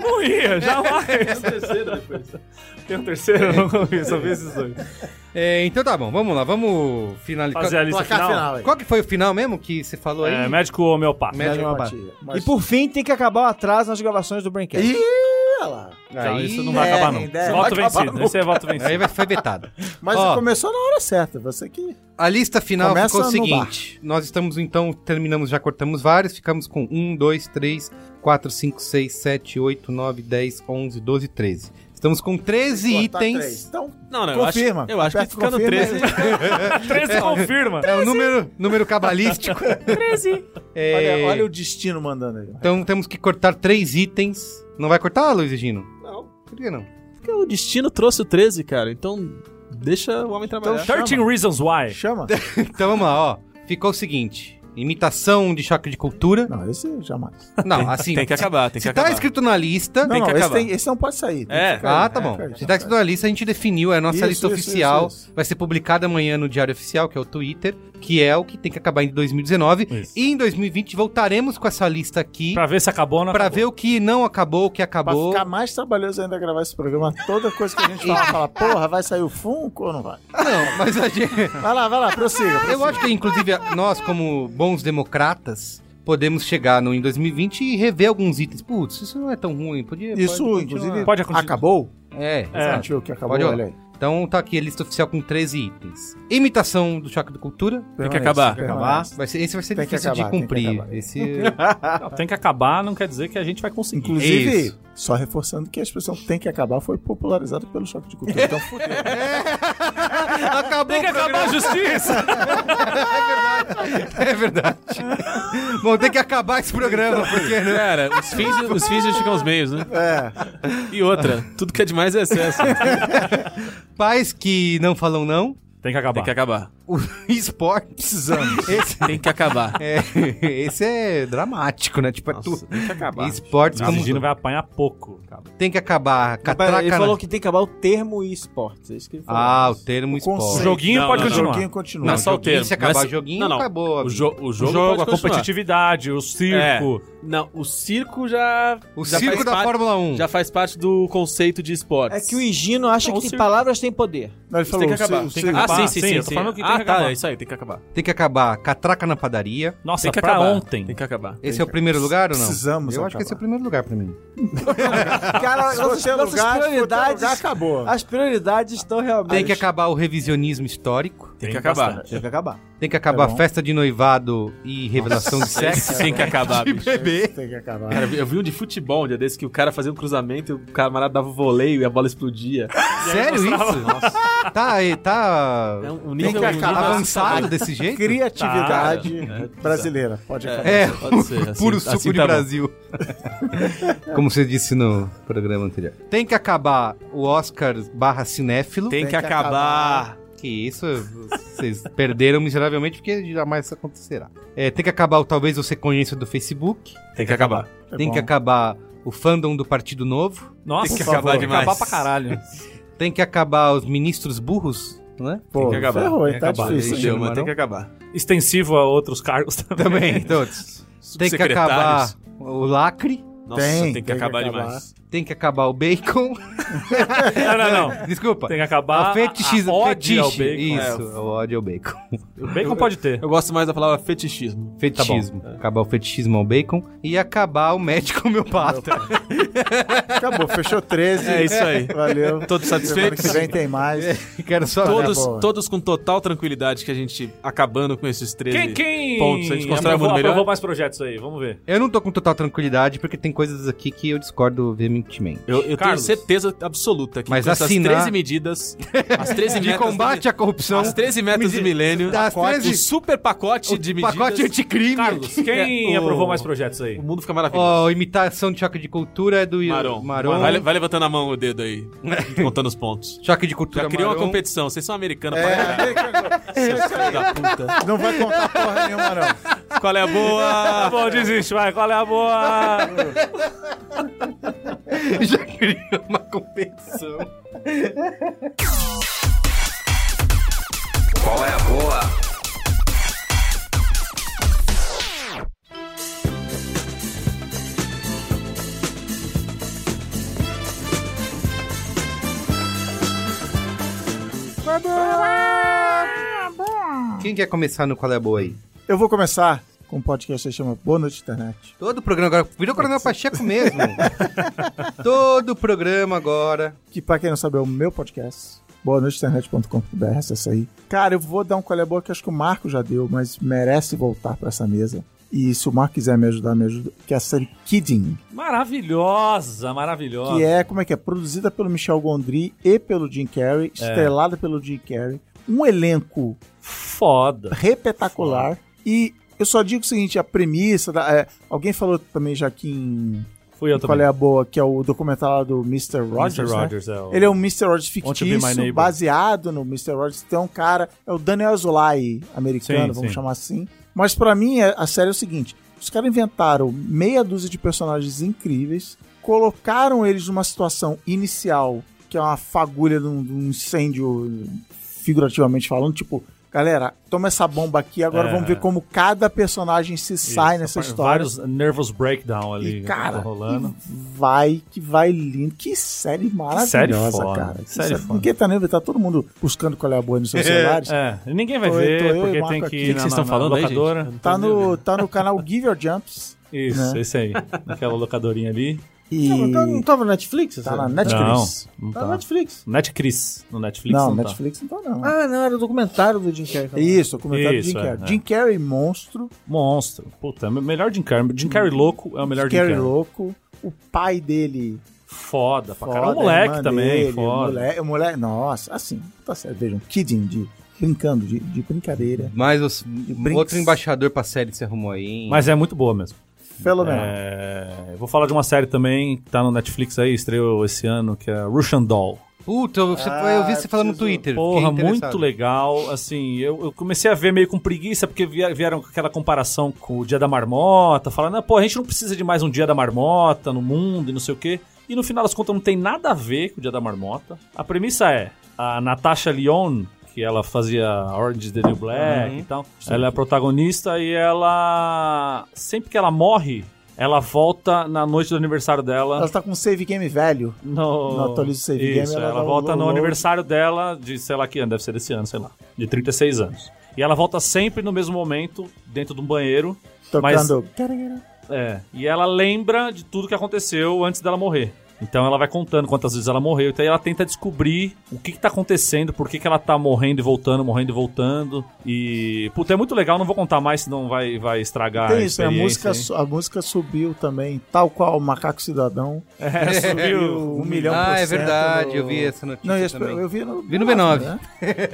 [SPEAKER 5] Não ia, jamais. Tem um terceiro depois. Tem um terceiro? Eu não vi, só vi esses dois.
[SPEAKER 1] É, então tá bom, vamos lá, vamos finalizar.
[SPEAKER 5] Fazer a lista
[SPEAKER 3] Placar
[SPEAKER 5] final.
[SPEAKER 3] final aí.
[SPEAKER 1] Qual que foi o final mesmo que você falou aí?
[SPEAKER 5] É, médico ou homeopata?
[SPEAKER 1] Médico
[SPEAKER 3] Uma
[SPEAKER 1] Abad.
[SPEAKER 3] batida.
[SPEAKER 4] E por fim, tem que acabar o atraso nas gravações do Braincast.
[SPEAKER 3] Ih, olha lá.
[SPEAKER 5] Não, Então, isso não
[SPEAKER 1] Aí-
[SPEAKER 5] vai
[SPEAKER 3] é,
[SPEAKER 5] acabar, não.
[SPEAKER 3] ideia.
[SPEAKER 5] Voto
[SPEAKER 3] Vai acabar
[SPEAKER 5] vencido. Esse é voto vencido.
[SPEAKER 1] Aí vai, foi vetado.
[SPEAKER 3] Mas
[SPEAKER 1] Ó.
[SPEAKER 3] começou na hora certa. Você que.
[SPEAKER 1] A lista final
[SPEAKER 3] Começa
[SPEAKER 1] ficou o
[SPEAKER 3] no
[SPEAKER 1] seguinte: nós estamos então, terminamos, já cortamos vários, ficamos com 1, 2, 3, 4, 5, 6, 7, 8, 9, 10, 11, 12, 13. Estamos com 13
[SPEAKER 3] Cortar
[SPEAKER 1] itens.
[SPEAKER 3] três. Então,
[SPEAKER 2] Não, não,
[SPEAKER 3] Confirma.
[SPEAKER 2] eu acho, eu acho que ficando
[SPEAKER 3] Aperta confirma
[SPEAKER 2] 13. É
[SPEAKER 5] Três confirma.
[SPEAKER 1] É o número, número cabalístico.
[SPEAKER 5] 13.
[SPEAKER 1] É,
[SPEAKER 3] olha, olha o destino mandando aí.
[SPEAKER 1] Então temos que cortar três itens. Não vai cortar, Luiz e Gino? Não. Por que não?
[SPEAKER 2] Porque o destino trouxe o 13, cara. Então, deixa o homem trabalhar.
[SPEAKER 5] 13 Reasons Why.
[SPEAKER 3] Então, Chama?
[SPEAKER 1] Então vamos lá, ó. Ficou o seguinte: imitação de choque de cultura.
[SPEAKER 3] Não, esse jamais.
[SPEAKER 1] Não, assim.
[SPEAKER 2] tem que acabar, tem que
[SPEAKER 1] Se
[SPEAKER 2] acabar.
[SPEAKER 1] tá escrito na lista,
[SPEAKER 3] Não,
[SPEAKER 2] Tem que
[SPEAKER 3] não, esse,
[SPEAKER 2] acabar.
[SPEAKER 3] tem- esse não pode sair. tem
[SPEAKER 2] É.
[SPEAKER 3] que ficar,
[SPEAKER 1] Ah, tá
[SPEAKER 3] né?
[SPEAKER 1] bom.
[SPEAKER 3] Fica aí.
[SPEAKER 1] Se tá aqui na lista, a gente definiu, é a nossa
[SPEAKER 3] Isso,
[SPEAKER 1] lista
[SPEAKER 3] isso,
[SPEAKER 1] oficial.
[SPEAKER 3] isso, isso.
[SPEAKER 1] Vai ser publicada amanhã no Diário Oficial, que é o Twitter, que é o que tem que acabar em 2019.
[SPEAKER 5] Isso.
[SPEAKER 1] E em 2020 voltaremos com essa lista aqui
[SPEAKER 5] Pra ver se acabou ou não
[SPEAKER 1] pra
[SPEAKER 5] acabou.
[SPEAKER 1] ver o que não acabou, o que
[SPEAKER 3] Pra
[SPEAKER 1] acabou.
[SPEAKER 3] ficar mais trabalhoso ainda gravar esse programa, toda coisa que a gente fala, fala, porra, vai sair o Funko ou não vai?
[SPEAKER 1] Não, mas a gente.
[SPEAKER 3] Vai lá, vai lá, prossiga.
[SPEAKER 1] Eu acho que, inclusive, a- nós, como bons democratas, podemos chegar no, em 2020 e rever alguns itens. Putz, isso não é tão ruim. Podia,
[SPEAKER 3] Isso,
[SPEAKER 1] pode continuar.
[SPEAKER 3] inclusive,
[SPEAKER 5] Pode acontecer.
[SPEAKER 3] acabou?
[SPEAKER 1] É,
[SPEAKER 3] A
[SPEAKER 5] É.
[SPEAKER 3] gente viu que acabou,
[SPEAKER 1] Pode, ó.
[SPEAKER 3] olha aí.
[SPEAKER 1] Então tá aqui a lista oficial com 13 itens. Imitação do choque de cultura.
[SPEAKER 2] Tem que acabar.
[SPEAKER 3] Permanece,
[SPEAKER 1] Acabar.
[SPEAKER 3] permanece.
[SPEAKER 1] Vai ser, esse vai ser
[SPEAKER 3] Tem que
[SPEAKER 1] difícil
[SPEAKER 3] acabar,
[SPEAKER 1] de
[SPEAKER 3] tem que
[SPEAKER 1] cumprir.
[SPEAKER 3] acabar.
[SPEAKER 1] Esse
[SPEAKER 5] Não, tem que acabar, não quer dizer que a gente vai conseguir.
[SPEAKER 3] Inclusive,
[SPEAKER 1] Isso.
[SPEAKER 3] só reforçando que a expressão tem que acabar foi popularizada pelo choque de
[SPEAKER 2] É.
[SPEAKER 3] cultura. Então, fudeu.
[SPEAKER 1] acabou.
[SPEAKER 5] Tem que acabar a justiça!
[SPEAKER 1] É verdade. Bom, tem que acabar esse programa, porque né?
[SPEAKER 2] Cara, os fins, os fins justificam os meios, né?
[SPEAKER 3] É.
[SPEAKER 2] E outra, tudo que é demais é excesso.
[SPEAKER 1] pais que não falam não.
[SPEAKER 5] Tem que acabar.
[SPEAKER 2] Tem que acabar.
[SPEAKER 1] O esporte precisamos. Esse
[SPEAKER 2] Tem que acabar.
[SPEAKER 1] é, esse é dramático, né? Tipo, é tu.
[SPEAKER 2] tem que acabar.
[SPEAKER 1] Esportes
[SPEAKER 5] O
[SPEAKER 1] como
[SPEAKER 5] Gino vai apanhar pouco.
[SPEAKER 1] tem que acabar.
[SPEAKER 4] Mas pera,
[SPEAKER 1] Catraca.
[SPEAKER 4] ele
[SPEAKER 1] na-
[SPEAKER 4] falou que tem que acabar o termo esportes. É isso que ele falou.
[SPEAKER 1] Ah, o termo
[SPEAKER 3] O conceito.
[SPEAKER 5] O
[SPEAKER 1] esporte.
[SPEAKER 5] joguinho
[SPEAKER 2] Não,
[SPEAKER 5] pode
[SPEAKER 2] não, não.
[SPEAKER 5] continuar.
[SPEAKER 3] joguinho continua.
[SPEAKER 2] Não é só o termo.
[SPEAKER 1] Se acabar
[SPEAKER 2] Mas-
[SPEAKER 1] o joguinho,
[SPEAKER 2] não, não.
[SPEAKER 1] acabou.
[SPEAKER 2] O,
[SPEAKER 1] amigo.
[SPEAKER 2] jo- o
[SPEAKER 5] O jogo,
[SPEAKER 2] jogo, pode
[SPEAKER 5] a
[SPEAKER 2] continuar.
[SPEAKER 5] competitividade,
[SPEAKER 2] É.
[SPEAKER 5] o circo.
[SPEAKER 2] Não, o circo já.
[SPEAKER 1] O
[SPEAKER 2] já
[SPEAKER 1] circo
[SPEAKER 2] faz
[SPEAKER 1] da
[SPEAKER 2] parte-
[SPEAKER 1] Fórmula 1.
[SPEAKER 2] Já faz parte do conceito de esportes.
[SPEAKER 4] É que o Higino acha
[SPEAKER 5] Não,
[SPEAKER 4] que
[SPEAKER 5] o
[SPEAKER 4] tem
[SPEAKER 5] circo-
[SPEAKER 4] palavras têm poder.
[SPEAKER 3] Não, ele falou,
[SPEAKER 2] tem que acabar.
[SPEAKER 3] o
[SPEAKER 2] Tem
[SPEAKER 3] circo-
[SPEAKER 2] que acabar.
[SPEAKER 5] Ah, sim, sim,
[SPEAKER 2] eu
[SPEAKER 5] sim.
[SPEAKER 2] tô falando que
[SPEAKER 5] Ah, tem que acabar.
[SPEAKER 2] é isso aí, tem que acabar.
[SPEAKER 1] Tem que acabar Catraca na Padaria.
[SPEAKER 5] Nossa,
[SPEAKER 2] Tem que
[SPEAKER 5] pra
[SPEAKER 2] acabar.
[SPEAKER 5] ontem.
[SPEAKER 2] Tem que acabar.
[SPEAKER 1] Esse é o primeiro lugar ou não?
[SPEAKER 3] Precisamos
[SPEAKER 1] Eu acho que
[SPEAKER 3] acabar.
[SPEAKER 1] esse é o primeiro lugar pra mim.
[SPEAKER 4] Cara,
[SPEAKER 3] Se
[SPEAKER 4] nossas,
[SPEAKER 3] você é
[SPEAKER 4] nossas
[SPEAKER 3] lugar, se você é
[SPEAKER 4] prioridades.
[SPEAKER 3] lugar, acabou.
[SPEAKER 4] As prioridades estão realmente.
[SPEAKER 1] Tem que acabar o revisionismo histórico.
[SPEAKER 2] Tem, que acabar.
[SPEAKER 5] bastante.
[SPEAKER 3] Tem que acabar.
[SPEAKER 1] Tem que acabar
[SPEAKER 2] É
[SPEAKER 3] bom.
[SPEAKER 1] festa de noivado e revelação de sexo.
[SPEAKER 2] Esse tem que acabar, bicho.
[SPEAKER 1] Bebê.
[SPEAKER 3] Tem que acabar.
[SPEAKER 2] Cara, eu vi- eu vi um de futebol um dia desse que o cara fazia um cruzamento e o camarada dava um voleio e a bola explodia.
[SPEAKER 1] Sério isso? Tá, aí, tá
[SPEAKER 2] É um um nível,
[SPEAKER 3] que
[SPEAKER 2] um nível
[SPEAKER 3] acabar.
[SPEAKER 1] avançado desse jeito?
[SPEAKER 2] Ah,
[SPEAKER 3] Criatividade
[SPEAKER 2] é.
[SPEAKER 5] Tá.
[SPEAKER 3] é brasileira. Pode acabar.
[SPEAKER 1] É,
[SPEAKER 2] Pode ser, assim-
[SPEAKER 1] puro
[SPEAKER 2] assim
[SPEAKER 1] suco de
[SPEAKER 2] tá bom.
[SPEAKER 1] Brasil. Como você disse no programa anterior. Tem que acabar o Oscar barra cinéfilo.
[SPEAKER 2] Tem que acabar.
[SPEAKER 1] Que isso, vocês perderam miseravelmente porque jamais isso acontecerá. É, tem que acabar o Talvez Você Conheça do Facebook.
[SPEAKER 2] Tem que acabar.
[SPEAKER 3] É
[SPEAKER 1] tem
[SPEAKER 3] bom.
[SPEAKER 1] que acabar o fandom do Partido Novo.
[SPEAKER 5] Nossa,
[SPEAKER 2] Tem que
[SPEAKER 5] por
[SPEAKER 2] acabar
[SPEAKER 5] favor,
[SPEAKER 2] demais.
[SPEAKER 5] Acabar pra caralho.
[SPEAKER 1] Tem que acabar os ministros burros, né?
[SPEAKER 3] Pô,
[SPEAKER 2] Tem que acabar.
[SPEAKER 3] ferrou,
[SPEAKER 2] tem que
[SPEAKER 3] tá
[SPEAKER 2] acabar.
[SPEAKER 3] difícil,
[SPEAKER 2] Aí
[SPEAKER 3] hein,
[SPEAKER 2] deu, mas
[SPEAKER 1] Marão?
[SPEAKER 2] né? tem que acabar.
[SPEAKER 5] Extensivo a outros cargos também.
[SPEAKER 1] Também, todos. Tem que
[SPEAKER 2] Subsecretários.
[SPEAKER 1] acabar o lacre.
[SPEAKER 2] Nossa,
[SPEAKER 3] Tem,
[SPEAKER 2] tem,
[SPEAKER 3] tem
[SPEAKER 2] que
[SPEAKER 3] que
[SPEAKER 2] acabar
[SPEAKER 3] acabar.
[SPEAKER 2] demais.
[SPEAKER 1] Tem que acabar o bacon.
[SPEAKER 5] Não, não,
[SPEAKER 2] É.
[SPEAKER 5] não.
[SPEAKER 1] Desculpa.
[SPEAKER 5] Tem que acabar.
[SPEAKER 1] a fetiche,
[SPEAKER 5] a ódio
[SPEAKER 1] fetiche.
[SPEAKER 5] ao bacon.
[SPEAKER 1] Isso, o ódio ao bacon.
[SPEAKER 5] É, o bacon pode ter.
[SPEAKER 2] Eu gosto mais da palavra fetichismo.
[SPEAKER 1] Fetichismo. acabar o fetichismo ao bacon e acabar o médico homeopata.
[SPEAKER 3] Acabou, fechou 13.
[SPEAKER 2] É isso aí. É.
[SPEAKER 3] Valeu.
[SPEAKER 2] Todos
[SPEAKER 3] Semana
[SPEAKER 2] satisfeitos?
[SPEAKER 3] que vem tem mais.
[SPEAKER 1] Quero só
[SPEAKER 2] Todos,
[SPEAKER 3] boa.
[SPEAKER 2] todos com total tranquilidade que a gente acabando com esses 13
[SPEAKER 5] Quem, quem
[SPEAKER 2] pontos. A gente constrói um
[SPEAKER 5] aprovou,
[SPEAKER 2] mundo
[SPEAKER 5] aprovou
[SPEAKER 2] melhor.
[SPEAKER 5] mais projetos aí? Vamos ver.
[SPEAKER 1] Eu não tô com total tranquilidade porque tem coisas aqui que eu discordo veementemente.
[SPEAKER 2] Eu, eu tenho
[SPEAKER 5] Carlos.
[SPEAKER 2] certeza absoluta que
[SPEAKER 1] Mas
[SPEAKER 2] com essas
[SPEAKER 1] assinar-
[SPEAKER 2] 13 medidas, as 13
[SPEAKER 1] De
[SPEAKER 2] metas do-
[SPEAKER 1] combate à corrupção,
[SPEAKER 2] as 13 metas do milênio,
[SPEAKER 1] das
[SPEAKER 2] o
[SPEAKER 1] 13
[SPEAKER 2] super pacote de
[SPEAKER 1] o
[SPEAKER 2] medidas,
[SPEAKER 1] pacote anticrime.
[SPEAKER 5] Carlos, quem
[SPEAKER 2] É, o-
[SPEAKER 5] aprovou mais projetos aí?
[SPEAKER 2] o mundo fica maravilhoso.
[SPEAKER 1] Ó, imitação de choque de cultura é do
[SPEAKER 2] Maron.
[SPEAKER 1] Maron.
[SPEAKER 2] Vai, vai levantando a mão o dedo aí, contando os pontos.
[SPEAKER 1] Choque de cultura
[SPEAKER 2] Já criou uma
[SPEAKER 1] Maron.
[SPEAKER 2] competição, vocês
[SPEAKER 1] É.
[SPEAKER 2] são americanos pra caralho. Seus filhos da puta.
[SPEAKER 3] Não vai contar porra nenhuma, não.
[SPEAKER 2] Qual é a
[SPEAKER 5] Tá
[SPEAKER 2] boa?
[SPEAKER 5] bom, desiste, vai. Qual é a boa?
[SPEAKER 1] Já criou uma competição. Quem quer começar no Qual é a Boa aí?
[SPEAKER 3] Eu vou começar com um podcast que se chama Boa Noite Internet.
[SPEAKER 1] Todo programa agora. Virou Coronel Pacheco mesmo. Todo programa agora.
[SPEAKER 3] Que pra quem não sabe é o meu podcast. Boa noite, internet.com.br, acessa é aí. Cara, eu vou dar um colher boa que acho que o Marco já deu, mas merece voltar pra essa mesa. E se o Marco quiser me ajudar, me ajuda. Que é a série Kidding.
[SPEAKER 5] Maravilhosa, maravilhosa.
[SPEAKER 3] que é, como é que é? Produzida pelo Michel Gondry e pelo Jim Carrey, estrelada pelo Jim Carrey. Um elenco
[SPEAKER 5] Foda.
[SPEAKER 3] repetacular. E eu só digo o seguinte, a premissa... da- é, alguém falou também já aqui em...
[SPEAKER 5] Fui eu
[SPEAKER 3] Qual
[SPEAKER 5] também.
[SPEAKER 3] é a boa? Que é o documentário do Mr. Rogers,
[SPEAKER 5] Mr.
[SPEAKER 3] né?
[SPEAKER 5] Rogers é o...
[SPEAKER 3] Ele é um Mr. Rogers
[SPEAKER 5] Won't You Be My
[SPEAKER 3] fictício,
[SPEAKER 5] Neighbor?
[SPEAKER 3] baseado no Mr. Rogers. Tem um cara, é o Daniel Azulay americano,
[SPEAKER 5] Sim,
[SPEAKER 3] vamos
[SPEAKER 5] sim.
[SPEAKER 3] chamar assim. Mas pra mim, é- a série é o seguinte: os caras inventaram meia dúzia de personagens incríveis, colocaram eles numa situação inicial, que é uma fagulha de um, de um incêndio, figurativamente falando, tipo. Galera, toma essa bomba aqui, agora
[SPEAKER 5] É.
[SPEAKER 3] vamos ver como cada personagem se sai
[SPEAKER 5] Isso,
[SPEAKER 3] nessa
[SPEAKER 5] par-
[SPEAKER 3] história.
[SPEAKER 5] Vários nervous breakdown ali. tá
[SPEAKER 3] E, cara,
[SPEAKER 5] rolando.
[SPEAKER 3] e vai que vai lindo. Que série maravilhosa,
[SPEAKER 5] série foda,
[SPEAKER 3] cara. Que
[SPEAKER 5] série foda.
[SPEAKER 3] Ninguém tá nem tá todo mundo buscando qual é a boa nos seus celulares.
[SPEAKER 5] É, ninguém vai
[SPEAKER 3] Tô-
[SPEAKER 5] ver,
[SPEAKER 3] tô eu e
[SPEAKER 5] porque
[SPEAKER 3] Marco
[SPEAKER 5] tem que
[SPEAKER 3] aqui.
[SPEAKER 5] ir
[SPEAKER 3] O que
[SPEAKER 5] na,
[SPEAKER 3] que
[SPEAKER 2] vocês estão
[SPEAKER 5] na-
[SPEAKER 2] falando
[SPEAKER 5] na
[SPEAKER 2] aí, gente?
[SPEAKER 5] locadora.
[SPEAKER 3] Tá, no, tá no canal Give Your Jumps.
[SPEAKER 5] Isso,
[SPEAKER 3] né?
[SPEAKER 5] isso aí. Naquela locadorinha ali.
[SPEAKER 3] E
[SPEAKER 4] Não, mas não tava na Netflix? essa?
[SPEAKER 3] tá na Netflix.
[SPEAKER 5] Não, não
[SPEAKER 4] Tá na
[SPEAKER 5] tá.
[SPEAKER 4] Netflix.
[SPEAKER 5] Netcris. No Netflix
[SPEAKER 3] Não,
[SPEAKER 5] não, tá.
[SPEAKER 3] Netflix não tá, não. É
[SPEAKER 4] Ah, não, era o documentário do Jim Carrey. também.
[SPEAKER 3] Isso, o comentário
[SPEAKER 5] Isso,
[SPEAKER 3] do Jim
[SPEAKER 5] é,
[SPEAKER 3] Carrey.
[SPEAKER 5] é.
[SPEAKER 3] Jim Carrey, monstro.
[SPEAKER 5] Monstro. Puta, me- melhor Jim Carrey. Jim Carrey louco é o melhor
[SPEAKER 3] Jim
[SPEAKER 5] Jim Carrey.
[SPEAKER 3] Carrey louco. O pai dele.
[SPEAKER 5] Foda pra caralho. O
[SPEAKER 3] foda, a
[SPEAKER 5] moleque
[SPEAKER 3] irmã
[SPEAKER 5] também,
[SPEAKER 3] dele, O
[SPEAKER 5] foda.
[SPEAKER 3] moleque, o moleque- nossa, assim, tá certo. Vejam, kidding, de, brincando, de, de brincadeira.
[SPEAKER 1] Mas os-
[SPEAKER 3] Brinks.
[SPEAKER 1] outro embaixador pra série se arrumou aí. hein?
[SPEAKER 5] Mas é muito boa mesmo.
[SPEAKER 3] Fenomenal.
[SPEAKER 5] É, eu vou falar de uma série também que tá no Netflix aí, estreou esse ano, que é Russian Doll.
[SPEAKER 1] Puta, eu, você- eu vi você falando no Twitter.
[SPEAKER 5] Ah, Porra,
[SPEAKER 1] fiquei
[SPEAKER 5] muito
[SPEAKER 1] interessado.
[SPEAKER 5] legal. Assim, eu, eu comecei a ver meio com preguiça, porque vie- vieram com aquela comparação com o Dia da Marmota, falando, "Ah, pô, a gente não precisa de mais um Dia da Marmota no mundo e não sei o quê. E no final das contas não tem nada a ver com o Dia da Marmota. A premissa é, a Natasha Lyon, que ela fazia Orange is the New
[SPEAKER 1] Uhum.
[SPEAKER 5] Black e tal, ela é a protagonista e ela, sempre que ela morre, Ela volta na noite do aniversário dela.
[SPEAKER 3] Ela tá com um save game velho.
[SPEAKER 5] No...
[SPEAKER 3] no atualiza o save game,
[SPEAKER 5] Isso,
[SPEAKER 3] ela
[SPEAKER 5] ela,
[SPEAKER 3] dá um
[SPEAKER 5] volta no
[SPEAKER 3] low-low.
[SPEAKER 5] aniversário dela de, sei lá que ano, deve ser desse ano, sei lá, de 36 anos. E ela volta sempre no mesmo momento, dentro de um banheiro. Mas,
[SPEAKER 3] Tocando.
[SPEAKER 5] é, e ela lembra de tudo que aconteceu antes dela morrer. Então ela vai contando quantas vezes ela morreu. Então ela tenta descobrir o que, que tá acontecendo, por que, que ela tá morrendo e voltando, morrendo e voltando. E. Puta, é muito legal, não vou contar mais, senão vai, vai estragar.
[SPEAKER 3] Tem
[SPEAKER 5] a
[SPEAKER 3] isso, né? a
[SPEAKER 5] Ah, experiência,
[SPEAKER 3] música,
[SPEAKER 5] hein?
[SPEAKER 3] su- a música subiu também, tal qual o Macaco Cidadão.
[SPEAKER 5] É, subiu.
[SPEAKER 3] Um milhão por
[SPEAKER 1] Ah, é
[SPEAKER 3] cento
[SPEAKER 1] verdade,
[SPEAKER 3] do-
[SPEAKER 1] eu vi essa notícia
[SPEAKER 3] Não, e as pe-
[SPEAKER 1] também.
[SPEAKER 3] eu, vi no,
[SPEAKER 1] Vi no B9.
[SPEAKER 3] né?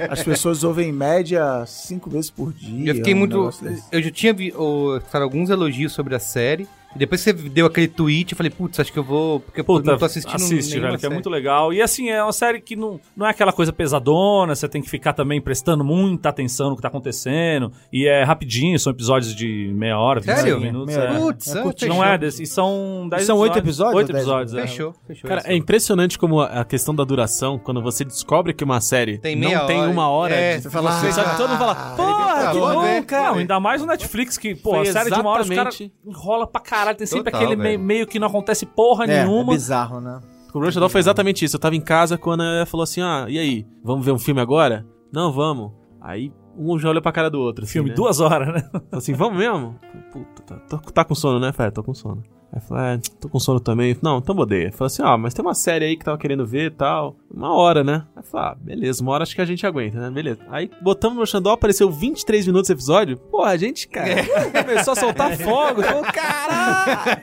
[SPEAKER 3] As pessoas ouvem em média cinco vezes por dia.
[SPEAKER 1] Eu fiquei
[SPEAKER 3] um
[SPEAKER 1] muito.
[SPEAKER 3] negócio desse.
[SPEAKER 1] Eu já tinha vi, o, escutado alguns elogios sobre a série. E depois que você deu aquele tweet, eu falei, putz, acho que eu vou. Porque eu não tô assistindo.
[SPEAKER 5] assiste,
[SPEAKER 1] nenhuma
[SPEAKER 5] velho, que é
[SPEAKER 1] série.
[SPEAKER 5] muito legal. E assim, é uma série que não, não é aquela coisa pesadona, você tem que ficar também prestando muita atenção no que tá acontecendo. E é rapidinho, são episódios de meia hora, 25
[SPEAKER 1] Sério?
[SPEAKER 5] minutos.
[SPEAKER 3] Meia
[SPEAKER 5] é.
[SPEAKER 1] Putz,
[SPEAKER 3] É
[SPEAKER 1] ah,
[SPEAKER 3] curtinho,
[SPEAKER 1] fechou.
[SPEAKER 5] Não é desse, e são dez
[SPEAKER 3] E são oito episódios
[SPEAKER 5] Oito
[SPEAKER 3] ou dez?
[SPEAKER 5] episódios, é.
[SPEAKER 1] Fechou, fechou.
[SPEAKER 2] Cara,
[SPEAKER 1] essa.
[SPEAKER 2] é impressionante como a questão da duração, quando você descobre que uma
[SPEAKER 5] é,
[SPEAKER 2] série
[SPEAKER 1] Tem
[SPEAKER 2] não
[SPEAKER 1] meia
[SPEAKER 2] tem
[SPEAKER 1] hora.
[SPEAKER 2] uma hora
[SPEAKER 1] É,
[SPEAKER 2] de-
[SPEAKER 1] você fala,
[SPEAKER 2] você
[SPEAKER 1] ah,
[SPEAKER 2] sabe, todo mundo fala, porra, que
[SPEAKER 1] libertador, né?
[SPEAKER 2] bom, cara.
[SPEAKER 5] Ah, Não, ainda mais o Netflix, que, pô,
[SPEAKER 2] Foi
[SPEAKER 5] a série de uma hora os caras
[SPEAKER 2] exatamente-
[SPEAKER 5] enrola pra caralho. Tem sempre
[SPEAKER 1] Total,
[SPEAKER 5] aquele
[SPEAKER 1] velho.
[SPEAKER 5] me- meio que não acontece porra
[SPEAKER 6] É, é
[SPEAKER 5] nenhuma.
[SPEAKER 6] bizarro, né?
[SPEAKER 2] Com o Rush Doll foi exatamente isso. Eu tava em casa quando ela falou assim: ah, e aí, vamos ver um filme agora? Não, vamos. Aí um já olhou pra cara do outro. assim,
[SPEAKER 5] Filme,
[SPEAKER 2] né?
[SPEAKER 5] duas horas, né?
[SPEAKER 2] Falou assim, vamos mesmo? Puta, tá, tô- tá com sono, né? Falei, tô com sono. Aí falou, ah, tô com sono também. Não, então odeia. Falei assim, ah, mas tem uma série aí que tava querendo ver e tal. Uma hora, né? Aí falou, ah, beleza, uma hora acho que a gente aguenta, né? Beleza. Aí botamos no Xandó, apareceu 23 minutos de episódio. Porra, a gente, cara,
[SPEAKER 5] É.
[SPEAKER 2] começou a soltar fogo. Falou, caralho!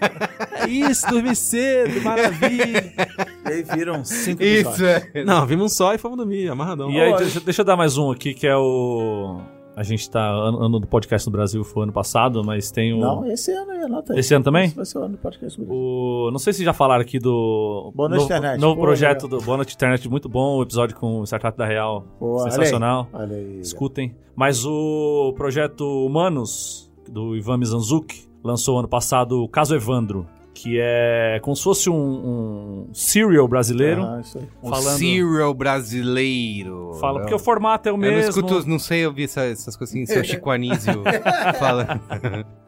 [SPEAKER 2] É isso, dormir cedo, maravilha.
[SPEAKER 6] E aí viram cinco
[SPEAKER 1] Isso, é.
[SPEAKER 2] Não, vimos um só e fomos dormir, amarradão.
[SPEAKER 5] E aí, deixa, deixa eu dar mais um aqui, que é o. A gente tá. Ano, ano do podcast no Brasil foi ano passado, mas tem o.
[SPEAKER 3] Não, esse ano é nota aí.
[SPEAKER 5] Esse ano também?
[SPEAKER 3] Esse vai ser o ano do podcast.
[SPEAKER 5] o- não sei se já falaram aqui do.
[SPEAKER 3] Boa Noite
[SPEAKER 5] novo,
[SPEAKER 3] Internet.
[SPEAKER 5] Novo
[SPEAKER 3] Boa,
[SPEAKER 5] projeto do Boa Noite Internet, muito bom. O episódio com o Startup da Real.
[SPEAKER 3] Pô, olha aí.
[SPEAKER 5] sensacional.
[SPEAKER 3] Olha aí.
[SPEAKER 5] Escutem. Mas o projeto Humanos, do Ivan Mizanzuki, lançou ano passado o Caso Evandro, que é como se fosse um, um serial brasileiro.
[SPEAKER 3] Ah, isso aí.
[SPEAKER 1] O
[SPEAKER 5] Falando-
[SPEAKER 1] Serial brasileiro.
[SPEAKER 5] Fala, porque o formato é o
[SPEAKER 1] eu
[SPEAKER 5] mesmo. É.
[SPEAKER 1] não escuto, não sei ouvir essa- essas coisas assim, seu Chico Anísio falando.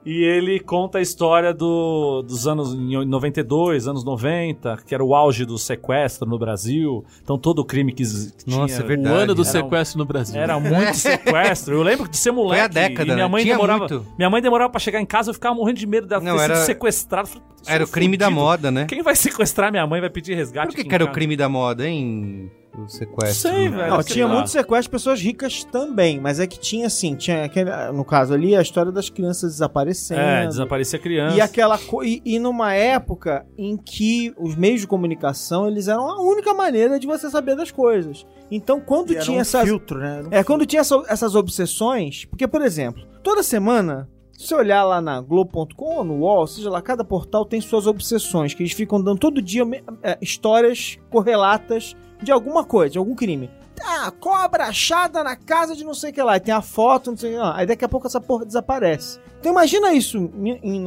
[SPEAKER 5] E ele conta a história do- dos anos em 92, anos 90, que era o auge do sequestro no Brasil. Então todo o crime que ex- que tinha.
[SPEAKER 1] Nossa, é
[SPEAKER 2] o
[SPEAKER 1] verdade.
[SPEAKER 2] um ano do
[SPEAKER 1] Era-
[SPEAKER 2] sequestro no Brasil.
[SPEAKER 5] um Era um muito sequestro. Eu lembro de ser moleque.
[SPEAKER 1] Foi a década,
[SPEAKER 5] e minha
[SPEAKER 1] né?
[SPEAKER 5] mãe
[SPEAKER 1] Tinha
[SPEAKER 5] demorava,
[SPEAKER 1] muito.
[SPEAKER 5] Minha mãe demorava pra chegar em casa, eu ficava morrendo de medo dela
[SPEAKER 1] Não,
[SPEAKER 5] ter
[SPEAKER 1] era-
[SPEAKER 5] sido sequestrada. Eu falei, "Isso
[SPEAKER 1] Era
[SPEAKER 5] é
[SPEAKER 1] o crime da
[SPEAKER 5] fudido.
[SPEAKER 1] moda, né?
[SPEAKER 5] Quem vai sequestrar minha mãe vai pedir resgate?
[SPEAKER 1] Por que,
[SPEAKER 5] aqui em
[SPEAKER 1] que era o
[SPEAKER 5] casa?
[SPEAKER 1] crime da moda, hein? O sequestro.
[SPEAKER 5] Sei,
[SPEAKER 1] né?
[SPEAKER 5] velho.
[SPEAKER 4] Não,
[SPEAKER 5] sei
[SPEAKER 4] tinha
[SPEAKER 5] lá.
[SPEAKER 4] muito sequestro de pessoas ricas também, mas é que tinha assim, tinha aquele, no caso ali a história das crianças desaparecendo.
[SPEAKER 5] É, desaparecia criança.
[SPEAKER 4] E aquela co- e, e numa época em que os meios de comunicação eles eram a única maneira de você saber das coisas. Então quando
[SPEAKER 3] E era
[SPEAKER 4] tinha
[SPEAKER 3] um
[SPEAKER 4] essas
[SPEAKER 3] filtro, né? Era um
[SPEAKER 4] é quando tinha essa- essas obsessões, porque por exemplo, toda semana se você olhar lá na Globo.com ou no UOL, seja lá, cada portal tem suas obsessões, que eles ficam dando todo dia me- é, histórias correlatas de alguma coisa, de algum crime. Ah, cobra achada na casa de não sei o que lá. E tem a foto, não sei o que lá. Aí daqui a pouco essa porra desaparece. Então imagina isso em- em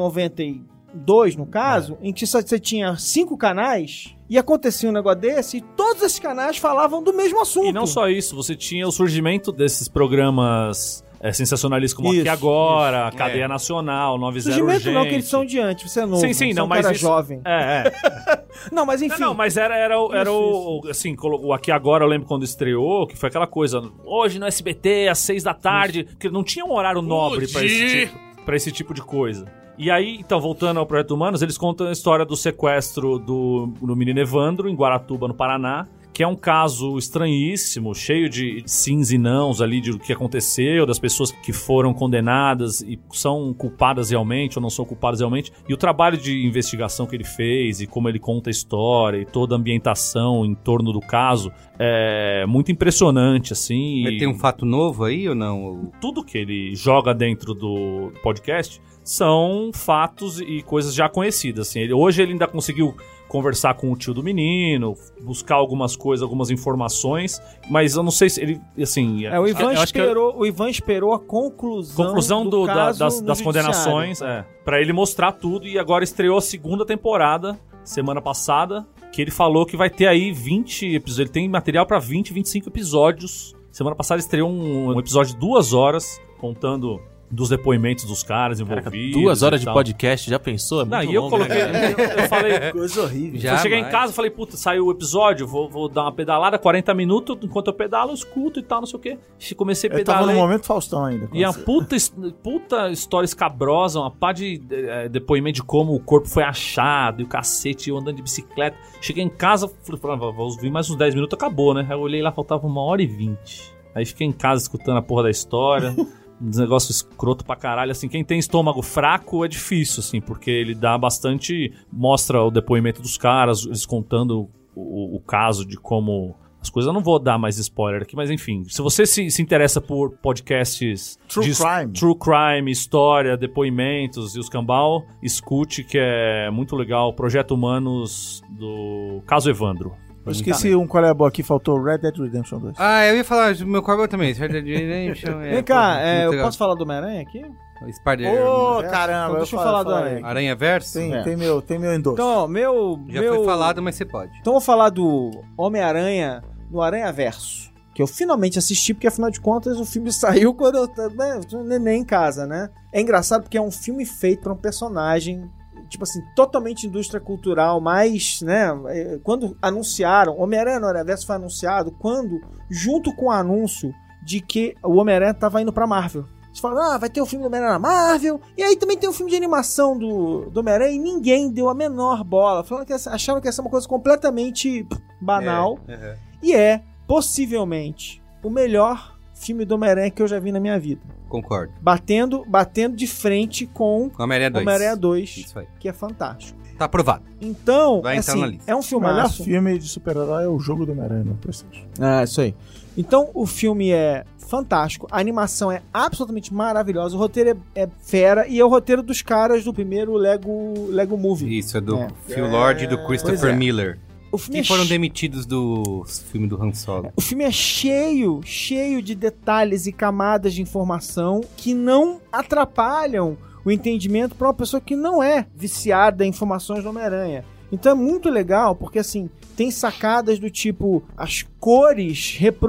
[SPEAKER 4] 92, no caso,
[SPEAKER 5] É.
[SPEAKER 4] em que só você tinha cinco canais e acontecia um negócio desse e todos esses canais falavam do mesmo assunto.
[SPEAKER 5] E não só isso, você tinha o surgimento desses programas é, sensacionalistas como
[SPEAKER 4] Isso,
[SPEAKER 5] Aqui Agora,
[SPEAKER 1] isso.
[SPEAKER 5] Cadeia
[SPEAKER 1] É.
[SPEAKER 5] Nacional, 90
[SPEAKER 4] Surgimento
[SPEAKER 5] Urgente.
[SPEAKER 4] não, que eles são diante, você é novo.
[SPEAKER 5] Sim, sim,
[SPEAKER 4] você
[SPEAKER 5] não,
[SPEAKER 4] é um
[SPEAKER 5] mas
[SPEAKER 4] cara
[SPEAKER 5] isso-
[SPEAKER 4] jovem.
[SPEAKER 5] É, é.
[SPEAKER 4] Não, mas enfim.
[SPEAKER 5] Não, não, mas era, era, o- era
[SPEAKER 4] Isso,
[SPEAKER 5] o, assim, colo- o Aqui Agora, eu lembro quando estreou, que foi aquela coisa, hoje no SBT, às seis da tarde, porque não tinha um horário nobre pra esse, tipo, pra esse tipo de coisa. E aí, então, voltando ao Projeto Humanos, eles contam a história do sequestro do, do menino Evandro, em Guaratuba, no Paraná, que é um caso estranhíssimo, cheio de sims e nãos ali de o que aconteceu, das pessoas que foram condenadas e são culpadas realmente ou não são culpadas realmente. E o trabalho de investigação que ele fez e como ele conta a história e toda a ambientação em torno do caso é muito impressionante, assim.
[SPEAKER 1] Mas
[SPEAKER 5] e-
[SPEAKER 1] Tem um fato novo aí ou não?
[SPEAKER 5] tudo que ele joga dentro do podcast são fatos e coisas já conhecidas. Assim. Ele- hoje ele ainda conseguiu conversar com o tio do menino, buscar algumas coisas, algumas informações, mas eu não sei se ele, assim...
[SPEAKER 4] É, o, Ivan
[SPEAKER 5] eu acho que a
[SPEAKER 4] esperou, o Ivan esperou a conclusão.
[SPEAKER 5] Conclusão do- da-
[SPEAKER 4] caso
[SPEAKER 5] das,
[SPEAKER 4] no
[SPEAKER 5] das
[SPEAKER 4] judiciário.
[SPEAKER 5] condenações, é, para ele mostrar tudo e agora estreou a segunda temporada semana passada, que ele falou que vai ter aí 20 episódios, ele tem material pra 20, 25 episódios. Semana passada estreou um, um episódio de duas horas contando dos depoimentos dos caras envolvidos.
[SPEAKER 2] Duas
[SPEAKER 5] e
[SPEAKER 2] horas de
[SPEAKER 5] tal.
[SPEAKER 2] podcast, já pensou? É
[SPEAKER 5] Não,
[SPEAKER 2] muito
[SPEAKER 5] e eu
[SPEAKER 2] longo, né,
[SPEAKER 5] coloquei.
[SPEAKER 2] cara?
[SPEAKER 5] eu, eu falei.
[SPEAKER 6] Coisa horrível.
[SPEAKER 5] Eu cheguei em casa, falei, puta, saiu o episódio, vou, vou dar uma pedalada, 40 minutos, enquanto eu pedalo, eu escuto e tal, não sei o quê. Comecei a
[SPEAKER 3] Eu tava no
[SPEAKER 5] pedalar.
[SPEAKER 3] momento Faustão ainda.
[SPEAKER 6] é
[SPEAKER 5] E a puta, his- puta história escabrosa, uma pá de eh, depoimento de como o corpo foi achado e o cacete, eu andando de bicicleta. Cheguei em casa, falei, falei, "Ah, vou ouvir mais uns 10 minutos, acabou, né? Aí eu olhei lá, faltava uma hora e vinte. Aí fiquei em casa escutando a porra da história. Uns negócios escroto pra caralho, assim, quem tem estômago fraco é difícil, assim, porque ele dá bastante. mostra o depoimento dos caras, eles contando o, o caso de como. As coisas eu não vou dar mais spoiler aqui, mas enfim. Se você se, se interessa por podcasts
[SPEAKER 3] True
[SPEAKER 5] de
[SPEAKER 3] crime.
[SPEAKER 5] True crime, história, depoimentos e os cambal, escute que é muito legal. Projeto Humanos do Caso Evandro.
[SPEAKER 3] Eu esqueci um qual é a boa aqui, faltou Red Dead Redemption 2.
[SPEAKER 1] Ah, eu ia falar do meu Corbel também. Red Dead Redemption, é,
[SPEAKER 4] Vem cá,
[SPEAKER 1] pô,
[SPEAKER 4] é,
[SPEAKER 1] muito
[SPEAKER 4] eu
[SPEAKER 1] legal.
[SPEAKER 4] posso falar do Homem-Aranha aqui?
[SPEAKER 1] Spider...
[SPEAKER 3] Ô,
[SPEAKER 4] Então
[SPEAKER 3] caramba,
[SPEAKER 4] deixa eu
[SPEAKER 3] falo-
[SPEAKER 4] falar do
[SPEAKER 3] falo
[SPEAKER 4] Aranha.
[SPEAKER 3] aí.
[SPEAKER 1] Aranha Verso?
[SPEAKER 3] Tem,
[SPEAKER 4] É.
[SPEAKER 3] tem meu, tem meu endosso.
[SPEAKER 4] Então, ó, meu.
[SPEAKER 1] Já
[SPEAKER 4] meu...
[SPEAKER 1] foi falado, mas você pode.
[SPEAKER 4] Então eu vou falar do Homem-Aranha no Aranha Verso. Que eu finalmente assisti, porque afinal de contas o filme saiu quando eu tava né, eu neném em casa, né? É engraçado porque é um filme feito pra um personagem, tipo assim, totalmente indústria cultural, mas, né? eh, Quando anunciaram, Homem-Aranha no Aranha Verso foi anunciado quando, junto com o anúncio de que o Homem-Aranha tava indo pra Marvel. Eles falaram, ah, vai ter o filme do Homem-Aranha na Marvel. E aí também tem o filme de animação do, do Homem-Aranha e ninguém deu a menor bola. Falaram que essa- acharam que essa é uma coisa completamente pff, banal.
[SPEAKER 1] É, aham.
[SPEAKER 4] E é, possivelmente, o melhor filme do Homem-Aranha que eu já vi na minha vida.
[SPEAKER 1] Concordo.
[SPEAKER 4] Batendo, batendo de frente com
[SPEAKER 1] Homem-Aranha 2.
[SPEAKER 4] Homem-Aranha 2,
[SPEAKER 1] Isso aí.
[SPEAKER 4] que é fantástico.
[SPEAKER 1] Tá aprovado.
[SPEAKER 4] Então,
[SPEAKER 1] Vai entrar
[SPEAKER 4] assim,
[SPEAKER 1] na lista.
[SPEAKER 4] é um
[SPEAKER 3] o melhor
[SPEAKER 4] filmaço.
[SPEAKER 3] filme de super-herói é o jogo do Homem-Aranha no PlayStation.
[SPEAKER 4] É, isso aí. Então, o filme é fantástico, a animação é absolutamente maravilhosa, o roteiro é, é fera, e é o roteiro dos caras do primeiro Lego, Lego Movie.
[SPEAKER 1] Isso, é do
[SPEAKER 4] É.
[SPEAKER 1] Phil Lord e do Christopher
[SPEAKER 4] Pois é.
[SPEAKER 1] Miller.
[SPEAKER 4] O
[SPEAKER 1] Que
[SPEAKER 4] filme, é
[SPEAKER 1] foram
[SPEAKER 4] che-
[SPEAKER 1] demitidos do filme do Han Solo.
[SPEAKER 4] o filme é cheio, cheio de detalhes e camadas de informação que não atrapalham o entendimento para uma pessoa que não é viciada em informações do Homem-Aranha. Então é muito legal, porque assim, tem sacadas do tipo, as cores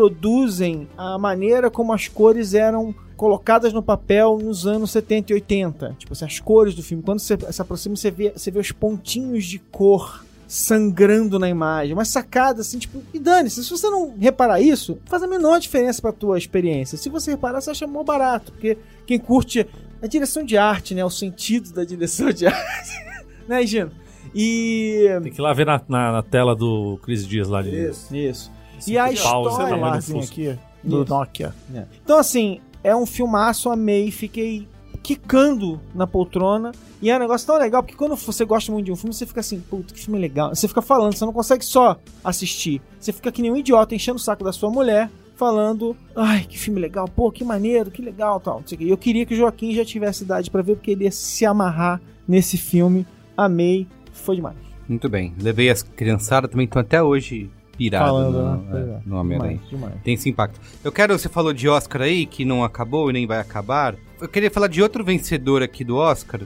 [SPEAKER 4] reproduzem a maneira como as cores eram colocadas no papel nos anos 70 e 80. Tipo assim, as cores do filme. Quando você se aproxima, você vê, você vê os pontinhos de cor sangrando na imagem, mas sacada assim, tipo, e dane-se, se você não reparar isso, faz a menor diferença pra tua experiência. Se você reparar, você acha mó barato, porque quem curte a direção de arte, né, o sentido da direção de arte, né, Gino? E
[SPEAKER 5] Tem que ir lá ver na, na- na tela do Cris Dias lá de.
[SPEAKER 4] isso. E a
[SPEAKER 5] Pausa,
[SPEAKER 4] história,
[SPEAKER 5] é tamanho do
[SPEAKER 3] Assim,
[SPEAKER 5] fusca.
[SPEAKER 3] aqui, do
[SPEAKER 4] Isso.
[SPEAKER 3] Nokia.
[SPEAKER 4] Então, assim, é um filmaço, amei, fiquei quicando na poltrona. E é um negócio tão legal, porque quando você gosta muito de um filme, você fica assim, puta, que filme legal. Você fica falando, você não consegue só assistir. Você fica que nem um idiota enchendo o saco da sua mulher, falando, ai, que filme legal, pô, que maneiro, que legal, tal. não sei o quê. E eu queria que o Joaquim já tivesse idade pra ver, porque ele ia se amarrar nesse filme. Amei, foi demais.
[SPEAKER 1] Muito bem. Levei as criançadas também, estão até hoje piradas
[SPEAKER 3] Falando,
[SPEAKER 1] no,
[SPEAKER 3] né? Pois
[SPEAKER 1] é,
[SPEAKER 3] é.
[SPEAKER 1] no Homem-Aranha.
[SPEAKER 3] Demais, demais.
[SPEAKER 1] Tem esse impacto. Eu quero, você falou de Oscar aí, que não acabou e nem vai acabar. Eu queria falar de outro vencedor aqui do Oscar,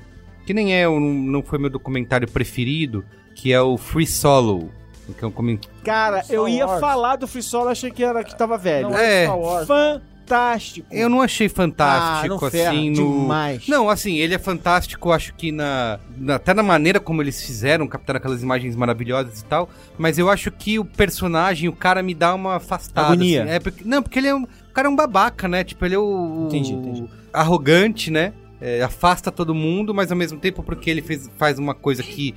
[SPEAKER 1] que nem é, um- não foi meu documentário preferido, que é o Free Solo. Que é um comen-
[SPEAKER 4] Cara, eu ia
[SPEAKER 3] Wars.
[SPEAKER 4] falar do Free Solo, achei que era que tava velho.
[SPEAKER 1] é,
[SPEAKER 4] Fantástico.
[SPEAKER 1] eu não achei
[SPEAKER 4] Ah,
[SPEAKER 1] fantástico
[SPEAKER 4] não ferra,
[SPEAKER 1] assim no.
[SPEAKER 4] demais.
[SPEAKER 1] Não, assim, ele é fantástico, acho que na, na- até na maneira como eles fizeram, captaram aquelas imagens maravilhosas e tal, mas eu acho que o personagem, o cara me dá uma afastada.
[SPEAKER 4] Agonia.
[SPEAKER 1] assim. É porque- não, porque ele é um, o cara é um babaca, né? Tipo, ele é o,
[SPEAKER 4] Entendi, entendi.
[SPEAKER 1] o arrogante, né? É, afasta todo mundo, mas ao mesmo tempo porque ele fez, faz uma coisa que,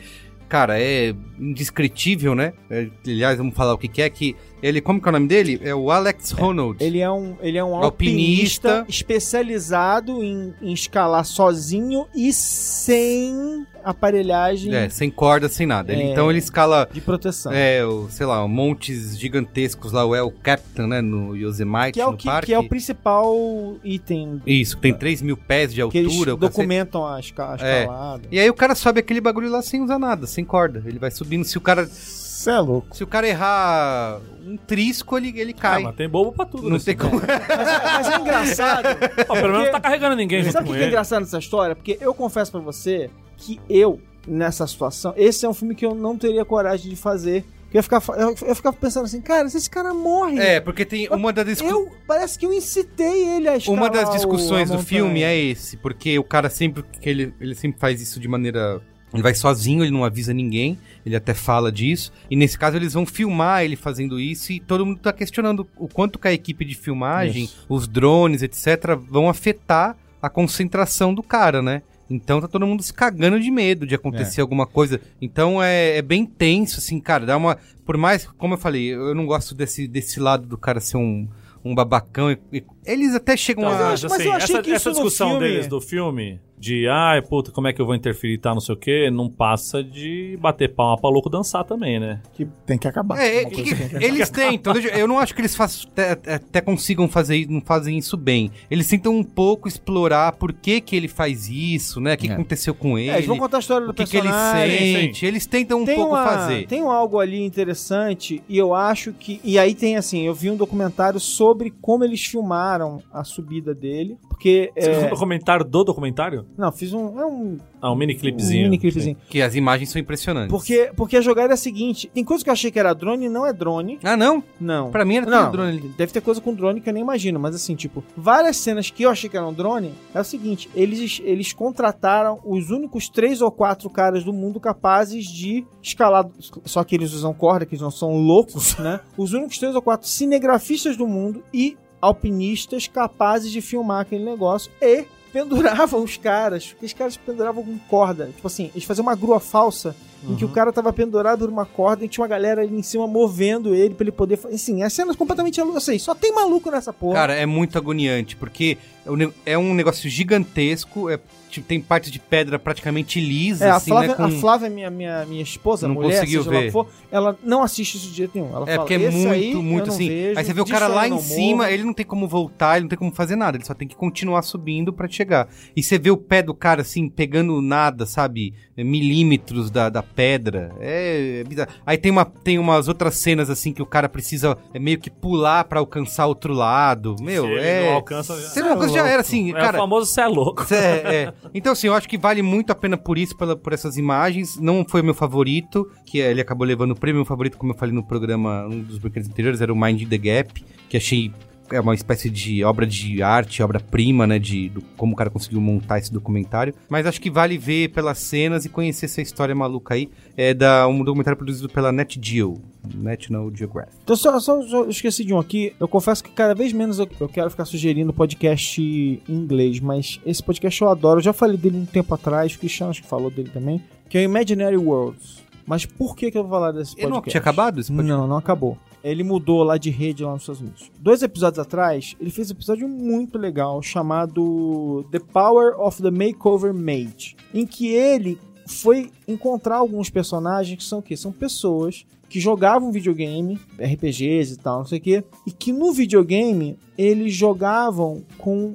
[SPEAKER 1] cara, é indescritível, né? É, aliás, vamos falar o que que é, que ele, como que é o nome dele? É o Alex Ronald.
[SPEAKER 4] Ele é um, ele é um
[SPEAKER 1] Alpinista.
[SPEAKER 4] alpinista, especializado em, em escalar sozinho e sem aparelhagem
[SPEAKER 1] É, sem corda, sem nada. Ele-
[SPEAKER 4] É. Tá.
[SPEAKER 1] Então ele escala
[SPEAKER 4] de proteção.
[SPEAKER 1] É, o, sei lá, montes gigantescos lá, o El Capitan, né, no Yosemite,
[SPEAKER 4] que, é o
[SPEAKER 1] no
[SPEAKER 4] que,
[SPEAKER 1] parque.
[SPEAKER 4] que é o principal item
[SPEAKER 1] Isso, tem 3 mil pés de
[SPEAKER 4] que eles
[SPEAKER 1] altura. o cacete.
[SPEAKER 4] documentam a, esca- a
[SPEAKER 1] É.
[SPEAKER 4] escalada.
[SPEAKER 1] E aí o cara sobe aquele bagulho lá sem usar nada, sem corda. Ele vai subindo. Se o cara,
[SPEAKER 3] Cê é louco.
[SPEAKER 1] se o cara errar um trisco, ele, ele
[SPEAKER 5] Ah,
[SPEAKER 1] cai.
[SPEAKER 5] mas tem bobo pra tudo, né?
[SPEAKER 1] não
[SPEAKER 5] nesse
[SPEAKER 1] tem
[SPEAKER 5] lugar.
[SPEAKER 1] como.
[SPEAKER 4] Mas é engraçado.
[SPEAKER 5] Ó, pelo menos não tá carregando ninguém junto
[SPEAKER 4] Sabe o
[SPEAKER 5] com
[SPEAKER 4] que que é
[SPEAKER 5] ele.
[SPEAKER 4] engraçado nessa história? Porque eu confesso pra você que eu, nessa situação, esse é um filme que eu não teria coragem de fazer Eu ficava, fa- eu, eu ficava pensando assim, cara, se esse cara morre.
[SPEAKER 1] É, porque tem uma das discu-
[SPEAKER 4] Eu, parece que eu incitei ele a escalar
[SPEAKER 1] Uma das
[SPEAKER 4] o-
[SPEAKER 1] discussões
[SPEAKER 4] a
[SPEAKER 1] do filme
[SPEAKER 4] montanha.
[SPEAKER 1] é esse, porque o cara sempre que ele, ele sempre faz isso de maneira ele vai sozinho, ele não avisa ninguém, ele até fala disso. E nesse caso eles vão filmar ele fazendo isso e todo mundo tá questionando o quanto que a equipe de filmagem, os drones, etc, vão afetar a concentração do cara, né? Então tá todo mundo se cagando de medo de acontecer alguma coisa. Então é, é bem tenso, assim, cara. Dá uma. Por mais, como eu falei, eu não gosto desse, desse lado do cara ser um, um babacão. e- e- eles até chegam
[SPEAKER 5] Então,
[SPEAKER 1] a.
[SPEAKER 4] eu um acho- mas eu achei
[SPEAKER 5] essa,
[SPEAKER 4] que
[SPEAKER 5] essa
[SPEAKER 4] isso no
[SPEAKER 5] discussão
[SPEAKER 4] filme-
[SPEAKER 5] deles do filme, de ai, puta, como é que eu vou interferir e tá, não sei o quê, não passa de bater palma pra louco dançar também, né?
[SPEAKER 3] Que tem que acabar.
[SPEAKER 1] É,
[SPEAKER 3] Uma
[SPEAKER 1] que-
[SPEAKER 3] coisa
[SPEAKER 4] assim.
[SPEAKER 3] tem que acabar.
[SPEAKER 1] eles tentam. deixa- Eu não acho que eles façam- até, até consigam fazer isso- não fazem isso bem. Eles tentam um pouco explorar por que, que ele faz isso, né? O que
[SPEAKER 3] É.
[SPEAKER 1] aconteceu com ele.
[SPEAKER 4] É, eles vão contar a história do
[SPEAKER 1] o que, que ele
[SPEAKER 4] personagem.
[SPEAKER 1] sente. Eles tentam um pouco
[SPEAKER 4] uma-
[SPEAKER 1] fazer.
[SPEAKER 4] Tem algo ali interessante e eu acho que. E aí tem assim, eu vi um documentário sobre como eles filmaram a subida dele. Porque.
[SPEAKER 5] Você fez um
[SPEAKER 4] é,
[SPEAKER 5] documentário do documentário?
[SPEAKER 4] não, fiz um. É um,
[SPEAKER 5] Ah, um mini
[SPEAKER 4] um
[SPEAKER 5] clipezinho.
[SPEAKER 4] mini clipezinho.
[SPEAKER 1] Que as imagens são impressionantes.
[SPEAKER 4] Porque, porque a jogada é a seguinte: tem coisa que eu achei que era drone, não é drone.
[SPEAKER 1] Ah, não?
[SPEAKER 4] Não.
[SPEAKER 1] Pra mim era tudo
[SPEAKER 4] Não,
[SPEAKER 1] drone ali.
[SPEAKER 4] deve ter coisa com drone que eu nem imagino, mas assim, tipo, várias cenas que eu achei que eram drone, é o seguinte, eles, eles contrataram os únicos três ou quatro caras do mundo capazes de escalar, só que eles usam corda, que eles não são loucos, né? Os únicos três ou quatro cinegrafistas do mundo e alpinistas capazes de filmar aquele negócio e penduravam os caras, porque os caras penduravam com corda, tipo assim, eles faziam uma grua falsa em
[SPEAKER 1] Uhum.
[SPEAKER 4] que o cara tava pendurado por uma corda e tinha uma galera ali em cima movendo ele pra ele poder. fa- Assim, as cenas completamente malucas. Eu sei, só tem maluco nessa porra.
[SPEAKER 1] Cara, é muito agoniante, porque é um ne- é um negócio gigantesco, é, tipo, tem partes de pedra praticamente lisa,
[SPEAKER 4] é, a
[SPEAKER 1] assim,
[SPEAKER 4] Flávia,
[SPEAKER 1] né? com-
[SPEAKER 4] a Flávia, minha, minha, minha esposa,
[SPEAKER 1] Não
[SPEAKER 4] mulher,
[SPEAKER 1] conseguiu
[SPEAKER 4] seja lá o
[SPEAKER 1] ver.
[SPEAKER 4] que for, ela não assiste isso de jeito nenhum. Ela
[SPEAKER 1] É,
[SPEAKER 4] fala,
[SPEAKER 1] porque é
[SPEAKER 4] "Esse
[SPEAKER 1] muito,
[SPEAKER 4] aí eu
[SPEAKER 1] muito
[SPEAKER 4] não
[SPEAKER 1] assim.
[SPEAKER 4] vejo,
[SPEAKER 1] aí você vê o
[SPEAKER 4] disso
[SPEAKER 1] cara
[SPEAKER 4] eu
[SPEAKER 1] lá
[SPEAKER 4] não
[SPEAKER 1] em cima,
[SPEAKER 4] morro."
[SPEAKER 1] ele não tem como voltar, ele não tem como fazer nada, ele só tem que continuar subindo pra chegar. E você vê o pé do cara assim, pegando nada, sabe? Milímetros da, da pedra. É, é bizarro. Aí tem, uma, tem umas outras cenas assim que o cara precisa é, meio que pular pra alcançar outro lado. Meu,
[SPEAKER 5] ele
[SPEAKER 1] é.
[SPEAKER 5] não alcança, já-
[SPEAKER 1] Você não alcança, já era assim,
[SPEAKER 5] É
[SPEAKER 1] cara.
[SPEAKER 5] o famoso cê é louco.
[SPEAKER 1] É, é. Então, assim, eu acho que vale muito a pena por isso, pela, por essas imagens. Não foi o meu favorito, que é, ele acabou levando o prêmio. Meu favorito, como eu falei no programa, um dos brinquedos anteriores, era o Mind the Gap, que achei é uma espécie de obra de arte, obra-prima, né? De do- como o cara conseguiu montar esse documentário. Mas acho que vale ver pelas cenas e conhecer essa história maluca aí. É da, um documentário produzido pela Net Geo, National Geographic.
[SPEAKER 4] Então, só, só, só eu esqueci de um aqui. Eu confesso que cada vez menos eu, eu quero ficar sugerindo podcast em inglês, mas esse podcast eu adoro. Eu já falei dele um tempo atrás, o Cristiano acho que falou dele também, que é o Imaginary Worlds. Mas por que, que eu vou falar desse
[SPEAKER 1] Ele
[SPEAKER 4] podcast?
[SPEAKER 1] não tinha acabado esse podcast?
[SPEAKER 4] Não, não acabou. Ele mudou lá de rede lá nos Estados Unidos. Dois episódios atrás, ele fez um episódio muito legal chamado The Power of the Makeover Made, em que ele foi encontrar alguns personagens que são o quê? São pessoas que jogavam videogame, RPGs e tal, não sei o quê, e que no videogame eles jogavam com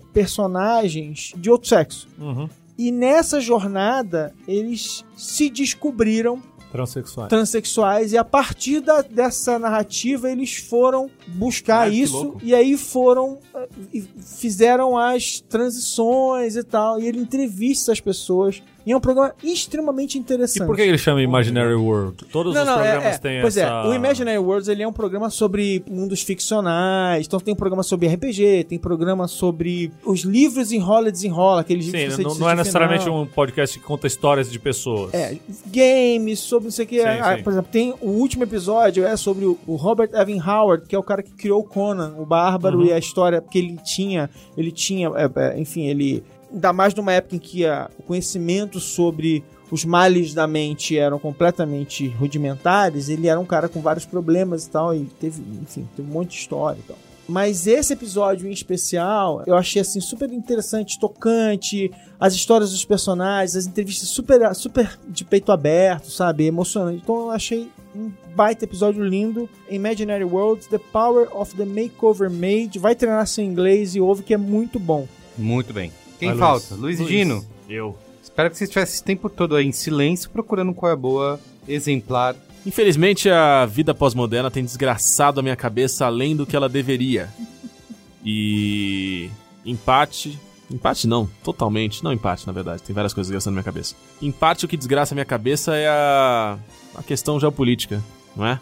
[SPEAKER 4] personagens de outro sexo.
[SPEAKER 5] Uhum.
[SPEAKER 4] E nessa jornada, eles se descobriram
[SPEAKER 5] Transsexual.
[SPEAKER 4] transexuais e a partir da- dessa narrativa eles foram buscar
[SPEAKER 5] Cara, que
[SPEAKER 4] isso
[SPEAKER 5] louco.
[SPEAKER 4] e aí foram eh, e fizeram as transições e tal e ele entrevista as pessoas e é um programa extremamente
[SPEAKER 5] E
[SPEAKER 4] interessante.
[SPEAKER 5] por que ele chama Imaginary World? Todos os
[SPEAKER 4] é,
[SPEAKER 5] programas
[SPEAKER 4] é.
[SPEAKER 5] têm
[SPEAKER 4] Pois
[SPEAKER 5] essa...
[SPEAKER 4] é, o Imaginary Worlds ele é um programa sobre mundos ficcionais. Então tem um programa sobre RPG, tem programa sobre os livros enrola e desenrola, aqueles
[SPEAKER 5] Sim,
[SPEAKER 4] livros que você
[SPEAKER 5] não,
[SPEAKER 4] diz
[SPEAKER 5] não é
[SPEAKER 4] no
[SPEAKER 5] necessariamente
[SPEAKER 4] final.
[SPEAKER 5] um podcast que conta histórias de pessoas.
[SPEAKER 4] É, games, sobre não sei o que.
[SPEAKER 5] Sim,
[SPEAKER 4] Ah,
[SPEAKER 5] sim.
[SPEAKER 4] Por exemplo, tem o último episódio é sobre o o Robert Evan Howard, que é o cara que criou o Conan, o Bárbaro,
[SPEAKER 5] Uhum.
[SPEAKER 4] e a história que ele tinha. Ele tinha, é, é, enfim, ele. Ainda mais numa época em que a- o conhecimento sobre os males da mente eram completamente rudimentares, ele era um cara com vários problemas e tal, e teve, enfim, teve um monte de história e tal. Mas esse episódio em especial, eu achei assim super interessante, tocante, as histórias dos personagens, as entrevistas super, super de peito aberto, sabe? Emocionante. Então eu achei um baita episódio lindo. Imaginary Worlds, The Power of the Makeover Made. Vai treinar seu inglês e ouve que é muito bom.
[SPEAKER 1] Muito bem. Quem
[SPEAKER 5] Vai,
[SPEAKER 1] falta? Luiz, e Dino.
[SPEAKER 5] Eu.
[SPEAKER 1] Espero que você estivesse esse tempo todo aí em silêncio, procurando qual é a boa exemplar.
[SPEAKER 2] Infelizmente, a vida pós-moderna tem desgraçado a minha cabeça além do que ela deveria. E. Empate. Empate não, totalmente. Não empate, na verdade. Tem várias coisas desgraçando minha cabeça. Em parte, o que desgraça a minha cabeça é a. a questão geopolítica, não é?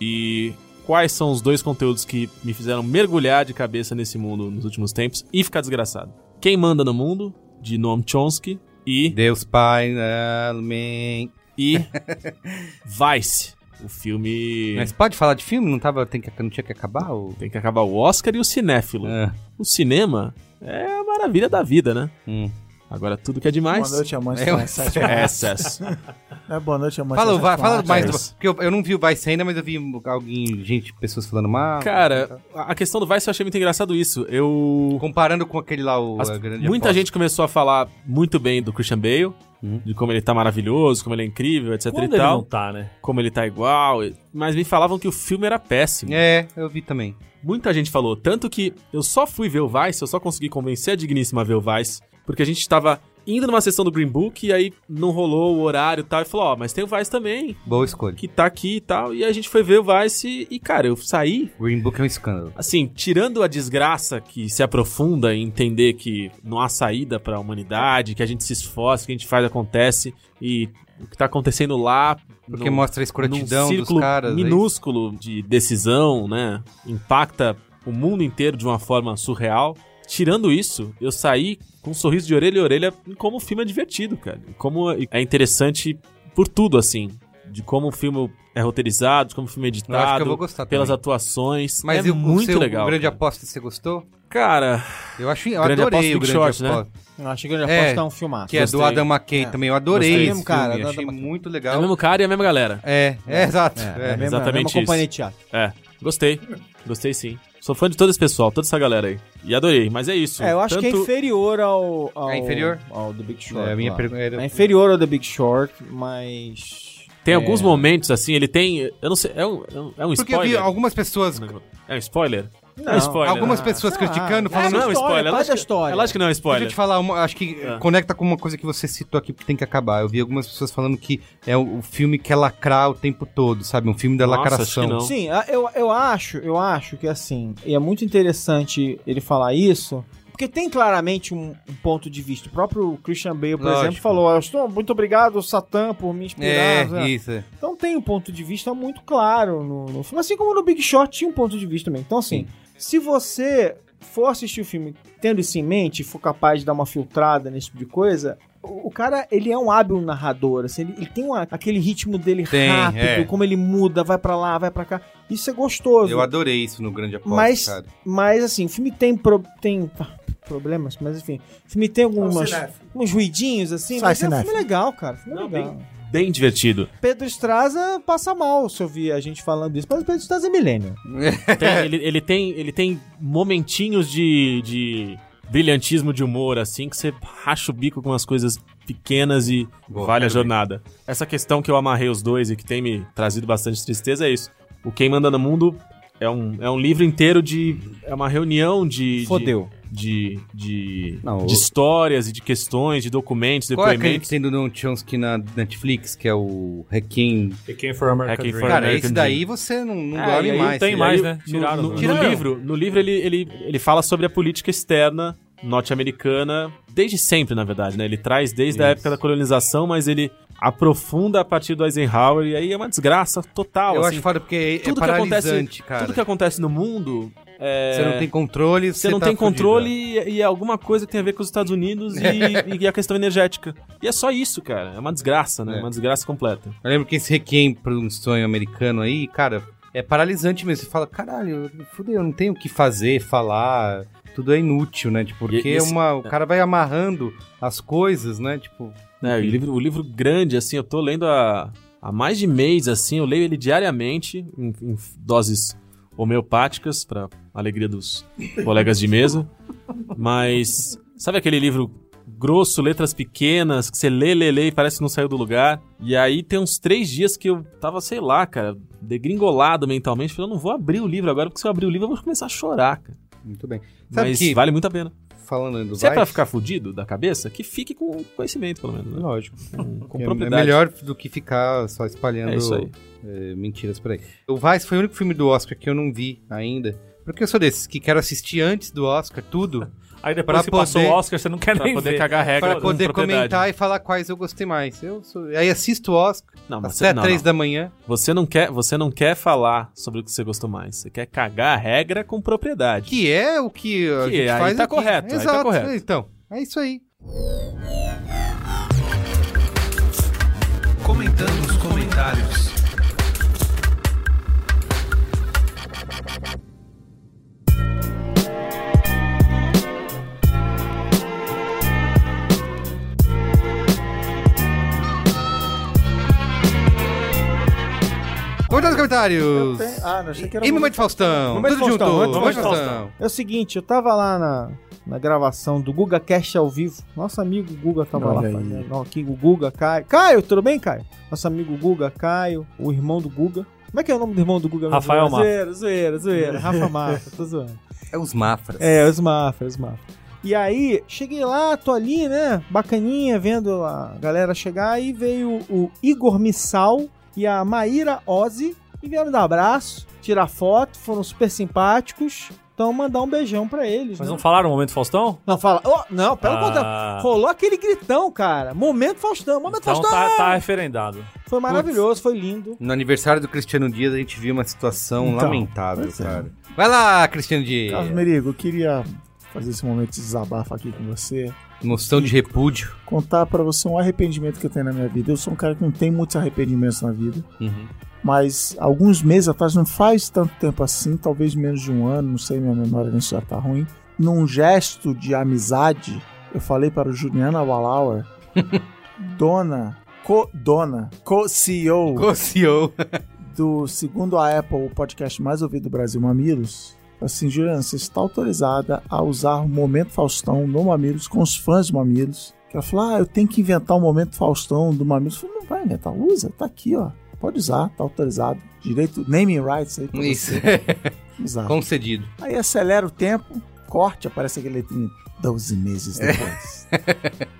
[SPEAKER 2] e quais são os dois conteúdos que me fizeram mergulhar de cabeça nesse mundo nos últimos tempos e ficar desgraçado. Quem Manda no Mundo, de Noam Chomsky, e,
[SPEAKER 1] Deus Pai, né, amém.
[SPEAKER 2] e Vice, o filme...
[SPEAKER 1] Mas pode falar de filme? Não, tava, tem que, não tinha que acabar? Ou...
[SPEAKER 2] Tem que acabar o Oscar e o cinéfilo.
[SPEAKER 1] É.
[SPEAKER 2] O cinema é a maravilha da vida, né?
[SPEAKER 1] Hum.
[SPEAKER 2] Agora tudo que é demais...
[SPEAKER 3] Boa noite, amante.
[SPEAKER 1] Eu-
[SPEAKER 3] da Sete
[SPEAKER 2] É
[SPEAKER 3] Maravilhas.
[SPEAKER 2] excesso.
[SPEAKER 3] É, boa noite, amante.
[SPEAKER 1] Fala,
[SPEAKER 3] da
[SPEAKER 1] vai,
[SPEAKER 4] tá
[SPEAKER 3] Sete
[SPEAKER 1] fala mais.
[SPEAKER 3] Maravilhas.
[SPEAKER 1] Do, porque eu, eu não vi o Vice ainda, mas eu vi alguém, gente, pessoas falando mal.
[SPEAKER 2] Cara, a a questão do Vice eu achei muito engraçado isso. Eu.
[SPEAKER 1] comparando com aquele lá, o
[SPEAKER 2] as-
[SPEAKER 1] a grande
[SPEAKER 2] muita
[SPEAKER 1] aposta.
[SPEAKER 2] gente começou a falar muito bem do Christian Bale,
[SPEAKER 1] Uhum.
[SPEAKER 2] de como ele tá maravilhoso, como ele é incrível, etc
[SPEAKER 5] Quando
[SPEAKER 2] e
[SPEAKER 5] ele
[SPEAKER 2] tal.
[SPEAKER 5] não tá, né?
[SPEAKER 2] Como ele tá igual. e- Mas me falavam que o filme era péssimo.
[SPEAKER 1] É, eu vi também.
[SPEAKER 2] Muita gente falou. Tanto que eu só fui ver o Vice, eu só consegui convencer a Digníssima a ver o Vice, porque a gente tava indo numa sessão do Green Book e aí não rolou o horário e tal. E falou: Ó, mas tem o Vice também,
[SPEAKER 1] Boa escolha.
[SPEAKER 2] que tá aqui e tal. E a gente foi ver o Vice e, cara, eu saí
[SPEAKER 1] Green Book é um escândalo.
[SPEAKER 2] Assim, tirando a desgraça que se aprofunda em entender que não há saída pra humanidade, que a gente se esforça, que a gente faz acontece e o que tá acontecendo lá
[SPEAKER 1] Porque
[SPEAKER 2] num-
[SPEAKER 1] mostra a escrotidão
[SPEAKER 2] num
[SPEAKER 1] dos
[SPEAKER 2] círculo
[SPEAKER 1] caras. é aí.
[SPEAKER 2] minúsculo de decisão, né, impacta o mundo inteiro de uma forma surreal. Tirando isso, eu saí com um sorriso de orelha a orelha em como o filme é divertido, cara. Em Como é interessante por tudo assim, de como o filme é roteirizado, de como o filme
[SPEAKER 1] Eu
[SPEAKER 2] é
[SPEAKER 1] acho que eu
[SPEAKER 2] editado,
[SPEAKER 1] vou gostar
[SPEAKER 2] pelas
[SPEAKER 1] também.
[SPEAKER 2] atuações.
[SPEAKER 1] Mas
[SPEAKER 2] é
[SPEAKER 1] e o,
[SPEAKER 2] muito
[SPEAKER 1] seu
[SPEAKER 2] legal.
[SPEAKER 1] grande
[SPEAKER 2] cara.
[SPEAKER 1] aposta, você gostou?
[SPEAKER 2] Cara,
[SPEAKER 1] Eu acho, eu
[SPEAKER 2] Grande
[SPEAKER 1] adorei
[SPEAKER 2] Aposta,
[SPEAKER 1] o grande
[SPEAKER 2] Big Short, né?
[SPEAKER 1] aposta,
[SPEAKER 4] Eu achei que eu já
[SPEAKER 1] É,
[SPEAKER 4] posso estar um filmar.
[SPEAKER 1] que é do
[SPEAKER 2] Gostei.
[SPEAKER 1] Adam McKay
[SPEAKER 4] É.
[SPEAKER 1] também. Eu adorei
[SPEAKER 4] Gostei.
[SPEAKER 1] esse
[SPEAKER 4] Mesmo cara,
[SPEAKER 1] filme,
[SPEAKER 4] do
[SPEAKER 1] achei
[SPEAKER 4] Adam McKay.
[SPEAKER 1] muito
[SPEAKER 2] é o
[SPEAKER 1] legal.
[SPEAKER 2] mesmo cara e a mesma galera.
[SPEAKER 1] É, é, exato.
[SPEAKER 4] É,
[SPEAKER 1] é.
[SPEAKER 4] a mesma-
[SPEAKER 2] exatamente
[SPEAKER 4] a mesma
[SPEAKER 2] isso.
[SPEAKER 4] companhia de teatro.
[SPEAKER 2] É, gostei. Gostei sim. Sou fã de todo esse pessoal, toda essa galera aí. E adorei, mas é isso.
[SPEAKER 4] É, eu acho que é
[SPEAKER 2] Tanto-
[SPEAKER 4] inferior ao, ao.
[SPEAKER 1] É inferior?
[SPEAKER 4] Ao do Big Short.
[SPEAKER 1] É, a minha
[SPEAKER 4] lá.
[SPEAKER 1] pergunta era...
[SPEAKER 4] É inferior ao The Big Short, mas.
[SPEAKER 2] Tem
[SPEAKER 4] é,
[SPEAKER 2] alguns momentos assim, ele tem. Eu não sei. É um, é um- é um
[SPEAKER 1] Porque eu vi
[SPEAKER 2] spoiler.
[SPEAKER 1] algumas pessoas,
[SPEAKER 2] É um spoiler? Não, é um
[SPEAKER 4] Não,
[SPEAKER 2] spoiler.
[SPEAKER 1] algumas
[SPEAKER 2] né?
[SPEAKER 1] pessoas
[SPEAKER 4] Ah,
[SPEAKER 1] criticando,
[SPEAKER 4] é,
[SPEAKER 1] falando...
[SPEAKER 2] não, é um
[SPEAKER 4] história,
[SPEAKER 2] spoiler.
[SPEAKER 4] faz
[SPEAKER 2] Ela acho
[SPEAKER 4] a
[SPEAKER 2] que-
[SPEAKER 4] história.
[SPEAKER 2] Ela acho que não é um
[SPEAKER 1] Deixa eu
[SPEAKER 2] spoiler.
[SPEAKER 1] te falar, uma- acho que
[SPEAKER 2] Ah.
[SPEAKER 1] conecta com uma coisa que você citou aqui que tem que acabar. Eu vi algumas pessoas falando que é o, o filme que é lacrar o tempo todo, sabe? Um filme da
[SPEAKER 2] Nossa,
[SPEAKER 1] lacração.
[SPEAKER 2] acho que não.
[SPEAKER 4] Sim, a- eu, eu acho, eu acho que assim, e é muito interessante ele falar isso, porque tem claramente um, um ponto de vista. O próprio Christian Bale, por
[SPEAKER 1] Lógico.
[SPEAKER 4] exemplo, falou: "Eu estou muito obrigado, Satã, por me inspirar. né?
[SPEAKER 1] É, isso. é.
[SPEAKER 4] Então tem um ponto de vista muito claro no, no filme. Assim como no Big Shot tinha um ponto de vista também. Então, assim, se você for assistir o filme tendo isso em mente, for capaz de dar uma filtrada nesse tipo de coisa. O o cara, ele é um hábil narrador, assim, ele, ele tem uma- aquele ritmo dele
[SPEAKER 1] Tem,
[SPEAKER 4] rápido,
[SPEAKER 1] é.
[SPEAKER 4] como ele muda, vai pra lá, vai pra cá. Isso é gostoso.
[SPEAKER 1] Eu adorei isso no Grande Aposta,
[SPEAKER 4] Mas-
[SPEAKER 1] cara.
[SPEAKER 4] Mas, assim, o filme tem, pro- tem ah, problemas, mas enfim. O filme
[SPEAKER 2] É
[SPEAKER 4] tem
[SPEAKER 2] um
[SPEAKER 4] algumas,
[SPEAKER 3] cinéfilo.
[SPEAKER 4] uns ruidinhos, assim,
[SPEAKER 3] Sai,
[SPEAKER 4] mas é um filme
[SPEAKER 3] cinéfilo.
[SPEAKER 4] legal, cara. Filme
[SPEAKER 2] Não,
[SPEAKER 4] legal.
[SPEAKER 2] Bem divertido.
[SPEAKER 4] Pedro Straza passa mal se ouvir a gente falando isso, mas o Pedro Straza é milênio.
[SPEAKER 2] Tem- ele, ele tem, ele tem momentinhos de, de brilhantismo de humor, assim, que você racha o bico com umas coisas pequenas e
[SPEAKER 1] Boa,
[SPEAKER 2] vale a
[SPEAKER 1] quero
[SPEAKER 2] jornada. Essa questão que eu amarrei os dois e que tem me trazido bastante tristeza é isso. O Quem Manda no Mundo é um, é um livro inteiro de. É uma reunião de. de-
[SPEAKER 4] Fodeu.
[SPEAKER 2] De, de,
[SPEAKER 1] Não,
[SPEAKER 2] de
[SPEAKER 1] o-
[SPEAKER 2] histórias e de questões, de documentos,
[SPEAKER 1] Qual é aquele que
[SPEAKER 2] depoimentos.
[SPEAKER 1] tem do Noam Chomsky na Netflix, que é o Requiem?
[SPEAKER 5] It came for America.
[SPEAKER 2] Requiem for-
[SPEAKER 5] Dream.
[SPEAKER 1] Cara,
[SPEAKER 2] American
[SPEAKER 1] esse daí você não, não
[SPEAKER 5] É,
[SPEAKER 1] dorme
[SPEAKER 5] e aí
[SPEAKER 1] mais.
[SPEAKER 5] não tem
[SPEAKER 1] né?
[SPEAKER 5] mais,
[SPEAKER 2] Ah, aí,
[SPEAKER 5] né?
[SPEAKER 2] no-
[SPEAKER 5] Tiraram
[SPEAKER 2] no,
[SPEAKER 5] do-
[SPEAKER 2] no
[SPEAKER 1] Tiraram.
[SPEAKER 2] livro, no livro ele, ele, ele fala sobre a política externa norte-americana desde sempre, na verdade, né? Ele traz desde a
[SPEAKER 1] Isso.
[SPEAKER 2] época da colonização, mas ele aprofunda a partir do Eisenhower e aí é uma desgraça total,
[SPEAKER 1] Eu
[SPEAKER 2] assim.
[SPEAKER 1] acho foda porque é- é
[SPEAKER 2] tudo que acontece-
[SPEAKER 1] paralisante, cara.
[SPEAKER 2] Tudo que acontece no mundo é...
[SPEAKER 1] Você não tem controle,
[SPEAKER 2] Você não
[SPEAKER 1] tá
[SPEAKER 2] tem
[SPEAKER 1] fudido.
[SPEAKER 2] controle e, e é alguma coisa que tem a ver com os Estados Unidos e, e a questão energética. E é só isso, cara. É uma desgraça, né?
[SPEAKER 1] É.
[SPEAKER 2] Uma desgraça completa.
[SPEAKER 1] Eu lembro que esse Requiem para um sonho americano aí, cara, é paralisante mesmo. Você fala, caralho, fudeu, eu não tenho o que fazer, falar, tudo é inútil, né? Tipo, porque
[SPEAKER 2] E- e esse-
[SPEAKER 1] é uma, o cara vai amarrando as coisas, né? Tipo,
[SPEAKER 2] né? O livro, o livro grande, assim, eu tô lendo há, há mais de mês, assim, eu leio ele diariamente, em, em doses homeopáticas, pra alegria dos colegas de mesa. Mas, sabe aquele livro grosso, letras pequenas, que você lê, lê, lê e parece que não saiu do lugar? E aí tem uns três dias que eu tava, sei lá, cara, degringolado mentalmente, falando, eu não vou abrir o livro agora, porque se eu abrir o livro eu vou começar a chorar, cara.
[SPEAKER 1] muito bem. Sabe
[SPEAKER 2] Mas
[SPEAKER 1] que,
[SPEAKER 2] vale muito a pena.
[SPEAKER 1] falando do
[SPEAKER 2] Se é pra
[SPEAKER 1] Vice,
[SPEAKER 2] ficar fudido da cabeça, que fique com conhecimento, pelo menos. Né?
[SPEAKER 1] Lógico.
[SPEAKER 2] Com, com
[SPEAKER 1] é, é
[SPEAKER 2] propriedade.
[SPEAKER 1] melhor do que ficar só espalhando
[SPEAKER 2] É isso aí.
[SPEAKER 1] eh, mentiras por aí. O Vice foi o único filme do Oscar que eu não vi ainda. Porque eu sou desses que quero assistir antes do Oscar tudo.
[SPEAKER 5] Aí depois
[SPEAKER 1] Pra
[SPEAKER 5] que passou
[SPEAKER 1] poder-
[SPEAKER 5] o Oscar, você não quer
[SPEAKER 2] Pra
[SPEAKER 5] nem
[SPEAKER 2] poder
[SPEAKER 5] ver.
[SPEAKER 2] cagar regra
[SPEAKER 1] Pra
[SPEAKER 2] É, com
[SPEAKER 1] poder
[SPEAKER 2] propriedade.
[SPEAKER 1] comentar e falar quais eu gostei mais. Eu sou- Aí assisto o Oscar
[SPEAKER 2] Não, mas
[SPEAKER 1] até
[SPEAKER 2] você, não,
[SPEAKER 1] três
[SPEAKER 2] não.
[SPEAKER 1] da manhã.
[SPEAKER 2] Você não quer, você não quer falar sobre o que você gostou mais. Você quer cagar a regra com propriedade.
[SPEAKER 1] Que é o que a
[SPEAKER 2] Que
[SPEAKER 1] gente
[SPEAKER 2] é, aí
[SPEAKER 1] faz
[SPEAKER 2] tá
[SPEAKER 1] aqui.
[SPEAKER 2] correto, aí tá
[SPEAKER 1] Exato.
[SPEAKER 2] correto.
[SPEAKER 1] Então, é isso aí.
[SPEAKER 9] Comentando nos comentários.
[SPEAKER 1] Vamos nos comentários.
[SPEAKER 3] Tem- Ah, não, achei que era
[SPEAKER 1] E
[SPEAKER 3] um-
[SPEAKER 1] Momento Faustão.
[SPEAKER 4] Momento
[SPEAKER 1] Tudo
[SPEAKER 4] Faustão,
[SPEAKER 1] junto.
[SPEAKER 4] momento
[SPEAKER 1] Momento
[SPEAKER 5] Faustão.
[SPEAKER 1] Faustão.
[SPEAKER 4] É o seguinte, eu tava lá na, na gravação do Guga Cast ao vivo. Nosso amigo Guga tava
[SPEAKER 3] Olha
[SPEAKER 4] lá
[SPEAKER 3] aí.
[SPEAKER 4] fazendo. Não, aqui o Guga, Caio. Caio, tudo bem, Caio? Nosso amigo Guga, Caio, o irmão do Guga. Como é que é o nome do irmão do Guga? mesmo?
[SPEAKER 5] Rafael Mafra.
[SPEAKER 4] Zoeira, zoeira, zoeira. Rafa Mafra, tô zoando.
[SPEAKER 1] É uns mafras.
[SPEAKER 4] É, os Mafra, os Mafra. E aí, cheguei lá, tô ali, né? Bacaninha, vendo a galera chegar. E veio o Igor Missal e a Maíra Ozzy. E vieram dar abraço, tirar foto, foram super simpáticos. Então, mandar um beijão pra eles.
[SPEAKER 5] Mas
[SPEAKER 4] né?
[SPEAKER 5] não falaram o momento Faustão?
[SPEAKER 4] Não, fala. Ó, não, pelo contrário.
[SPEAKER 5] Ah,
[SPEAKER 4] Rolou aquele gritão, cara. Momento Faustão, momento
[SPEAKER 5] Então
[SPEAKER 4] Faustão.
[SPEAKER 5] tá, tá referendado.
[SPEAKER 4] Foi maravilhoso, foi lindo.
[SPEAKER 1] No aniversário do Cristiano Dias, a gente viu uma situação
[SPEAKER 3] Então,
[SPEAKER 1] lamentável,
[SPEAKER 3] pois é.
[SPEAKER 1] cara. Vai lá, Cristiano Dias.
[SPEAKER 3] Carlos Merigo, eu queria fazer esse momento de desabafo aqui com você.
[SPEAKER 1] Moção de repúdio.
[SPEAKER 3] Contar pra você um arrependimento que eu tenho na minha vida. Eu sou um cara que não tem muitos arrependimentos na vida.
[SPEAKER 1] Uhum.
[SPEAKER 3] Mas alguns meses atrás, não faz tanto tempo assim, talvez menos de um ano, não sei, minha memória nisso já tá ruim. Num gesto de amizade, eu falei para o Juliana Wallauer, dona, co-dona, co-CEO
[SPEAKER 1] Cociou.
[SPEAKER 3] do, segundo a Apple, o podcast mais ouvido do Brasil, Mamilos. Assim, Juliana, você está autorizada a usar o Momento Faustão no Mamilos com os fãs do Mamilos. Que ela falou, ah, eu tenho que inventar o Momento Faustão do Mamilos. Eu falei, não vai inventar, usa, tá aqui, ó. Pode usar, tá autorizado. Direito, naming rights aí pra
[SPEAKER 1] Isso.
[SPEAKER 3] você usar.
[SPEAKER 1] Concedido.
[SPEAKER 3] Aí acelera o tempo, corte, aparece aquele letrinho. 12 meses depois.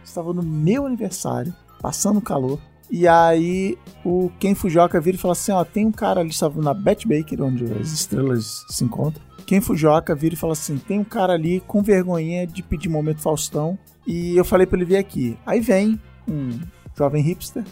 [SPEAKER 3] Estava no meu aniversário, passando calor. E aí o Ken Fujioka vira e fala assim: ó, tem um cara ali, estava na Bet Baker, onde as estrelas se encontram. Ken Fujioka vira e fala assim: tem um cara ali com vergonha de pedir momento Faustão. E eu falei pra ele vir aqui. Aí vem um jovem hipster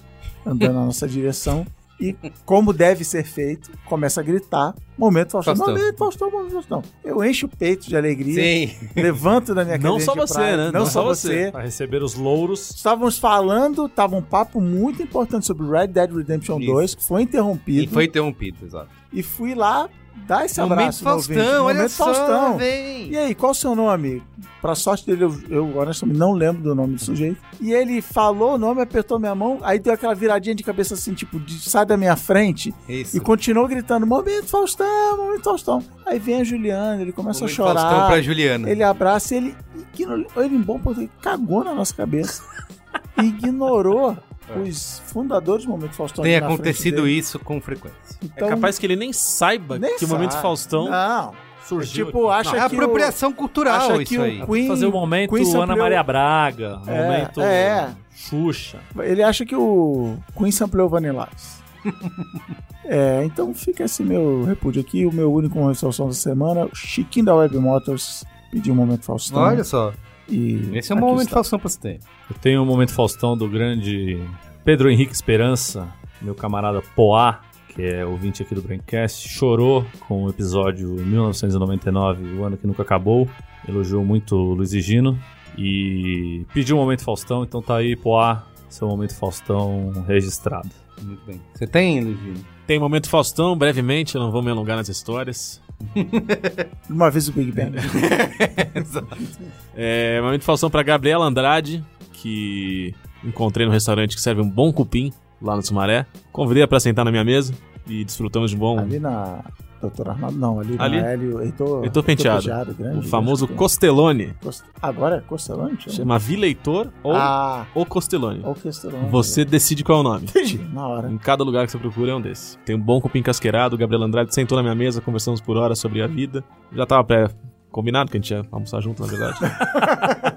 [SPEAKER 3] andando na nossa direção. E como deve ser feito, começa a gritar: Momento Faustão,
[SPEAKER 1] Faustão.
[SPEAKER 3] momento Faustão, momento Faustão. Eu encho o peito de alegria,
[SPEAKER 1] Sim.
[SPEAKER 3] levanto da minha cadeira.
[SPEAKER 2] Não só
[SPEAKER 3] de
[SPEAKER 2] você,
[SPEAKER 3] praia,
[SPEAKER 2] né?
[SPEAKER 3] Não, só você.
[SPEAKER 5] Pra receber os louros.
[SPEAKER 3] Estávamos falando, estava um papo muito importante sobre Red Dead Redemption
[SPEAKER 1] Isso.
[SPEAKER 3] 2, que foi interrompido.
[SPEAKER 1] E foi interrompido, exato.
[SPEAKER 3] e fui lá dar esse
[SPEAKER 1] Momento
[SPEAKER 3] abraço. no ouvinte.
[SPEAKER 1] Faustão, olha
[SPEAKER 3] momento
[SPEAKER 1] só.
[SPEAKER 3] Faustão.
[SPEAKER 1] Vem.
[SPEAKER 3] E aí, qual o seu nome? Pra sorte dele, eu, eu honestamente não lembro do
[SPEAKER 1] Uhum.
[SPEAKER 3] nome do sujeito. E ele falou o nome, apertou minha mão, aí deu aquela viradinha de cabeça assim, tipo, de, sai da minha frente.
[SPEAKER 1] Isso.
[SPEAKER 3] E continuou gritando: Momento Faustão, momento Faustão. Aí vem a Juliana, ele começa
[SPEAKER 1] Momento
[SPEAKER 3] a chorar.
[SPEAKER 1] Faustão pra Juliana.
[SPEAKER 3] Ele abraça ele, igno- ele em bom português, cagou na nossa cabeça. Ignorou os fundadores do Momento Faustão.
[SPEAKER 1] Tem
[SPEAKER 3] ali na frente
[SPEAKER 1] acontecido
[SPEAKER 3] dele.
[SPEAKER 1] isso com frequência.
[SPEAKER 3] Então,
[SPEAKER 2] é capaz que ele nem saiba
[SPEAKER 3] nem
[SPEAKER 2] que o momento
[SPEAKER 3] sabe.
[SPEAKER 2] Faustão
[SPEAKER 3] Não,
[SPEAKER 5] Surgiu.
[SPEAKER 3] tipo,
[SPEAKER 5] aqui.
[SPEAKER 3] acha
[SPEAKER 1] É
[SPEAKER 3] que. o-
[SPEAKER 1] apropriação cultural
[SPEAKER 3] acha que
[SPEAKER 1] isso aí.
[SPEAKER 3] o Queen,
[SPEAKER 5] fazer o momento
[SPEAKER 3] Queen
[SPEAKER 5] Ana
[SPEAKER 3] sampleou-
[SPEAKER 5] Maria Braga,
[SPEAKER 3] É,
[SPEAKER 5] momento
[SPEAKER 3] é.
[SPEAKER 5] Xuxa.
[SPEAKER 3] Ele acha que o Queen sampleou Vanilla Ice. é, então fica esse meu repúdio aqui, o meu único resolução da semana, o Chiquinho da Web Motors pediu um momento Faustão.
[SPEAKER 1] Olha só.
[SPEAKER 3] e
[SPEAKER 1] Esse é um
[SPEAKER 3] aqui
[SPEAKER 1] momento
[SPEAKER 3] está.
[SPEAKER 1] Faustão pra você ter.
[SPEAKER 5] Eu tenho um momento Faustão do grande Pedro Henrique Esperança, meu camarada Poá, que é ouvinte aqui do Braincast, chorou com o episódio 1999, o ano que nunca acabou. Elogiou muito o Luiz e Gino e pediu um momento Faustão, então tá aí, Poá, seu momento Faustão registrado.
[SPEAKER 1] Muito bem. Você tem, Luizinho?
[SPEAKER 2] tem momento Faustão brevemente, eu não vou me alongar nas histórias.
[SPEAKER 3] Uma vez o Big Bang.
[SPEAKER 2] É, momento Faustão pra Gabriela Andrade, que encontrei no restaurante que serve um bom cupim lá no Sumaré. Convidei ela pra sentar na minha mesa e desfrutamos de um bom
[SPEAKER 3] ali na Doutor Arnaldo, não, ali,
[SPEAKER 2] Ali?
[SPEAKER 3] na Hélio, Heitor,
[SPEAKER 2] Heitor Penteado.
[SPEAKER 3] grande,
[SPEAKER 2] o famoso
[SPEAKER 3] grande.
[SPEAKER 2] Costelone.
[SPEAKER 3] Cost- Agora é Costelante?
[SPEAKER 2] Então. Chama Vileitor ou
[SPEAKER 3] Ah,
[SPEAKER 2] o Costelone.
[SPEAKER 3] ou Costelante.
[SPEAKER 2] Você decide qual é o nome.
[SPEAKER 3] Na hora.
[SPEAKER 2] Em cada lugar que você procura é um desses. Tem um bom cupim casqueirado, o Gabriel Andrade sentou na minha mesa, conversamos por horas sobre a vida. Já tava pré combinado que a gente ia almoçar junto, na verdade.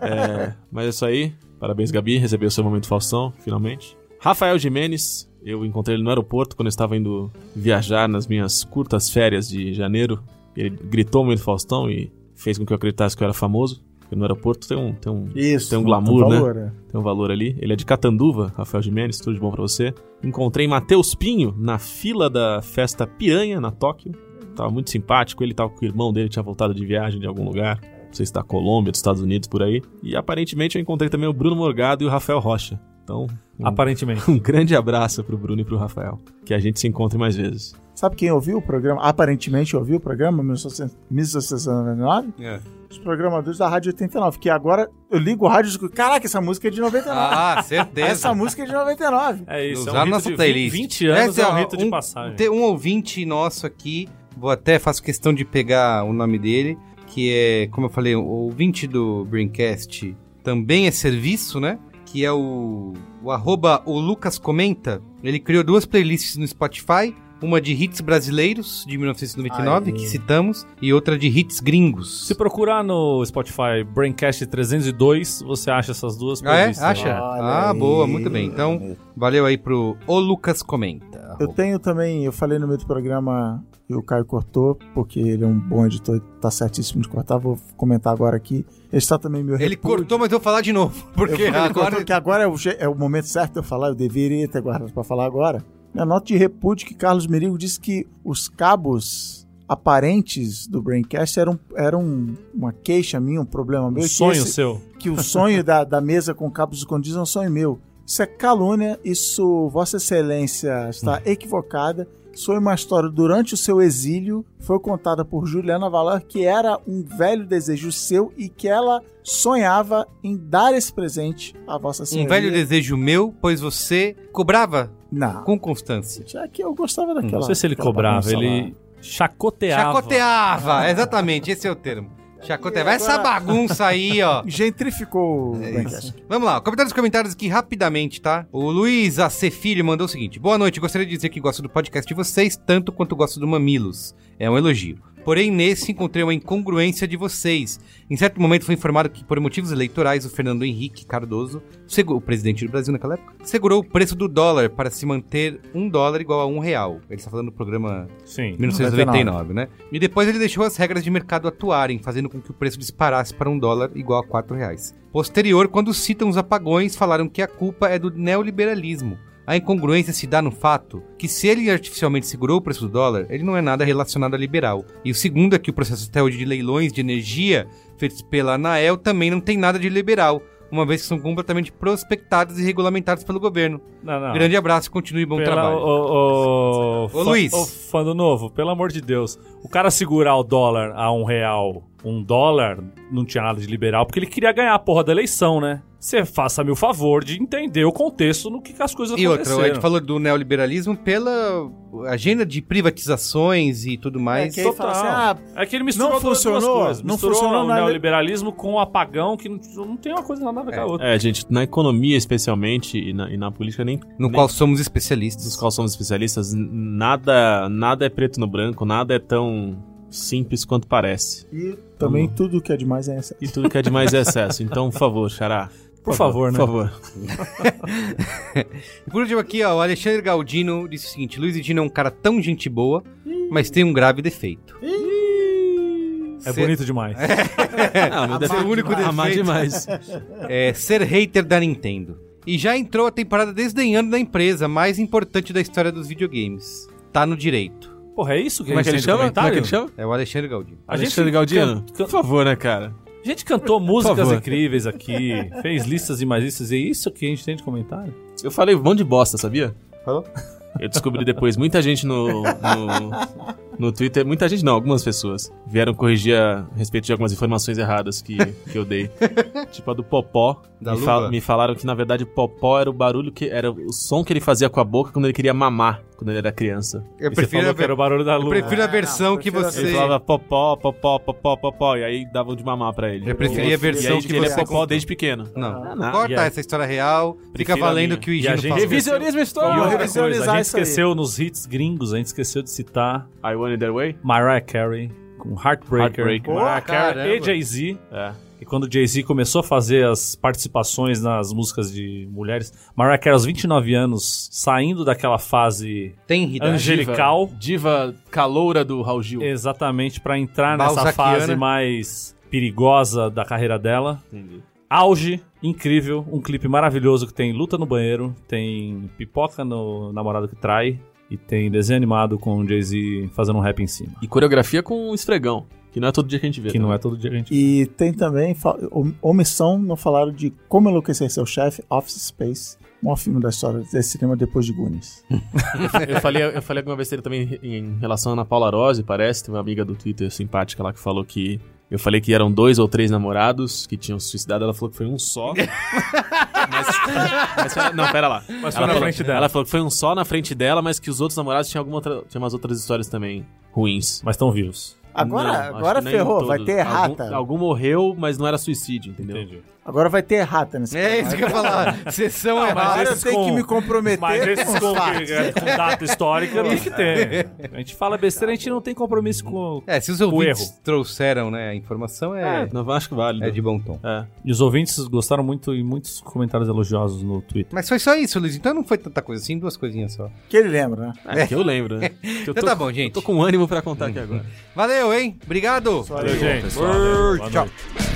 [SPEAKER 2] É, mas é isso aí. Parabéns, Gabi, recebeu seu momento Faustão, finalmente. Rafael Jimenez, eu encontrei ele no aeroporto quando eu estava indo viajar nas minhas curtas férias de janeiro. Ele gritou o momento Faustão e fez com que eu acreditasse que eu era famoso. Porque no aeroporto tem um, tem um,
[SPEAKER 3] Isso.
[SPEAKER 2] tem um glamour, né?
[SPEAKER 3] né?
[SPEAKER 2] Tem um valor ali. Ele é de Catanduva, Rafael Jimenez, tudo de bom pra você. Encontrei Matheus Pinho na fila da festa Piranha, na Tóquio. Tava muito simpático, ele tava com o irmão dele, tinha voltado de viagem de algum lugar. Não sei se da Colômbia, dos Estados Unidos, por aí. E aparentemente eu encontrei também o Bruno Morgado e o Rafael Rocha. Então, um,
[SPEAKER 5] Aparentemente.
[SPEAKER 2] um grande abraço pro Bruno e pro Rafael. Que a gente se encontre mais vezes.
[SPEAKER 3] Sabe quem ouviu o programa? Aparentemente ouviu o programa 1969?
[SPEAKER 1] É.
[SPEAKER 3] Os programadores da Rádio 89, que agora eu ligo o rádio e digo, caraca, essa música é de 99.
[SPEAKER 1] Ah, certeza.
[SPEAKER 3] essa música é de 99.
[SPEAKER 5] É isso,
[SPEAKER 1] Usar
[SPEAKER 5] é um rito
[SPEAKER 1] nossa
[SPEAKER 5] de
[SPEAKER 1] playlist.
[SPEAKER 5] 20 anos
[SPEAKER 1] Essa
[SPEAKER 5] é um
[SPEAKER 1] a-
[SPEAKER 5] rito de passagem.
[SPEAKER 1] Tem um ouvinte nosso aqui, vou até faço questão de pegar o nome dele, que é, como eu falei, o ouvinte do Braincast também é serviço, né? Que é o, o arroba o Lucas Comenta. Ele criou duas playlists no Spotify, uma de hits brasileiros de 1999,
[SPEAKER 3] Aê.
[SPEAKER 1] que citamos, e outra de hits gringos.
[SPEAKER 5] Se procurar no Spotify Braincast 302, você acha essas duas
[SPEAKER 1] Ah, é?
[SPEAKER 5] playlists lá.
[SPEAKER 1] Acha? Ah, boa, muito bem. Então, Valeu aí pro O Lucas Comenta.
[SPEAKER 3] Eu
[SPEAKER 1] arroba.
[SPEAKER 3] tenho também, eu falei no meio do programa e o Caio cortou, porque ele é um bom editor, tá certíssimo de cortar, vou comentar agora aqui. Está também meu
[SPEAKER 1] Ele
[SPEAKER 3] repúdio.
[SPEAKER 1] cortou, mas eu vou falar de novo. Porque
[SPEAKER 3] eu, agora...
[SPEAKER 1] agora.
[SPEAKER 3] que agora é o, je- é o momento certo de eu falar, eu deveria ter guardado para falar agora. Minha nota de repúdio é que Carlos Merigo disse que os cabos aparentes do Braincast eram, eram uma queixa minha, um problema meu.
[SPEAKER 5] Um
[SPEAKER 3] que
[SPEAKER 5] sonho
[SPEAKER 3] esse-
[SPEAKER 5] seu.
[SPEAKER 3] que o sonho da, da mesa com cabos escondidos é um sonho meu. Isso é calúnia, isso Vossa Excelência
[SPEAKER 5] Hum.
[SPEAKER 3] está equivocada. Isso foi uma história durante o seu exílio, foi contada por Juliana Valar, que era um velho desejo seu e que ela sonhava em dar esse presente à Vossa
[SPEAKER 1] Um
[SPEAKER 3] Senhoria.
[SPEAKER 1] velho desejo meu, pois você cobrava
[SPEAKER 3] Não.
[SPEAKER 1] com constância.
[SPEAKER 3] Já que eu gostava daquela.
[SPEAKER 5] Não sei se ele
[SPEAKER 3] daquela
[SPEAKER 5] cobrava,
[SPEAKER 3] bagunça lá.
[SPEAKER 5] ele chacoteava.
[SPEAKER 1] Chacoteava! Exatamente, esse é o termo. Chacoteava.
[SPEAKER 3] E
[SPEAKER 1] Essa
[SPEAKER 3] agora-
[SPEAKER 1] bagunça aí, ó.
[SPEAKER 3] Gentrificou
[SPEAKER 5] É
[SPEAKER 3] o Braincast.
[SPEAKER 1] Vamos lá, comentários e comentários aqui rapidamente, tá? O Luiz AC Filho mandou o seguinte: Boa noite, gostaria de dizer que gosto do podcast de vocês tanto quanto gosto do Mamilos. É um elogio. Porém, nesse encontrei uma incongruência de vocês. Em certo momento foi informado que, por motivos eleitorais, o Fernando Henrique Cardoso, segu- o presidente do Brasil naquela época, segurou o preço do dólar para se manter um dólar igual a um real. Ele está falando do programa
[SPEAKER 5] Sim.
[SPEAKER 1] 1989, né? E depois ele deixou as regras de mercado atuarem, fazendo com que o preço disparasse para um dólar igual a quatro reais. Posterior, quando citam os apagões, falaram que a culpa é do neoliberalismo. A incongruência se dá no fato que, se ele artificialmente segurou o preço do dólar, ele não é nada relacionado a liberal. E o segundo é que o processo até hoje de leilões de energia feitos pela Anael também não tem nada de liberal, uma vez que são completamente prospectados e regulamentados pelo governo.
[SPEAKER 5] Não, não.
[SPEAKER 1] Grande abraço, continue bom
[SPEAKER 5] Pela-
[SPEAKER 1] um trabalho.
[SPEAKER 5] Ô, ô,
[SPEAKER 1] Ô, Luiz.
[SPEAKER 5] Ô, fã do novo, pelo amor de Deus. O cara segurar o dólar a um real, um dólar, não tinha nada de liberal, porque ele queria ganhar a porra da eleição, né? Você faça-me o favor de entender o contexto no que, que as coisas
[SPEAKER 1] E outra, a
[SPEAKER 5] aconteceram.
[SPEAKER 1] gente falou do neoliberalismo pela agenda de privatizações e tudo
[SPEAKER 3] É,
[SPEAKER 1] mais.
[SPEAKER 3] que aí fala assim, ah,
[SPEAKER 5] É que ele misturou
[SPEAKER 3] Não
[SPEAKER 5] todas as duas
[SPEAKER 3] funcionou,
[SPEAKER 5] coisas.
[SPEAKER 3] não
[SPEAKER 5] Misturou
[SPEAKER 3] funcionou
[SPEAKER 5] o
[SPEAKER 3] na-
[SPEAKER 5] neoliberalismo com o apagão, que não, não tem uma coisa nada a ver com a outra.
[SPEAKER 2] É, gente, na economia especialmente e na, e na política nem
[SPEAKER 1] no
[SPEAKER 2] nem
[SPEAKER 1] qual somos especialistas.
[SPEAKER 2] dos quais somos especialistas, n- nada, nada é preto no branco, nada é tão simples quanto parece.
[SPEAKER 3] E
[SPEAKER 5] Tá
[SPEAKER 3] também tudo que é demais é essa.
[SPEAKER 2] E tudo que é demais é excesso. Então, por favor, Xará.
[SPEAKER 5] Por favor, né?
[SPEAKER 2] Por favor.
[SPEAKER 1] E por último aqui, ó, o Alexandre Galdino disse o seguinte, Luiz Edino é um cara tão gente boa, mas tem um grave defeito.
[SPEAKER 5] É
[SPEAKER 1] Ser-
[SPEAKER 5] bonito demais.
[SPEAKER 2] Ah,
[SPEAKER 1] Amar
[SPEAKER 2] defeito-
[SPEAKER 1] único
[SPEAKER 2] Amar
[SPEAKER 1] defeito.
[SPEAKER 2] demais.
[SPEAKER 1] É ser hater da Nintendo. E já entrou a temporada desdenhando da empresa mais importante da história dos videogames. Tá no direito.
[SPEAKER 5] Porra, é isso que
[SPEAKER 2] Como
[SPEAKER 5] a
[SPEAKER 2] é que
[SPEAKER 5] gente
[SPEAKER 2] ele
[SPEAKER 5] tem no
[SPEAKER 2] chama? Como é que
[SPEAKER 5] comentário?
[SPEAKER 2] ele chama?
[SPEAKER 1] É o Alexandre Galdino.
[SPEAKER 5] A gente
[SPEAKER 2] Alexandre Galdino?
[SPEAKER 5] can- can-
[SPEAKER 2] Por favor, né, cara?
[SPEAKER 5] A gente cantou músicas
[SPEAKER 2] favor.
[SPEAKER 5] incríveis aqui, fez listas e mais listas, e é isso que a gente tem de comentário?
[SPEAKER 2] Eu falei um monte de bosta, sabia?
[SPEAKER 1] Falou?
[SPEAKER 2] Eu descobri depois, muita gente no, no, no Twitter, muita gente não, algumas pessoas, vieram corrigir a respeito de algumas informações erradas que, que eu dei. tipo a do Popó.
[SPEAKER 1] Da
[SPEAKER 2] me,
[SPEAKER 1] luva?
[SPEAKER 2] me falaram que, na verdade, Popó era o barulho que. Era o som que ele fazia com a boca quando ele queria mamar, quando ele era criança.
[SPEAKER 1] Eu
[SPEAKER 5] E você
[SPEAKER 1] prefiro,
[SPEAKER 5] falou
[SPEAKER 1] a,
[SPEAKER 5] que era o barulho da
[SPEAKER 1] eu
[SPEAKER 5] lua.
[SPEAKER 1] prefiro a versão
[SPEAKER 3] não,
[SPEAKER 1] que
[SPEAKER 3] Ah, prefiro a
[SPEAKER 1] você...
[SPEAKER 2] Ele falava popó, popó, popó, popó, e aí davam de mamar pra ele.
[SPEAKER 1] Eu preferia
[SPEAKER 2] E aí-
[SPEAKER 1] a versão
[SPEAKER 2] e aí,
[SPEAKER 1] que
[SPEAKER 2] ele
[SPEAKER 1] você
[SPEAKER 2] é popó
[SPEAKER 1] conta.
[SPEAKER 2] desde pequeno.
[SPEAKER 1] Não,
[SPEAKER 2] não, é e
[SPEAKER 1] corta
[SPEAKER 2] aí?
[SPEAKER 1] essa história real, fica
[SPEAKER 2] Prefiro a
[SPEAKER 1] valendo
[SPEAKER 2] minha.
[SPEAKER 1] que o
[SPEAKER 5] E
[SPEAKER 1] Edino
[SPEAKER 5] a gente
[SPEAKER 1] falou.
[SPEAKER 2] Revisionismo
[SPEAKER 5] E
[SPEAKER 3] Vamos
[SPEAKER 5] outra coisa, a
[SPEAKER 3] revisionizar
[SPEAKER 5] gente
[SPEAKER 3] isso aí.
[SPEAKER 5] esqueceu nos hits gringos, a gente esqueceu de citar
[SPEAKER 2] I want it that way? É.
[SPEAKER 5] Mariah Carey com Heartbreaker,
[SPEAKER 2] Heartbreaker.
[SPEAKER 5] Mariah
[SPEAKER 1] Pô,
[SPEAKER 5] Carey e
[SPEAKER 1] caramba.
[SPEAKER 5] Jay-Z.
[SPEAKER 2] É.
[SPEAKER 5] E quando Jay-Z começou a fazer as participações nas músicas de mulheres, Mariah Carey aos 29 anos, saindo daquela fase
[SPEAKER 1] Tem né? ridade.
[SPEAKER 5] angelical,
[SPEAKER 2] Diva caloura do Raul Gil.
[SPEAKER 5] exatamente pra entrar nessa
[SPEAKER 1] Balzaciana.
[SPEAKER 5] fase mais perigosa da carreira dela.
[SPEAKER 2] Entendi.
[SPEAKER 5] Auge, incrível, um clipe maravilhoso que tem luta no banheiro, tem pipoca no namorado que trai e tem desenho animado com o Jay-Z fazendo um rap em cima.
[SPEAKER 2] E coreografia com um esfregão, que não é todo dia que a gente vê.
[SPEAKER 5] Que não
[SPEAKER 2] né?
[SPEAKER 5] é todo dia que a gente.
[SPEAKER 3] E tem também fa- om- omissão, não falaram de Como Enlouquecer Seu Chefe, Office Space, o maior filme da história desse cinema depois de Goonies.
[SPEAKER 2] Eu falei, eu falei alguma besteira também em relação à Ana Paula Rose, parece. Tem uma amiga do Twitter simpática lá que falou que. Eu falei que eram dois ou três namorados que tinham se suicidado, ela falou que foi um só. mas, mas- não, pera lá.
[SPEAKER 5] Mas foi
[SPEAKER 2] ela
[SPEAKER 5] na
[SPEAKER 2] falou,
[SPEAKER 5] frente dela.
[SPEAKER 2] Ela falou que foi um só na frente dela, mas que os outros namorados tinham, alguma outra, tinham umas outras histórias também ruins.
[SPEAKER 5] Mas estão vivos.
[SPEAKER 3] Agora-
[SPEAKER 2] Não, acho
[SPEAKER 3] agora
[SPEAKER 2] que nem
[SPEAKER 3] ferrou,
[SPEAKER 2] todos.
[SPEAKER 3] vai ter errata.
[SPEAKER 2] Algum, algum morreu, mas não era suicídio, entendeu?
[SPEAKER 5] Entendi.
[SPEAKER 3] Agora vai ter errata nesse
[SPEAKER 1] É isso que eu ia falar. Sessão é errada.
[SPEAKER 3] Agora eu
[SPEAKER 5] esses
[SPEAKER 3] tenho
[SPEAKER 5] com-
[SPEAKER 3] que me comprometer
[SPEAKER 5] Mas
[SPEAKER 3] com
[SPEAKER 5] esses
[SPEAKER 3] os
[SPEAKER 5] com, é,
[SPEAKER 3] fatos.
[SPEAKER 5] com data histórica tem que ter. A gente fala besteira, a gente não tem compromisso com.
[SPEAKER 1] É, se os
[SPEAKER 5] O
[SPEAKER 1] ouvintes
[SPEAKER 5] erro.
[SPEAKER 1] trouxeram né, a informação,
[SPEAKER 2] É,
[SPEAKER 1] é,
[SPEAKER 2] não acho que vale.
[SPEAKER 1] é de bom tom.
[SPEAKER 2] É.
[SPEAKER 5] E os ouvintes gostaram muito e muitos comentários elogiosos no Twitter.
[SPEAKER 1] Mas foi só isso, Luiz. Então não foi tanta coisa assim, duas coisinhas só.
[SPEAKER 3] Que ele lembra, né?
[SPEAKER 2] É, que eu lembro, né? Que eu
[SPEAKER 1] Então
[SPEAKER 2] tô-
[SPEAKER 1] tá bom, gente. Uhum.
[SPEAKER 2] Tô com ânimo pra
[SPEAKER 5] tá
[SPEAKER 2] contar aqui agora.
[SPEAKER 1] Valeu, hein? Obrigado.
[SPEAKER 5] Valeu, gente. Boa
[SPEAKER 1] Tchau.
[SPEAKER 5] noite.